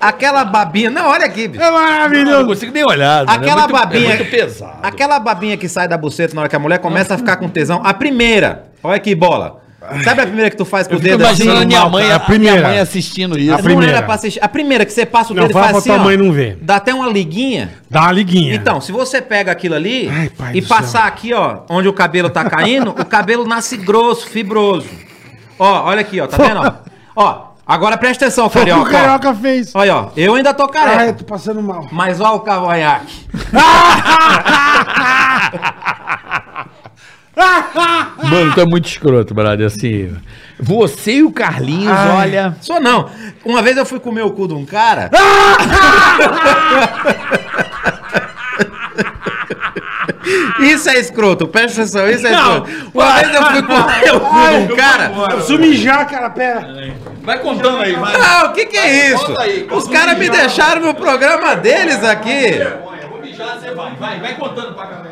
[SPEAKER 6] aquela babinha. Não, olha aqui, bicho.
[SPEAKER 4] É
[SPEAKER 5] Eu não
[SPEAKER 4] maravilhoso.
[SPEAKER 5] consigo nem olhar. né?
[SPEAKER 6] Aquela
[SPEAKER 5] É muito-
[SPEAKER 6] babinha.
[SPEAKER 5] É muito pesado.
[SPEAKER 6] Aquela babinha que sai da buceta na hora que a mulher começa a ficar com tesão. A primeira. Olha que bola. Sabe a primeira que tu faz com o
[SPEAKER 5] Tô
[SPEAKER 6] dedo
[SPEAKER 5] imaginando a
[SPEAKER 6] assim?
[SPEAKER 5] minha
[SPEAKER 4] mal,
[SPEAKER 5] mãe,
[SPEAKER 4] cara.
[SPEAKER 5] a
[SPEAKER 4] A primeira.
[SPEAKER 5] minha mãe assistindo isso.
[SPEAKER 4] A
[SPEAKER 6] Não
[SPEAKER 4] primeira.
[SPEAKER 6] era pra assistir. A primeira que você passa o
[SPEAKER 4] Não,
[SPEAKER 6] dedo e
[SPEAKER 4] fala
[SPEAKER 6] faz
[SPEAKER 4] pra
[SPEAKER 6] assim,
[SPEAKER 4] tua
[SPEAKER 6] ó.
[SPEAKER 4] mãe não ver.
[SPEAKER 6] Dá até uma liguinha.
[SPEAKER 4] Dá uma liguinha.
[SPEAKER 6] Então, se você pega aquilo ali
[SPEAKER 4] Ai, pai
[SPEAKER 6] e
[SPEAKER 4] do
[SPEAKER 6] passar
[SPEAKER 4] céu.
[SPEAKER 6] aqui, ó, onde o cabelo tá caindo, o cabelo nasce grosso, fibroso. Ó, olha aqui, ó, tá vendo? ó? Ó, agora presta atenção,
[SPEAKER 4] Foi o que
[SPEAKER 6] carioca.
[SPEAKER 4] o
[SPEAKER 6] É. ó.
[SPEAKER 4] Carioca fez.
[SPEAKER 6] Olha, ó, eu ainda tô
[SPEAKER 4] Ai,
[SPEAKER 6] careca.
[SPEAKER 4] eu tô passando mal.
[SPEAKER 6] Mas ó o cavanhaque.
[SPEAKER 4] Mano,
[SPEAKER 5] Bruno, tu é muito escroto, brother. Assim, você e o Carlinhos, olha.
[SPEAKER 6] Só não. Uma vez eu fui comer o cu de um cara.
[SPEAKER 4] Ah!
[SPEAKER 6] Isso é escroto, presta atenção, isso é
[SPEAKER 5] Não.
[SPEAKER 6] escroto. Uma vez eu fui comer o cu de um cara.
[SPEAKER 4] Eu preciso mijar, cara, pera.
[SPEAKER 5] Vai contando aí, vai.
[SPEAKER 6] Ah, o que que é isso?
[SPEAKER 5] volta aí,
[SPEAKER 6] Os caras me deixaram no programa deles aqui.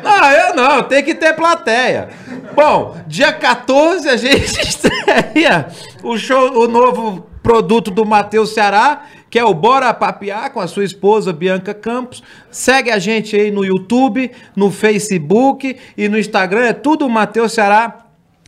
[SPEAKER 6] Não, eu não, tem que ter plateia. Bom, dia 14 a gente estreia o show, o novo produto do Matheus Ceará, que é o Bora Papear com a sua esposa Bianca Campos. Segue a gente aí no YouTube, no Facebook e no Instagram, é tudo Matheus Ceará.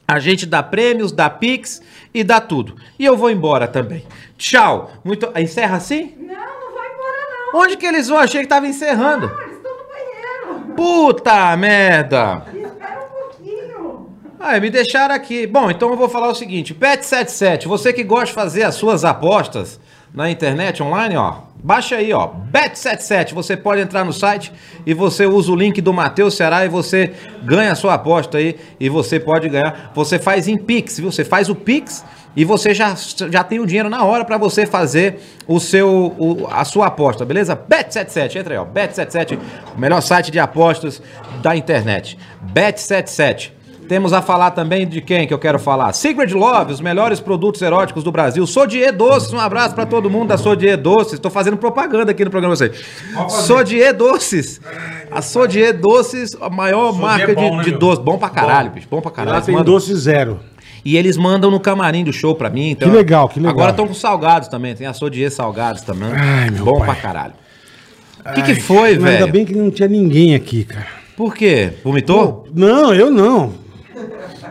[SPEAKER 6] A gente dá prêmios, dá pix e dá tudo. E eu vou embora também. Tchau. Muito encerra assim?
[SPEAKER 1] Não, não vai embora não.
[SPEAKER 6] Onde que eles vão? Achei que tava encerrando.
[SPEAKER 1] Ah, eles estão no banheiro.
[SPEAKER 6] Puta merda.
[SPEAKER 1] Espera um pouquinho.
[SPEAKER 6] Ah, me deixaram aqui. Bom, então eu vou falar o seguinte: Bet77, você que gosta de fazer as suas apostas na internet online, ó, baixa aí, ó, Bet77. Você pode entrar no site e você usa o link do Matheus Ceará e você ganha a sua aposta aí e você pode ganhar. Você faz em Pix, viu? Você faz o Pix e você já, já tem o dinheiro na hora pra você fazer o seu o- a sua aposta, beleza? Bet77, entra aí, ó, Bet77, o melhor site de apostas da internet. Bet77. Temos a falar também de quem que eu quero falar? Secret Love, os melhores produtos eróticos do Brasil. Sodier Doces, um abraço pra todo mundo da Sodier Doces. Tô fazendo propaganda aqui no programa de vocês. Sodier Doces. A Sodier Doces, a maior marca
[SPEAKER 3] é bom,
[SPEAKER 6] de,
[SPEAKER 3] né,
[SPEAKER 6] de
[SPEAKER 3] meu?
[SPEAKER 6] doce. Bom pra caralho, bicho. Bom pra caralho.
[SPEAKER 4] Lá
[SPEAKER 6] Eles
[SPEAKER 4] tem
[SPEAKER 6] mandam-
[SPEAKER 4] doce zero.
[SPEAKER 6] E eles mandam no camarim do show pra mim. então-
[SPEAKER 4] Que legal, que legal.
[SPEAKER 6] Agora estão com salgados também. Tem a Sodier salgados também.
[SPEAKER 4] Ai, meu
[SPEAKER 6] bom
[SPEAKER 4] pai.
[SPEAKER 6] pra caralho. O que, que foi,
[SPEAKER 4] Mas Ainda
[SPEAKER 6] velho?
[SPEAKER 4] bem que não tinha ninguém aqui, cara.
[SPEAKER 6] Por quê? Vomitou?
[SPEAKER 4] Não, eu não.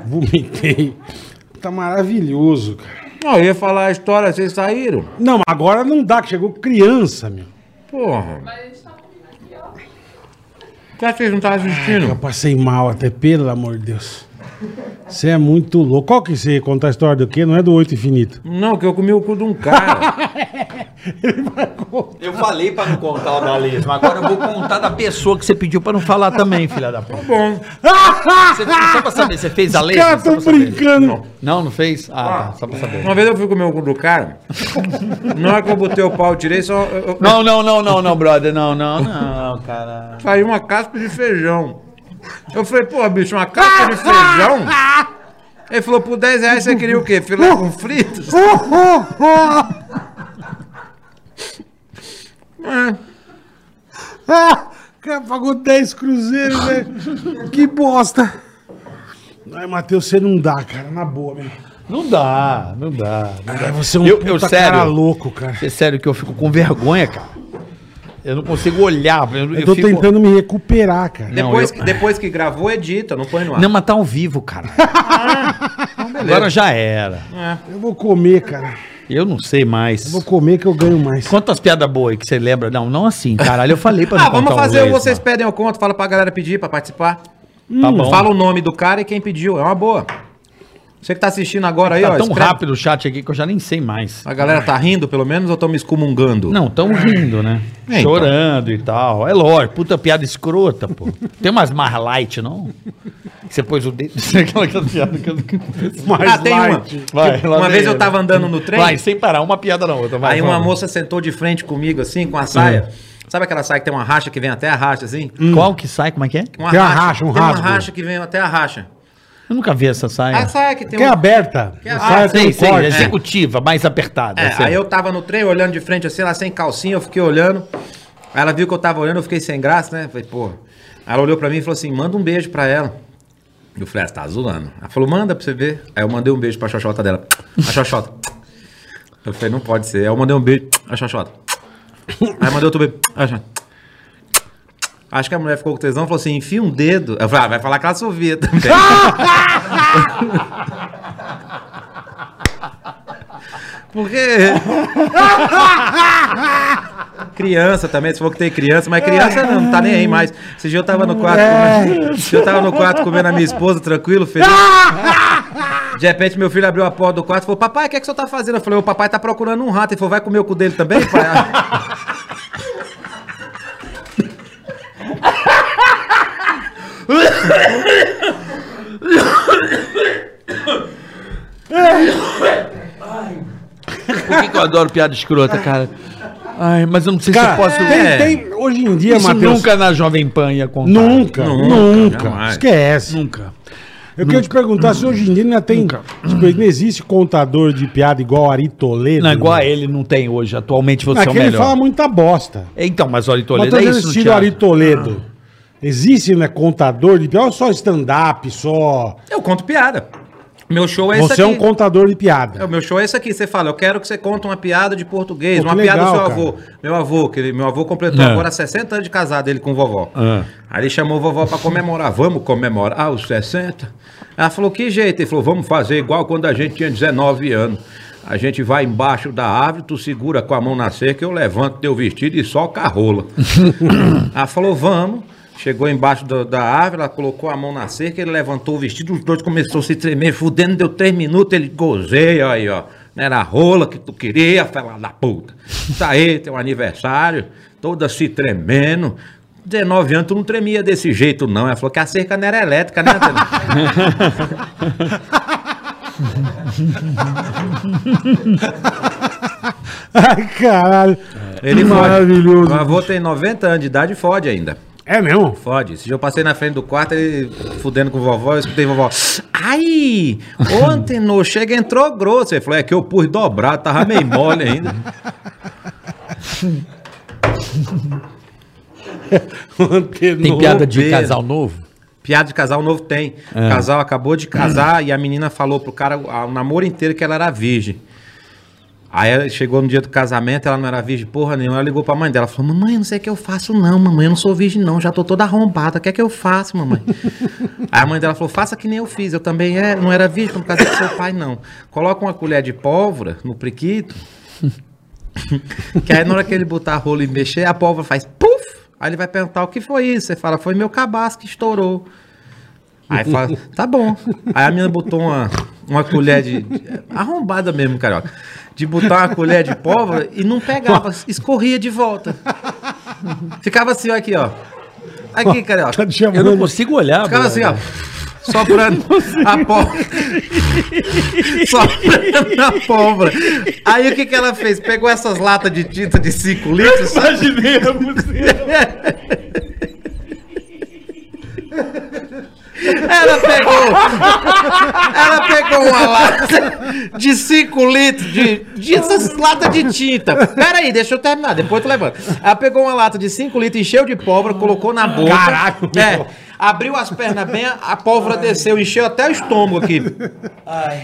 [SPEAKER 4] Vomitei. Tá maravilhoso, cara.
[SPEAKER 6] Não, eu ia falar a história, vocês saíram.
[SPEAKER 4] Não, mas agora não dá, que chegou criança, meu.
[SPEAKER 6] Porra. Por que vocês não estão
[SPEAKER 4] Eu
[SPEAKER 6] assistindo?
[SPEAKER 4] passei mal até, pelo amor de Deus. Você é muito louco. Qual que você conta a história do quê? Não é do Oito Infinito.
[SPEAKER 6] Não, que eu comi o cu de um cara.
[SPEAKER 5] Eu falei pra não contar o da Liz, mas agora eu vou contar da pessoa que você pediu pra não falar também, filha da puta.
[SPEAKER 6] Bom.
[SPEAKER 5] Você, só pra saber, você fez a
[SPEAKER 4] Os
[SPEAKER 5] lei?
[SPEAKER 4] caras tão brincando.
[SPEAKER 5] Não, não fez? Ah, tá, só pra saber.
[SPEAKER 6] Uma vez eu fui comer o cu do cara. Na hora que eu botei o pau, eu tirei, só eu- eu-
[SPEAKER 5] Não, não, não, não, não, brother, não, não, não, cara.
[SPEAKER 6] saiu uma casca de feijão. Eu falei, pô, bicho, uma casca de feijão? Ele falou, por 10 reais você queria o quê? Filé com fritos?
[SPEAKER 4] Ah, o cara pagou 10 cruzeiros, velho. Que bosta. Ai, Matheus, você não dá, cara. Na boa, meu.
[SPEAKER 5] Não dá, não dá.
[SPEAKER 4] Ai, você é um
[SPEAKER 5] Eu-
[SPEAKER 4] puta
[SPEAKER 5] eu,
[SPEAKER 4] cara
[SPEAKER 5] sério?
[SPEAKER 4] louco, cara.
[SPEAKER 5] É sério que eu fico com vergonha, cara. Eu não consigo olhar. Eu, eu,
[SPEAKER 4] Eu tô
[SPEAKER 5] fico...
[SPEAKER 4] tentando me recuperar, cara.
[SPEAKER 5] Não,
[SPEAKER 6] Depois,
[SPEAKER 5] eu-
[SPEAKER 6] que, depois que gravou, edita, não põe no ar.
[SPEAKER 5] Não, mas tá ao vivo, cara.
[SPEAKER 6] Então,
[SPEAKER 5] Agora já era.
[SPEAKER 4] Eu vou comer, cara.
[SPEAKER 5] Eu não sei mais.
[SPEAKER 4] Eu vou comer que eu ganho mais.
[SPEAKER 5] Quantas piadas boas aí que você lembra? Não, não assim, caralho. Eu falei pra não
[SPEAKER 6] Ah, vamos
[SPEAKER 5] contar um o
[SPEAKER 6] fazer o
[SPEAKER 5] Leis,
[SPEAKER 6] Vocês
[SPEAKER 5] mano.
[SPEAKER 6] Pedem o Conto, fala pra galera pedir pra participar.
[SPEAKER 5] Tá bom.
[SPEAKER 6] Fala o nome do cara e quem pediu. É uma boa. Você que tá assistindo agora aí,
[SPEAKER 5] tá
[SPEAKER 6] ó.
[SPEAKER 5] tão
[SPEAKER 6] escreve-
[SPEAKER 5] rápido o chat aqui que eu já nem sei mais.
[SPEAKER 6] A galera tá rindo, pelo menos, ou tão me excomungando?
[SPEAKER 5] Não, tão rindo, né?
[SPEAKER 6] É, então.
[SPEAKER 5] Chorando e tal. É lógico, puta piada escrota, pô. Tem umas Marlite, não? Que você pôs o dedo. Aquela piada que eu
[SPEAKER 6] ah, tem uma.
[SPEAKER 5] Vai,
[SPEAKER 6] Que
[SPEAKER 5] lá
[SPEAKER 6] uma
[SPEAKER 5] vem
[SPEAKER 6] vez eu
[SPEAKER 5] ele.
[SPEAKER 6] tava andando no trem,
[SPEAKER 5] Vai, sem parar, uma piada na outra. Vai,
[SPEAKER 6] aí uma
[SPEAKER 5] vamos.
[SPEAKER 6] moça sentou de frente comigo, assim, com a saia. Sabe aquela saia que tem uma racha que vem até a racha, assim?
[SPEAKER 5] Qual que sai? Como é que é?
[SPEAKER 6] Uma
[SPEAKER 4] Tem a racha, um
[SPEAKER 6] tem
[SPEAKER 4] rasgo.
[SPEAKER 6] uma racha que vem até a racha.
[SPEAKER 5] Eu nunca vi essa saia.
[SPEAKER 6] A saia que tem
[SPEAKER 4] Que é
[SPEAKER 6] um-
[SPEAKER 4] aberta.
[SPEAKER 6] Quer-
[SPEAKER 4] Saia
[SPEAKER 6] Ah,
[SPEAKER 4] tem
[SPEAKER 5] sei,
[SPEAKER 4] um
[SPEAKER 5] sei,
[SPEAKER 4] corte.
[SPEAKER 5] executiva, mais apertada. assim.
[SPEAKER 6] É,
[SPEAKER 5] sei.
[SPEAKER 6] aí eu tava no trem olhando de frente assim, ela sem calcinha, eu fiquei olhando. Aí ela viu que eu tava olhando, eu fiquei sem graça, né? Falei, pô. Aí Ela olhou pra mim e falou assim: manda um beijo pra ela. Eu falei, ah, você tá zoando. Ela falou, manda pra você ver. Aí eu mandei um beijo pra Xoxota dela. A Xoxota. Eu falei, não pode ser. Aí eu mandei um beijo. A Xoxota. Aí mandei outro beijo. A Xoxota. Acho que a mulher ficou com tesão e falou assim: enfia um dedo. Eu falei, ah, vai falar que ela sovia também. Porque. criança também, se for que tem criança, mas criança não, não tá nem aí mais. Esse dia eu tava no quarto. Comendo, esse dia eu tava no quarto comendo a minha esposa, tranquilo, feliz. De repente, meu filho abriu a porta do quarto e falou: Papai, o que é que o senhor tá fazendo? Eu falei: O papai tá procurando um rato. Ele falou: Vai comer o cu dele também, pai?
[SPEAKER 5] eu adoro piada escrota, cara. Ai, mas eu não sei
[SPEAKER 4] Cara,
[SPEAKER 5] se eu posso.
[SPEAKER 4] tem,
[SPEAKER 5] É.
[SPEAKER 4] tem- hoje em dia,
[SPEAKER 5] Isso
[SPEAKER 4] Matheus.
[SPEAKER 5] nunca na Jovem Pan ia contar.
[SPEAKER 4] Nunca, nunca.
[SPEAKER 6] jamais.
[SPEAKER 4] Esquece.
[SPEAKER 5] Nunca.
[SPEAKER 4] Eu queria te perguntar se hoje em dia ainda tem. Tipo, não existe contador de piada igual Ari Toledo.
[SPEAKER 5] Não, é igual a
[SPEAKER 4] irmão.
[SPEAKER 5] ele não tem hoje. Atualmente você é o
[SPEAKER 4] Aquele
[SPEAKER 5] melhor.
[SPEAKER 4] fala muita bosta.
[SPEAKER 5] É, Então, mas olha,
[SPEAKER 4] Mas
[SPEAKER 5] Toledo
[SPEAKER 4] tô
[SPEAKER 5] é
[SPEAKER 4] vendo
[SPEAKER 5] isso Ah. no
[SPEAKER 4] estilo Ari
[SPEAKER 5] teatro.
[SPEAKER 4] Toledo. Existe, né? Contador de piada. ou Só stand-up, só.
[SPEAKER 6] Eu conto piada. Meu show é esse
[SPEAKER 4] Você
[SPEAKER 6] aqui.
[SPEAKER 4] é um contador de
[SPEAKER 6] É, O
[SPEAKER 4] piada.
[SPEAKER 6] meu show é esse aqui. Você fala, eu quero que você conte uma piada de português,
[SPEAKER 4] Pô, que
[SPEAKER 6] uma piada do
[SPEAKER 4] legal,
[SPEAKER 6] seu
[SPEAKER 4] cara.
[SPEAKER 6] avô. Meu avô, que ele- meu avô completou
[SPEAKER 5] Ah.
[SPEAKER 6] agora 60 anos de casado ele com vovó. Aí ele chamou vovó pra comemorar. Vamos comemorar os 60? Ela falou, que jeito? Ele falou, vamos fazer igual quando a gente tinha 19 anos. A gente vai embaixo da árvore, tu segura com a mão na cerca, eu levanto teu vestido e soca a rola. Ela falou, vamos. Chegou embaixo do- da árvore, ela colocou a mão na cerca, ele levantou o vestido, os dois começaram a se tremer, fudendo, deu três minutos, ele gozeia aí, ó. Não era a rola que tu queria, fela da puta. Tá aí, teu aniversário, toda se tremendo. 19 anos, tu não tremia desse jeito, não. Ela falou que a cerca não era elétrica, né, Antônio?
[SPEAKER 4] Ai, caralho.
[SPEAKER 6] Ele
[SPEAKER 4] Que
[SPEAKER 6] fode.
[SPEAKER 4] maravilhoso.
[SPEAKER 6] Meu avô tem 90 anos de idade e fode ainda.
[SPEAKER 4] É mesmo?
[SPEAKER 6] Fode. Esse dia eu passei na frente do quarto, ele fudendo com vovó, eu escutei vovó. Ai! Ontem no chega entrou grosso. Ele falou, é que eu pus dobrado, tava meio mole ainda.
[SPEAKER 5] Tem piada de
[SPEAKER 6] Obeso.
[SPEAKER 5] casal novo?
[SPEAKER 6] Piada de casal novo tem. O casal acabou de casar e a menina falou pro cara a- o namoro inteiro que ela era virgem. Aí ela chegou no dia do casamento, ela não era virgem porra nenhuma. Ela ligou pra mãe dela, falou: "Mamãe, eu não sei o que eu faço não, mamãe, eu não sou virgem não, já tô toda arrombada. O que é que eu faço, mamãe?" Aí a mãe dela falou: "Faça que nem eu fiz. Eu também é, não era virgem quando casei com seu pai não. Coloca uma colher de pólvora no priquito. que aí na hora que ele botar a rola e mexer, a pólvora faz puf. Aí ele vai perguntar: "O que foi isso?" Você fala: "Foi meu cabaço que estourou." Aí fala, tá bom. Aí a menina botou uma, uma colher de. Arrombada mesmo, carioca. De botar uma colher de pólvora e não pegava, escorria de volta. Ficava assim, ó, aqui, ó. Aqui,
[SPEAKER 4] Tá
[SPEAKER 6] carioca.
[SPEAKER 4] te chamando.
[SPEAKER 5] Eu não consigo olhar,
[SPEAKER 6] Ficava assim, ó. Sobrando a pólvora. Sobrando a pólvora. Aí o que, que ela fez? Pegou essas latas de tinta de 5 litros. sabe? Ela pegou. Ela pegou uma lata de 5 litros de. de essas latas de tinta. Pera aí, deixa eu terminar, depois tu levanta. Ela pegou uma lata de 5 litros, encheu de pólvora, colocou na boca. Caraca! É. Abriu as pernas bem, a pólvora desceu, encheu até o estômago aqui.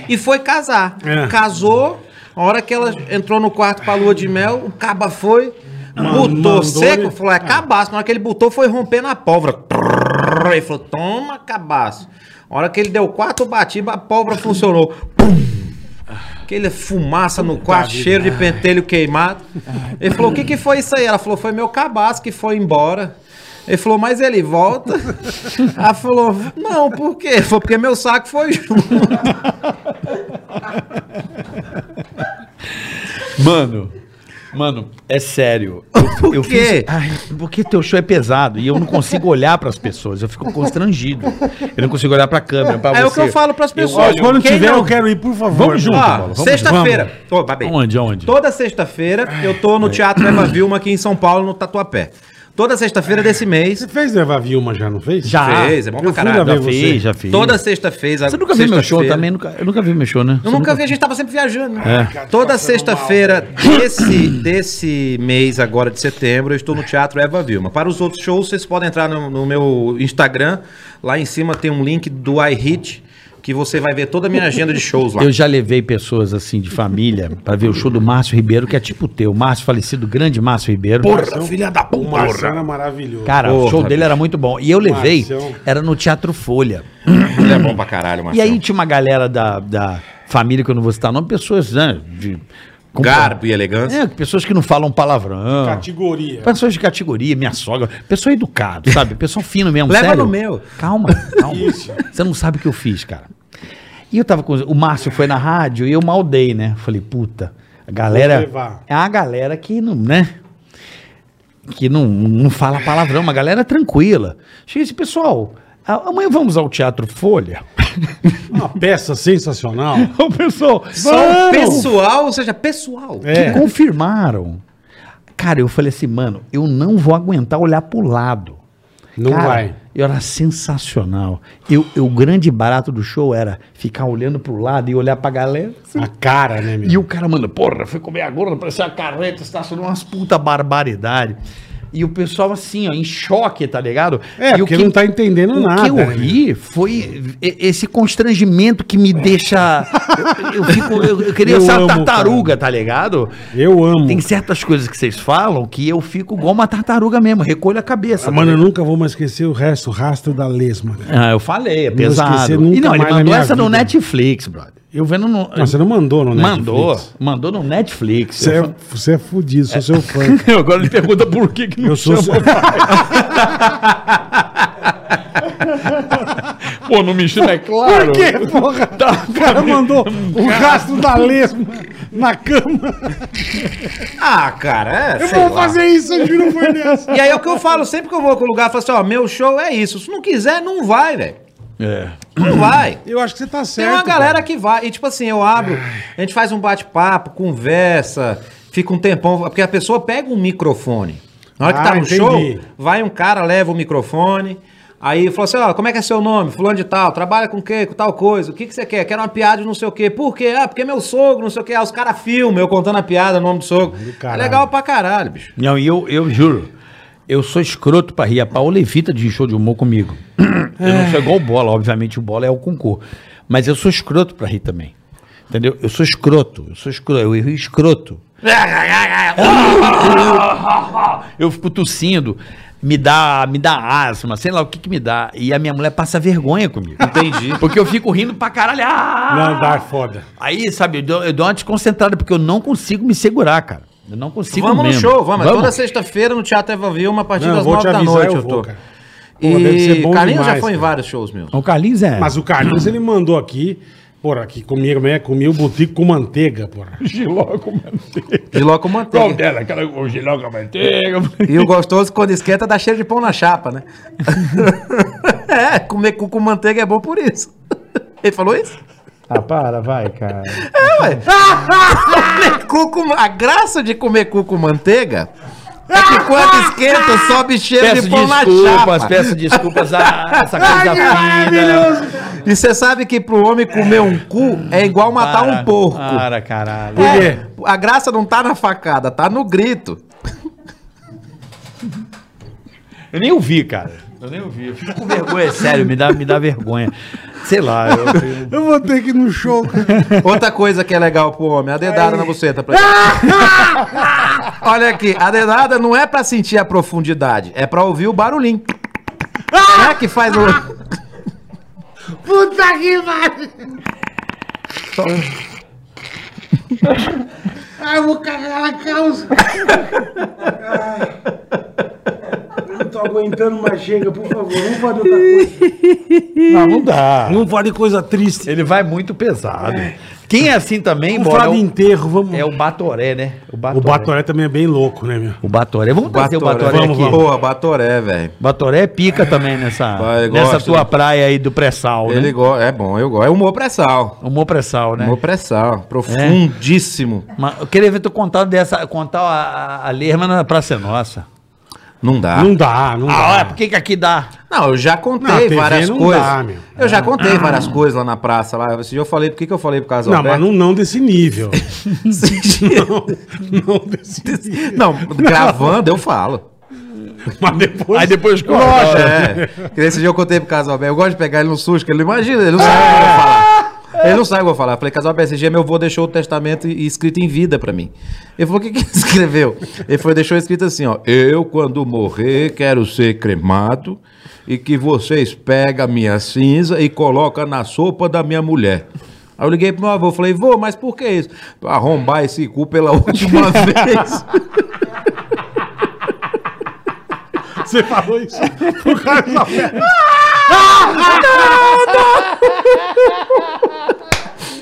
[SPEAKER 6] E foi casar.
[SPEAKER 4] É.
[SPEAKER 6] Casou. A hora que ela entrou no quarto pra lua de mel, o caba foi, botou
[SPEAKER 4] mandou
[SPEAKER 6] seco,
[SPEAKER 4] ele-
[SPEAKER 6] falou: é cabaço. Na hora que ele botou, foi rompendo a pólvora. Prrr, Ele falou: toma cabaço. A hora que ele deu quatro batidas, a pólvora funcionou. Pum! Aquele fumaça no quarto, cheiro de pentelho queimado. Ele falou: o que, que foi isso aí? Ela falou: foi meu cabaço que foi embora. Ele falou, mas ele volta. Ela falou, não, por quê? Foi porque meu saco foi junto.
[SPEAKER 5] Mano, mano, é sério. Eu, Por
[SPEAKER 6] quê?
[SPEAKER 5] ai, porque teu show é pesado e eu não consigo olhar pras pessoas. Eu fico constrangido. Eu não consigo olhar pra câmera, pra
[SPEAKER 6] É
[SPEAKER 5] você.
[SPEAKER 6] o que eu falo pras pessoas.
[SPEAKER 5] olho-
[SPEAKER 4] Quando
[SPEAKER 6] Quem
[SPEAKER 4] tiver,
[SPEAKER 6] não-
[SPEAKER 4] eu quero ir, por favor. Ah,
[SPEAKER 5] Vamos junto,
[SPEAKER 6] Ó,
[SPEAKER 5] Bola, vamos
[SPEAKER 6] sexta-feira. Ô, babei.
[SPEAKER 5] Onde, aonde?
[SPEAKER 6] Toda sexta-feira eu tô no Teatro Eva Vilma aqui em São Paulo, no Tatuapé. Toda sexta-feira desse mês.
[SPEAKER 4] Você fez levar Vilma já, não fez?
[SPEAKER 5] Já.
[SPEAKER 6] Fez, é bom pra
[SPEAKER 4] Eu fui
[SPEAKER 6] caralho.
[SPEAKER 4] lá
[SPEAKER 5] Já
[SPEAKER 4] ver você.
[SPEAKER 5] fiz, já fiz.
[SPEAKER 6] Toda sexta-feira.
[SPEAKER 5] Você nunca viu meu show
[SPEAKER 6] sexta-feira.
[SPEAKER 5] também? Nunca, eu nunca É. vi meu show, né?
[SPEAKER 6] Eu
[SPEAKER 5] Você
[SPEAKER 6] nunca vi, a gente tava sempre viajando. né? Toda sexta-feira desse, desse mês agora de setembro, eu estou no Teatro Eva Vilma. Para os outros shows, vocês podem entrar no, no meu Instagram. Lá em cima tem um link do iHit, que você vai ver toda a minha agenda de shows lá.
[SPEAKER 5] Eu já levei pessoas assim de família pra ver o show do Márcio Ribeiro, que é tipo o teu. Márcio falecido, grande Márcio Ribeiro.
[SPEAKER 2] Porra, filha da
[SPEAKER 4] O
[SPEAKER 2] puta.
[SPEAKER 4] Marcelo é maravilhoso.
[SPEAKER 5] Cara, o
[SPEAKER 6] Porra,
[SPEAKER 5] show dele era muito bom. E eu levei,
[SPEAKER 4] Marcião.
[SPEAKER 5] era no Teatro Folha.
[SPEAKER 6] Ele é bom pra caralho,
[SPEAKER 5] E
[SPEAKER 6] Marcelo.
[SPEAKER 5] aí tinha uma galera da, da família, que eu não vou citar nome, pessoas, né? De,
[SPEAKER 4] tipo,
[SPEAKER 5] com-
[SPEAKER 6] Garbo e elegância.
[SPEAKER 5] É, pessoas que não falam palavrão.
[SPEAKER 4] Categoria.
[SPEAKER 5] Pessoas de categoria, minha sogra, pessoa educada, sabe? Pessoa fina mesmo,
[SPEAKER 6] Leva
[SPEAKER 5] sério.
[SPEAKER 6] no meu.
[SPEAKER 5] Calma, calma. Você não sabe o que eu fiz, cara. E eu tava com... O Márcio foi na rádio e eu maldei, né? Falei, puta, a
[SPEAKER 4] Vou
[SPEAKER 5] galera...
[SPEAKER 4] levar.
[SPEAKER 5] É uma galera que não, né? Que não, não fala palavrão, uma galera tranquila. Cheguei assim, pessoal... "Ah, Amanhã vamos ao Teatro Folha.
[SPEAKER 4] Uma peça sensacional.
[SPEAKER 5] Ô, pessoal,
[SPEAKER 6] Só o
[SPEAKER 5] vamos!
[SPEAKER 6] pessoal, ou seja, pessoal.
[SPEAKER 5] que
[SPEAKER 4] É.
[SPEAKER 5] confirmaram. Cara, eu falei assim, mano, eu não vou aguentar olhar pro lado.
[SPEAKER 4] Não
[SPEAKER 5] Cara,
[SPEAKER 4] vai.
[SPEAKER 5] Eu era sensacional. Eu, eu- o grande barato do show era ficar olhando pro lado e olhar pra galera.
[SPEAKER 4] A cara, né, meu?
[SPEAKER 5] E o cara, mano, porra, foi comer a gorda, parecia uma carreta, estacionou umas puta barbaridade. E o pessoal assim, ó, em choque, tá ligado?
[SPEAKER 4] É,
[SPEAKER 5] e o
[SPEAKER 4] porque não tá entendendo
[SPEAKER 5] o
[SPEAKER 4] nada,
[SPEAKER 5] que eu
[SPEAKER 4] né,
[SPEAKER 5] ri foi e- esse constrangimento que me deixa... Eu, eu fico, eu, eu queria
[SPEAKER 4] Eu
[SPEAKER 5] ser
[SPEAKER 4] amo,
[SPEAKER 5] uma tartaruga, tá ligado?
[SPEAKER 4] Eu amo.
[SPEAKER 5] Tem certas coisas que vocês falam que eu fico igual uma tartaruga mesmo, recolho a cabeça.
[SPEAKER 4] Ah,
[SPEAKER 5] tá
[SPEAKER 4] Mano, eu
[SPEAKER 5] ligado?
[SPEAKER 4] nunca vou mais esquecer o resto, o rastro da lesma. cara.
[SPEAKER 5] Ah, eu falei, é
[SPEAKER 4] vou esquecer
[SPEAKER 5] pesado.
[SPEAKER 4] nunca
[SPEAKER 5] E não, ele
[SPEAKER 4] mais na
[SPEAKER 5] mandou
[SPEAKER 4] minha
[SPEAKER 5] essa no
[SPEAKER 4] vida.
[SPEAKER 5] Netflix, brother. Eu vendo no.
[SPEAKER 4] Não, você não mandou no Netflix.
[SPEAKER 5] mandou, mandou no Netflix.
[SPEAKER 4] Você é,
[SPEAKER 5] Eu
[SPEAKER 4] você é fudido, sou seu fã.
[SPEAKER 5] fa- Agora ele pergunta por que, que não
[SPEAKER 4] Eu sou seu...
[SPEAKER 2] Pô, não me chama, é claro. Tá.
[SPEAKER 4] porra?
[SPEAKER 5] Tá,
[SPEAKER 4] o cara mandou o rastro da lesma na cama.
[SPEAKER 6] Ah, cara, é,
[SPEAKER 4] Eu
[SPEAKER 6] sei
[SPEAKER 4] vou
[SPEAKER 6] lá.
[SPEAKER 4] fazer isso, eu juro por Deus.
[SPEAKER 6] E aí é o que eu falo, sempre que eu vou com o lugar, eu falo assim, ó, meu show é isso. Se não quiser, não vai, velho. É. Não vai.
[SPEAKER 4] Eu acho que você tá certo.
[SPEAKER 6] Tem uma galera
[SPEAKER 4] cara.
[SPEAKER 6] que vai. E tipo assim, eu abro, a gente faz um bate-papo, conversa, fica um tempão. Porque a pessoa pega um microfone. Na hora que
[SPEAKER 4] Ah,
[SPEAKER 6] tá no
[SPEAKER 4] entendi.
[SPEAKER 6] show, vai um cara, leva o microfone. Aí falou assim: ó, como é que é seu nome? Fulano de tal, trabalha com o quê? Com tal coisa. O que, que você quer? Quero uma piada de não sei o quê. Por quê? Ah, porque é meu sogro, não sei o quê. Ah, os caras filmam, eu contando a piada, o nome do sogro. É
[SPEAKER 4] caralho.
[SPEAKER 6] legal pra caralho, bicho.
[SPEAKER 5] Não, e eu, eu juro. Eu sou escroto pra rir. A Paola evita de show de humor comigo. Eu não sou igual o Bola, obviamente o Bola é o concurso. Mas eu sou escroto pra rir também. Entendeu? Eu sou escroto. Eu sou escroto. Eu rio escroto. Eu fico tossindo. Me dá, me dá asma, sei lá o que que me dá. E a minha mulher passa vergonha comigo. Entendi. Porque eu fico rindo pra caralho.
[SPEAKER 6] tá
[SPEAKER 5] Ah!
[SPEAKER 4] Não, dá foda.
[SPEAKER 5] Aí, sabe, eu dou, eu dou uma desconcentrada, porque eu não consigo me segurar, cara. Eu não consigo
[SPEAKER 6] vamos
[SPEAKER 5] mesmo.
[SPEAKER 6] no show, vamos. É Toda sexta-feira no Teatro Eva Vilma, a partir
[SPEAKER 4] Não,
[SPEAKER 6] das
[SPEAKER 4] vou te
[SPEAKER 6] nove da
[SPEAKER 4] avisar,
[SPEAKER 6] noite
[SPEAKER 4] eu
[SPEAKER 6] eu,
[SPEAKER 4] vou,
[SPEAKER 6] tô.
[SPEAKER 4] cara. Pô, deve ser
[SPEAKER 6] e
[SPEAKER 4] bom
[SPEAKER 6] Carlinhos já
[SPEAKER 4] demais,
[SPEAKER 6] foi em
[SPEAKER 4] cara.
[SPEAKER 6] vários shows meus.
[SPEAKER 5] O Carlinhos é...
[SPEAKER 4] Mas o Carlinhos, ele mandou aqui, porra, aqui comigo, né? Comia o botico com manteiga, porra.
[SPEAKER 2] Giló com manteiga.
[SPEAKER 6] E logo
[SPEAKER 2] Qual
[SPEAKER 6] manteiga.
[SPEAKER 2] dela? Aquela com giló com manteiga.
[SPEAKER 6] E o gostoso, quando esquenta, dá cheiro de pão na chapa, né? é, comer cu com manteiga é bom por isso. Ele falou isso?
[SPEAKER 5] Ah, para, vai, cara.
[SPEAKER 6] É, ué. Comer cu com- A graça de comer cu com manteiga é que quando esquenta, sobe cheiro
[SPEAKER 5] Peço
[SPEAKER 6] de pão na
[SPEAKER 5] desculpas,
[SPEAKER 6] é chapa.
[SPEAKER 5] peço desculpas a essa coisa fina.
[SPEAKER 6] E você sabe que pro homem comer um cu é igual matar
[SPEAKER 5] Para,
[SPEAKER 6] um porco.
[SPEAKER 5] Para, caralho.
[SPEAKER 6] É, a graça não tá na facada, tá no grito.
[SPEAKER 5] Eu nem ouvi, cara. Eu nem ouvi. Eu fico com vergonha, é sério, me dá, me dá vergonha. Sei lá, eu...
[SPEAKER 4] Eu vou ter que ir no show, cara.
[SPEAKER 6] Outra coisa que é legal pro homem, a dedada na buceta. Pra ele. Olha aqui, a dedada não é pra sentir a profundidade, é pra ouvir o barulhinho. Não é que faz o...
[SPEAKER 1] Puta que pariu! Ai, eu vou cagar na calça!
[SPEAKER 4] Não tô aguentando mais, chega, por favor. Vamos fazer outra coisa.
[SPEAKER 5] Não, não dá.
[SPEAKER 4] Vamos falar de coisa triste.
[SPEAKER 5] Ele vai muito pesado. Quem é assim também,
[SPEAKER 4] Vamos
[SPEAKER 5] bora,
[SPEAKER 4] falar
[SPEAKER 5] é,
[SPEAKER 4] de
[SPEAKER 5] o,
[SPEAKER 4] enterro, vamos.
[SPEAKER 5] é o Batoré, né?
[SPEAKER 4] O Batoré também é bem louco, né, meu?
[SPEAKER 5] O Batoré. Vamos trazer o Batoré
[SPEAKER 6] Batoré,
[SPEAKER 5] aqui.
[SPEAKER 6] vamos, vamos. Porra, Batoré, velho.
[SPEAKER 5] Batoré é pica também nessa,
[SPEAKER 6] Vai, ele
[SPEAKER 5] nessa
[SPEAKER 6] gosta,
[SPEAKER 5] tua
[SPEAKER 6] né?
[SPEAKER 5] praia aí do pré-sal,
[SPEAKER 6] Ele
[SPEAKER 5] né?
[SPEAKER 6] gosta, é bom, eu gosto. É humor pré-sal.
[SPEAKER 5] Humor pré-sal, né?
[SPEAKER 6] Humor
[SPEAKER 4] É.
[SPEAKER 6] pré-sal, profundíssimo.
[SPEAKER 5] Mas eu queria ver tu contar, dessa, contar a, a, a lerma na Praça Nossa.
[SPEAKER 6] Não dá.
[SPEAKER 4] Não dá, não
[SPEAKER 5] Ah,
[SPEAKER 4] dá.
[SPEAKER 5] olha, por que que aqui dá?
[SPEAKER 6] Não, eu já contei
[SPEAKER 4] Na TV
[SPEAKER 6] várias
[SPEAKER 4] não
[SPEAKER 6] coisas.
[SPEAKER 4] dá, meu. É. Ah.
[SPEAKER 6] eu já contei várias coisas lá na praça. Lá. Esse dia eu falei, por que, que eu falei pro Casal
[SPEAKER 4] Não, mas não, não desse nível. não desse nível.
[SPEAKER 6] Não, gravando eu falo.
[SPEAKER 4] Mas depois.
[SPEAKER 2] Aí depois corta.
[SPEAKER 6] Lógico. É. Que Esse dia eu contei pro Casalbé. Eu gosto de pegar ele no susto, que ele não imagina, ele não sabe o que eu vou falar. Ele não sabe o que eu vou falar. Eu falei, Casalbé, esse dia meu avô deixou o testamento e- e escrito em vida pra mim. Ele falou, o que, que ele escreveu? Ele foi, deixou escrito assim, ó. Eu, quando morrer, quero ser cremado e que vocês pegam a minha cinza e colocam na sopa da minha mulher. Aí eu liguei pro meu avô, falei, vô, mas por que isso? Pra arrombar esse cu pela última vez.
[SPEAKER 4] Você falou isso. O cara tá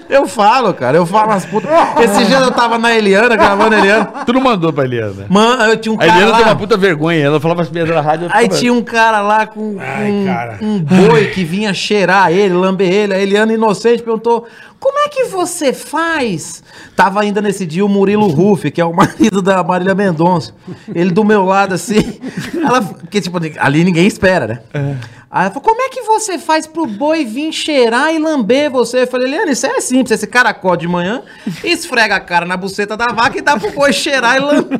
[SPEAKER 6] Eu falo, cara, eu falo as putas. Esses dias eu tava na Eliana, gravando a Eliana.
[SPEAKER 5] Tu não mandou pra Eliana.
[SPEAKER 6] Mano, eu tinha um
[SPEAKER 5] A
[SPEAKER 6] cara
[SPEAKER 5] Eliana
[SPEAKER 6] lá.
[SPEAKER 5] tem uma puta vergonha. Ela falava as merdas na rádio. eu
[SPEAKER 6] Aí
[SPEAKER 5] ficava-
[SPEAKER 6] tinha um cara lá com
[SPEAKER 4] Ai,
[SPEAKER 6] um,
[SPEAKER 4] cara.
[SPEAKER 6] um boi que vinha cheirar ele, lamber ele. A Eliana Inocente perguntou: Como é que você faz? Tava ainda nesse dia o Murilo Ruff, que é o marido da Marília Mendonça. Ele do meu lado assim. Ela, porque, tipo, ali ninguém espera, né? Aí ela falou: Como é que você faz pro boi vir cheirar e lamber você? Eu falei: Eliana, isso é simples. Esse cara acorda de manhã, esfrega a cara na buceta da vaca e dá pro boi cheirar e lamber.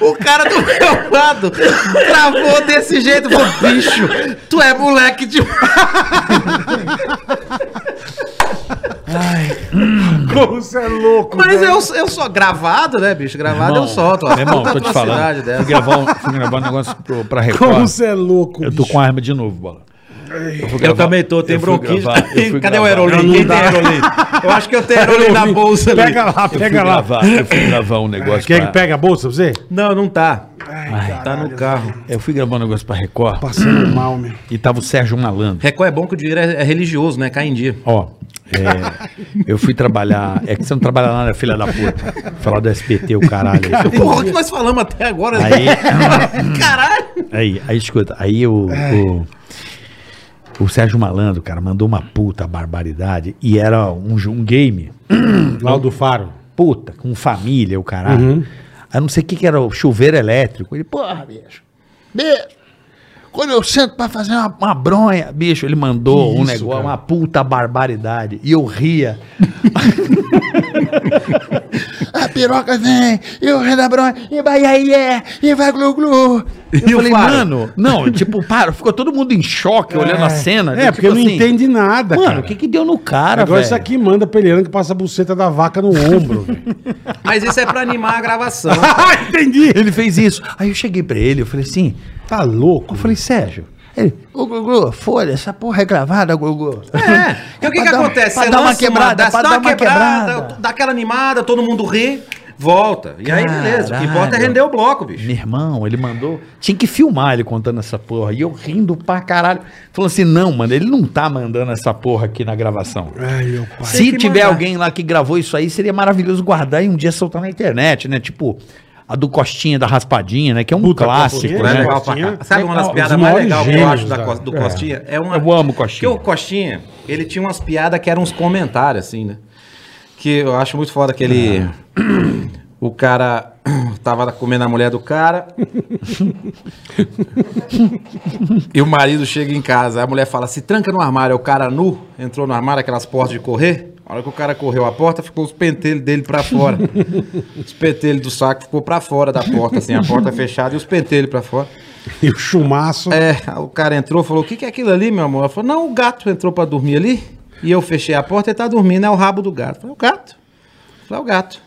[SPEAKER 6] O cara do meu lado travou desse jeito. Falou, bicho, tu é moleque de.
[SPEAKER 4] Como você é louco,
[SPEAKER 6] Mas eu, eu sou gravado, né, bicho? Gravado
[SPEAKER 5] Irmão,
[SPEAKER 6] eu solto. ó.
[SPEAKER 5] Meu irmão,
[SPEAKER 6] Puta
[SPEAKER 5] tô te
[SPEAKER 6] atrocidade
[SPEAKER 5] falando. Fui
[SPEAKER 6] dessa.
[SPEAKER 5] gravar, um, fui gravar um negócio pro, pra Record.
[SPEAKER 4] Como você é louco,
[SPEAKER 5] Eu tô com a arma de novo, bola. fui gravar-
[SPEAKER 6] também tô, tem
[SPEAKER 5] eu fui
[SPEAKER 6] bronquite.
[SPEAKER 5] gravar- eu fui
[SPEAKER 6] Cadê o
[SPEAKER 5] gravar.
[SPEAKER 6] Aerolin?
[SPEAKER 5] Não, não
[SPEAKER 6] Quem tem
[SPEAKER 5] dá.
[SPEAKER 6] Aerolin? Eu acho que eu tenho Aerolin na bolsa ali.
[SPEAKER 4] Pega lá,
[SPEAKER 5] Eu fui
[SPEAKER 4] pega lá.
[SPEAKER 5] gravar- eu fui gravar um negócio
[SPEAKER 4] Quer
[SPEAKER 5] pra-
[SPEAKER 4] que pega a bolsa pra você?
[SPEAKER 6] Não, não tá. tá no carro.
[SPEAKER 5] Eu fui gravar um negócio pra Record
[SPEAKER 4] Passando mal, meu.
[SPEAKER 5] e tava o Sérgio Malandro.
[SPEAKER 6] Record é bom que o dinheiro é, é religioso, né? Cai em dia.
[SPEAKER 5] Ó, é, eu fui trabalhar. É que você não trabalha lá, né, filha da puta? Falar do SBT, o caralho.
[SPEAKER 6] Porra, o que nós falamos até agora? né?
[SPEAKER 5] Aí-
[SPEAKER 6] Caralho!
[SPEAKER 5] Aí, aí escuta, aí o, o, o Sérgio Malandro, cara, mandou uma puta barbaridade e era um, ju- um game,
[SPEAKER 4] Lá o do Faro.
[SPEAKER 5] puta, com família, o caralho.
[SPEAKER 4] Uhum.
[SPEAKER 5] Aí não sei o que, que era o chuveiro elétrico. Ele, porra, bicho, bicho. Quando eu sento pra fazer é uma, uma bronha, bicho, ele mandou um negócio, uma puta barbaridade. E eu ria. A piroca vem, e o rei da bronha, e vai aí, é, e vai glu-glu. Eu falei, mano, não, tipo, para, ficou todo mundo em choque olhando a cena.
[SPEAKER 4] É,
[SPEAKER 5] né?
[SPEAKER 4] porque
[SPEAKER 5] Tipo
[SPEAKER 4] não
[SPEAKER 5] assim,
[SPEAKER 4] entende nada,
[SPEAKER 5] Mano,
[SPEAKER 4] cara.
[SPEAKER 5] o que que deu no cara,
[SPEAKER 4] Agora
[SPEAKER 5] velho?
[SPEAKER 4] isso aqui manda pra Eliana que passa a buceta da vaca no ombro, velho.
[SPEAKER 6] Mas isso é pra animar a gravação.
[SPEAKER 4] Ah, entendi.
[SPEAKER 5] Ele fez isso. Aí eu cheguei pra ele, eu falei assim,
[SPEAKER 4] Tá louco.
[SPEAKER 5] Eu falei, Sérgio. Ele, ô Gugu, folha, essa porra é gravada, Gugu.
[SPEAKER 6] É, porque o que,
[SPEAKER 5] Pra
[SPEAKER 6] que
[SPEAKER 5] dar-
[SPEAKER 6] acontece?
[SPEAKER 5] Pra dar uma
[SPEAKER 6] lança
[SPEAKER 5] quebrada,
[SPEAKER 6] dá-
[SPEAKER 5] pra
[SPEAKER 6] dá
[SPEAKER 5] dar uma
[SPEAKER 6] t-
[SPEAKER 5] quebrada.
[SPEAKER 6] dá aquela animada, todo mundo ri, volta. E aí, beleza. O que importa é
[SPEAKER 5] Caralho.
[SPEAKER 6] render o bloco, bicho.
[SPEAKER 5] Meu irmão, ele mandou. Tinha que filmar ele contando essa porra. E eu rindo pra caralho. Falou assim: não, mano, ele não tá mandando essa porra aqui na gravação.
[SPEAKER 4] Ai, meu pai.
[SPEAKER 5] Se
[SPEAKER 6] que
[SPEAKER 5] tiver
[SPEAKER 6] mandar.
[SPEAKER 5] alguém lá que gravou isso aí, seria maravilhoso guardar e um dia soltar na internet, né? Tipo, a do Costinha, da Raspadinha, né? Que é um clássico,
[SPEAKER 4] Costinha,
[SPEAKER 5] né?
[SPEAKER 4] né?
[SPEAKER 6] Legal,
[SPEAKER 4] Costinha.
[SPEAKER 6] pra- Sabe uma das
[SPEAKER 4] Legal,
[SPEAKER 6] piadas
[SPEAKER 4] os
[SPEAKER 6] mais
[SPEAKER 4] maiores
[SPEAKER 6] legais que eu
[SPEAKER 4] gênios
[SPEAKER 6] acho da,
[SPEAKER 4] da-
[SPEAKER 6] Cos- do
[SPEAKER 4] é.
[SPEAKER 6] Costinha? É uma,
[SPEAKER 5] Eu amo
[SPEAKER 6] Porque
[SPEAKER 5] Costinha.
[SPEAKER 6] o Costinha, ele tinha umas piadas que eram uns comentários, assim, né? Que eu acho muito foda que ele...
[SPEAKER 5] É.
[SPEAKER 6] O cara tava comendo a mulher do cara. e o marido chega em casa. A mulher fala: se tranca no armário. Aí O cara nu entrou no armário, aquelas portas de correr. A hora que o cara correu a porta, ficou os pentelhos dele pra fora. os pentelhos do saco ficou pra fora da porta, assim, a porta fechada e os pentelhos pra fora.
[SPEAKER 4] E o chumaço.
[SPEAKER 6] É, o cara entrou falou: O que, que é aquilo ali, meu amor? Ela falou: Não, o gato entrou pra dormir ali. E eu fechei a porta e tá dormindo. É o rabo do gato. Eu Falei: O gato? Eu Falei: É o gato.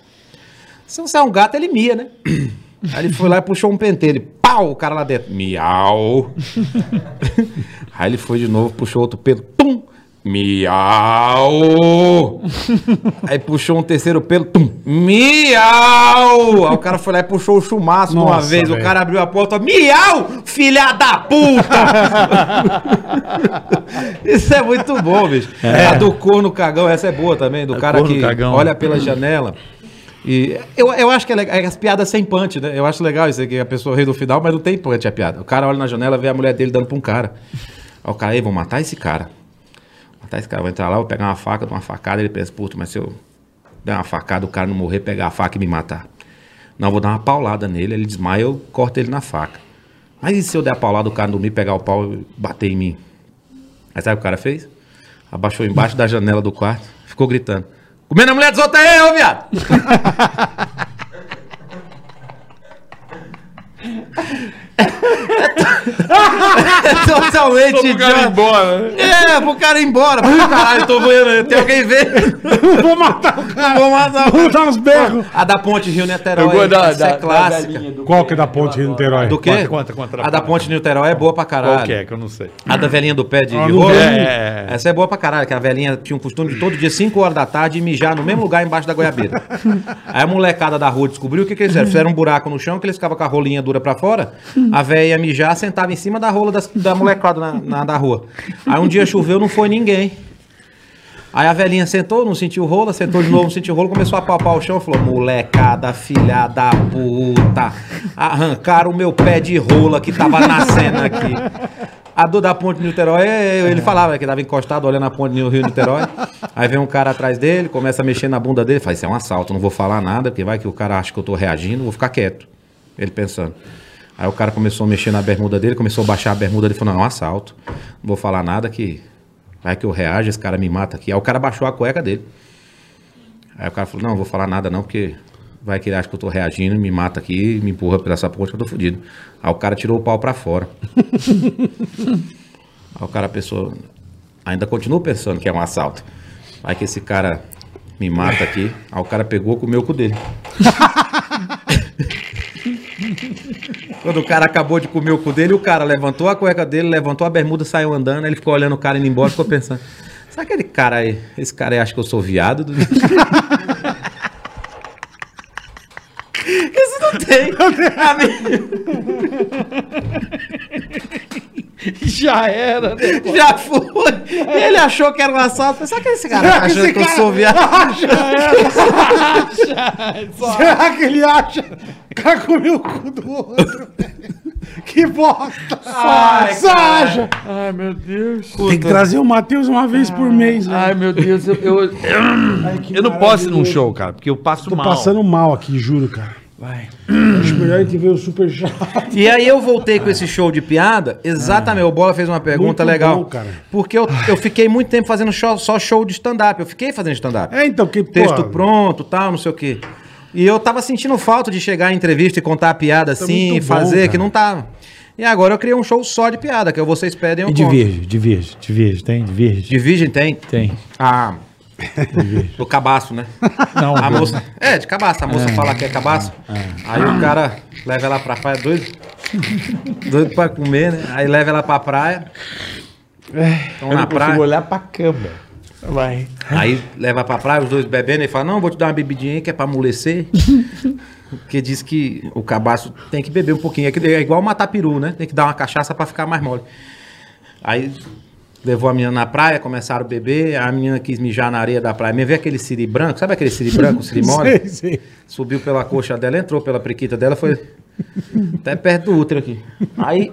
[SPEAKER 6] Se você é um gato, ele mia, né? Aí ele foi lá e puxou um pentelho. Pau! O cara lá dentro. Miau! Aí ele foi de novo, puxou outro pelo. Tum! Miau! Aí puxou um terceiro pelo. Tum! Miau! Aí o cara foi lá e puxou o chumaço de uma
[SPEAKER 4] Nossa,
[SPEAKER 6] vez.
[SPEAKER 4] velho.
[SPEAKER 6] O cara abriu a porta. Miau! Filha da puta! Isso é muito bom, bicho. A do corno cagão, essa é boa também. Do cara
[SPEAKER 5] corno
[SPEAKER 6] que
[SPEAKER 5] cagão.
[SPEAKER 6] olha pela janela. E eu, eu acho que é, legal, é as piadas sem punch, né? Eu acho legal isso aqui, a pessoa ri do final, mas não tem punch a piada. O cara olha na janela, vê a mulher dele dando pra um cara. Aí o cara, ei, vou matar esse cara. Vou Matar esse cara, Tá vou entrar lá, vou pegar uma faca, dar uma facada. Ele pensa, puta, mas se eu der uma facada, o cara não morrer, pegar a faca e me matar. Não, eu vou dar uma paulada nele, ele desmaia, eu corto ele na faca. Mas e se eu der a paulada, o cara dormir, pegar o pau e bater em mim? Aí sabe o que o cara fez? Abaixou embaixo da janela do quarto, ficou gritando. Comendo a mulher dos outros aí, ô viado! É totalmente idiota.
[SPEAKER 7] embora.
[SPEAKER 5] né?
[SPEAKER 6] É, pro cara ir embora. Pro caralho, tô vendo. Tem alguém vendo?
[SPEAKER 4] Vou matar o cara.
[SPEAKER 6] Vou matar o
[SPEAKER 4] Vou dar uns berros.
[SPEAKER 6] A da ponte Rio Niterói.
[SPEAKER 5] Eu gosto da-
[SPEAKER 6] essa
[SPEAKER 5] da-
[SPEAKER 6] é
[SPEAKER 5] da
[SPEAKER 6] clássica.
[SPEAKER 4] Qual que é da ponte de Niterói?
[SPEAKER 6] Do quê?
[SPEAKER 5] Conta, conta, conta.
[SPEAKER 6] a da ponte Niterói é boa pra caralho.
[SPEAKER 5] Qual que é, que eu não sei.
[SPEAKER 6] A da velhinha do pé de
[SPEAKER 4] Ah,
[SPEAKER 6] Rio.
[SPEAKER 4] não vi.
[SPEAKER 5] É.
[SPEAKER 6] Essa é boa pra caralho, que a velhinha tinha um costume de todo dia, 5 horas da tarde, ir mijar no mesmo lugar embaixo da goiabeira. Aí a molecada da rua descobriu o que, que eles fizeram. Fizeram um buraco no chão que eles ficavam com a rolinha dura pra fora. A velha ia mijar, sentava em cima da rola das, da molecada na, na- da rua. Aí um dia choveu, não foi ninguém. Aí a velhinha sentou, não sentiu rola, sentou de novo, não sentiu rola, começou a palpar o chão e falou: molecada, filha da puta, arrancaram o meu pé de rola que tava nascendo aqui. A dor da ponte de Niterói, é, ele falava que tava encostado olhando a ponte do Rio Niterói. Aí vem um cara atrás dele, começa a mexer na bunda dele, fala: Isso é um assalto, não vou falar nada, porque vai que o cara acha que eu tô reagindo, vou ficar quieto. Ele pensando. Aí o cara começou a mexer na bermuda dele, começou a baixar a bermuda dele, falou: Não, é um assalto, não vou falar nada que Vai que eu reajo, esse cara me mata aqui. Aí o cara baixou a cueca dele. Aí o cara falou, não, não vou falar nada não, porque vai que ele acha que eu tô reagindo, me mata aqui, me empurra pela essa porta, eu tô fudido. Aí o cara tirou o pau pra fora. Aí o cara pensou, ainda continua pensando que é um assalto. Vai que esse cara me mata aqui. Aí o cara pegou, comeu o cu dele. Quando o cara acabou de comer o cu dele, o cara levantou a cueca dele, levantou a bermuda, saiu andando, ele ficou olhando o cara indo embora, ficou pensando. Será que aquele cara aí? Esse cara aí acha que eu sou viado? Do... Isso não tem. A minha-
[SPEAKER 2] Já era, né?
[SPEAKER 6] Já foi. Ele achou que era um assalto. Será que esse cara acha que, eu sou viado?
[SPEAKER 4] Será que ele acha? O cara comeu o cu do outro. que bosta!
[SPEAKER 2] Ai,
[SPEAKER 4] Só acha!
[SPEAKER 2] Ai, meu Deus.
[SPEAKER 4] Tem que trazer o Matheus uma vez por mês, né?
[SPEAKER 2] Ai, meu Deus. Eu, eu-
[SPEAKER 5] Eu não posso ir num show, cara, porque eu passo
[SPEAKER 4] Tô
[SPEAKER 5] mal.
[SPEAKER 4] Tá passando mal aqui, juro, cara. Vai. Acho é melhor a gente ver o super chato.
[SPEAKER 6] E aí eu voltei com esse show de piada. Exatamente. O Bola fez uma
[SPEAKER 4] Muito
[SPEAKER 6] pergunta legal.
[SPEAKER 4] bom, cara.
[SPEAKER 6] Porque eu, eu fiquei muito tempo fazendo show- só show de stand-up. Eu fiquei fazendo stand-up.
[SPEAKER 4] É, então, que
[SPEAKER 6] texto
[SPEAKER 4] pô,
[SPEAKER 6] pronto, tal, não sei o quê. E eu tava sentindo falta de chegar em entrevista e contar a piada assim,
[SPEAKER 4] Tá muito bom,
[SPEAKER 6] fazer,
[SPEAKER 4] cara.
[SPEAKER 6] que não tava. E agora eu criei um show só de piada, que é o vocês pedem eu
[SPEAKER 5] E de
[SPEAKER 6] conto.
[SPEAKER 5] verde, de verde, de verde, tem? De verde?
[SPEAKER 6] De virgem tem?
[SPEAKER 5] Tem.
[SPEAKER 6] Ah. Do cabaço, né?
[SPEAKER 5] Não,
[SPEAKER 6] a
[SPEAKER 5] do-
[SPEAKER 6] moça. É, de cabaço. A moça fala que é cabaço. Aí o cara leva ela pra praia, doido. Doido pra comer, né? Aí leva ela pra praia.
[SPEAKER 4] É,
[SPEAKER 6] Então na praia.
[SPEAKER 2] olhar pra câmera. Vai.
[SPEAKER 6] Aí leva pra praia, os dois bebendo, e fala, não, vou te dar uma bebidinha aí que é pra amolecer. Porque diz que o cabaço tem que beber um pouquinho. É, que- é igual matar peru, né? Tem que dar uma cachaça pra ficar mais mole. Aí levou a menina na praia, começaram a beber, a menina quis mijar na areia da praia. Me vê aquele siri branco, sabe aquele siri branco, siri mole?
[SPEAKER 4] Sei, sei.
[SPEAKER 6] Subiu pela coxa dela, entrou pela prequita dela, foi até perto do útero aqui. Aí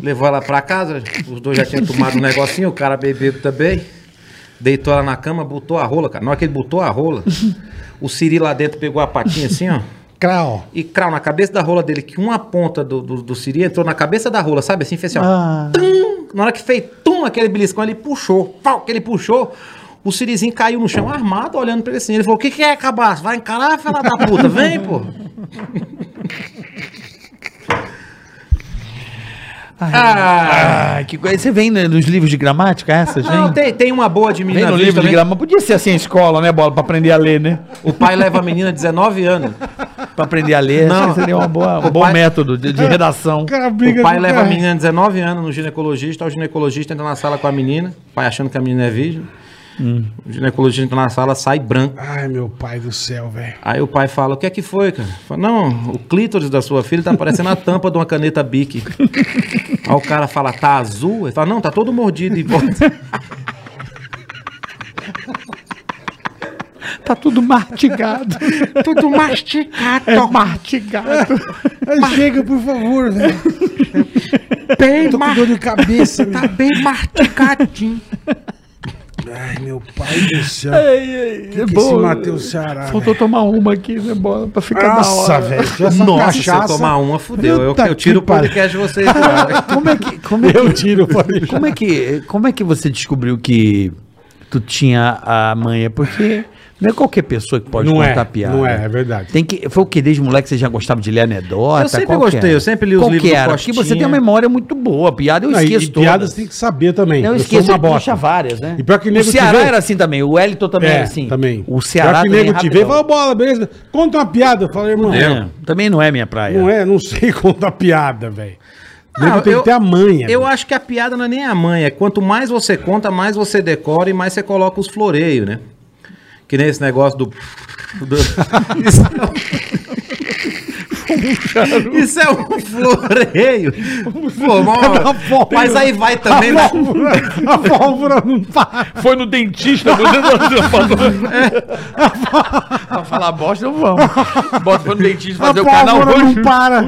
[SPEAKER 6] levou ela pra casa, os dois já tinham tomado um negocinho, o cara bebeu também. Deitou ela na cama, botou a rola, cara. Na hora que ele botou a rola, o Siri lá dentro pegou a patinha assim, ó.
[SPEAKER 4] Crau.
[SPEAKER 6] E crau na cabeça da rola dele, que uma ponta do, do, do Siri entrou na cabeça da rola, sabe? Assim, fez assim, ó. Tum! Na hora que fez tum, aquele beliscão, ele puxou. Pau, que ele puxou. O Sirizinho caiu no chão armado, olhando pra ele assim. Ele falou: O que, que é, cabaço? Vai encarar, fela da puta, vem, pô. Ah,
[SPEAKER 5] Ah, que coisa. Você vem né, nos livros de gramática essas,
[SPEAKER 6] não,
[SPEAKER 5] hein?
[SPEAKER 6] tem, tem uma boa de
[SPEAKER 5] Vem
[SPEAKER 6] menina
[SPEAKER 5] no
[SPEAKER 6] vista,
[SPEAKER 5] livro de
[SPEAKER 6] né?
[SPEAKER 5] gramática. Podia ser assim a escola, né, Bola? Pra aprender a ler, né?
[SPEAKER 6] O pai leva a menina 19 anos.
[SPEAKER 5] Pra aprender a ler,
[SPEAKER 6] Não.
[SPEAKER 5] acho que seria uma boa, um
[SPEAKER 6] O
[SPEAKER 5] bom
[SPEAKER 6] pai-
[SPEAKER 5] método de, de redação.
[SPEAKER 4] O cara briga
[SPEAKER 6] O pai
[SPEAKER 4] com
[SPEAKER 6] leva a
[SPEAKER 4] cara.
[SPEAKER 6] menina 19 anos no ginecologista, o ginecologista entra na sala com a menina, o pai achando que a menina é virgem. O ginecologista entra na sala, sai branco.
[SPEAKER 4] Ai, meu pai do céu, velho.
[SPEAKER 6] Aí o pai fala: O que é que foi, cara? Fala, Não, o clítoris da sua filha tá parecendo a tampa de uma caneta bique. Aí o cara fala: Tá azul? Ele fala: Não, tá todo mordido e volta.
[SPEAKER 5] Tá tudo mastigado.
[SPEAKER 1] Tudo masticado.
[SPEAKER 5] É mastigado.
[SPEAKER 4] Chega, por favor, velho.
[SPEAKER 1] Bem
[SPEAKER 4] Tô com dor
[SPEAKER 1] masticado.
[SPEAKER 4] de cabeça, velho.
[SPEAKER 1] Tá bem masticadinho.
[SPEAKER 4] Ai, meu pai do céu.
[SPEAKER 2] É
[SPEAKER 4] Ai, ai, que, que esse Matheus Ceará,
[SPEAKER 5] É Faltou tomar uma aqui, né, Bola? Pra
[SPEAKER 4] velho?
[SPEAKER 5] ficar
[SPEAKER 4] Nossa,
[SPEAKER 5] da hora.
[SPEAKER 4] velho. Essa
[SPEAKER 6] Nossa, se eu tomar uma, fudeu. Eu,
[SPEAKER 4] Puta
[SPEAKER 6] eu tiro o
[SPEAKER 4] que pariu.
[SPEAKER 6] podcast de vocês. cara.
[SPEAKER 5] Como é que... Como é que...
[SPEAKER 4] Eu tiro, pode deixar.
[SPEAKER 5] Como é que, como é que você descobriu que tu tinha a manha? Porque não é qualquer pessoa que pode
[SPEAKER 4] Não é,
[SPEAKER 5] contar piada.
[SPEAKER 4] não é, é verdade.
[SPEAKER 5] Tem que, foi o que desde moleque você já gostava de ler anedota?
[SPEAKER 6] Eu sempre
[SPEAKER 5] Qual que
[SPEAKER 6] gostei,
[SPEAKER 5] era?
[SPEAKER 6] eu sempre li os
[SPEAKER 5] Qual
[SPEAKER 6] livros
[SPEAKER 5] que
[SPEAKER 6] do
[SPEAKER 5] era? Porque você
[SPEAKER 6] Costinha.
[SPEAKER 5] tem uma memória muito boa. Piada eu
[SPEAKER 4] Não, e-
[SPEAKER 5] esqueço
[SPEAKER 4] e piadas
[SPEAKER 5] todas.
[SPEAKER 4] tem que saber também.
[SPEAKER 5] Não, eu
[SPEAKER 4] sou
[SPEAKER 5] esqueço,
[SPEAKER 4] uma
[SPEAKER 5] ele puxa
[SPEAKER 4] bosta.
[SPEAKER 5] várias, né?
[SPEAKER 4] E pior que
[SPEAKER 5] o
[SPEAKER 4] nego te
[SPEAKER 5] Ceará
[SPEAKER 4] vê-
[SPEAKER 5] era assim também, o Wellington também
[SPEAKER 4] É,
[SPEAKER 5] era assim.
[SPEAKER 4] também.
[SPEAKER 5] O Ceará
[SPEAKER 4] que
[SPEAKER 5] também é
[SPEAKER 4] nego te
[SPEAKER 5] rapidão.
[SPEAKER 4] vê, fala, bola, beleza? Conta uma piada. Eu falo, irmão,
[SPEAKER 5] É, também não é minha praia.
[SPEAKER 4] não é, não sei contar piada, velho. O
[SPEAKER 6] Não,
[SPEAKER 4] Nego tem
[SPEAKER 6] eu-
[SPEAKER 4] que ter a manha.
[SPEAKER 6] Eu
[SPEAKER 4] velho.
[SPEAKER 6] acho que a piada não é nem a manha. Quanto mais você conta, mais você decora e mais você coloca os floreios, né? Que nem esse negócio do. do- Isso- Isso é um floreio.
[SPEAKER 4] É
[SPEAKER 6] Pô,
[SPEAKER 5] Cada
[SPEAKER 6] mó...
[SPEAKER 5] volta.
[SPEAKER 6] Mas aí vai também, né?
[SPEAKER 4] A pólvora não para.
[SPEAKER 2] Foi no dentista, no dentista
[SPEAKER 5] É. Pra falar bosta, não vamos. Bota pra no dentista
[SPEAKER 4] A
[SPEAKER 5] fazer o canal
[SPEAKER 4] pólvora
[SPEAKER 5] roxo.
[SPEAKER 4] não para.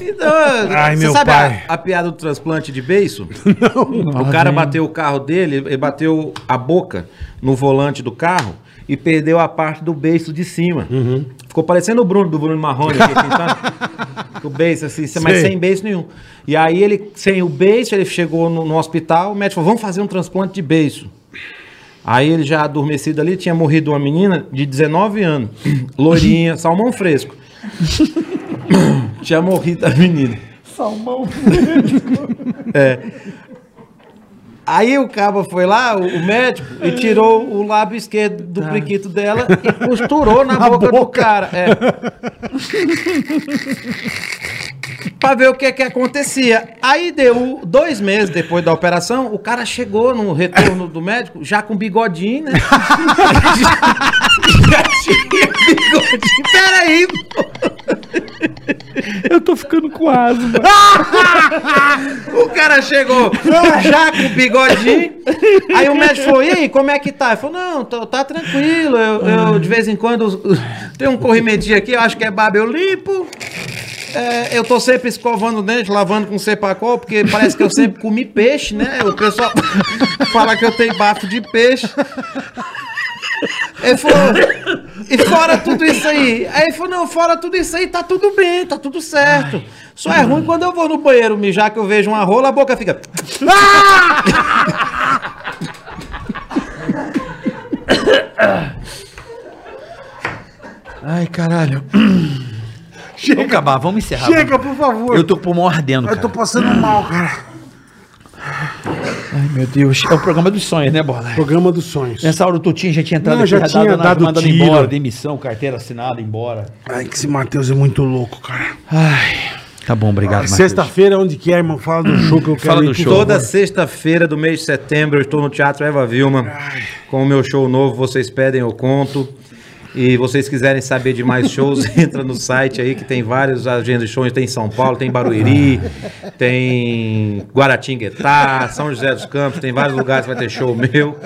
[SPEAKER 6] Então,
[SPEAKER 4] Ai,
[SPEAKER 6] você
[SPEAKER 4] meu
[SPEAKER 6] sabe
[SPEAKER 4] pai.
[SPEAKER 6] A, a piada do transplante de beiço? O cara bateu o carro dele e bateu a boca no volante do carro e perdeu a parte do beiço de cima.
[SPEAKER 4] Uhum.
[SPEAKER 6] Ficou parecendo o Bruno do Bruno Marrone aqui, assim, sabe? O beiço, assim, mas sem beiço nenhum. E aí ele, sem o beiço, ele chegou no, no hospital, o médico falou: vamos fazer um transplante de beiço. Aí ele já adormecido ali, tinha morrido uma menina de 19 anos, loirinha, salmão fresco. Tinha morrido a menina. Salmão É. Aí o cabo foi lá, o o médico, e tirou o lábio esquerdo do priquito dela e costurou na, boca, do cara. É. pra ver o que que acontecia. Aí deu dois meses depois da operação, o cara chegou no retorno do médico, já com bigodinho, né? já tinha bigodinho. Peraí, pô.
[SPEAKER 2] Eu tô ficando com asma.
[SPEAKER 6] O cara chegou já com o bigodinho. Aí o médico falou: e aí, como é que tá? Ele falou: não, tô- tá tranquilo. Eu, eu, de vez em quando tem um corrimedinho aqui, eu acho que é barba, eu limpo. É, eu tô sempre escovando o dente, lavando com cepacol, porque parece que eu sempre comi peixe, né? O pessoal fala que eu tenho bafo de peixe. Ele falou, e fora tudo isso aí? Aí ele falou, não, fora tudo isso aí, tá tudo bem, tá tudo certo. Só é ruim quando eu vou no banheiro mijar que eu vejo uma rola, a boca fica...
[SPEAKER 5] Ai, caralho. Vamos acabar, vamos encerrar.
[SPEAKER 4] Chega, por favor.
[SPEAKER 5] Eu tô com o pulmão ardendo, cara.
[SPEAKER 4] Eu tô passando mal, cara.
[SPEAKER 5] Ai, meu Deus. É o programa dos sonhos, né, Bola?
[SPEAKER 4] Programa dos sonhos.
[SPEAKER 5] Nessa hora o Tutinho já tinha entrado
[SPEAKER 4] Não, já tinha
[SPEAKER 5] na-
[SPEAKER 4] dado
[SPEAKER 5] mandado
[SPEAKER 4] tiro.
[SPEAKER 5] embora, demissão, carteira assinada, embora.
[SPEAKER 4] Ai, que esse Matheus é muito louco, cara.
[SPEAKER 5] Tá bom,
[SPEAKER 4] Ah,
[SPEAKER 5] obrigado, Matheus.
[SPEAKER 4] É Sexta-feira, onde quer, irmão, fala do show que eu quero
[SPEAKER 5] Fala do
[SPEAKER 4] ir, por
[SPEAKER 5] show.
[SPEAKER 4] favor.
[SPEAKER 6] Toda sexta-feira do mês de setembro eu estou no Teatro Eva Vilma com o meu show novo, vocês pedem eu conto. E vocês quiserem saber de mais shows, entra no site aí que tem vários agendas de shows, tem em São Paulo, tem em Barueri, tem Guaratinguetá, São José dos Campos, tem vários lugares que vai ter show meu.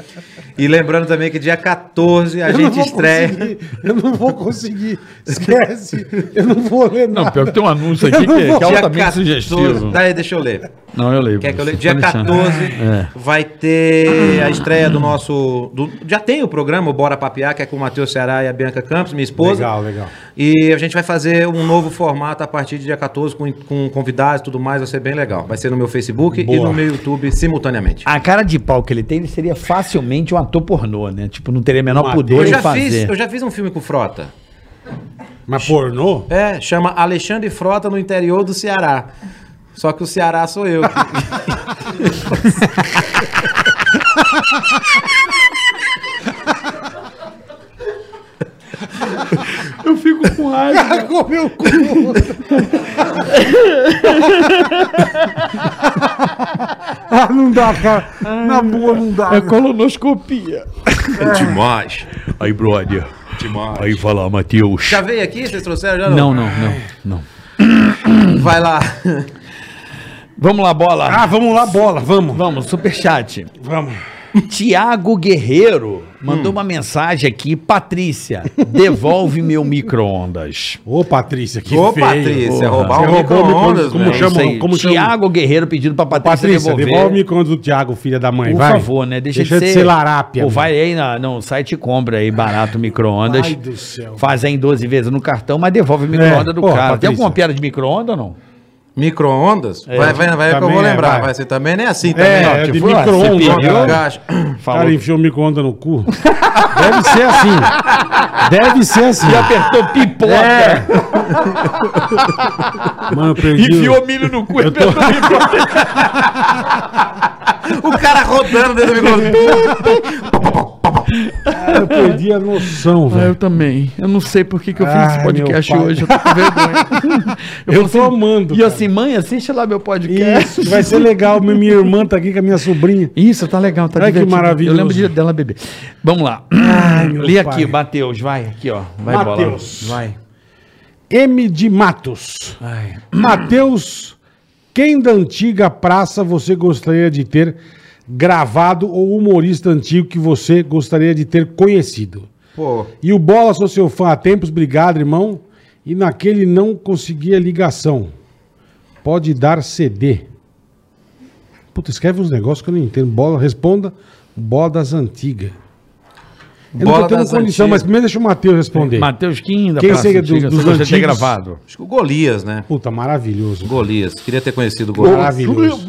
[SPEAKER 6] E lembrando também que dia 14 a
[SPEAKER 4] Eu não
[SPEAKER 6] gente
[SPEAKER 4] vou
[SPEAKER 6] estreia.
[SPEAKER 4] conseguir, Eu não vou conseguir. Esquece. Eu não vou ler nada.
[SPEAKER 2] Não, pior que tem um anúncio aqui que é, que é
[SPEAKER 6] Dia
[SPEAKER 2] altamente sugestivo.
[SPEAKER 6] Daí, deixa eu ler.
[SPEAKER 2] Não, eu leio.
[SPEAKER 6] Quer que eu leia?
[SPEAKER 2] Tá
[SPEAKER 6] Dia
[SPEAKER 2] deixando.
[SPEAKER 6] 14
[SPEAKER 5] É,
[SPEAKER 6] vai ter a estreia do nosso. do- já tem o programa o Bora Papiar, que é com o Matheus Ceará e a Bianca Campos, minha esposa.
[SPEAKER 4] Legal, legal.
[SPEAKER 6] E a gente vai fazer um novo formato a partir de dia 14 com, com convidados e tudo mais, vai ser bem legal. Vai ser no meu Facebook e
[SPEAKER 4] Boa.
[SPEAKER 6] no meu YouTube simultaneamente.
[SPEAKER 5] A cara de pau que ele tem, ele seria facilmente um ator pornô, né? Tipo, não teria o menor
[SPEAKER 4] Um
[SPEAKER 5] pudor
[SPEAKER 6] Eu
[SPEAKER 5] em
[SPEAKER 6] já,
[SPEAKER 5] fazer.
[SPEAKER 6] fiz, eu já fiz um filme com o Frota.
[SPEAKER 4] Mas pornô?
[SPEAKER 6] É, chama Alexandre Frota no interior do Ceará. Só que o Ceará sou eu.
[SPEAKER 5] É
[SPEAKER 4] Cagou meu cu. ah, não dá, cara. Na boa, não dá. meu.
[SPEAKER 2] é Colonoscopia.
[SPEAKER 3] Demais. Aí, brother. Demais. Aí fala, Matheus.
[SPEAKER 6] Já veio aqui? Vocês trouxeram? Já
[SPEAKER 5] Não, não, não, não.
[SPEAKER 6] Vai lá.
[SPEAKER 5] Vamos lá, bola.
[SPEAKER 4] Ah, vamos lá, bola. Vamos.
[SPEAKER 5] Vamos, superchat.
[SPEAKER 4] Vamos. Hum.
[SPEAKER 5] Tiago Guerreiro mandou uma mensagem aqui. Patrícia, devolve meu micro-ondas.
[SPEAKER 4] Ô, Patrícia, que
[SPEAKER 6] Ô,
[SPEAKER 4] feio.
[SPEAKER 6] Patrícia,
[SPEAKER 4] Porra.
[SPEAKER 6] roubar
[SPEAKER 4] Você
[SPEAKER 6] o
[SPEAKER 4] roubou o micro-
[SPEAKER 6] micro-ondas,
[SPEAKER 4] como
[SPEAKER 5] É
[SPEAKER 6] velho.
[SPEAKER 4] chama? Como chama?
[SPEAKER 5] Tiago Guerreiro pedindo pra Patrícia,
[SPEAKER 4] Patrícia,
[SPEAKER 5] devolver.
[SPEAKER 4] devolve o micro do Thiago, filha da mãe,
[SPEAKER 5] Por
[SPEAKER 4] vai.
[SPEAKER 5] favor, né? Deixa,
[SPEAKER 4] Deixa de ser larápia.
[SPEAKER 5] Pô, vai aí na, no site e compra aí barato micro-ondas.
[SPEAKER 4] Pai do céu.
[SPEAKER 5] Faz aí em 12 vezes no cartão, mas devolve o micro-ondas
[SPEAKER 4] É,
[SPEAKER 5] do
[SPEAKER 4] porra,
[SPEAKER 5] cara.
[SPEAKER 4] Patrícia.
[SPEAKER 5] Tem alguma piada de micro-ondas ou não?
[SPEAKER 6] Micro-ondas? vai, vai, vai que eu
[SPEAKER 4] também
[SPEAKER 6] vou
[SPEAKER 4] é,
[SPEAKER 6] lembrar.
[SPEAKER 4] vai.
[SPEAKER 6] Vai. Você também não é assim também.
[SPEAKER 4] É,
[SPEAKER 6] ó.
[SPEAKER 4] é de
[SPEAKER 5] tipo, ah, você
[SPEAKER 4] micro-ondas.
[SPEAKER 5] pediu,
[SPEAKER 4] cara.
[SPEAKER 6] Gacho.
[SPEAKER 4] O cara
[SPEAKER 5] Falou.
[SPEAKER 4] enfiou o micro-ondas no cu. Deve ser assim. Deve ser assim.
[SPEAKER 5] E apertou pipoca.
[SPEAKER 4] Mano, eu perdi. o-
[SPEAKER 2] Enfiou milho no cu.
[SPEAKER 4] Eu tô...
[SPEAKER 6] O cara rodando dentro do micro-ondas.
[SPEAKER 4] Cara, eu perdi a noção, velho.
[SPEAKER 2] também. Eu não sei por que, que eu
[SPEAKER 4] fiz esse podcast hoje,
[SPEAKER 2] Eu tô com vergonha.
[SPEAKER 4] Eu, tô amando.
[SPEAKER 5] E eu assim, mãe, assiste lá meu
[SPEAKER 4] cara.
[SPEAKER 5] podcast.
[SPEAKER 4] Isso, vai ser legal. Minha- Minha irmã tá aqui com a minha sobrinha.
[SPEAKER 5] Isso, tá legal, tá
[SPEAKER 4] Ai, que
[SPEAKER 5] divertido.
[SPEAKER 4] maravilhoso.
[SPEAKER 5] Eu lembro de- dela beber. Vamos lá.
[SPEAKER 4] meu
[SPEAKER 5] Li
[SPEAKER 4] pai.
[SPEAKER 5] aqui, Matheus, vai. Aqui, ó. Vai, bola.
[SPEAKER 4] Matheus.
[SPEAKER 5] Vai.
[SPEAKER 4] M de Matos. Matheus, quem da antiga praça você gostaria de ter gravado ou humorista antigo que você gostaria de ter conhecido?
[SPEAKER 6] Pô,
[SPEAKER 4] E o Bola, sou seu fã há tempos, obrigado, irmão. E naquele não conseguia ligação. Pode dar CD. Puta, escreve uns negócios que eu não entendo. Bola, responda. Bola das antigas. Eu
[SPEAKER 6] Bola
[SPEAKER 4] não tô tendo
[SPEAKER 6] das
[SPEAKER 4] condição,
[SPEAKER 6] antigas.
[SPEAKER 4] mas primeiro deixa o Matheus responder.
[SPEAKER 5] Matheus Quinda,
[SPEAKER 4] Quem seria do- dos
[SPEAKER 5] você ter
[SPEAKER 4] antigos?
[SPEAKER 5] gravado.
[SPEAKER 6] acho que o Golias, né?
[SPEAKER 4] Puta, maravilhoso.
[SPEAKER 6] Golias. Queria ter conhecido o Golias.
[SPEAKER 4] Maravilhoso.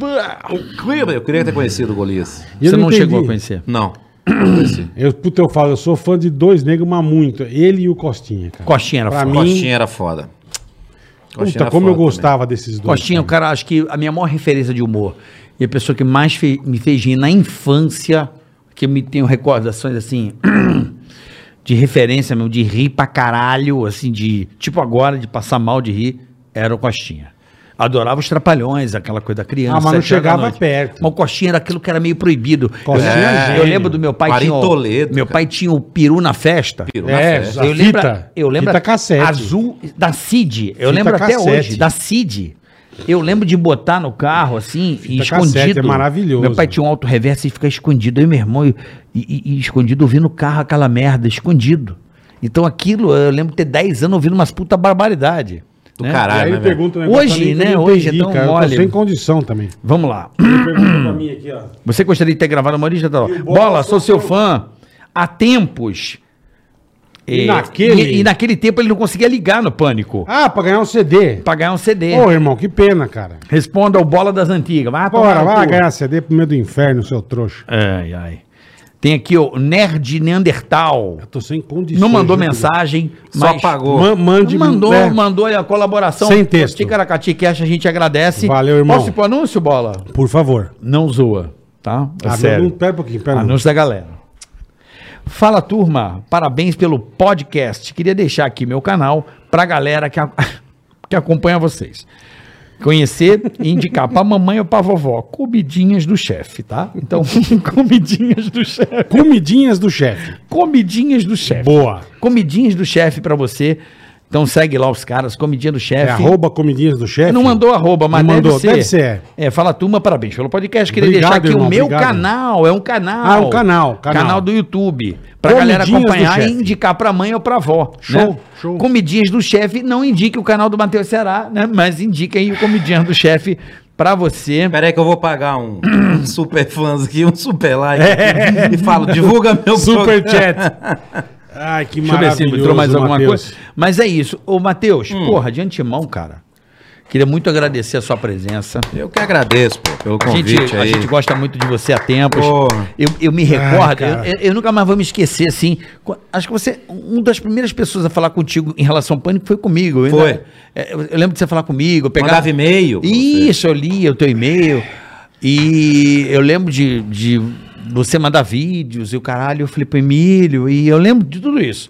[SPEAKER 6] Eu queria ter conhecido o Golias.
[SPEAKER 4] E eu
[SPEAKER 5] você não chegou a
[SPEAKER 4] entendi.
[SPEAKER 5] conhecer.
[SPEAKER 6] Não. não conheci.
[SPEAKER 4] Eu, puta, eu falo, eu sou fã de dois negros, mas muito. Ele e o Costinha, cara.
[SPEAKER 5] Coxinha era
[SPEAKER 4] Pra
[SPEAKER 5] foda.
[SPEAKER 4] mim,
[SPEAKER 6] Costinha era foda. Costinha
[SPEAKER 4] Puta,
[SPEAKER 6] era
[SPEAKER 4] como
[SPEAKER 6] foda
[SPEAKER 4] eu gostava desses dois.
[SPEAKER 5] né? Costinha, é o cara, acho que a minha maior referência de humor e a pessoa que mais fe- me fez rir na infância, que eu me tenho recordações assim, de referência mesmo, de rir pra caralho, assim, de tipo agora, de passar mal de rir, era o Costinha. Adorava os trapalhões, aquela coisa da criança.
[SPEAKER 4] Ah, mas não
[SPEAKER 5] sete horas da
[SPEAKER 4] chegava
[SPEAKER 5] noite.
[SPEAKER 4] perto.
[SPEAKER 5] Mas o Costinha era aquilo que era meio proibido.
[SPEAKER 4] Costinha
[SPEAKER 5] eu,
[SPEAKER 4] é
[SPEAKER 5] lembro-
[SPEAKER 4] gênio.
[SPEAKER 5] eu lembro do meu pai. Tinha o,
[SPEAKER 6] Baritoleto,
[SPEAKER 5] meu
[SPEAKER 6] cara.
[SPEAKER 5] pai tinha o peru na festa.
[SPEAKER 6] também. Peru na
[SPEAKER 4] É, a
[SPEAKER 6] festa.
[SPEAKER 4] fita.
[SPEAKER 5] Eu lembro, eu lembro
[SPEAKER 4] Fita cassete.
[SPEAKER 5] azul da Cid. Eu lembro até
[SPEAKER 4] cassete.
[SPEAKER 5] hoje da Cid. Eu lembro de botar no carro assim e
[SPEAKER 4] cassete,
[SPEAKER 5] escondido.
[SPEAKER 4] é maravilhoso.
[SPEAKER 5] Meu pai tinha um auto reverso e fica escondido. Eu e meu irmão e, e- e escondido ouvindo o carro aquela merda, escondido. Então aquilo, eu lembro de ter 10 anos ouvindo umas puta barbaridade.
[SPEAKER 6] Do
[SPEAKER 5] né?
[SPEAKER 4] E aí
[SPEAKER 6] caralho, né,
[SPEAKER 4] ele
[SPEAKER 6] velho?
[SPEAKER 4] pergunta um negócio
[SPEAKER 5] Hoje,
[SPEAKER 4] pra mim que eu
[SPEAKER 5] né?
[SPEAKER 4] não
[SPEAKER 5] Hoje é
[SPEAKER 4] entendi,
[SPEAKER 5] tão
[SPEAKER 4] cara. Eu
[SPEAKER 5] mole.
[SPEAKER 4] tô sem condição também.
[SPEAKER 5] Vamos lá.
[SPEAKER 4] Pergunta pra mim aqui, ó.
[SPEAKER 5] Você gostaria de ter gravado a Maurício? Tá Bola, Bola, sou seu fã. Há tempos.
[SPEAKER 4] E
[SPEAKER 5] eh,
[SPEAKER 4] naquele-
[SPEAKER 5] e- e naquele tempo ele não conseguia ligar no pânico.
[SPEAKER 4] Ah, pra ganhar um CD.
[SPEAKER 5] Pra ganhar um CD.
[SPEAKER 4] Ô, irmão, que pena, cara.
[SPEAKER 5] Responda ao Bola das Antigas. Vai tomar
[SPEAKER 4] Bora,
[SPEAKER 5] no
[SPEAKER 4] vai
[SPEAKER 5] cu.
[SPEAKER 4] ganhar CD pro meio do inferno, seu trouxa.
[SPEAKER 5] Ai, ai. Tem aqui o Nerd Neandertal.
[SPEAKER 4] Eu tô sem condições.
[SPEAKER 5] Não mandou
[SPEAKER 4] juro,
[SPEAKER 5] mensagem,
[SPEAKER 6] Só apagou.
[SPEAKER 4] Ma- mande-
[SPEAKER 5] mandou,
[SPEAKER 4] é.
[SPEAKER 5] mandou aí a colaboração.
[SPEAKER 4] Sem texto.
[SPEAKER 5] Ticaracati Cash, a gente agradece.
[SPEAKER 4] Valeu, irmão.
[SPEAKER 5] Posso ir pro anúncio, Bola?
[SPEAKER 4] Por favor.
[SPEAKER 5] Não zoa, tá? É
[SPEAKER 4] Ah,
[SPEAKER 5] sério. Ah,
[SPEAKER 4] não, não, pera um pouquinho, pera um
[SPEAKER 5] Anúncio da galera. Fala turma, parabéns pelo podcast. Queria deixar aqui meu canal pra galera que, a- que acompanha vocês. Conhecer e indicar pra mamãe ou pra vovó. Comidinhas do chefe, tá? Então, comidinhas do chefe.
[SPEAKER 4] Comidinhas do chefe.
[SPEAKER 5] Comidinhas do chefe.
[SPEAKER 4] Boa.
[SPEAKER 5] Comidinhas do chefe pra você. Então segue lá os caras, comidinha do
[SPEAKER 4] É
[SPEAKER 5] chefe.
[SPEAKER 4] arroba comidinhas do chefe.
[SPEAKER 5] Não mandou arroba, mas
[SPEAKER 4] É, Não
[SPEAKER 5] deve
[SPEAKER 4] mandou,
[SPEAKER 5] ser.
[SPEAKER 4] deve ser.
[SPEAKER 5] É, fala turma, parabéns pelo podcast. Queria
[SPEAKER 4] Obrigado,
[SPEAKER 5] deixar aqui o
[SPEAKER 4] irmão,
[SPEAKER 5] meu
[SPEAKER 4] obrigado.
[SPEAKER 5] canal, é um canal.
[SPEAKER 4] Ah, um canal, canal.
[SPEAKER 5] Canal, do YouTube. Pra
[SPEAKER 4] Comidinhas
[SPEAKER 5] galera
[SPEAKER 4] do
[SPEAKER 5] acompanhar e
[SPEAKER 4] chefe.
[SPEAKER 5] indicar pra mãe ou pra avó.
[SPEAKER 4] Show,
[SPEAKER 5] né?
[SPEAKER 4] show.
[SPEAKER 5] Comidinhas do chefe, não indique o canal do Matheus Ceará, né? Mas indique aí o Comidinhas do chefe pra você.
[SPEAKER 6] Pera aí que eu vou pagar um super fãs aqui, um super like aqui, e falo, divulga meu
[SPEAKER 4] É. Super
[SPEAKER 6] programa.
[SPEAKER 4] chat. Ai, que
[SPEAKER 5] Deixa eu ver
[SPEAKER 4] maravilhoso,
[SPEAKER 5] se entrou mais alguma
[SPEAKER 4] Matheus.
[SPEAKER 5] coisa. Mas é isso. Ô, Matheus,
[SPEAKER 6] Hum.
[SPEAKER 5] porra, de antemão, cara. Queria muito agradecer a sua presença.
[SPEAKER 6] Eu que agradeço, pô, pelo
[SPEAKER 5] A
[SPEAKER 6] convite
[SPEAKER 5] gente, a
[SPEAKER 6] aí.
[SPEAKER 5] gente gosta muito de você há tempos.
[SPEAKER 6] Porra.
[SPEAKER 5] Eu, eu me recordo, eu,
[SPEAKER 4] cara.
[SPEAKER 5] eu- eu nunca mais vou me esquecer, assim. qu- Acho que você, uma das primeiras pessoas a falar contigo em relação ao pânico foi comigo. Eu ainda-
[SPEAKER 6] Foi.
[SPEAKER 5] é, Eu, eu lembro de você falar comigo, eu pegava.
[SPEAKER 6] Mandava e-mail. pra você.
[SPEAKER 5] Isso, eu li o teu e-mail. E eu lembro de, de você mandar vídeos e o caralho, eu falei pro Emílio, e eu lembro de tudo isso.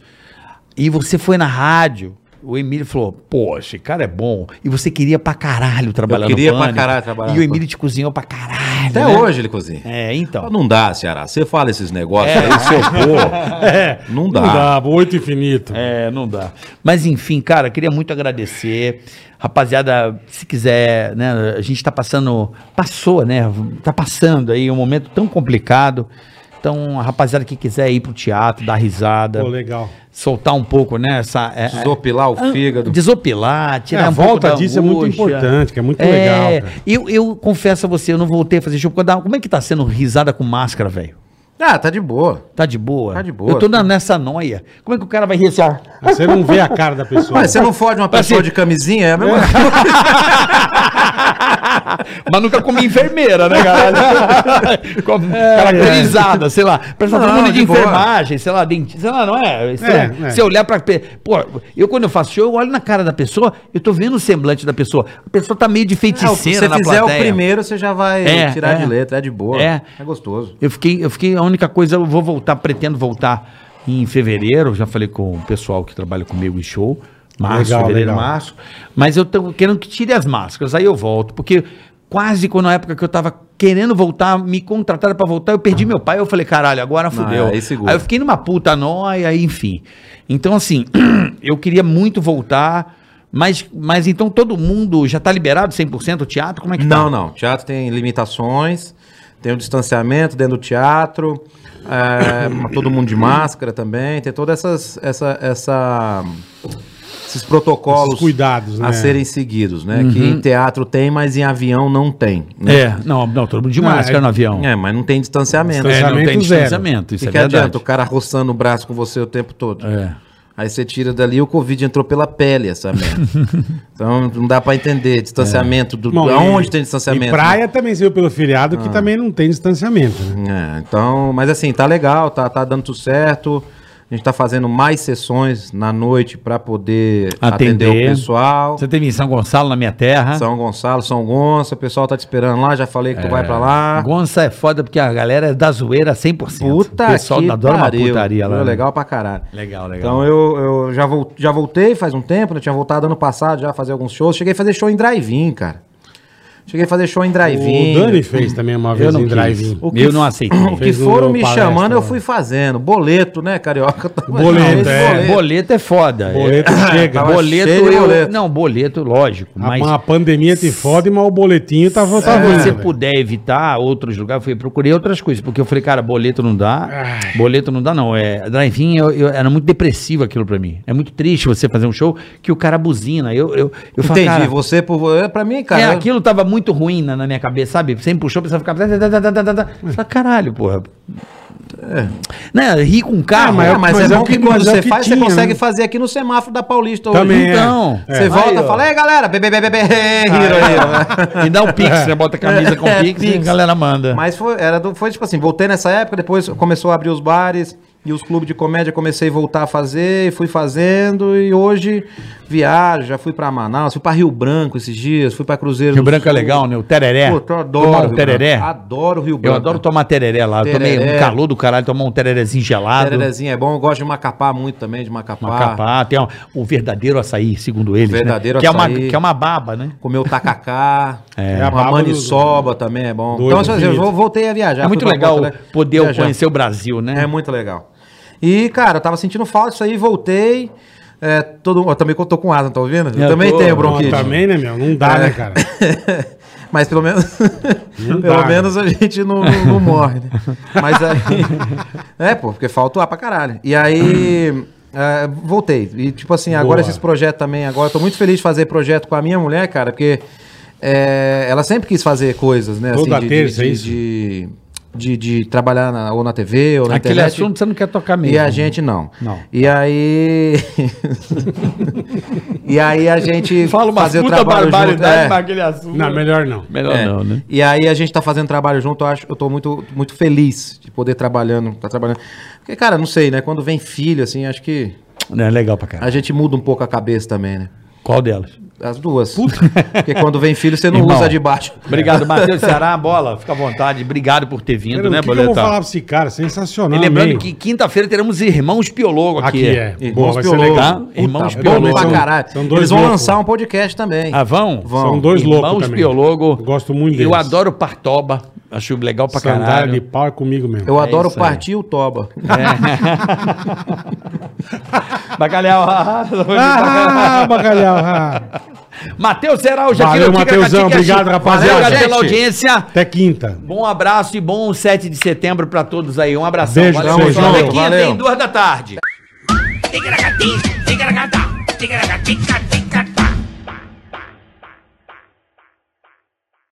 [SPEAKER 5] E você foi na rádio, o Emílio falou, pô, esse cara é bom. E você queria pra caralho trabalhar
[SPEAKER 6] queria
[SPEAKER 5] no
[SPEAKER 6] pra
[SPEAKER 5] Pânico.
[SPEAKER 6] caralho trabalhar
[SPEAKER 5] E
[SPEAKER 6] no
[SPEAKER 5] o Emílio te cozinhou pra caralho.
[SPEAKER 6] Até
[SPEAKER 5] né?
[SPEAKER 6] hoje ele cozinha.
[SPEAKER 5] É, então.
[SPEAKER 6] Não dá, Ceará. Você fala esses
[SPEAKER 5] É.
[SPEAKER 6] negócios aí, seu povo.
[SPEAKER 4] É.
[SPEAKER 6] Não
[SPEAKER 4] Não
[SPEAKER 6] dá.
[SPEAKER 4] dá, oito infinito.
[SPEAKER 5] É, não dá. Mas enfim, cara, queria muito agradecer. Rapaziada, se quiser, né, a gente tá passando, passou, né, tá passando aí um momento tão complicado. Então, a rapaziada que quiser ir pro teatro, dar risada,
[SPEAKER 4] Pô, legal.
[SPEAKER 5] soltar um pouco, né, essa... é, é,
[SPEAKER 6] Desopilar o fígado.
[SPEAKER 5] Desopilar, tirar
[SPEAKER 4] É, a
[SPEAKER 5] um pouco
[SPEAKER 4] volta
[SPEAKER 5] da
[SPEAKER 4] disso é muito
[SPEAKER 5] angústia.
[SPEAKER 4] importante, que é muito
[SPEAKER 5] É,
[SPEAKER 4] legal, cara.
[SPEAKER 5] Eu, eu confesso a você, eu não voltei a fazer show, porque eu dava- como é que tá sendo risada com máscara, velho?
[SPEAKER 6] Ah, tá de boa.
[SPEAKER 5] Tá de boa?
[SPEAKER 6] Tá de boa.
[SPEAKER 5] Eu tô na- nessa noia. Como é que o cara vai rir assim, ó?
[SPEAKER 4] Você não vê a cara da pessoa.
[SPEAKER 6] Mas você não fode uma pessoa de camisinha? É a mesma coisa.
[SPEAKER 5] Mas nunca comi enfermeira, né, caralho? Com- Caracterizada, sei lá. Presta todo
[SPEAKER 6] É, Não,
[SPEAKER 5] mundo de,
[SPEAKER 6] de boa.
[SPEAKER 5] enfermagem, sei lá, dentista, sei lá, não é? Sei
[SPEAKER 4] É,
[SPEAKER 5] lá,
[SPEAKER 4] é.
[SPEAKER 5] Se eu olhar pra. pe- Pô, eu quando eu faço show, eu olho na cara da pessoa, eu tô vendo o semblante da pessoa. A pessoa tá meio de
[SPEAKER 6] Ah, o- Se
[SPEAKER 5] feiticeira
[SPEAKER 6] você
[SPEAKER 5] na
[SPEAKER 6] fizer o
[SPEAKER 5] plateia.
[SPEAKER 6] primeiro, você já vai
[SPEAKER 5] É,
[SPEAKER 6] tirar
[SPEAKER 5] é.
[SPEAKER 6] de letra. É de boa.
[SPEAKER 5] É.
[SPEAKER 6] é gostoso.
[SPEAKER 5] Eu fiquei, eu fiquei, a única coisa, eu vou voltar, pretendo voltar em fevereiro, já falei com o pessoal que trabalha comigo em show, março,
[SPEAKER 4] Legal,
[SPEAKER 5] fevereiro,
[SPEAKER 4] legal.
[SPEAKER 5] março, mas eu tô querendo que tire as máscaras, aí eu volto, porque quase quando na época que eu tava querendo voltar, me contrataram pra voltar, eu perdi meu pai, eu falei, caralho, agora fudeu.
[SPEAKER 6] Ah, aí segura.
[SPEAKER 5] eu fiquei numa puta nóia, enfim. Então assim, eu queria muito voltar, Mas, mas então todo mundo já tá liberado 100% o teatro? Como é que
[SPEAKER 6] Não,
[SPEAKER 5] tá?
[SPEAKER 6] não. Teatro tem limitações, tem o distanciamento dentro do teatro, é, todo mundo de máscara também, tem todas essas essa, essa- esses protocolos
[SPEAKER 4] Esses cuidados, né?
[SPEAKER 6] a serem seguidos, né? Que em teatro tem, mas em avião não tem. né?
[SPEAKER 5] Uhum. É, não, não, todo mundo de
[SPEAKER 4] Não,
[SPEAKER 5] máscara
[SPEAKER 4] é-
[SPEAKER 5] no avião.
[SPEAKER 6] É, mas não tem distanciamento.
[SPEAKER 4] É,
[SPEAKER 6] O
[SPEAKER 4] não tem
[SPEAKER 5] distanciamento, isso
[SPEAKER 6] que,
[SPEAKER 5] é
[SPEAKER 6] que
[SPEAKER 5] verdade.
[SPEAKER 6] adianta o cara roçando o braço com você o tempo todo?
[SPEAKER 5] É.
[SPEAKER 6] Aí você tira dali o Covid entrou pela pele, essa merda. então não dá pra entender. Distanciamento do.
[SPEAKER 4] Bom,
[SPEAKER 6] aonde
[SPEAKER 4] e-
[SPEAKER 6] tem distanciamento?
[SPEAKER 5] né?
[SPEAKER 4] E praia também, você viu pelo feriado,
[SPEAKER 5] Ah.
[SPEAKER 4] que também não tem distanciamento, né?
[SPEAKER 6] É, então, mas assim, tá legal, tá, tá dando tudo certo. A gente tá fazendo mais sessões na noite pra poder atender,
[SPEAKER 5] Atender.
[SPEAKER 6] o pessoal.
[SPEAKER 5] Você tá? teve em São Gonçalo, na minha terra.
[SPEAKER 6] São Gonçalo, São Gonça, o pessoal tá te esperando lá, já falei que tu vai pra lá.
[SPEAKER 5] Gonça é foda porque a galera é da zoeira 100%. o pessoal adora uma putaria lá.
[SPEAKER 6] Foi
[SPEAKER 5] né?
[SPEAKER 6] legal pra caralho.
[SPEAKER 5] Legal,
[SPEAKER 6] Então eu, eu já, vol- já voltei faz um tempo, né? Tinha voltado ano passado já a fazer alguns shows. Cheguei a fazer show em drive-in, cara. Cheguei a fazer show em drive-in.
[SPEAKER 4] O Dani fez também uma vez
[SPEAKER 5] não
[SPEAKER 4] em
[SPEAKER 5] quis.
[SPEAKER 4] drive-in.
[SPEAKER 5] O que Eu não aceitei.
[SPEAKER 6] O que
[SPEAKER 4] Fez o
[SPEAKER 6] foram me
[SPEAKER 4] palestra
[SPEAKER 6] chamando, eu
[SPEAKER 4] lá.
[SPEAKER 6] fui fazendo. Boleto, né, carioca?
[SPEAKER 4] Boleto, é.
[SPEAKER 5] boleto. é foda.
[SPEAKER 4] Boleto chega.
[SPEAKER 5] É,
[SPEAKER 6] Tava
[SPEAKER 5] boleto,
[SPEAKER 6] cheio de
[SPEAKER 5] eu-
[SPEAKER 6] boleto.
[SPEAKER 5] Não, boleto, lógico.
[SPEAKER 4] A,
[SPEAKER 5] Mas
[SPEAKER 4] a pandemia te fode, mas o boletinho tá,
[SPEAKER 5] É. se
[SPEAKER 4] tá ruim.
[SPEAKER 5] você
[SPEAKER 4] né?
[SPEAKER 5] puder evitar outros lugares, eu fui- procurei outras coisas. Porque eu falei, cara, boleto não dá. Boleto não dá, não. É, Drive-in, eu, eu- era muito depressivo aquilo pra mim. É muito triste você fazer um show que o cara buzina. Eu, eu, eu falo,
[SPEAKER 6] Entendi,
[SPEAKER 5] cara,
[SPEAKER 6] você por. é, Pra mim, cara.
[SPEAKER 5] É,
[SPEAKER 6] eu-
[SPEAKER 5] aquilo tava muito ruim na, na minha cabeça, sabe? Sempre puxou, precisava ficar. Fala, caralho, porra. Né, rir com
[SPEAKER 6] Ah,
[SPEAKER 5] carro.
[SPEAKER 6] mas,
[SPEAKER 4] mas-
[SPEAKER 6] mas
[SPEAKER 4] mas
[SPEAKER 6] é
[SPEAKER 4] é
[SPEAKER 6] bom
[SPEAKER 4] o
[SPEAKER 6] que
[SPEAKER 4] que-
[SPEAKER 6] quando
[SPEAKER 4] mas é
[SPEAKER 6] você
[SPEAKER 4] o que
[SPEAKER 6] faz, você
[SPEAKER 4] tinha,
[SPEAKER 6] consegue
[SPEAKER 4] né?
[SPEAKER 6] fazer aqui no semáforo da Paulista hoje.
[SPEAKER 4] Também é.
[SPEAKER 5] Então,
[SPEAKER 6] Você volta e fala, ei galera, bebê, bebê, bebê, hero, hero.
[SPEAKER 5] Me dá o Pix, você bota a camisa com
[SPEAKER 6] É,
[SPEAKER 5] Pix e a
[SPEAKER 6] Pix.
[SPEAKER 5] galera manda.
[SPEAKER 6] Mas foi, era do- foi tipo assim, voltei nessa época, depois começou a abrir os bares e os clubes de comédia, comecei a voltar a fazer, e fui fazendo, e hoje viajo, já fui pra Manaus, fui pra Rio Branco esses dias, fui pra Cruzeiro.
[SPEAKER 5] Rio
[SPEAKER 6] do
[SPEAKER 5] Branco é
[SPEAKER 6] Sul.
[SPEAKER 5] legal, né? O tereré.
[SPEAKER 6] Puta, eu adoro.
[SPEAKER 5] Tomar
[SPEAKER 6] Rio
[SPEAKER 5] um
[SPEAKER 6] Branco.
[SPEAKER 5] tereré.
[SPEAKER 6] Adoro Rio
[SPEAKER 5] Eu
[SPEAKER 6] Branco.
[SPEAKER 5] adoro tomar tereré lá. Eu tomei
[SPEAKER 6] Tereré.
[SPEAKER 5] um calor do caralho, tomar um tererézinho gelado.
[SPEAKER 6] Tererezinho é bom, eu gosto de Macapá muito também, de Macapá.
[SPEAKER 5] Macapá, tem um- o verdadeiro açaí, segundo eles. né?
[SPEAKER 6] Verdadeiro
[SPEAKER 5] que É uma,
[SPEAKER 6] açaí.
[SPEAKER 5] que é uma baba, né?
[SPEAKER 6] Comeu tacacá,
[SPEAKER 4] É, a
[SPEAKER 6] uma
[SPEAKER 4] baba né?
[SPEAKER 6] maniçoba também é bom.
[SPEAKER 4] Doido,
[SPEAKER 6] então, assim, eu
[SPEAKER 4] bonito.
[SPEAKER 6] vou- voltei a viajar.
[SPEAKER 5] é
[SPEAKER 6] fui
[SPEAKER 5] muito
[SPEAKER 6] pra né?
[SPEAKER 5] legal
[SPEAKER 6] Porto Alegre
[SPEAKER 5] poder
[SPEAKER 6] viajar.
[SPEAKER 5] conhecer o Brasil, né?
[SPEAKER 6] É muito legal. E, cara, eu tava sentindo falta disso aí, voltei. É, todo, eu também tô com asa, tá ouvindo? Eu
[SPEAKER 5] Eu
[SPEAKER 6] também
[SPEAKER 5] tô.
[SPEAKER 6] tenho
[SPEAKER 4] Não,
[SPEAKER 6] bronquite.
[SPEAKER 4] também, né, meu? Não
[SPEAKER 5] É.
[SPEAKER 4] dá, né, cara?
[SPEAKER 6] Mas pelo menos,
[SPEAKER 4] Não
[SPEAKER 6] pelo
[SPEAKER 5] né?
[SPEAKER 4] dá,
[SPEAKER 6] menos a gente não, não- não morre, né? Mas aí. É, pô, porque falta o ar pra caralho. E aí. é, voltei. E, tipo assim, agora
[SPEAKER 4] Boa.
[SPEAKER 6] esses projetos também. Agora eu tô muito feliz de fazer projeto com a minha mulher, cara, porque é, ela sempre quis fazer coisas, né?
[SPEAKER 4] Toda
[SPEAKER 6] de,
[SPEAKER 4] terça,
[SPEAKER 6] de,
[SPEAKER 4] é isso?
[SPEAKER 6] de, de, de trabalhar na- ou na TV ou na
[SPEAKER 5] Aquele
[SPEAKER 6] internet.
[SPEAKER 5] assunto você não quer tocar mesmo. né?
[SPEAKER 6] E a gente não.
[SPEAKER 5] Não.
[SPEAKER 6] E aí. e aí a gente.
[SPEAKER 5] Fala uma
[SPEAKER 6] fazer o
[SPEAKER 5] puta
[SPEAKER 6] trabalho junto,
[SPEAKER 5] barbaridade
[SPEAKER 6] é.
[SPEAKER 5] pra aquele assunto.
[SPEAKER 4] Não, melhor não.
[SPEAKER 5] Melhor
[SPEAKER 6] É.
[SPEAKER 5] não, né?
[SPEAKER 6] E aí a gente tá fazendo trabalho junto, eu acho, eu tô muito, muito feliz de poder trabalhando, tá trabalhando. Porque, cara, não sei, né? Quando vem filho, assim, acho que
[SPEAKER 5] Não, é legal pra caralho.
[SPEAKER 6] a gente muda um pouco a cabeça também, né?
[SPEAKER 5] Qual delas?
[SPEAKER 6] As duas. Porque quando vem filho, você não
[SPEAKER 5] Irmão.
[SPEAKER 6] usa de baixo. É.
[SPEAKER 5] Obrigado, Matheus Ceará, bola. Fica à vontade. Obrigado por ter vindo,
[SPEAKER 4] Cara,
[SPEAKER 5] né,
[SPEAKER 4] o que, que eu vou
[SPEAKER 5] Boletar?
[SPEAKER 4] falar pra esse cara? Sensacional.
[SPEAKER 5] E lembrando
[SPEAKER 4] amei.
[SPEAKER 5] que quinta-feira teremos irmãos Piologo aqui.
[SPEAKER 4] Aqui é.
[SPEAKER 6] Irmãos
[SPEAKER 4] Boa, vai ser
[SPEAKER 6] Piologo.
[SPEAKER 4] legal.
[SPEAKER 5] Tá? Irmãos
[SPEAKER 6] Tá bom
[SPEAKER 5] Piologo.
[SPEAKER 6] pra
[SPEAKER 4] São-
[SPEAKER 6] caralho.
[SPEAKER 4] são dois
[SPEAKER 6] Eles vão
[SPEAKER 4] loucos.
[SPEAKER 6] lançar um podcast também.
[SPEAKER 5] Ah, vão?
[SPEAKER 6] Vão.
[SPEAKER 4] São dois loucos
[SPEAKER 5] Irmãos
[SPEAKER 4] também.
[SPEAKER 5] Piologo.
[SPEAKER 4] Eu gosto muito
[SPEAKER 5] Eu
[SPEAKER 4] deles.
[SPEAKER 5] adoro Partoba. Acho legal pra
[SPEAKER 4] Sandália de
[SPEAKER 5] caralho.
[SPEAKER 4] pau é comigo mesmo.
[SPEAKER 6] Eu adoro
[SPEAKER 5] isso aí.
[SPEAKER 6] partir o toba.
[SPEAKER 5] Bacalhau.
[SPEAKER 4] Ah, bacalhau. ah.
[SPEAKER 5] Matheus Ceará, o Jaquiro.
[SPEAKER 4] Valeu, Matheusão. Obrigado, rapaziada.
[SPEAKER 5] Obrigado pela
[SPEAKER 6] Gente.
[SPEAKER 5] audiência.
[SPEAKER 4] Até quinta.
[SPEAKER 5] Bom abraço e bom 7 de setembro pra todos aí. Um abração.
[SPEAKER 4] Beijo
[SPEAKER 5] Valeu,
[SPEAKER 4] pra vocês,
[SPEAKER 5] pessoal.
[SPEAKER 6] valeu,
[SPEAKER 5] Até quinta,
[SPEAKER 6] valeu.
[SPEAKER 5] hein? Duas da tarde.
[SPEAKER 8] Tica-tica, tica-tica, tica-tica, tica-tica.